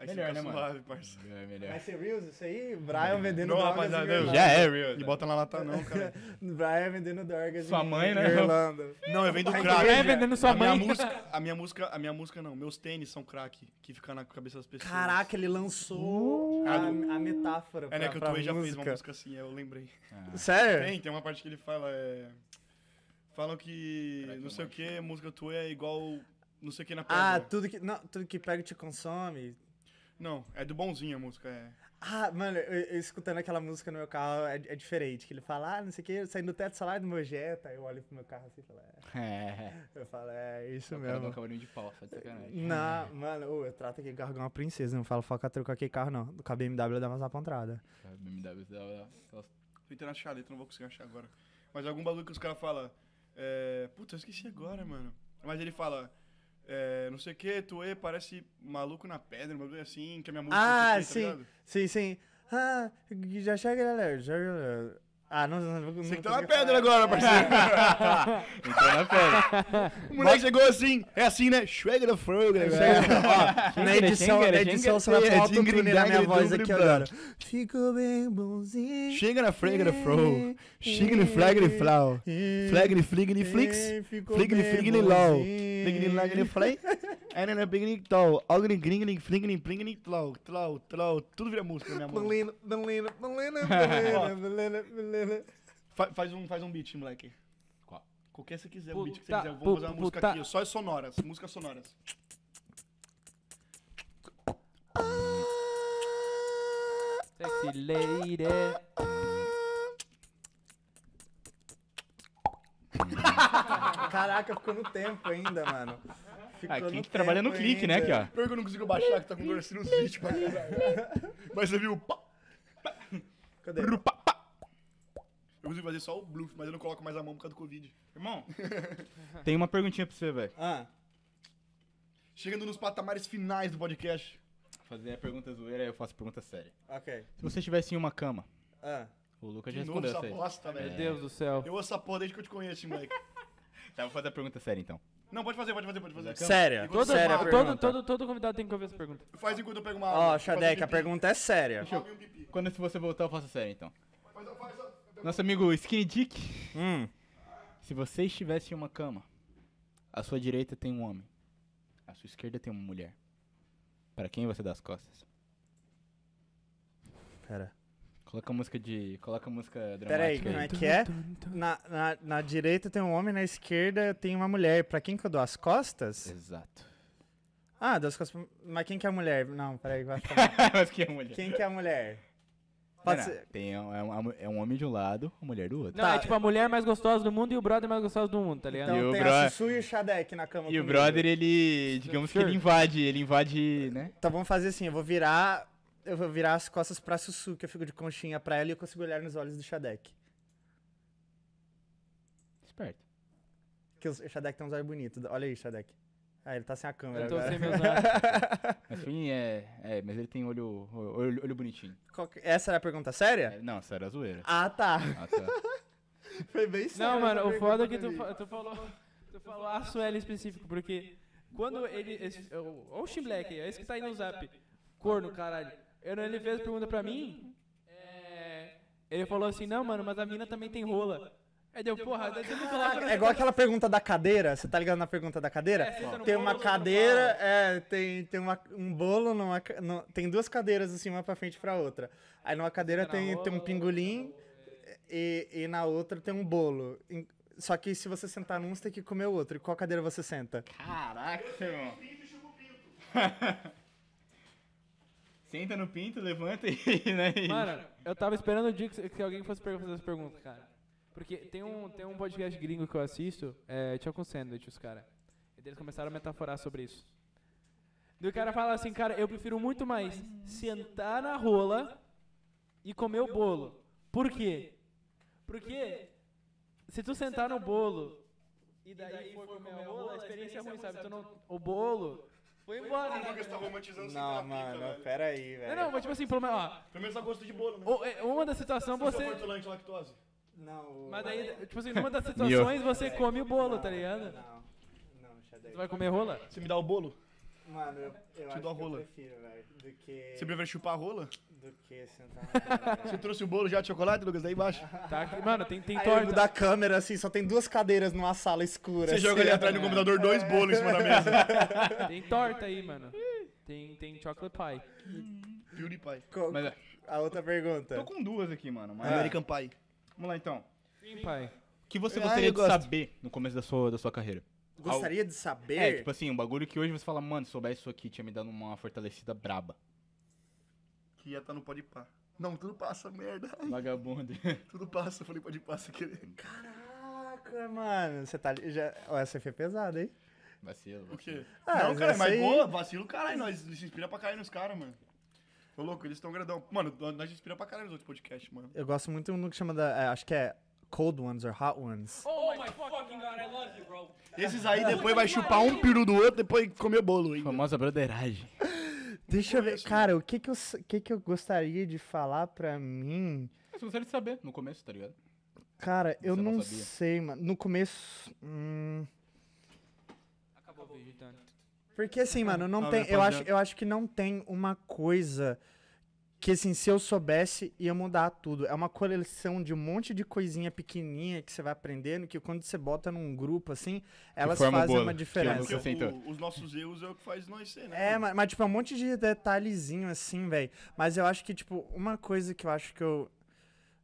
Aí Melhor, você fica né, mano? suave, parça. Ah, É melhor. Vai ser Reels isso aí? Brian vendendo Não, drogas rapaziada, em eu- Irlanda. Já é, real. E bota na lata não, cara. Brian vendendo drogas Sua em- mãe, em né? Irlanda. (laughs) Não, eu vendo Vai crack. Vai vendendo sua a minha mãe. música, a minha música, a minha música não, meus tênis são crack, que fica na cabeça das pessoas. Caraca, ele lançou a, a metáfora É, pra, né, que o pra Tuê já fez música. uma música assim, eu lembrei. Sério? Tem, tem uma parte que ele fala, é... Falam que, não sei o que, música Tuê é igual, não sei o que na Ah, pedra. tudo que, não, tudo que pega te consome. Não, é do Bonzinho a música, é. Ah, mano, eu, eu escutando aquela música no meu carro é, é diferente. Que ele fala, ah, não sei o que, saindo do teto salário do meu Jetta. Eu olho pro meu carro assim e falo, (laughs) é. É, Eu falo, é isso o cara dá um mesmo. cavalinho de pau, só de sacanagem. Não, mano, ô, eu trato aquele carro igual uma princesa. Não falo focatrua com aquele carro, não. Com a BMW dá umas apontadas. A BMW dá- dá- Tô tentando achar a letra, não vou conseguir achar agora. Mas é algum bagulho que os caras falam. É... Puta, eu esqueci agora, mano. Mas ele fala. é, não sei o que, Tuê parece maluco na pedra, um bagulho assim, que a minha música. Ah, não sei o quê, sim. Sim, sim. Ah, já chega, galera. Já... Ah, não, não, não. Você não que tá na consigo pedra falar. agora, parceiro. (laughs) Entrou na pedra. o moleque chegou assim, é assim, né? Chega da fruga, Ó, na edição, na Xenga, edição xenga, você vai xenga, pôr autotune na minha xinga, voz xinga, aqui xinga, agora. Fico bem bonzinho. Chega na frega da fro. Chega no flag de flau. Flag de flig de flix. Flig de flig de lau. Flig de lag de flay. né, And then a big de tau. Algo de gring de flig de pling de tlau. Tlau, tlau. Tudo vira música, né, minha mão. Belina, Belina, (laughs) Belina, Belina, Belina, Belina. Fa- faz, um, faz um beat, moleque. Qual? Qualquer você quiser, um Puta, beat que tá, você quiser. pu- Vamos fazer uma puta. música aqui, só sonoras, músicas sonoras. (laughs) Sexy lady. Caraca, ficou no tempo ainda, mano. Ficou Ah, quem no que trabalha no tempo clique, né? ainda. Aqui, ó. Pior que eu não consigo baixar, que tá com dor assim nos beats pra caralho. (laughs) Mas você viu o pá, Cadê? bru, pá, pá. Eu consigo fazer só o bluff, mas eu não coloco mais a mão por causa do Covid. Irmão, tem uma perguntinha pra você, velho. Ah, Chegando nos patamares finais do podcast. Fazer a pergunta zoeira, aí eu faço pergunta séria. ok. Se você estivesse em uma cama, Ah. o Lucas já De novo respondeu essa essa aí. bosta, Meu velho. Deus do céu. Eu ouço essa porra desde que eu te conheço, moleque. Tá, vou fazer a pergunta séria então. Não, pode fazer, pode fazer, pode fazer. Séria. Todo, Séria a todo- pergunta. todo- todo convidado tem que ouvir essa pergunta. Faz enquanto eu pego uma Ó, água. Xadec, a Faz um pergunta é séria. pipi, faz um pipi. Quando se você voltar, eu faço séria então. Faz- faz- faz- Nosso amigo Skinny Dick. Hum. Se você estivesse em uma cama, à sua direita tem um homem, à sua esquerda tem uma mulher. Pra quem você dá as costas? Pera. Coloca a música de. Coloca a música Pera aí, dramática como é aí. que é? Na, na, na direita tem um homem, na esquerda tem uma mulher. Pra quem que eu dou as costas? Exato. Ah, dou as costas. pra- Mas quem que é a mulher? Não, peraí, vai ficar. (laughs) Mas quem é a mulher? Tá quem que é a mulher? Não, Pode não. ser. Tem, é, um, é um homem de um lado, uma mulher do outro. Não, é tipo a mulher mais gostosa do mundo e o brother mais gostoso do mundo, tá ligado? E Tá. Então o tem bro- a Sussu e o Xadec na cama E o comigo. brother, ele. Digamos que Sure. ele invade, ele invade, né? Então vamos fazer assim, eu vou virar. Eu vou virar as costas pra Sussu, que eu fico de conchinha pra ela e eu consigo olhar nos olhos do Xadec. Esperto. Que o Shadek tem uns olhos bonitos. Olha aí, Shadek. Ah, ele tá sem a câmera Eu tô agora. sem meus olhos. Mas Finn é. É, mas ele tem olho. olho, olho bonitinho. (laughs) Qual que- Essa era a pergunta séria? É, não, sério, é zoeira. Ah, tá. Ah, tá. Foi bem sério. Não, mano, essa o foda é que pergunta tu, pra mim. fa- tu falou. Tu falou a Sueli específico, porque quando ele. esse- o- Ou o Shin Black, é esse que tá aí no zap. Corno, caralho. Eu não- Ele fez a pergunta pra mim. é, Ele falou assim, não, mano, mas a mina também tem rola. Aí deu, porra, daí tem que falar pra É igual aquela pergunta da cadeira, você tá ligado na pergunta da cadeira? É, senta no tem bolo, uma senta no cadeira, é, tem, tem uma- um bolo, numa, ca- no- tem duas cadeiras assim, uma pra frente e pra outra. Aí numa cadeira Fica na tem, tem um rola, pingolim e, e na outra tem um bolo. Em- Só que se você sentar num, você tem que comer o outro. E qual cadeira você senta? Caraca, irmão. (laughs) Senta no pinto, levanta e. (laughs) Né, e- Mano, eu tava esperando o dia que, se- que alguém fosse per- fazer essa pergunta, cara. Porque tem um, tem um podcast gringo que eu assisto, é Chuck and Sandwich, os caras. E eles começaram a metaforar sobre isso. E o cara fala assim, cara, eu prefiro muito mais sentar na rola e comer o bolo. Por quê? Porque se tu sentar no bolo e daí for comer a rola, a experiência é ruim, sabe? Tu não, o bolo foi embora. O né? Lucas tá romantizando Não, mano, peraí, Não, velho. não, mas tipo assim, pelo menos, ó, Pelo menos ela gosta de bolo, né? ou- é, uma da situação Você é você... hortelã de lactose. Não, Mas daí, tipo assim, numa das situações você come o bolo, tá ligado? Não, não, Tu vai comer rola? Você me dá o bolo? Mano, eu, eu acho dou a que eu rola. prefiro, velho, do que, Você prefere chupar a rola? do que sentar na Você trouxe o bolo já de chocolate, Lucas? Daí embaixo. Tá aqui, mano, tem, tem Aí torta. da câmera, assim, só tem duas cadeiras numa sala escura. assim, Você joga ali atrás no computador dois bolos em cima da mesa. Tem torta aí, mano. Tem, tem chocolate pie. PewDiePie. Mas, é, A outra pergunta. tô com duas aqui, mano. mas- American Pie. Vamos lá então. Cream pie. O que você Ah, gostaria eu de gosto. saber no começo da sua, da sua carreira? Gostaria de saber. É, tipo assim, um bagulho que hoje você fala, mano, se soubesse isso aqui, tinha me dado uma fortalecida (laughs) braba. Que ia tá no pode pá. Não, tudo passa, merda. Vagabundo. (laughs) Tudo passa. Eu falei pode pá sem querer. Caraca, mano. Você tá ali. Já... Ó, essa foi pesada, hein? Vacilo. Por vacilo. quê? Ah, não, mas cara, mas essa aí- boa, vacilo, caralho. Nós se inspira pra caralho nos caras, mano. Ô, louco, eles tão grandão. Mano, nós se inspira pra caralho nos outros podcasts, mano. Eu gosto muito de um que chama da. é, acho que é Cold Ones or Hot Ones. Oh my fucking god, I love you, bro. Esses aí depois é vai chupar um peru do outro, depois comer bolo ainda. Famosa broderagem. Deixa eu ver. Cara, o que que eu, s- o que que eu gostaria de falar pra mim? Mas eu gostaria de saber no começo, tá ligado? Cara, eu Você não, não sabia? sei, mano. No começo. Hum... Acabou o vídeo, então. Porque É. assim, mano, não Ah, tem, eu, rapaziada. acho, eu acho que não tem uma coisa que, assim, se eu soubesse, ia mudar tudo. É uma coleção de um monte de coisinha pequenininha que você vai aprendendo, que quando você bota num grupo, assim, elas forma o fazem bolo, uma que é o diferença. Porque Você sentou. o- os nossos erros é o que faz nós ser, né? É, ma- mas, tipo, é um monte de detalhezinho assim, velho. Mas eu acho que, tipo, uma coisa que eu acho que eu,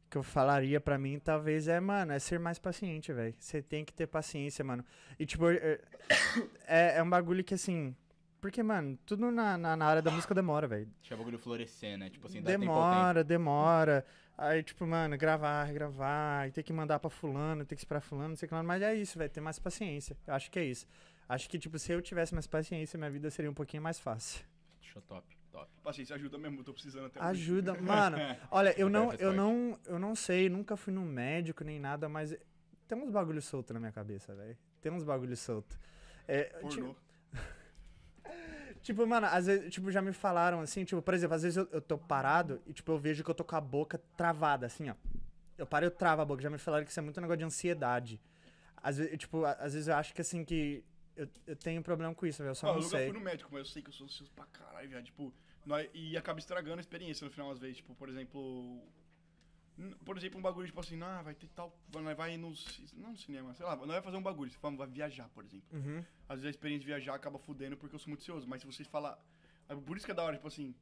que eu falaria pra mim, talvez, é, mano, é ser mais paciente, velho. Você tem que ter paciência, mano. E, tipo, é, (coughs) é- é um bagulho que, assim. Porque, mano, tudo na, na, na área da música demora, velho. Deixa o bagulho florescer, né? Tipo assim, dá tempo ao tempo. Demora, demora. Aí, tipo, mano, gravar, gravar, e ter que mandar pra fulano, ter que esperar fulano, não sei o que lá. Mas é isso, velho, ter mais paciência. Eu acho que é isso. Acho que, tipo, se eu tivesse mais paciência, minha vida seria um pouquinho mais fácil. Show top, top. Paciência, ajuda mesmo, eu tô precisando até hoje. Ajuda, mano. Olha, eu não, faz eu parte. não, eu não sei, nunca fui num médico nem nada, mas tem uns bagulho solto na minha cabeça, velho. Tem uns bagulho solto. É, Pornô. tipo, tipo, mano, às vezes, tipo, já me falaram assim, tipo, por exemplo, às vezes eu, eu tô parado e tipo eu vejo que eu tô com a boca travada assim, ó. Eu paro, eu travo a boca. Já me falaram que isso é muito um negócio de ansiedade. Às vezes, tipo, a- às vezes eu acho que assim que eu, eu tenho problema com isso, velho. Eu só Ah, eu não nunca sei. fui no médico, mas eu sei que eu sou ansioso pra caralho, viado. Tipo, nós- e acaba estragando a experiência no final, às vezes. Tipo, por exemplo. n- Por exemplo, um bagulho, tipo assim, ah, vai ter tal. Nós vai no. ci- Não no cinema, sei lá, nós vai fazer um bagulho, você fala, vai viajar, por exemplo. Uhum. Às vezes a experiência de viajar acaba fudendo porque eu sou muito ansioso, mas se vocês falar. é Por isso que é da hora, tipo assim.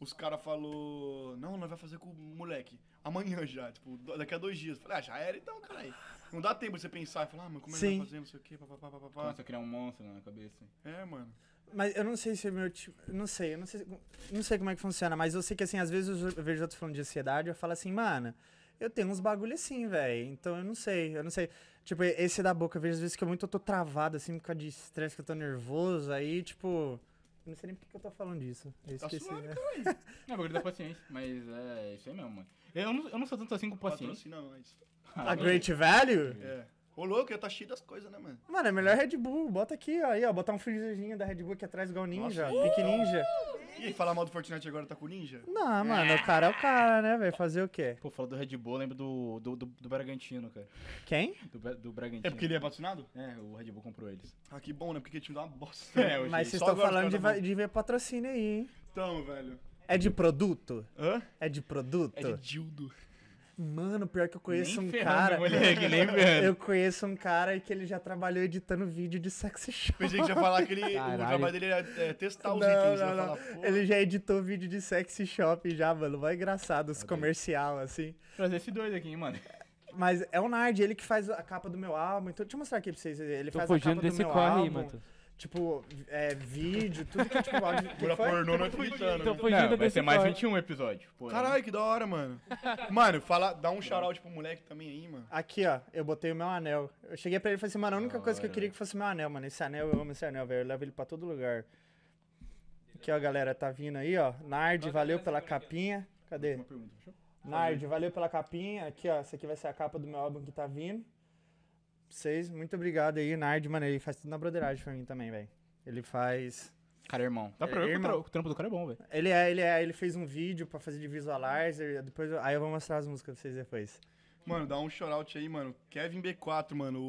Os caras falou, não, nós vai fazer com o moleque. Amanhã já, tipo, do- daqui a dois dias. Eu Falei, ah, já era então, caralho. Não dá tempo de você pensar e falar, ah, mas como é que Sim. vai fazer, não sei o quê, papapá, papapá. Começa a criar um monstro na cabeça. É, mano. Mas eu não sei se é meu tipo. Não sei, eu não sei, não sei como é que funciona, mas eu sei que assim, às vezes eu vejo outros falando de ansiedade, eu falo assim, mano, eu tenho uns bagulho assim, velho. Então eu não sei, eu não sei. Tipo, esse da boca, eu vejo às vezes que eu muito eu tô travado, assim, por causa de estresse, que eu tô nervoso, aí, tipo. eu Não sei nem por que que eu tô falando disso. Eu Tá esqueci. suave, né? É, bagulho da paciência, mas é isso aí mesmo, mano. Eu não, eu não sou tanto assim com paciência. Patrocina nós. a Great Value? É. Ô, louco, ia tá cheio das coisas, né, mano? Mano, é melhor Red Bull. Bota aqui, ó. Aí, ó. Botar um freezerzinho da Red Bull aqui atrás, igual Ninja. Pique Ninja. E aí, falar mal do Fortnite agora tá com o Ninja? Não, mano. O cara é o cara, né, velho? Fazer o quê? Pô, falou do Red Bull, eu lembro do, do, do, do Bragantino, cara. Quem? Do, Bra- do Bragantino. É porque ele é patrocinado? É, o Red Bull comprou eles. Ah, que bom, né? Porque o time dá uma bosta. É, hoje. Mas vocês Só estão agora um. os falando de, caras va- de ver patrocínio aí, hein? tão- Então, velho. É de produto? Hã? É de produto? É de dildo. Mano, pior que eu conheço nem um ferrando, (laughs) cara. moleque, nem ferrando. Eu conheço um cara que ele já trabalhou editando vídeo de sex shop. Pensei que já ia falar que ele, o Caralho. trabalho dele é, é testar os Não, itens. não, né? não. Falar, pô, Ele já editou vídeo de sexy shop já, mano. Vai engraçado, os comercial, assim. Trazer esse dois aqui, hein, mano. Mas é o Nard, ele que faz a capa do meu álbum. Então, deixa eu mostrar aqui pra vocês. Ele Tô faz a fugindo capa desse do meu corre aí, álbum. Matheus. Tipo, é, vídeo, tudo que (laughs) é tipo áudio. que Pura foi? pornô não é fritando. Tô fugindo Não, vai desse ser mais corre. 21 episódios. Pô, é Caralho, que da hora, (laughs) mano. Mano, fala, dá um shout-out pro moleque também aí, mano. Aqui, ó, eu botei o meu anel. Eu cheguei pra ele e falei assim, mano, a única coisa que eu né?" queria que fosse meu anel, mano. Esse anel, eu amo esse anel, velho. Eu levo ele pra todo lugar. Aqui, ó, galera, tá vindo aí, ó. Nard, valeu pela capinha. Cadê? Nard, valeu pela capinha. Aqui, ó, essa aqui vai ser a capa do meu álbum que tá vindo. Vocês, muito obrigado aí, Nard, mano. Ele faz tudo na broderagem pra mim também, velho. Ele faz. Cara, irmão. Dá pra É, ver que o irmão. tra- o trampo do cara é bom, velho. Ele é, ele é, ele fez um vídeo pra fazer de visualizer. Depois, eu- aí eu vou mostrar as músicas pra vocês depois. Mano, dá um shout-out aí, mano. Kevin B4, mano.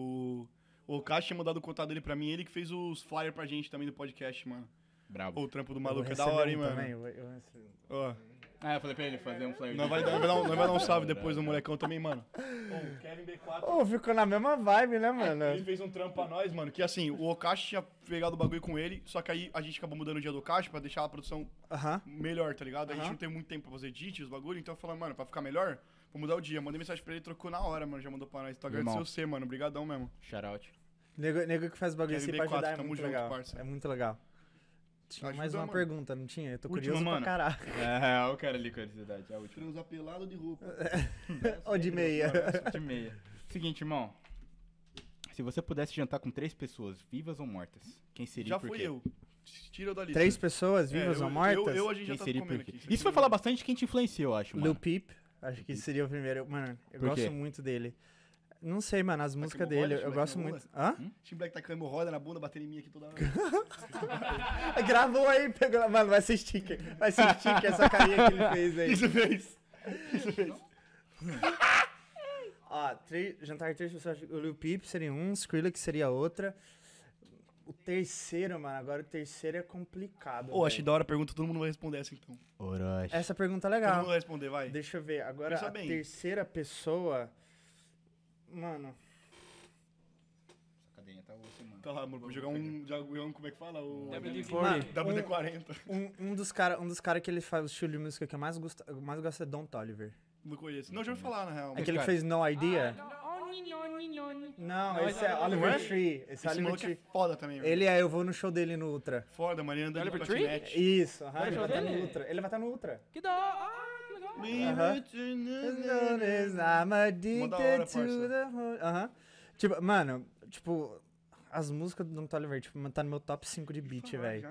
O, o Cash tinha mandado o contato dele pra mim. Ele que fez os flyers pra gente também do podcast, mano. Brabo. Ô, o trampo do Eu vou maluco é da receber hora, um hein, mano. também, eu vou- eu vou receber um. Ó, Ah, eu falei pra ele fazer um flyer. nós vai, dar- vai dar um, nós vai dar um salve depois do molecão também, mano. Ô, o Kevin B4 Ô, ficou na mesma vibe, né, Ele mano? fez um trampo pra nós, mano, que assim, o Okashi tinha pegado o bagulho com ele, só que aí a gente acabou mudando o dia do Okashi pra deixar a produção Aham. melhor, tá ligado? A gente Aham. não tem muito tempo pra fazer edit, os bagulho, então eu falei, mano, pra ficar melhor, vou mudar o dia. Mandei mensagem pra ele, trocou na hora, mano, já mandou pra nós. Então Irmão. agradecer você, mano, brigadão mesmo. Shoutout. Nego, nego que faz bagulho assim Kevin pra B4, ajudar é tamo muito junto, legal. parça. É muito legal. Tinha Ajuda, mais uma mano. pergunta, não tinha? Eu tô Última, curioso mano. pra caralho. (laughs) É, o cara ali com a ansiedade. É a última. é Transar pelado de roupa. Ou de meia. De meia. Seguinte, irmão. Se você pudesse jantar com três pessoas, vivas ou mortas, quem seria Já e por fui quê? eu. Tira eu dali. (laughs) Três pessoas É, vivas eu- ou mortas? Eu, eu, a gente Quem já tá seria e comendo por aqui. quê? Isso vai falar bastante de quem te influenciou, eu acho, mano. Lil Peep, acho que seria o primeiro. Mano, eu Por gosto quê? muito dele. Não sei, mano, Tá as músicas hemorroida, dele, eu Timberlake gosto na muito. Hã? Tim Black tá com hemorroida na bunda, batendo em mim aqui toda hora. Gravou aí, pegou. na- Mano, vai ser sticker. Vai ser sticker essa carinha que ele fez aí. (laughs) Isso fez. Ó, três, jantar de três pessoas. O Lil Peep seria um, Skrillex seria outra. O terceiro, mano, agora o terceiro é complicado. Ô, achei velho. da hora a pergunta, todo mundo vai responder essa então. Orochi. Essa pergunta é Todo legal. mundo vai responder, vai. Deixa eu ver. Agora Pensa a bem. terceira pessoa. Mano, Cadê? Tá Tá lá, mano, vou jogar um, jogar um, como é que fala? O WD-40. WD-40. um, um dos caras um dos cara que ele faz o estilo de música que eu mais gosto, eu mais gosto é Don Toliver. Não conheço. Não, já ouvi falar, na real. Aquele que cara? fez No Ah, Idea. não, esse é Oliver Tree. Esse é Esse Oliver maluco é Tree. foda também, velho. Ele é, eu vou no show dele no Ultra. Foda, Mariana da Oliver Patinete. Isso, aham, Vai ele vai no show estar no dele? Ultra. Ele vai estar no Ultra. Que da hora. Ah, que legal. I'm Mó da hora, addicted parça. to the whole- Aham. Tipo, mano, tipo, as músicas do Don Toliver, tipo, mano, tá no meu top 5 de beat, velho.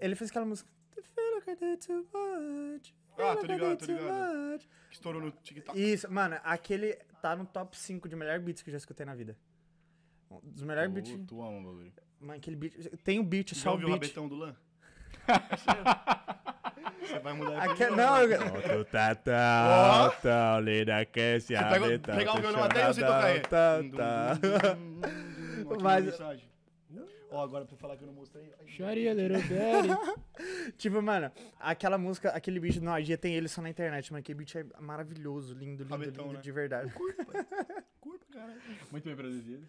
Ele fez aquela música. "I feel like I did too much, I Ah, tô feel like I ligado, did tô too ligado. much." Que estourou no TikTok. Isso, mano, aquele tá no top 5 de melhor beats que eu já escutei na vida. Um Dos melhores beats. Tu ama o bagulho. Mano, aquele beat. Tem um beat, Já só o ouviu o beat. rabetão do Lan? Você vai mudar Aque- não, eu... né? Outro tá (laughs) tatão, tão linda que se pega- abre, tão pegar o violão até e você tocar aí. tão, tão. Mas- Mas... Ó, agora pra falar que eu não mostrei. ai, Sharia, little daddy. (laughs) Tipo, mano, aquela música, aquele beat do Noadia tem ele só na internet, mano. Aquele beat é maravilhoso, lindo, lindo, Rabetão, lindo, né? de verdade. Curto, cara. Muito bem produzido.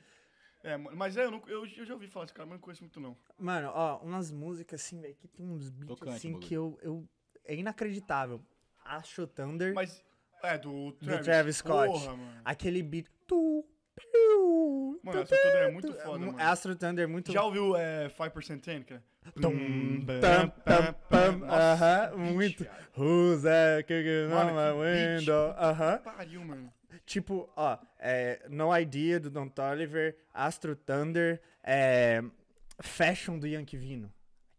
É, mano, mas é, eu, não, eu, eu já ouvi falar desse cara, mas não conheço muito não. Mano, ó, umas músicas assim, velho, que tem uns beats Tocante, assim bagulho. que eu, eu. É inacreditável. Astro Thunder, Mas, é, do do Travis, Travis, Scott. Porra, mano. Aquele beat. Tu, piu, Mano, tu, Astro Thunder é muito tu- foda, mu- mano. Astro Thunder é muito. Já ouviu é, 5% Ten, cara? Tum, tam, tam, tam, Nossa, aham, beat, muito. cara. Who's that kicking Mano, on que my beat. tipo window? Aham. Pariu, mano. Tipo, ó, é, No Idea do Don Toliver, Astro Thunder, é, Fashion do Yankee Vino.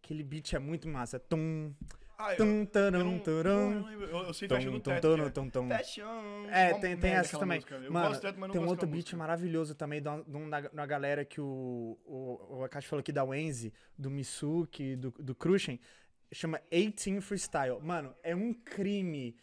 Aquele beat é muito massa. Tum, Ah, eu, Tum, eu tarum, não, eu turum. não lembro. Eu, eu sei Fashion Tum, do tum, Teto. tum, que tum, tum. é. Fashion. É, Uma tem, tem merda essa aquela também. música. Eu Mano, gosto do Teto, mas não tem um gosto outro daquela beat música. maravilhoso também, de uma, de uma- de uma galera que o, o, o Akashi falou aqui da Wenzy, do Misuki, do, do Krushen, chama 18 Freestyle. Mano, é um crime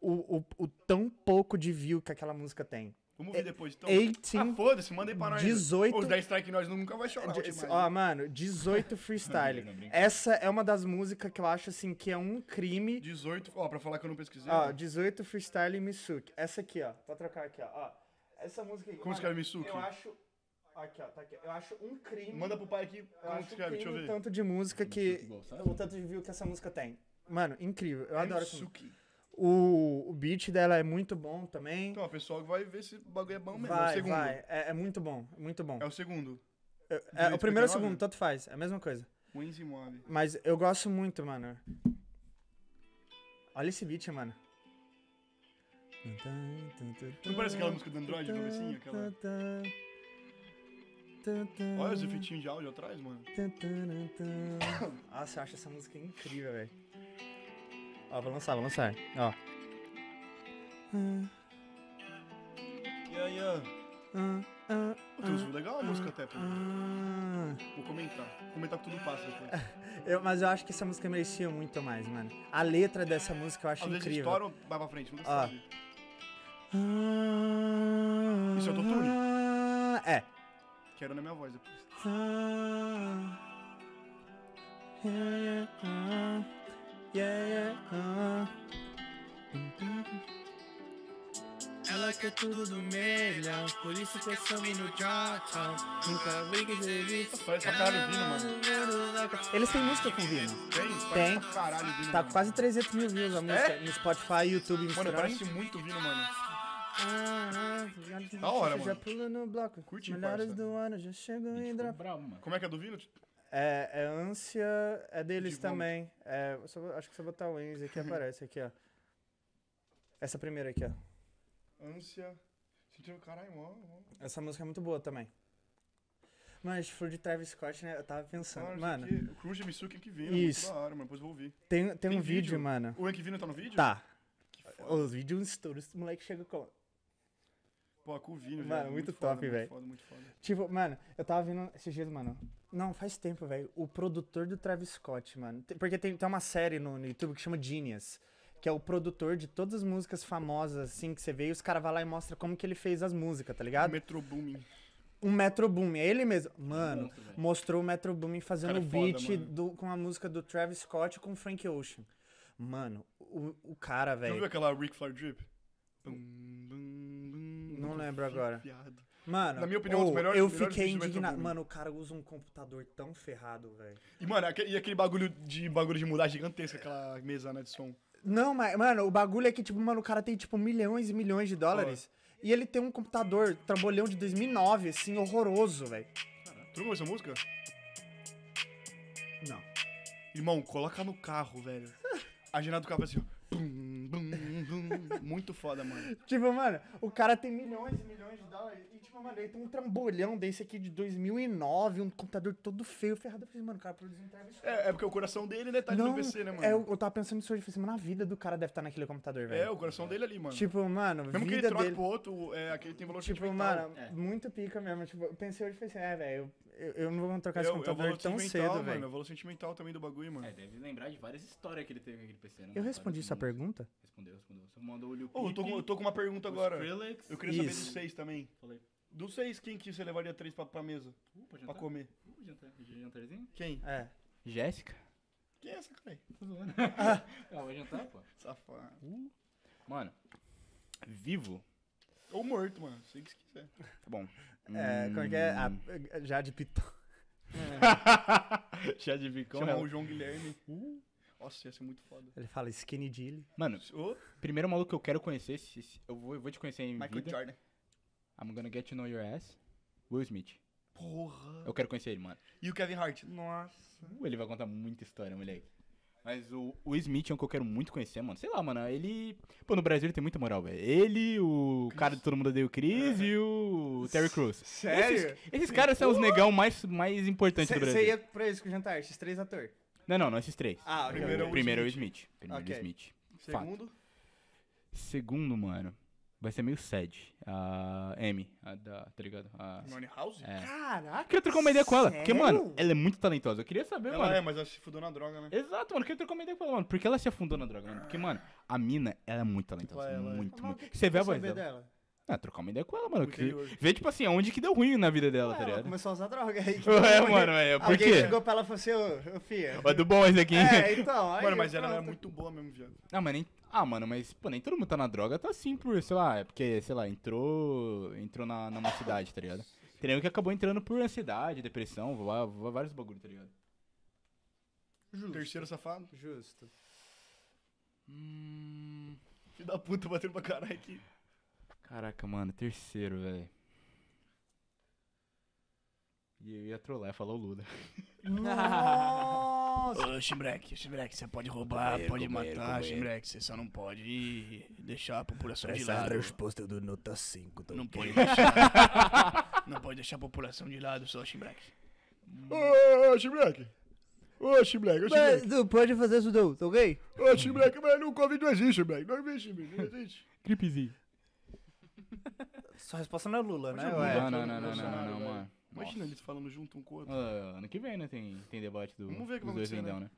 o, o, o tão pouco de view que aquela música tem. Vamos ouvir depois, então. 18 Ah, foda-se, manda aí pra nós. 18. Os 10 strike nós nunca vai chorar. De- Timaya. Ó, (laughs) mano, 18 freestyle. Essa é uma das músicas que eu acho assim que é um crime. 18, ó, pra falar que eu não pesquisei. Ó, Ó, 18 freestyle e Misuki. Essa aqui, ó. Vou trocar aqui, ó. ó. Essa música aí. Como mano, escreve Misuki? Eu acho. Aqui, ó, tá aqui. Eu acho um crime. Manda pro pai aqui eu como acho um escreve, crime deixa eu o ver. tanto de música É que. igual, sabe? O tanto de view que essa música tem. Mano, incrível. É Eu adoro essa música. Misuki. O, o beat dela é muito bom também. Então, ó, pessoal vai ver se o bagulho é bom mesmo. é o vai, segundo. vai. É, é muito bom, muito bom. É o segundo. É, é o primeiro 18,59? ou o segundo, tanto faz. É a mesma coisa. Wins e Mob. Mas eu gosto muito, mano. Olha esse beat, mano. Não parece aquela música do Android, do comecinho? Aquela... Olha os efeitinhos de áudio atrás, mano. (coughs) Nossa, eu acho Ah, essa música incrível, velho. Ó, vou lançar, vou lançar. Ó. Yeah, yeah. Tem uns legal a música até, pô. Vou comentar. Vou comentar com tudo passa depois. Eu, mas eu (laughs) acho que essa música merecia muito mais, mano. A letra dessa música eu acho Às vezes incrível. estouram, vai pra frente, não Ah. sabe. Isso é autotune? É. Quero na minha voz depois. Ah, ah, Ela quer tudo do melhor, por isso que eu some no tchau Nunca vi que serviço. Parece pra caralho o Vino, mano. Eles têm música com Vino. Tem? Parece Tem. pra caralho o Vino. Tá mano. com quase 300 mil views a música no Spotify, YouTube, É? Mano, Instagram. parece muito o Vino, mano. Da Da hora, Ah, Já mano. pula no bloco. Curte, Melhores parça. do ano, já chegam em drop. Bravo, mano. Como é que é do Vino? É, é ânsia, é deles De vômito. também. É, eu só vou- acho que se eu botar o Enzy (laughs) aqui aparece aqui, ó. Essa primeira aqui, ó. Ânsia. Sentiu, caralho, mó. mó- Essa música é muito boa também. Mas for de Travis Scott, né? Eu tava pensando. Mano, mano, isso aqui- o Cruz de Mitsuki é que Vino. Isso. Muito da hora, mano. Depois eu vou ouvir. tem, tem, tem um vídeo, vídeo? mano. O Enk Vino tá no vídeo? Tá. Os vídeos estouram, esse moleque chega com. Pô, com o Vino, Mano, velho. muito foda, top, velho. Muito foda, muito foda. Tipo, mano, eu tava vendo esses dias, mano. Não, faz tempo, velho. O produtor do Travis Scott, mano. Tem- Porque tem, tem uma série no, no YouTube que chama Genius. Que é o produtor de todas as músicas famosas, assim, que você vê. E os caras vão lá e mostram como que ele fez as músicas, tá ligado? Metro Booming. Um Metro Boom, é ele mesmo. Mano, mostrou o Metro Boom fazendo Cara, o é foda, beat mano. do- com a música do Travis Scott com o Frank Ocean. Mano, o, o cara, Já viu velho. aquela Ric Flair Drip? Bum, bum, bum, Não tô lembro agora. fiado. Mano, Na minha opinião, um dos ô, melhores- eu melhores fiquei vídeos do Metro indignado. Boom. Mano, o cara usa um computador tão ferrado, velho. E, mano, aque- e aquele bagulho de, bagulho de mudar gigantesca, aquela mesana de som. Não, mas, mano, o bagulho é que, tipo, mano, o cara tem, tipo, milhões e milhões de dólares. E ele tem um computador trambolhão de 2009, assim, horroroso, velho. Tu não ouviu essa música? Não. (laughs) Irmão, coloca no carro, velho. A janela do carro vai assim, ó. Bum, bum, bum. Muito foda, mano. Tipo, mano, o cara tem milhões e milhões de dólares. E, tipo, mano, ele tem um trambolhão desse aqui de 2009, um computador todo feio, ferrado. Eu falei, mano, o cara produziu um Travis Scott. É, é porque o coração dele, né, tá ali Não, no PC, né, mano? É, eu, eu tava pensando nisso hoje. Eu falei, assim, mano, a vida do cara deve estar naquele computador, É, velho. o coração dele ali, mano. Tipo, mano, Mesmo que ele vida troque dele... pro outro, um, é, aquele tem valor Tipo, sentimental. mano, muito pica mesmo. Tipo, eu pensei hoje e falei assim, é, velho, eu, eu não vou É, o- trocar esse é o computador valor tão sentimental, cedo, mano. É velho. o valor sentimental também do bagulho, mano. É, deve lembrar de várias histórias que ele teve com aquele PC, né? Eu mano? respondi Vários sua mundos. pergunta? Respondeu, respondeu. Você mandou o Lil Ô, eu, tô Peep, com, eu tô com uma pergunta o agora. Skrillex. Eu queria saber Isso. dos seis também. Falei. Dos seis, quem que você levaria três pra, pra mesa? Uh, pode Pra jantar? comer? Uh, jantar- jantarzinho? Quem? É. Jéssica? Quem é essa, cara? Tô zoando. Ah, vai jantar, pô. Safado. Mano, vivo? Ou morto, mano. Sei que você quiser. Tá bom. É, como é que é? Ah, Hum. já de Pitão. (laughs) Chá de bicão. é Chamar ela- o João Guilherme. Uh. Nossa, ia ser muito foda. Ele fala skinny dilly. Mano, Ô, primeiro maluco que eu quero conhecer, se- se- eu, vou, eu vou te conhecer em Michael vida. Jordan. I'm gonna get to know your ass. Will Smith. Porra. Eu quero conhecer ele, mano. E o Kevin Hart. Nossa. Uh, ele vai contar muita história, moleque. Mas o, o Smith é um que eu quero muito conhecer, mano. Sei lá, mano, ele... Pô, no Brasil ele tem muita moral, velho. Ele, o cara de Todo Mundo Odeia o Chris e (laughs) o Terry Crews. Sério? Uh! Esses, esses caras são os negão mais, mais importantes do Brasil. pra isso com o jantar, esses três atores. Não, não, não esses três. Ah, ok. Primeiro é o Primeiro é o Smith. Smith. Primeiro Ok. é o Smith. Fato. Segundo, Segundo, mano, vai ser meio sad. A M, a da, tá ligado? A... Money House? É. Caraca. Queria trocar uma ideia com ela, porque, mano, sério? ela é muito talentosa. Eu queria saber, Ela mano. é, mas ela se fudou na droga, né? Exato, mano, eu queria trocar uma ideia com ela, mano. Porque ela se afundou na droga, mano. Porque, mano, a mina, ela é muito talentosa. Ela é, ela é. muito, Mas o muito. que que Você vê a quer voz saber dela. dela? Ah, trocar uma ideia com ela, mano. Eu O queria- interior. Vê, tipo assim, aonde que deu ruim na vida dela, tá (laughs) Ela ligado? começou a usar droga aí. É, mano, é, por Alguém quê? chegou pra ela e falou assim, ô, ô filha. Ó, do bom esse aqui. (laughs) É, então. Aí, Mano, mas ela é pronto. muito boa mesmo, viado. Ah, mas nem. Ah, mano, mas, pô, nem todo mundo tá na droga, tá assim por, sei lá, é porque, sei lá, entrou. Entrou na, na mocidade, tá ligado? Tem nego que acabou entrando por ansiedade, depressão, vá- vá- vários bagulho, tá ligado? Terceiro safado. (laughs) Justo. Hum. Filho da puta, batendo pra caralho aqui. Caraca, mano, terceiro, velho. E eu ia trollar, falar o Lula. (laughs) Oh, Nossa. Ô, Shimbreck, Shimbreck, você pode roubar, pode matar, Shimbreck, você só não pode deixar a população de é lado. é resposta do nota 5. Tá? Não pode deixar. não pode deixar (laughs) a população de lado, só Shimbreck. Ô, Shimbreck! Ô, Shimbreck, ô, Mas não pode fazer isso não, tá ok? Ô, Shimbreck, mas não Covid não existe, Shimbreck. Não existe, Shimbreck, não existe. Gripezinho. Sua resposta não é Lula, né? Não, Ué. Não, não, não, não, não, não, Bolsonaro, não, um velho. mano. Imagina Nossa. eles falando junto um com o outro. Ah, ano que vem, né? Tem, tem debate do, Vamos ver o que dos vai dois acontecer, vendão, né?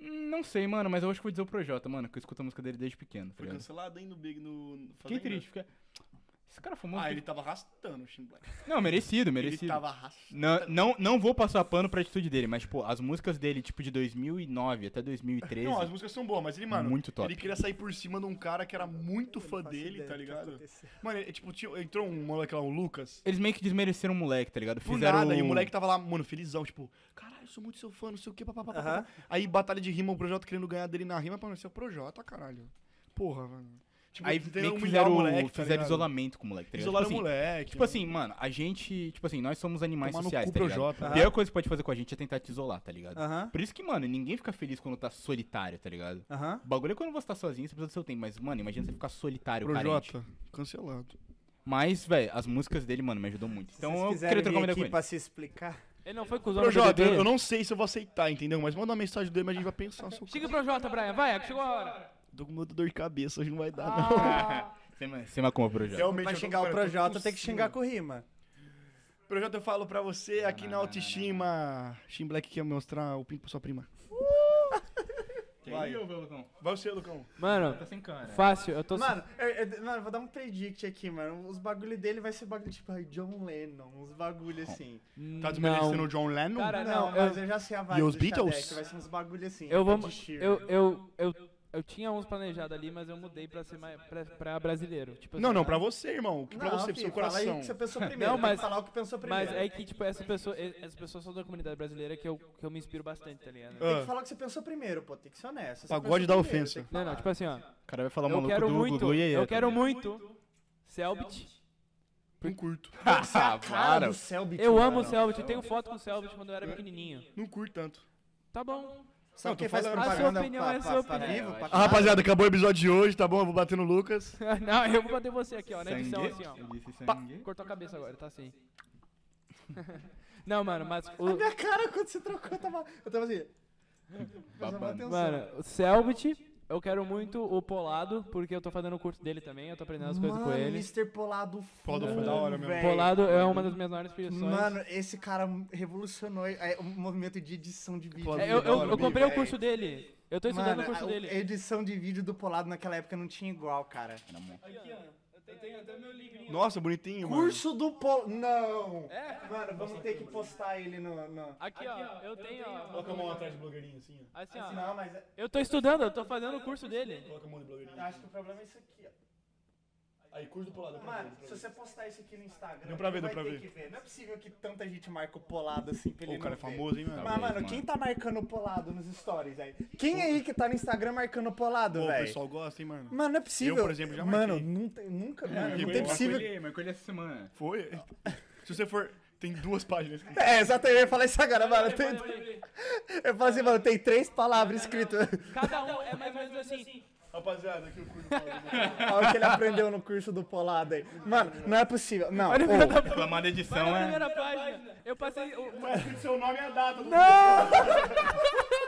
Hum, Não sei, mano, mas eu acho que vou dizer o Projota, mano, que eu escuto a música dele desde pequeno. tá Foi ligado? cancelado aí no Big, no... no Fiquei Fazenda. triste, fica. Esse cara famoso. Ah, que- ele tava arrastando o Shimbreck. Não, merecido, Ele merecido. tava arrastando. Não, não, não vou passar pano pra atitude dele, mas, pô, as músicas dele, tipo, de 2009 até 2013. Não, as músicas são boas, mas ele, mano, Muito top. ele queria sair por cima de um cara que era muito fã dele, tá ligado? Mano, ele, tipo, tinha- entrou um moleque lá, o Lucas, Eles meio que desmereceram o moleque, tá ligado? do Fizeram. nada, e o moleque tava lá, mano, felizão, tipo, caralho, eu sou muito seu fã, não sei o que, papapá. papapá." Aí, batalha de rima, o Projota querendo ganhar dele na rima, mano, esse é o Projota, caralho. Porra, mano. Tipo, Aí tentando meio que humilhar fizeram, o moleque, tá fizeram ligado? isolamento com o moleque, tá ligado? Isolaram tipo, o assim, moleque. né? Tipo assim, mano, a gente. Tipo assim, nós somos animais Tomar no sociais, cu, Ah. tá ligado? Projota. A pior coisa que pode fazer com a gente é tentar te isolar, tá ligado? Aham. Por isso que, mano, ninguém fica feliz quando tá solitário, tá ligado? Aham. O bagulho é quando você tá sozinho, você precisa do seu tempo. Mas, mano, imagina você ficar solitário, carente. Projota, cancelado. Mas, velho, as músicas dele, mano, me ajudou muito. Então Se vocês eu quiserem queria trocar uma vir ideia com aqui ele. pra se explicar. Ele não foi com os homens do Projota, eu, BBB? eu não sei se eu vou aceitar, entendeu? Mas manda uma mensagem dele, mas a gente vai pensar. Só... Chega pro Jota, Brian, vai, é que chegou a hora. Tô com muita dor de cabeça, hoje não vai dar, não. Ah. Você ma- Você macumba, Projota. Realmente, Pra eu tô- xingar o mano, eu tô Projota, tem que tossindo. xingar com rima. (laughs) Projota, eu falo pra você aqui na autoestima. Shin Black quer mostrar o pinto pra sua prima. Vai. Vai você, Lucão. Mano, Tá sem cara. fácil, eu tô... Mano, eu, eu- mano, eu vou dar um predict aqui, mano. Os bagulho dele vai ser bagulho tipo ai, John Lennon, uns bagulho assim. Tá desmerecendo o não. John Lennon? Cara, não, não, mas eu- eu já sei a E vibe os do Beatles? Xadec, vai ser uns bagulho assim. Eu vou. Ed Sheeran. Eu, eu, eu, eu tinha uns planejados ali, mas eu mudei pra ser mais. pra, pra brasileiro. Tipo, não, assim, não, ah, pra você, irmão. Que Pra Não, você, pro filho, seu fala aí o coração. que você pensou primeiro. Não, Não, mas, mas- falar o que pensou primeiro. Mas é que, tipo, essa pessoa, e- essas pessoas são da comunidade brasileira que eu, que eu me inspiro bastante, tá ligado? Ah. Tem que falar o que você pensou primeiro, pô. Tem que ser honesto. Você Pagode pensou da primeiro, ofensa. tem que Não, não, falar. tipo assim, ó. O cara vai falar Eu maluco quero do muito. Gugu e aí. Eu quero muito. Selbit. Não curto. (laughs) Ah, Cara, para. do Selbit, Eu mano. amo o Selbit. Eu tenho foto com o Selbit quando eu era pequenininho. Não curto tanto. Tá bom. Não, Sabe tô quem faz falando. A sua propaganda opinião pra- é a pra- sua pra opinião. vivo, pra Ah, rapaziada, acabou o episódio de hoje, tá bom? Eu vou bater no Lucas. (laughs) não, eu vou bater você aqui, ó. Na edição, assim, ó. Ele disse Pá, sangue. cortou a cabeça agora, tá assim. (laughs) não, mano, mas. A O, minha cara quando você trocou, eu tava, eu tava assim. Prestava Babando. atenção. Mano, o Selbit, eu quero muito o Polado, porque eu tô fazendo o curso dele também, eu tô aprendendo né, as coisas com Mano, ele. Mr. Polado Polado full, foi da hora mesmo. velho. Polado é uma das minhas maiores inspirações. Mano, esse cara revolucionou é, o movimento de edição de vídeo. Polado É, da eu, hora, eu, eu bicho, comprei o velho. curso dele. Eu tô estudando Mano, o curso a- dele. A edição de vídeo do Polado naquela época não tinha igual, cara. Eu tenho até meu livrinho. Nossa, bonitinho, mano. Curso do Polado. Não! É. Mano, vamos ter que postar ele no. no- Aqui, ó, eu tenho, ó. Coloca a mão atrás de blogueirinho, assim, ó. Assim, ó. Não, mas é- Eu tô estudando, eu tô fazendo o curso dele. Coloca a mão de blogueirinho. acho que o problema é isso aqui, ó. Aí, curto pro lado. Mano, se você postar isso aqui no Instagram, Deu pra ver, ele deu vai pra ter ver. que ver. Não é possível que tanta gente marca o Polado assim pra ele O cara é não ver. famoso, hein, mano? Mas, mano, quem tá marcando o Polado nos stories aí? Quem aí que tá no Instagram marcando o Polado, Pô, o velho? pessoal gosta, hein, mano. Mano, não é possível. Eu, por exemplo, já Mano, marquei. não tem- nunca, mano, marquei não tem muito. possível. Marcou ele, marcou ele essa semana. Foi? (laughs) Se você for... Tem duas páginas. É, exatamente, eu ia falar isso agora, mano. Tem, eu falo assim, mano, tem três palavras escritas. Cada um é mais ou menos assim. Rapaziada, aqui o cu do Paulo. Olha o que ele aprendeu no curso do Polado aí. Mano, não é possível. Não, Olha o ô, meu da Reclamar da então Vai edição na é. primeira página. Eu passei. o- Tá escrito seu nome e a data do Não! (laughs)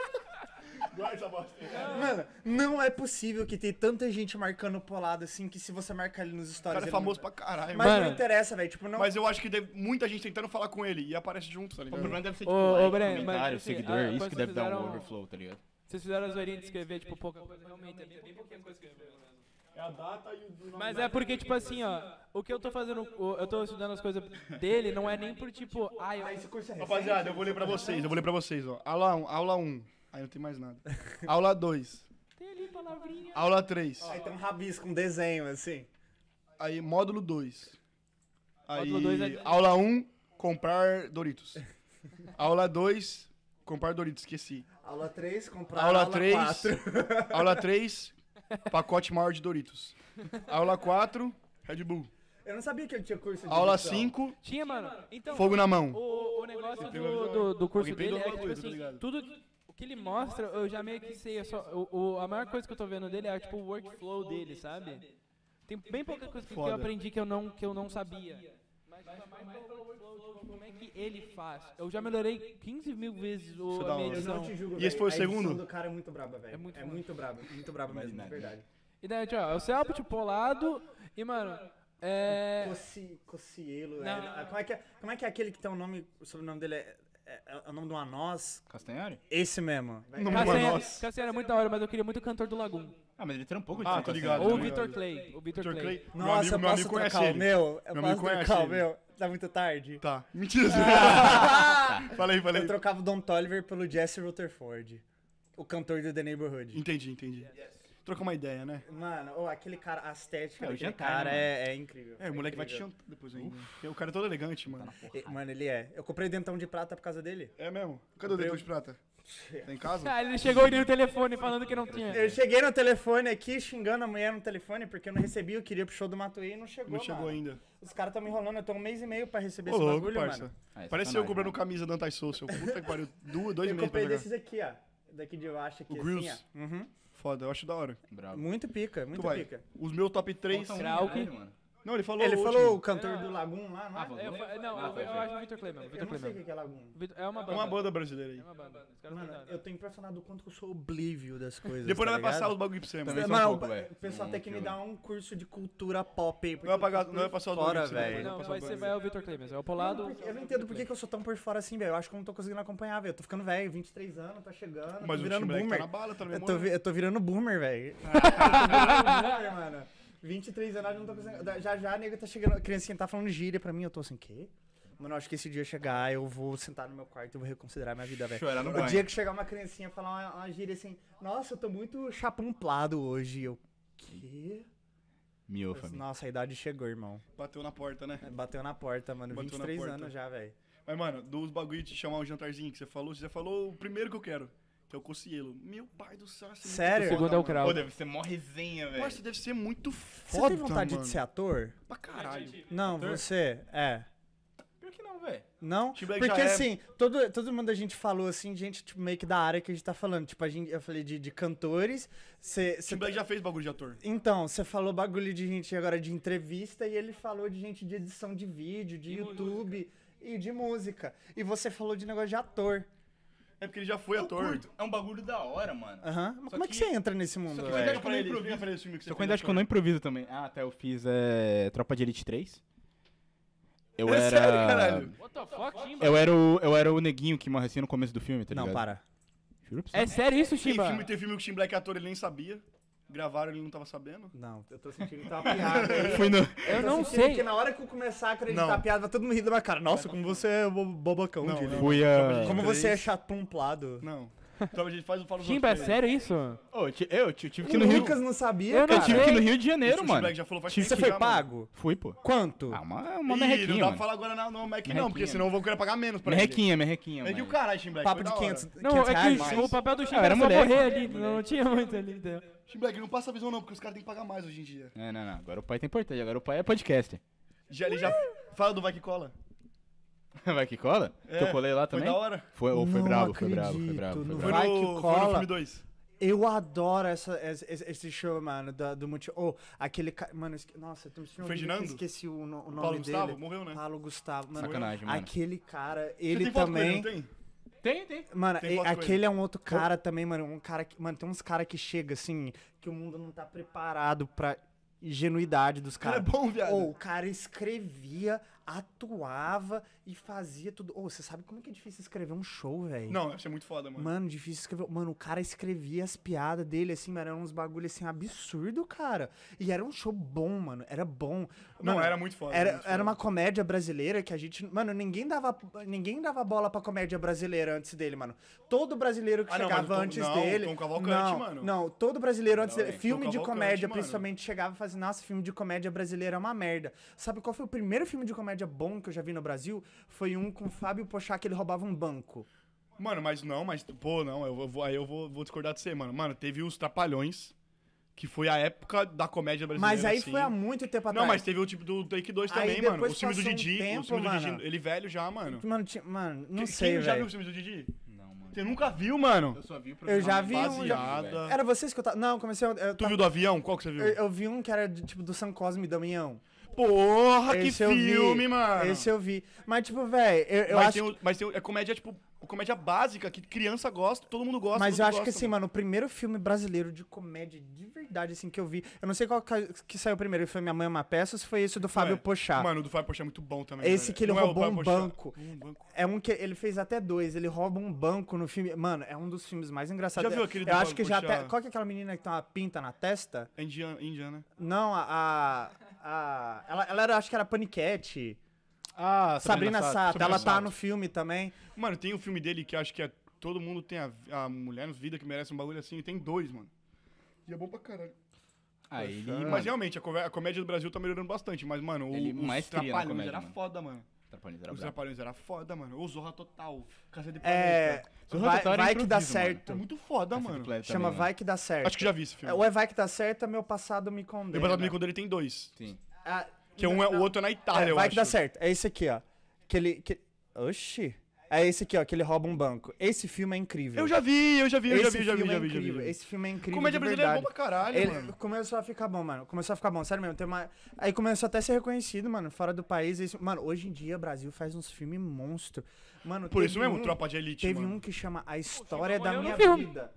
Guarda essa bosta. mano, não é possível que tem tanta gente marcando o Polado assim que se você marcar ele nos O stories. cara é ele famoso não... pra caralho, Mas mano. não Mano. interessa, velho. Tipo, não. Mas eu acho que deve muita gente tentando falar com ele e aparece junto, tá O ligado? problema deve ser Ô, tipo, ô, like, Breno, mas, comentário, assim, seguidor, ah, isso quando que deve dar um fizeram- overflow, tá ligado? Vocês fizeram a zoeirinha de escrever, tipo, pouca coisa. Realmente, é bem pouquinha coisa que eu escrevi. É a data e o nome. Mas é porque, tipo assim, ó, o que eu tô fazendo, o- eu tô estudando as coisas dele, não é nem por, tipo, ai, eu... é Rapaziada, eu vou ler pra vocês, eu vou ler pra vocês, ó. Aula 1, aula 1. Aí não tem mais nada. Aula 2. Tem ali palavrinha. Aula 3. Aí tem um rabisco, um desenho, assim. Aí módulo 2. Aí Módulo dois é- aula 1, um, comprar Doritos. aula 2, comprar Doritos, esqueci. Aula 3, comprar Aula três 3. (laughs) Aula 3, pacote maior de Doritos. Aula 4, Red Bull. Eu não sabia que eu tinha curso de Aula edição. 5, Tinha, mano. Então, fogo na mão. o, o negócio Tem uma do, visão. do, do curso Alguém peidou dele é que, alguma coisa, tipo tá ligado? assim, tudo o que ele mostra, eu já meio que sei. eu só, o, o- a maior coisa que eu tô vendo dele é, tipo, o workflow dele, sabe? Tem bem pouca coisa que que eu Foda. aprendi que eu não, que eu não sabia. Mas, tipo, mais pelo workflow, tipo, como é que ele faz. Eu já melhorei 15 mil vezes o, Isso é da a minha hora. Eu não edição. te julgo, E esse velho. foi o A edição segundo? do cara é muito braba, velho. É É muito muito, bom. braba, É muito braba mesmo, de verdade. E daí, ó, é o Celpit, o Polado e, mano, é... Cossi, Cossielo, Não, é, não, não. Como, é que é, como é que é aquele que tem o nome, o sobrenome dele é, é, é o nome de uma noz? Castanhari? Esse mesmo. Não, Cassiano- nossa. Cassiano é muito da hora, mas eu queria muito o Cantor do Lagoon. Ah, mas ele trampou com o Ah, Edson tô Castanhari. Tá né? ligado, Ou tô o ligado. Vitor Clay. O Vitor Vitor Clay. Clay. Meu Nossa, amigo, eu meu posso amigo conhece trocar o ele. meu? Eu Meu amigo posso trocar conhece o ele. meu? Tá muito tarde. Tá. (laughs) Mentira. Zé. falei, Eu falei. trocava o Don Tolliver pelo Jesse Rutherford, o cantor do The Neighborhood. Entendi, entendi. Troca uma ideia, né? Mano, ô, aquele cara, a estética É, o daquele jantar, cara né, é, é incrível. É, o moleque vai te incrível. chantar depois ainda. Porque O cara é todo Tá elegante, mano. E- Mano, ele é. Eu comprei dentão de prata por causa dele. É mesmo? Cadê o dedo de prata? Tá em casa? Ah, ele chegou ali no telefone falando que não tinha. Eu cheguei no telefone aqui xingando a mulher no telefone porque eu não recebi, eu queria ir pro show do Matuê e não chegou, Não chegou mano. ainda. Os caras tão me enrolando, eu tô um mês e meio pra receber Ô, esse louco, bagulho, parça. mano. Ah, é Parece eu sacanagem, cobrando né? camisa da Anti-Social. Puta que pariu. Du- Dois meses Eu pra comprei jogar. desses aqui, ó. Daqui de baixo aqui, O assim, Grills. ó. Uhum. Foda, eu acho da hora. Bravo. Muito pica, muito Tu vai. pica. Os meus top 3. Falta um Krauk. caralho, mano. Não, ele falou. Ele o falou o último. cantor do Lagoon lá, não é? Ah, É, eu vou- fa- não, Ah, eu, foi, eu foi. acho o Vitor Clay, mano. Eu Vitor não Clay, sei o que mano. que é Lagoon. Vitor- É uma É banda. uma banda brasileira É aí. Tá uma banda. Os caras Mano, mandaram. eu tô impressionado o quanto que eu sou (laughs) oblívio das coisas. Depois tá ele vai passar os ligado? bagulho pra você, mano. Também. Talvez Mano, um pouco, o velho. pessoal Um tem que me quilo. dar um curso de cultura pop aí. porque vai pagar- eu tô por Hum, não vai passar os fora, bagulho pra você, velho. vai. Não, vai ser vai o Vitor Clay mesmo. É o Polado. Eu não entendo por que, que eu sou tão por fora assim, velho. Eu acho que eu não tô conseguindo acompanhar, velho. Eu tô ficando velho, 23 anos, tá chegando, Mas tô o virando time moleque tá boomer. na bala, tá na Eu tô, memória. vi- eu tô virando boomer, (laughs) velho. Eu tô virando boomer, mano. 23 anos, eu não tô conseguindo. da- Já já, nego, tá chegando. A criancinha tá falando gíria pra mim, eu tô assim, quê? Mano, eu acho que esse dia chegar, eu vou sentar no meu quarto e vou reconsiderar minha vida, velho. Chorar no O banho. dia que chegar uma criancinha e falar uma, uma gíria assim, nossa, eu tô muito chapumplado hoje. Eu, quê? Miofa, Mas, família. Nossa, a idade chegou, irmão. Bateu na porta, né? Bateu na porta, mano. Bateu na 23 porta. anos já, velho. Mas, mano, dos bagulho de chamar um jantarzinho que você falou, você falou o primeiro que eu quero, que é o Cocielo. Meu pai do céu. você é muito Sério? O segundo é o mano. Krau. Pô, deve ser mó resenha, velho. Parça, deve ser muito Você foda, tem vontade mano. de ser ator? Pra caralho. Não, Ator? você. É. Pior que não, velho. Não? Tipo, é que Porque já é- assim, todo, todo mundo a gente falou assim, gente, tipo, meio que da área que a gente tá falando. Tipo, a gente, eu falei de, de cantores. Cê, O cê Tim Black já fez bagulho de ator. Então, você falou bagulho de gente agora de entrevista e ele falou de gente de edição de vídeo, de YouTube e de música. E você falou de negócio de ator. É porque ele já foi Eu ator. curto. É um bagulho da hora, mano. Aham. Mas Só como é que que- você entra nesse mundo, só que velho? vai Liga pra ele, liga pra ele esse filme que você Só que É. eu fez ainda acho que eu ator. não improviso também. Ah, tá, eu fiz é, Tropa de Elite 3. (laughs) Eu É era. sério, caralho? What the fuck, Chimba? Eu era o, eu era o neguinho que morre assim no começo do filme, tá ligado? Não, para. Juro pra você. É sério isso, Tem Chimba? filme, tem filme que o Tim Black é ator, ele nem sabia. Gravaram, ele não tava sabendo. Não, eu tô sentindo que tá uma piada. (laughs) Eu Fui no... tô Eu não sentindo sei. Que na hora que eu começar a acreditar Não. a piada, vai todo mundo rindo da minha cara. Nossa, como você é bo- bobacão, Não, Dino. não. Fui a. Como você é Três. chatumplado. Não. Então a gente faz o Fala os Chimba, é outros três. sério isso? Ô, eu ti- eu, ti- tive que ir O no Rio. Lucas não sabia, Eu não Eu cara. tive que ir no Rio de O Janeiro, Tim mano. Black já falou faz Você tempo foi já, mano. pago? Fui, pô. Quanto? Ah, uma, uma Ih, não merrequinha. dá pra mano. falar agora na, no Mac não, Merrequinha, porque mano. senão eu vou querer pagar menos pra ele. Merrequinha, merrequinha. É que o mano. caralho, Tim Black. Papo foi de da 500, hora. 500 Não, é reais. que mais. o- o papel do Chimba era era só moleque. morrer ali. Não, não tinha muito ali. entendeu? Tim Black, não passa a visão não, porque os caras têm que pagar mais hoje em dia. É, não, não. Agora o pai tá importante. Agora o pai é podcaster. (laughs) Já, ele já... Fala do Vai Que Cola. Vai que cola? É, Que eu colei lá Foi também? da hora. Foi, ô, foi Não brabo, foi brabo, foi acredito, bravo, foi não brabo. Foi Vai no, Que foi no Cola. filme 2. Eu adoro essa, esse, esse- esse show, mano, da- do Multishow. Oh, aquele cara. Mano, esque... nossa, tem um senhor que eu Fernando? esqueci o, no- o nome Paulo dele. Gustavo morreu, né? Paulo Gustavo, mano. Sacanagem, mano. Aquele cara, Você ele tem foto com também. ele, não tem? Tem, tem. Mano, Tem e- foto com aquele é um outro cara também, mano. Um cara que, mano, tem uns caras que chega assim, que o mundo não tá preparado pra ingenuidade dos Cara, é caras. bom, viado. Ou o cara escrevia, atuava e fazia tudo. Ou você sabe como é que é difícil escrever um show, velho? Não, eu achei muito foda, mano. Mano, difícil escrever. Mano, o cara escrevia as piadas dele, assim, mano, eram uns bagulho assim, absurdo, cara. E era um show bom, mano. Era bom. não, Mano, era muito foda. era, muito era foda. uma comédia brasileira que a gente. Mano, ninguém dava, ninguém dava bola pra comédia brasileira antes dele, mano. Todo brasileiro que Ah, não, chegava mano, Tom- antes não, dele. Tom Cavalcante, não, mano. Não, todo brasileiro antes Não, dele. é. Filme Tom de Cavalcante, comédia, mano. principalmente, chegava e fazia, nossa, filme de comédia brasileira é uma merda. Sabe qual foi o primeiro filme de comédia bom que eu já vi no Brasil? Foi um com o Fábio Pochá que ele roubava um banco. Mano, mas não, mas. Pô, não, eu vou, aí eu vou, vou discordar de você, mano. Mano, teve os Trapalhões, que foi a época da comédia brasileira. Mas aí assim. foi há muito tempo atrás. Não, mas teve o tipo do Take 2 Aí também, mano. O depois filme do passou um Didi. o tempo, filme do mano. Didi. Ele velho já, mano. Mano, tinha- mano não Quem- sei, Quem já viu velho. o filme do Didi? Não, mano. Você nunca viu, mano? Eu só vi o Eu já vi um. já- Baseada. Era vocês que eu tava. Não, comecei. a- Eu, Tu tava- viu do avião? Qual que você eu, viu? eu vi um que era de, tipo do San Cosme e Damião. Porra, Ah, que Esse eu vi. filme, mano. Esse eu vi. Mas, tipo, velho, eu, eu mas acho. tem o- mas tem o- é comédia, tipo, comédia básica que criança gosta, todo mundo gosta. Mas todo eu mundo acho que gosta, assim, mano, o primeiro filme brasileiro de comédia de verdade, assim, que eu vi. Eu não sei qual ca- que saiu primeiro, se foi Minha Mãe é uma Peça ou se foi esse do Fábio é. Pochá. Mano, o do Fire Porsche é muito bom também. Esse velho. que ele Não é o roubou Fire um Porsche. banco. Um banco. É um que ele fez até dois, ele rouba um banco no filme. Mano, é um dos filmes mais engraçados. Já viu aquele do Eu acho Fábio que já Pochá? até. Qual que é aquela menina que tem uma pinta na testa? É indiana, indiana. Não, a. a, a- ela, ela era, acho que era paniquete. Ah, Sabrina, Sato, Sabrina ela tá Sato. no filme também. Mano, tem um filme dele que acho que é Todo Mundo Tem a, a Mulher na Vida que merece um bagulho assim, e tem dois, mano. E é bom pra caralho. Aí, mas É, mano. realmente, a, come- a comédia do Brasil tá melhorando bastante, mas, mano, o, Ele os mais cria na Trapalhões comédia, era mano. foda, mano. Trapalhões era Os brabo. Trapalhões era foda, mano. O Zorra Total, Casa de É. Planeta. Seu Vai, roteiro é vai que dá improviso, mano. É certo. muito foda, Essa mano. dupleta Chama também, Vai que dá certo. Acho que já vi esse É, filme. O É Vai que dá certo é meu passado me condena. Meu Passado Me Condena, ele tem dois. Sim. Ah, Que um é, o outro é na Itália, é, eu vai acho. que dá certo. É esse aqui, ó. Que ele. Que... Oxi. É esse aqui, ó, que ele rouba um banco. Esse filme é incrível. Eu já vi, eu já vi, eu esse já vi, já vi, filme já é vi, já vi, já incrível. vi. Esse filme é incrível. Comédia de brasileira é bom verdade. pra caralho, Ele mano. começou a ficar bom, mano. Começou a ficar bom, sério mesmo. Tem uma... Aí começou até a ser reconhecido, mano, fora do país. Esse- Mano, hoje em dia o Brasil faz uns filmes monstro. Mano, Por teve isso mesmo, um- Tropa de Elite, Teve mano. um que chama A História da morreu no Minha filme. Vida.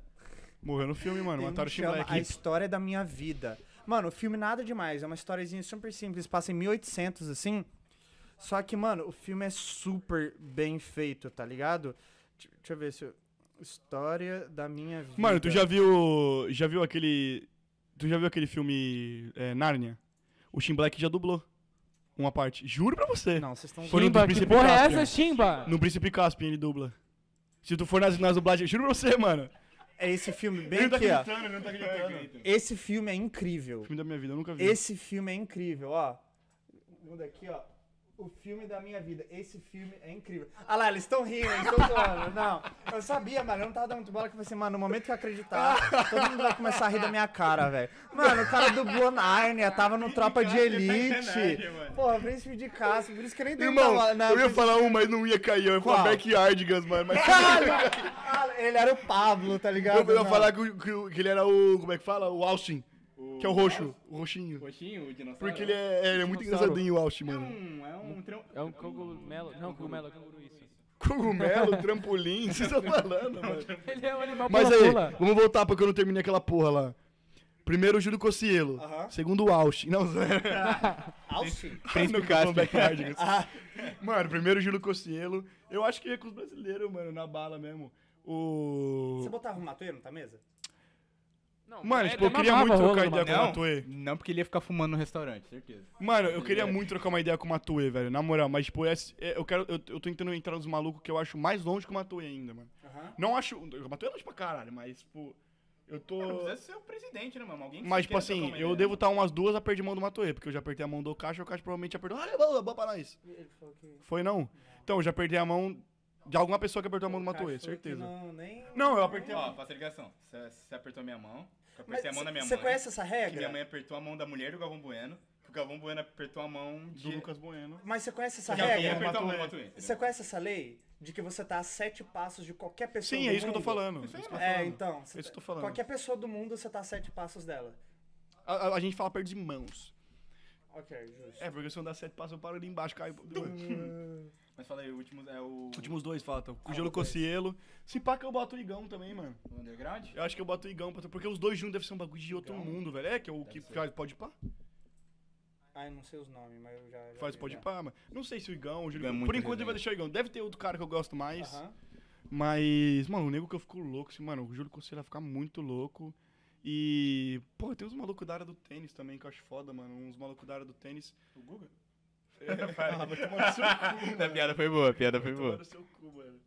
Morreu no filme, mano. Tem um Mataram o que chama Chimleque. A História da Minha Vida. Mano, o filme nada demais. É uma historiazinha super simples. Passa em 1800, assim. Só que, mano, o filme é super bem feito, tá ligado? Deixa, deixa eu ver se... eu- História da Minha Vida. Mano, tu já viu. Já viu aquele. Tu já viu aquele filme é, Nárnia? O Shin Black já dublou. Uma parte. Juro pra você. Não, vocês estão... Foi no Chimba, que Príncipe porra é Caspian. essa, Chimba? No Príncipe Caspian ele dubla. Se tu for nas, nas dublagens, juro pra você, mano. É esse filme bem Ele não tá aqui, ó. acreditando, ele não tá acreditando. Esse filme é incrível. Filme da minha vida, eu nunca vi. Esse filme é incrível, ó. Muda aqui, ó. O filme da minha vida. Esse filme é incrível. Ah lá, eles estão rindo, eles estão (laughs) zoando. Não, eu sabia, mano. Eu não tava dando muito bola que eu falei assim, mano, no momento que eu acreditar, todo mundo vai começar a rir da minha cara, velho. Mano, o cara dublou Narnia, tava no (laughs) Tropa de é Elite. Porra, príncipe de caça, por isso que eu nem dei Irmão, muita bola. né? Não, eu ia Príncipe- falar um, mas não ia cair. Eu ia falar Qual? Backyardigans, mano. (laughs) Mas Ah, ele era o Pablo, tá ligado? eu, eu ia Não. falar que, o- que o- que ele era o. Como é que fala? O Austin. Que é o roxo. O roxinho. Coxinho, o dinossauro. Porque ele é, é, ele é muito Dinossauro. engraçadinho, o Austin, mano. Hum, é um tram... É um cogumelo. Não, cogumelo, é (laughs) canguru isso. Cogumelo, trampolim, vocês estão falando, mano. Ele é um animal Mas aí, pula-pula. vamos voltar porque eu não terminei aquela porra lá. Primeiro, Júlio Cocielo. Segundo, o Austin. Não, (laughs) Alce? Príncipe Caspian. assim. Mano, primeiro, Júlio Cocielo. Eu acho que ia com os brasileiros, mano, na bala mesmo. O... Você botava o Matoeiro na mesa? Mano, tipo, ele eu queria mamava muito trocar ideia rolo, é com o Não, Matuê. não porque ele ia ficar fumando no restaurante, certeza. Mano, eu queria muito trocar uma ideia com o Matuê, velho. Na moral, mas, tipo, esse- é, eu, quero, eu, eu tô tentando entrar nos malucos que eu acho mais longe que o Matuê ainda, mano. Não acho. O Matuê é longe pra caralho, mas, tipo. Eu tô. é assim, ser o presidente, né, mano? Alguém Mas, tipo assim, eu devo estar umas duas a perder a mão do Matoê, porque eu já apertei a mão do Caixa e o Caixa provavelmente apertou. Ah, boa, boa pra nós. Foi não? Então, eu já perdi a mão de alguma pessoa que apertou a mão do Matoê, certeza. Não, nem... Não, eu apertei a Ó, mão. faça a ligação. Você você apertou minha mão, eu Mas apertei a mão da minha mãe. Você conhece essa Que minha regra? mãe é apertou a mão da mulher do Galvão Bueno, que o Galvão Bueno apertou a mão de... Do Lucas Bueno. Mas você conhece essa Que alguém regra? apertou a mão do Matuê. Matuê. entendeu? Você conhece essa lei? de que você tá a sete passos de qualquer pessoa. Sim, do é isso que eu tô mundo. falando. Isso que eu tô É, falando. então. você É isso que eu tá- tô falando. Qualquer pessoa do mundo você tá a sete passos dela. A, a- a gente fala perto de mãos. Ok, justo. É, porque se eu andar sete passos, eu paro ali embaixo, cai. Mas fala aí, o último é o. Últimos dois, falta. O Gelo Cocielo. Se pá que eu boto o Igão também, mano. Underground? Eu acho que eu boto o Igão, pra- porque os dois juntos devem ser um bagulho de outro mundo, velho. É que é o que faz pode pá? Ai, não sei os nomes, mas eu já. já Faz vi, pode já. pá, mano. Não sei se o Igão, o Júlio. Igão é muito Por enquanto ele vai resenha. deixar o Igão. Deve ter outro cara que eu gosto mais. Aham. Mas, mano, o nego que eu fico louco, assim, mano, o Júlio Conselho vai ficar muito louco. E, pô, tem uns malucos da área do tênis também que eu acho foda, mano. Uns malucos da área do tênis. O Guga? (laughs) É, cara, vai tomar no seu (laughs) cu, (laughs) mano. A piada foi boa, a piada foi Vai tomar boa. no seu cu, mano.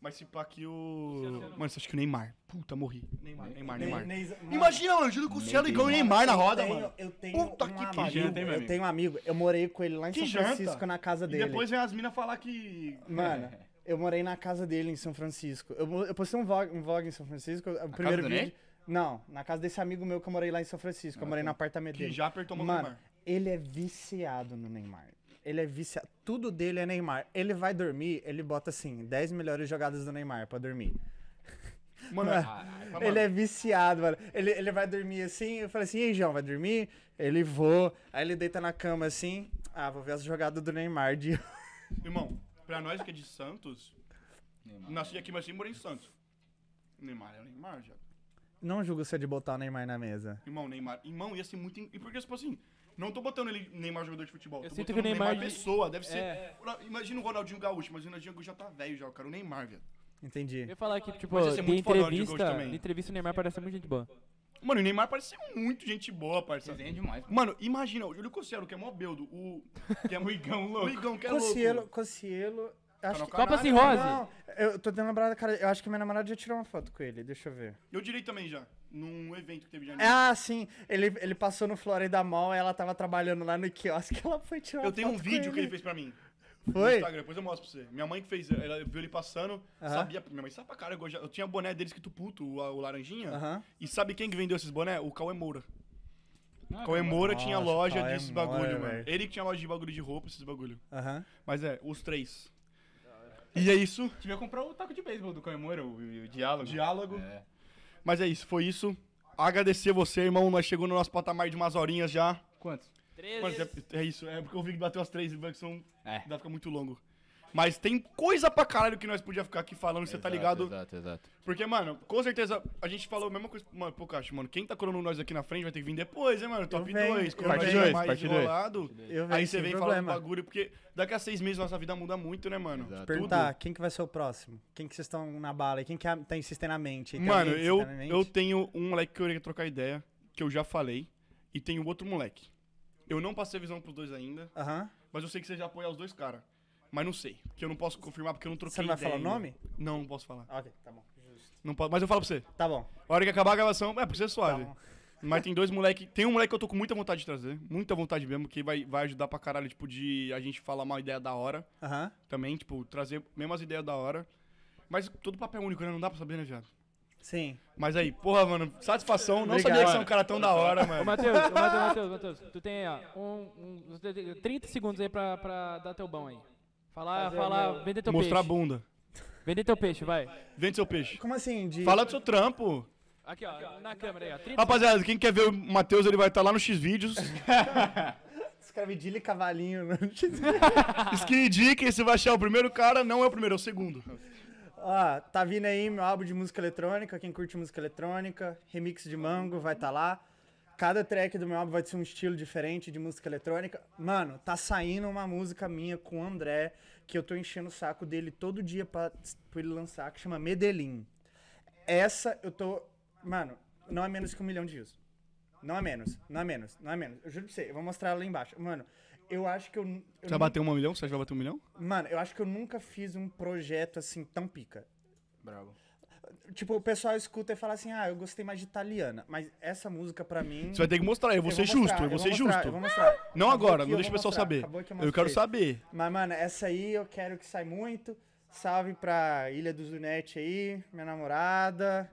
Mas se pá que o. Mano, você acha que o Neymar? Puta, morri. Neymar, Neymar, Neymar. Nem- nem- mano, Imagina, mano, o Júlio Conselho igual o Neymar na eu roda, tenho- mano. Eu tenho Puta um que amigo. pariu. Janta, hein, meu eu amigo? tenho um amigo. Eu morei com ele lá em Que São janta? Francisco na casa E dele. depois vem as minas falar que. Mano, eu morei na casa dele em São Francisco. Eu, mo- eu postei um vlog, um vlog em São Francisco. O primeiro do vídeo. Ney? Não, na casa desse amigo meu que eu morei lá em São Francisco. eu morei no Ah, apartamento tá. Que dele. já apertou a mão do Mano, Neymar. ele é viciado no Neymar. Ele é viciado. Tudo dele é Neymar. Ele vai dormir, ele bota assim, 10 melhores jogadas do Neymar pra dormir. Mano, ah, tá Ele é viciado, mano. Ele, ele vai dormir assim, eu falei assim, e aí, João, vai dormir? Ele vou. Aí ele deita na cama assim, ah, vou ver as jogadas do Neymar de Irmão, pra nós que é de Santos, nasci aqui, mas sempre morei em Santos. Neymar é o Neymar, já. Não julgo você de botar o Neymar na mesa. Irmão, Neymar. Irmão, ia ser muito. in- E porque, tipo assim, não tô botando ele Neymar jogador de futebol. Eu tô sinto botando que o Neymar de- pessoa, deve ser. É. Ro- Imagina o Ronaldinho Gaúcho, mas o Ronaldinho Gaúcho já tá velho já, cara. O Neymar, velho. Entendi. Eu ia falar que, tipo, Mas ia ser de muito fodão de gosto entrevista, também. de entrevista o Neymar parece ser muito gente boa. Mano, o Neymar parece ser muito gente boa, parceiro. Desenha demais. Mano, imagina, o Júlio Cossielo, que é mó beldo, o. Que é o Igão louco. (laughs) O Igão que é Cocielo, louco. Cocielo. Tá Acho no que... Copa caralho, sem né? rosa. Não, eu tô tentando lembrar da cara. Eu acho que minha namorada já tirou uma foto com ele, deixa eu ver. Eu direi também já, num evento que teve já. né? Ah, sim. Ele, ele passou no Florida Mall ela tava trabalhando lá no quiosque. (laughs) Ela foi tirar uma Eu tenho um É foto com vídeo que ele fez pra mim. No Foi? Instagram, depois eu mostro pra você. Minha mãe que fez, ela viu ele passando, sabia. Minha mãe sabe pra caralho, eu, já- eu tinha boné deles que tu puto, o, o laranjinha. Aham. E sabe quem que vendeu esses boné? O Cauê Moura. Cauê Moura tinha loja Cauê desses Moura, bagulho, mano. velho. Ele que tinha loja de bagulho de roupa, esses bagulho. Aham. Mas é, os três. E é isso. Tive que comprar o taco de beisebol do Coimora, o, o, o diálogo. Diálogo. É. Mas é isso, foi isso. Agradecer você, irmão. Nós chegamos no nosso patamar de umas horinhas já. Quantos? Mas é, é isso, é porque eu vi que bateu as três e vai que são. É. Vai ficar muito longo. Mas tem coisa pra caralho que nós podíamos ficar aqui falando, você tá ligado? Exato, exato. Porque, mano, com certeza a gente falou a mesma coisa. Mano, pô, Cacho, mano, quem tá coronando nós aqui na frente vai ter que vir depois, hein, mano? Top venho, 2, eu coronando venho. Parte nós dois, mais parte dois. enrolado. Eu venho, Aí você sem vem falando problema. bagulho, porque daqui a seis meses nossa vida muda muito, né, mano? Exato. Perguntar, quem que vai ser o próximo? Quem que vocês estão na bala? E Quem que a- tá insistindo na mente? Tem Mano, alguém eu, insistindo na mente? eu tenho um moleque que eu queria trocar ideia, que eu já falei, e tenho outro moleque. Eu não passei a visão pros dois ainda, Aham. mas eu sei que você já apoia os dois caras. Mas não sei, que eu não posso confirmar porque eu não troquei Você não vai ideia falar o ainda. nome? Não, não posso falar. Ok, tá bom. Justo. Não posso, mas eu falo pra você. Tá bom. A hora que acabar a gravação, é pra ser suave. Tá bom. Mas tem (laughs) dois moleque. Tem um moleque que eu tô com muita vontade de trazer. Muita vontade mesmo, que vai, vai ajudar pra caralho, tipo, de a gente falar uma ideia da hora Aham. também, tipo, trazer mesmo as ideias da hora. Mas todo papo é único, né? Não dá pra saber, né, viado? Sim. Mas aí, porra, mano, satisfação. Não Obrigado. sabia que você é um cara tão da hora, Ô, mano. Matheus, ô, Matheus, Matheus, Matheus, tu tem aí, ó, um, um, você tem 30 segundos aí pra, pra dar teu bom aí. Falar, falar, vender teu Mostrar a peixe. bunda. Vender teu peixe, vai. Vende seu peixe. Como assim? De... Fala do seu trampo. Aqui, ó, na câmera aí, ó. 30 Rapaziada, quem quer ver o Matheus, ele vai estar lá no (laughs) X-Vídeos. Escreve Dile Cavalinho. no- (laughs) Skin Dick, você vai achar o primeiro cara. Não é o primeiro, é o segundo. Ó, tá vindo aí meu álbum de música eletrônica. Quem curte música eletrônica, remix de mango, vai tá lá. Cada track do meu álbum vai ser um estilo diferente de música eletrônica. Mano, tá saindo uma música minha com o André, que eu tô enchendo o saco dele todo dia pra, pra ele lançar, que chama Medellín. Essa eu tô. Mano, não é menos que um milhão de views. Não é menos, não é menos, não é menos. Eu juro pra você, eu vou mostrar lá embaixo. Mano, eu acho que eu. eu Você vai nunca- bater um milhão? Você acha que vai bater um milhão? Mano, eu acho que eu nunca fiz um projeto assim tão pica. Bravo. Tipo, o pessoal escuta e fala assim: ah, eu gostei mais de italiana. Mas essa música pra mim. Você vai ter que mostrar. Eu vou ser justo, eu vou ser justo. Eu vou mostrar. Não Acabou agora, aqui, não eu deixa o vou pessoal mostrar. saber. Acabou que Eu quero mostrei. saber. Mas, mano, essa aí eu quero que sai muito. Salve pra Ilha do Zunete aí, minha namorada,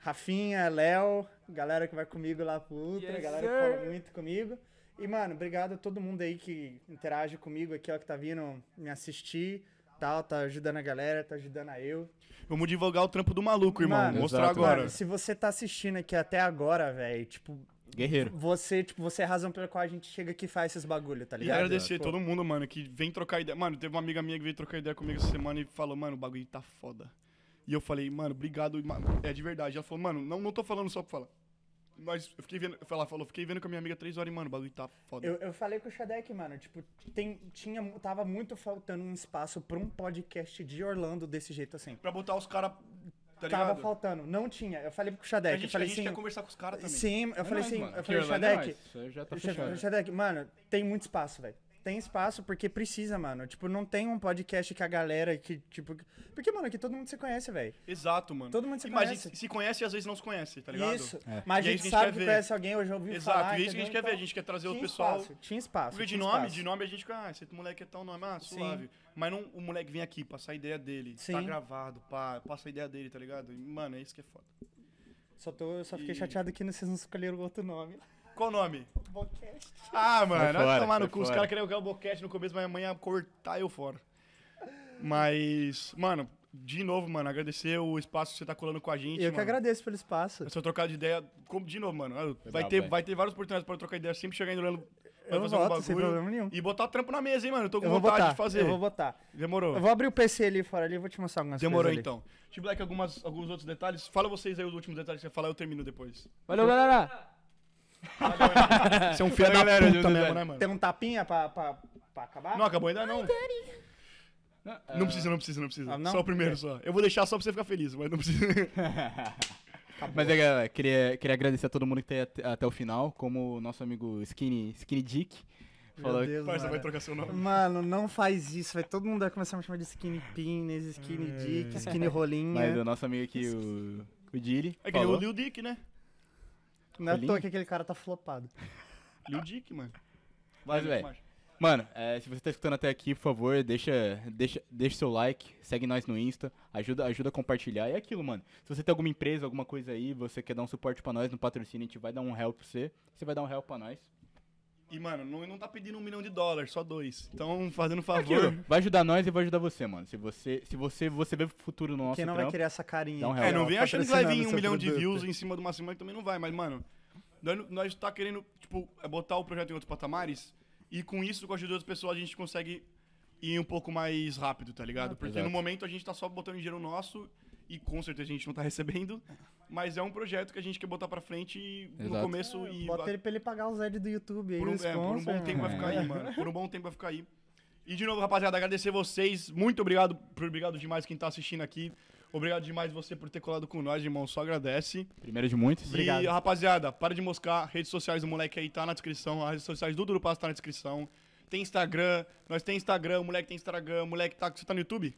Rafinha, Léo, galera que vai comigo lá pro Ultra, Yes, galera sir. que fala muito comigo. E, mano, obrigado a todo mundo aí que interage comigo aqui, ó, que tá vindo me assistir. tal, tá ajudando a galera, tá ajudando a eu. Vamos divulgar o trampo do maluco, irmão. Mano, Mostrar exato. agora. Mano, se você tá assistindo aqui até agora, velho, tipo, Guerreiro. você, tipo, você é a razão pela qual a gente chega aqui e faz esses bagulho, tá E ligado? agradecer Pô, todo mundo, mano, que vem trocar ideia. Mano, teve uma amiga minha que veio trocar ideia comigo essa semana e falou, mano, o bagulho tá foda. E eu falei, mano, obrigado. ma- É de verdade. Ela falou, mano, não, não tô falando só pra falar. Mas eu fiquei vendo. Ela falou, fiquei vendo com a minha amiga três horas e, mano, o bagulho tá foda. Eu, eu falei com o Shadek, mano, tipo, tem, tinha, tava muito faltando um espaço pra um podcast de Orlando desse jeito assim. Pra botar os caras. Tá tava ligado? faltando, não tinha. Eu falei com o A Shadek, eu gente, falei a gente assim, quer conversar com os caras também. é sim, É eu falei assim, eu falei, Shadek, Shadek. Já tá Deixa- fechado. deixa eu ver aqui. Mano, tem muito espaço, velho. Tem espaço porque precisa, mano. Tipo, não tem um podcast que a galera que, tipo. Porque, mano, aqui todo mundo se conhece, velho. Exato, mano. Todo mundo se Mas a conhece. gente se conhece e às vezes não se conhece, tá ligado? Isso. É. Mas a E é gente, isso que a gente sabe quer que ver. conhece alguém, eu já ouvi Exato. e é isso falar. que a gente entendeu? quer ver. A Então, gente quer trazer o tinha pessoal. Espaço, tinha espaço. Porque de tinha nome, espaço. de nome a gente fica, ah, esse moleque é tal nome, ah, suave. Mas não o moleque vem aqui, passa a ideia dele, tá Sim. gravado, pá, passa a ideia dele, tá ligado? E, mano, é isso que é foda. Só, tô, eu só fiquei E- chateado que vocês não escolheram outro nome. Qual o nome? Ah, mano, vai fora, tomar no sai cu. Os fora. caras queriam que o boquete no começo, mas a mãe ia cortar eu fora. Mas, mano, de novo, mano, agradecer o espaço que você tá colando com a gente. eu que mano. agradeço pelo espaço. Se eu trocar de ideia, como- de novo, mano, eu- vai, brabo, ter, velho. vai ter várias oportunidades pra eu trocar ideia, sempre chegar indo olhando pra Eu fazer um voto, bagulho. sem problema nenhum. E botar trampo na mesa, hein, mano? Eu tô com Eu vou vontade botar. de fazer. Eu vou botar. Demorou. Eu vou abrir o PC ali fora ali e vou te mostrar algumas Demorou coisas. ali. então. Tipo, Black, algumas, alguns outros detalhes. Fala vocês aí os últimos detalhes que você falar, eu termino (laughs) depois. Valeu, galera! Você é um filho da galera, puta mesmo, né, mano? Tem um tapinha pra, pra, pra acabar? Não, acabou ainda não. Não precisa, não precisa, não precisa. Ah, não? Só o primeiro, só. Eu vou deixar só pra você ficar feliz, mas não (laughs) precisa. Mas é, galera, queria, queria agradecer a todo mundo que tá aí até, até o final, como o nosso amigo Skinny, Skinny Dick falou. Meu Deus, Parça, mano. vai trocar seu nome. Mano, não faz isso, vai todo mundo vai começar a me chamar de skinny penis, skinny Hum. dick, skinny Mas rolinha. o nosso amigo aqui, o, o Dili, É que nem o falou. Lil Dick, né? Não é à rolinha? toa que aquele cara tá flopado. Lil Dick, mano. Mas, Vai, velho, Marcha. Mano, é, se você tá escutando até aqui, por favor, deixa, deixa, deixa seu like, segue nós no Insta, ajuda, ajuda a compartilhar. E é aquilo, mano. Se você tem alguma empresa, alguma coisa aí, você quer dar um suporte pra nós no patrocínio, a gente vai dar um help pra você. Você vai dar um help pra nós. E, mano, não, não tá pedindo um milhão de dólares, só dois. Então, fazendo um favor. Uhum. Aquilo, vai ajudar nós e vai ajudar você, mano. Se você, se você, você vê o futuro no nosso Quem não vai trampo, querer essa carinha? dá um É, help. não vem achando que vai vir patrocinando um seu milhão de produto. views em cima de uma semana que também não vai, mas, mano, nós, nós tá querendo, tipo, é botar o projeto em outros patamares e com isso, com a ajuda das pessoas, a gente consegue ir um pouco mais rápido, tá ligado? Porque no Ah, exato. momento a gente tá só botando dinheiro nosso e com certeza a gente não tá (laughs) recebendo, mas é um projeto que a gente quer botar pra frente e no Exato. começo e Bota ele pra ele pagar os ads do YouTube aí, por um, os é, por um bom sponsor, tempo vai mano. ficar aí, (laughs) mano. Por um bom tempo vai ficar aí. E de novo, rapaziada, agradecer vocês. Muito obrigado, por- obrigado demais quem tá assistindo aqui. Obrigado demais você por ter colado com nós, irmão. Só agradece. Primeiro de muitos. E, rapaziada, para de moscar. Redes sociais do moleque aí tá na descrição. As redes sociais do Duro Passo tá na descrição. Tem Instagram. Nós tem Instagram. O moleque tem Instagram. O moleque tá... Você tá no YouTube?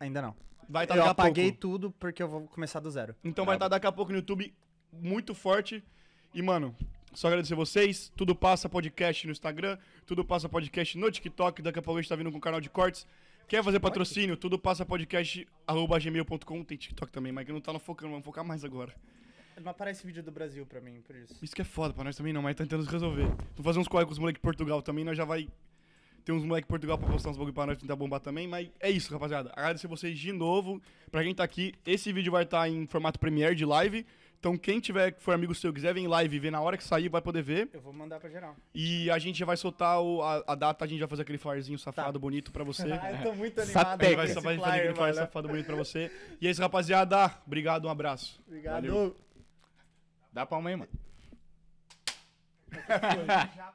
Ainda não. Vai tá eu daqui a apaguei pouco. tudo porque eu vou começar do zero. Então vai estar daqui a pouco no YouTube. Muito forte. E, mano... Só agradecer vocês. Tudo Passa Podcast no Instagram. Tudo Passa Podcast no TikTok. Daqui a pouco a gente tá vindo com o canal de cortes. Quer fazer patrocínio? Tudo passa podcast arroba gmail.com. Tem TikTok também, mas que não tá focando. Vamos focar mais agora. Não aparece vídeo do Brasil pra mim, por isso. Isso que é foda pra nós também não, mas tentando resolver. Vou fazer uns corre com os moleques de Portugal também, nós já vai ter uns moleques de Portugal pra postar uns bagulho pra nós tentar bombar também, mas é isso, rapaziada. Agradecer vocês de novo. Pra quem tá aqui, esse vídeo vai estar em formato Premiere de live. Então quem tiver, que for amigo seu, quiser ver em live e ver na hora que sair, vai poder ver. Eu vou mandar pra geral. E a gente já vai soltar o- a, a data, a gente vai fazer aquele farzinho safado bonito pra você. Tá. (laughs) Ah, eu (laughs) tô muito animado. Satec. Aí com vai esse só vai fazer flyer, aquele fire mano. safado bonito pra você. E é isso, rapaziada. Obrigado, um abraço. Obrigado. Dá palma aí, mano.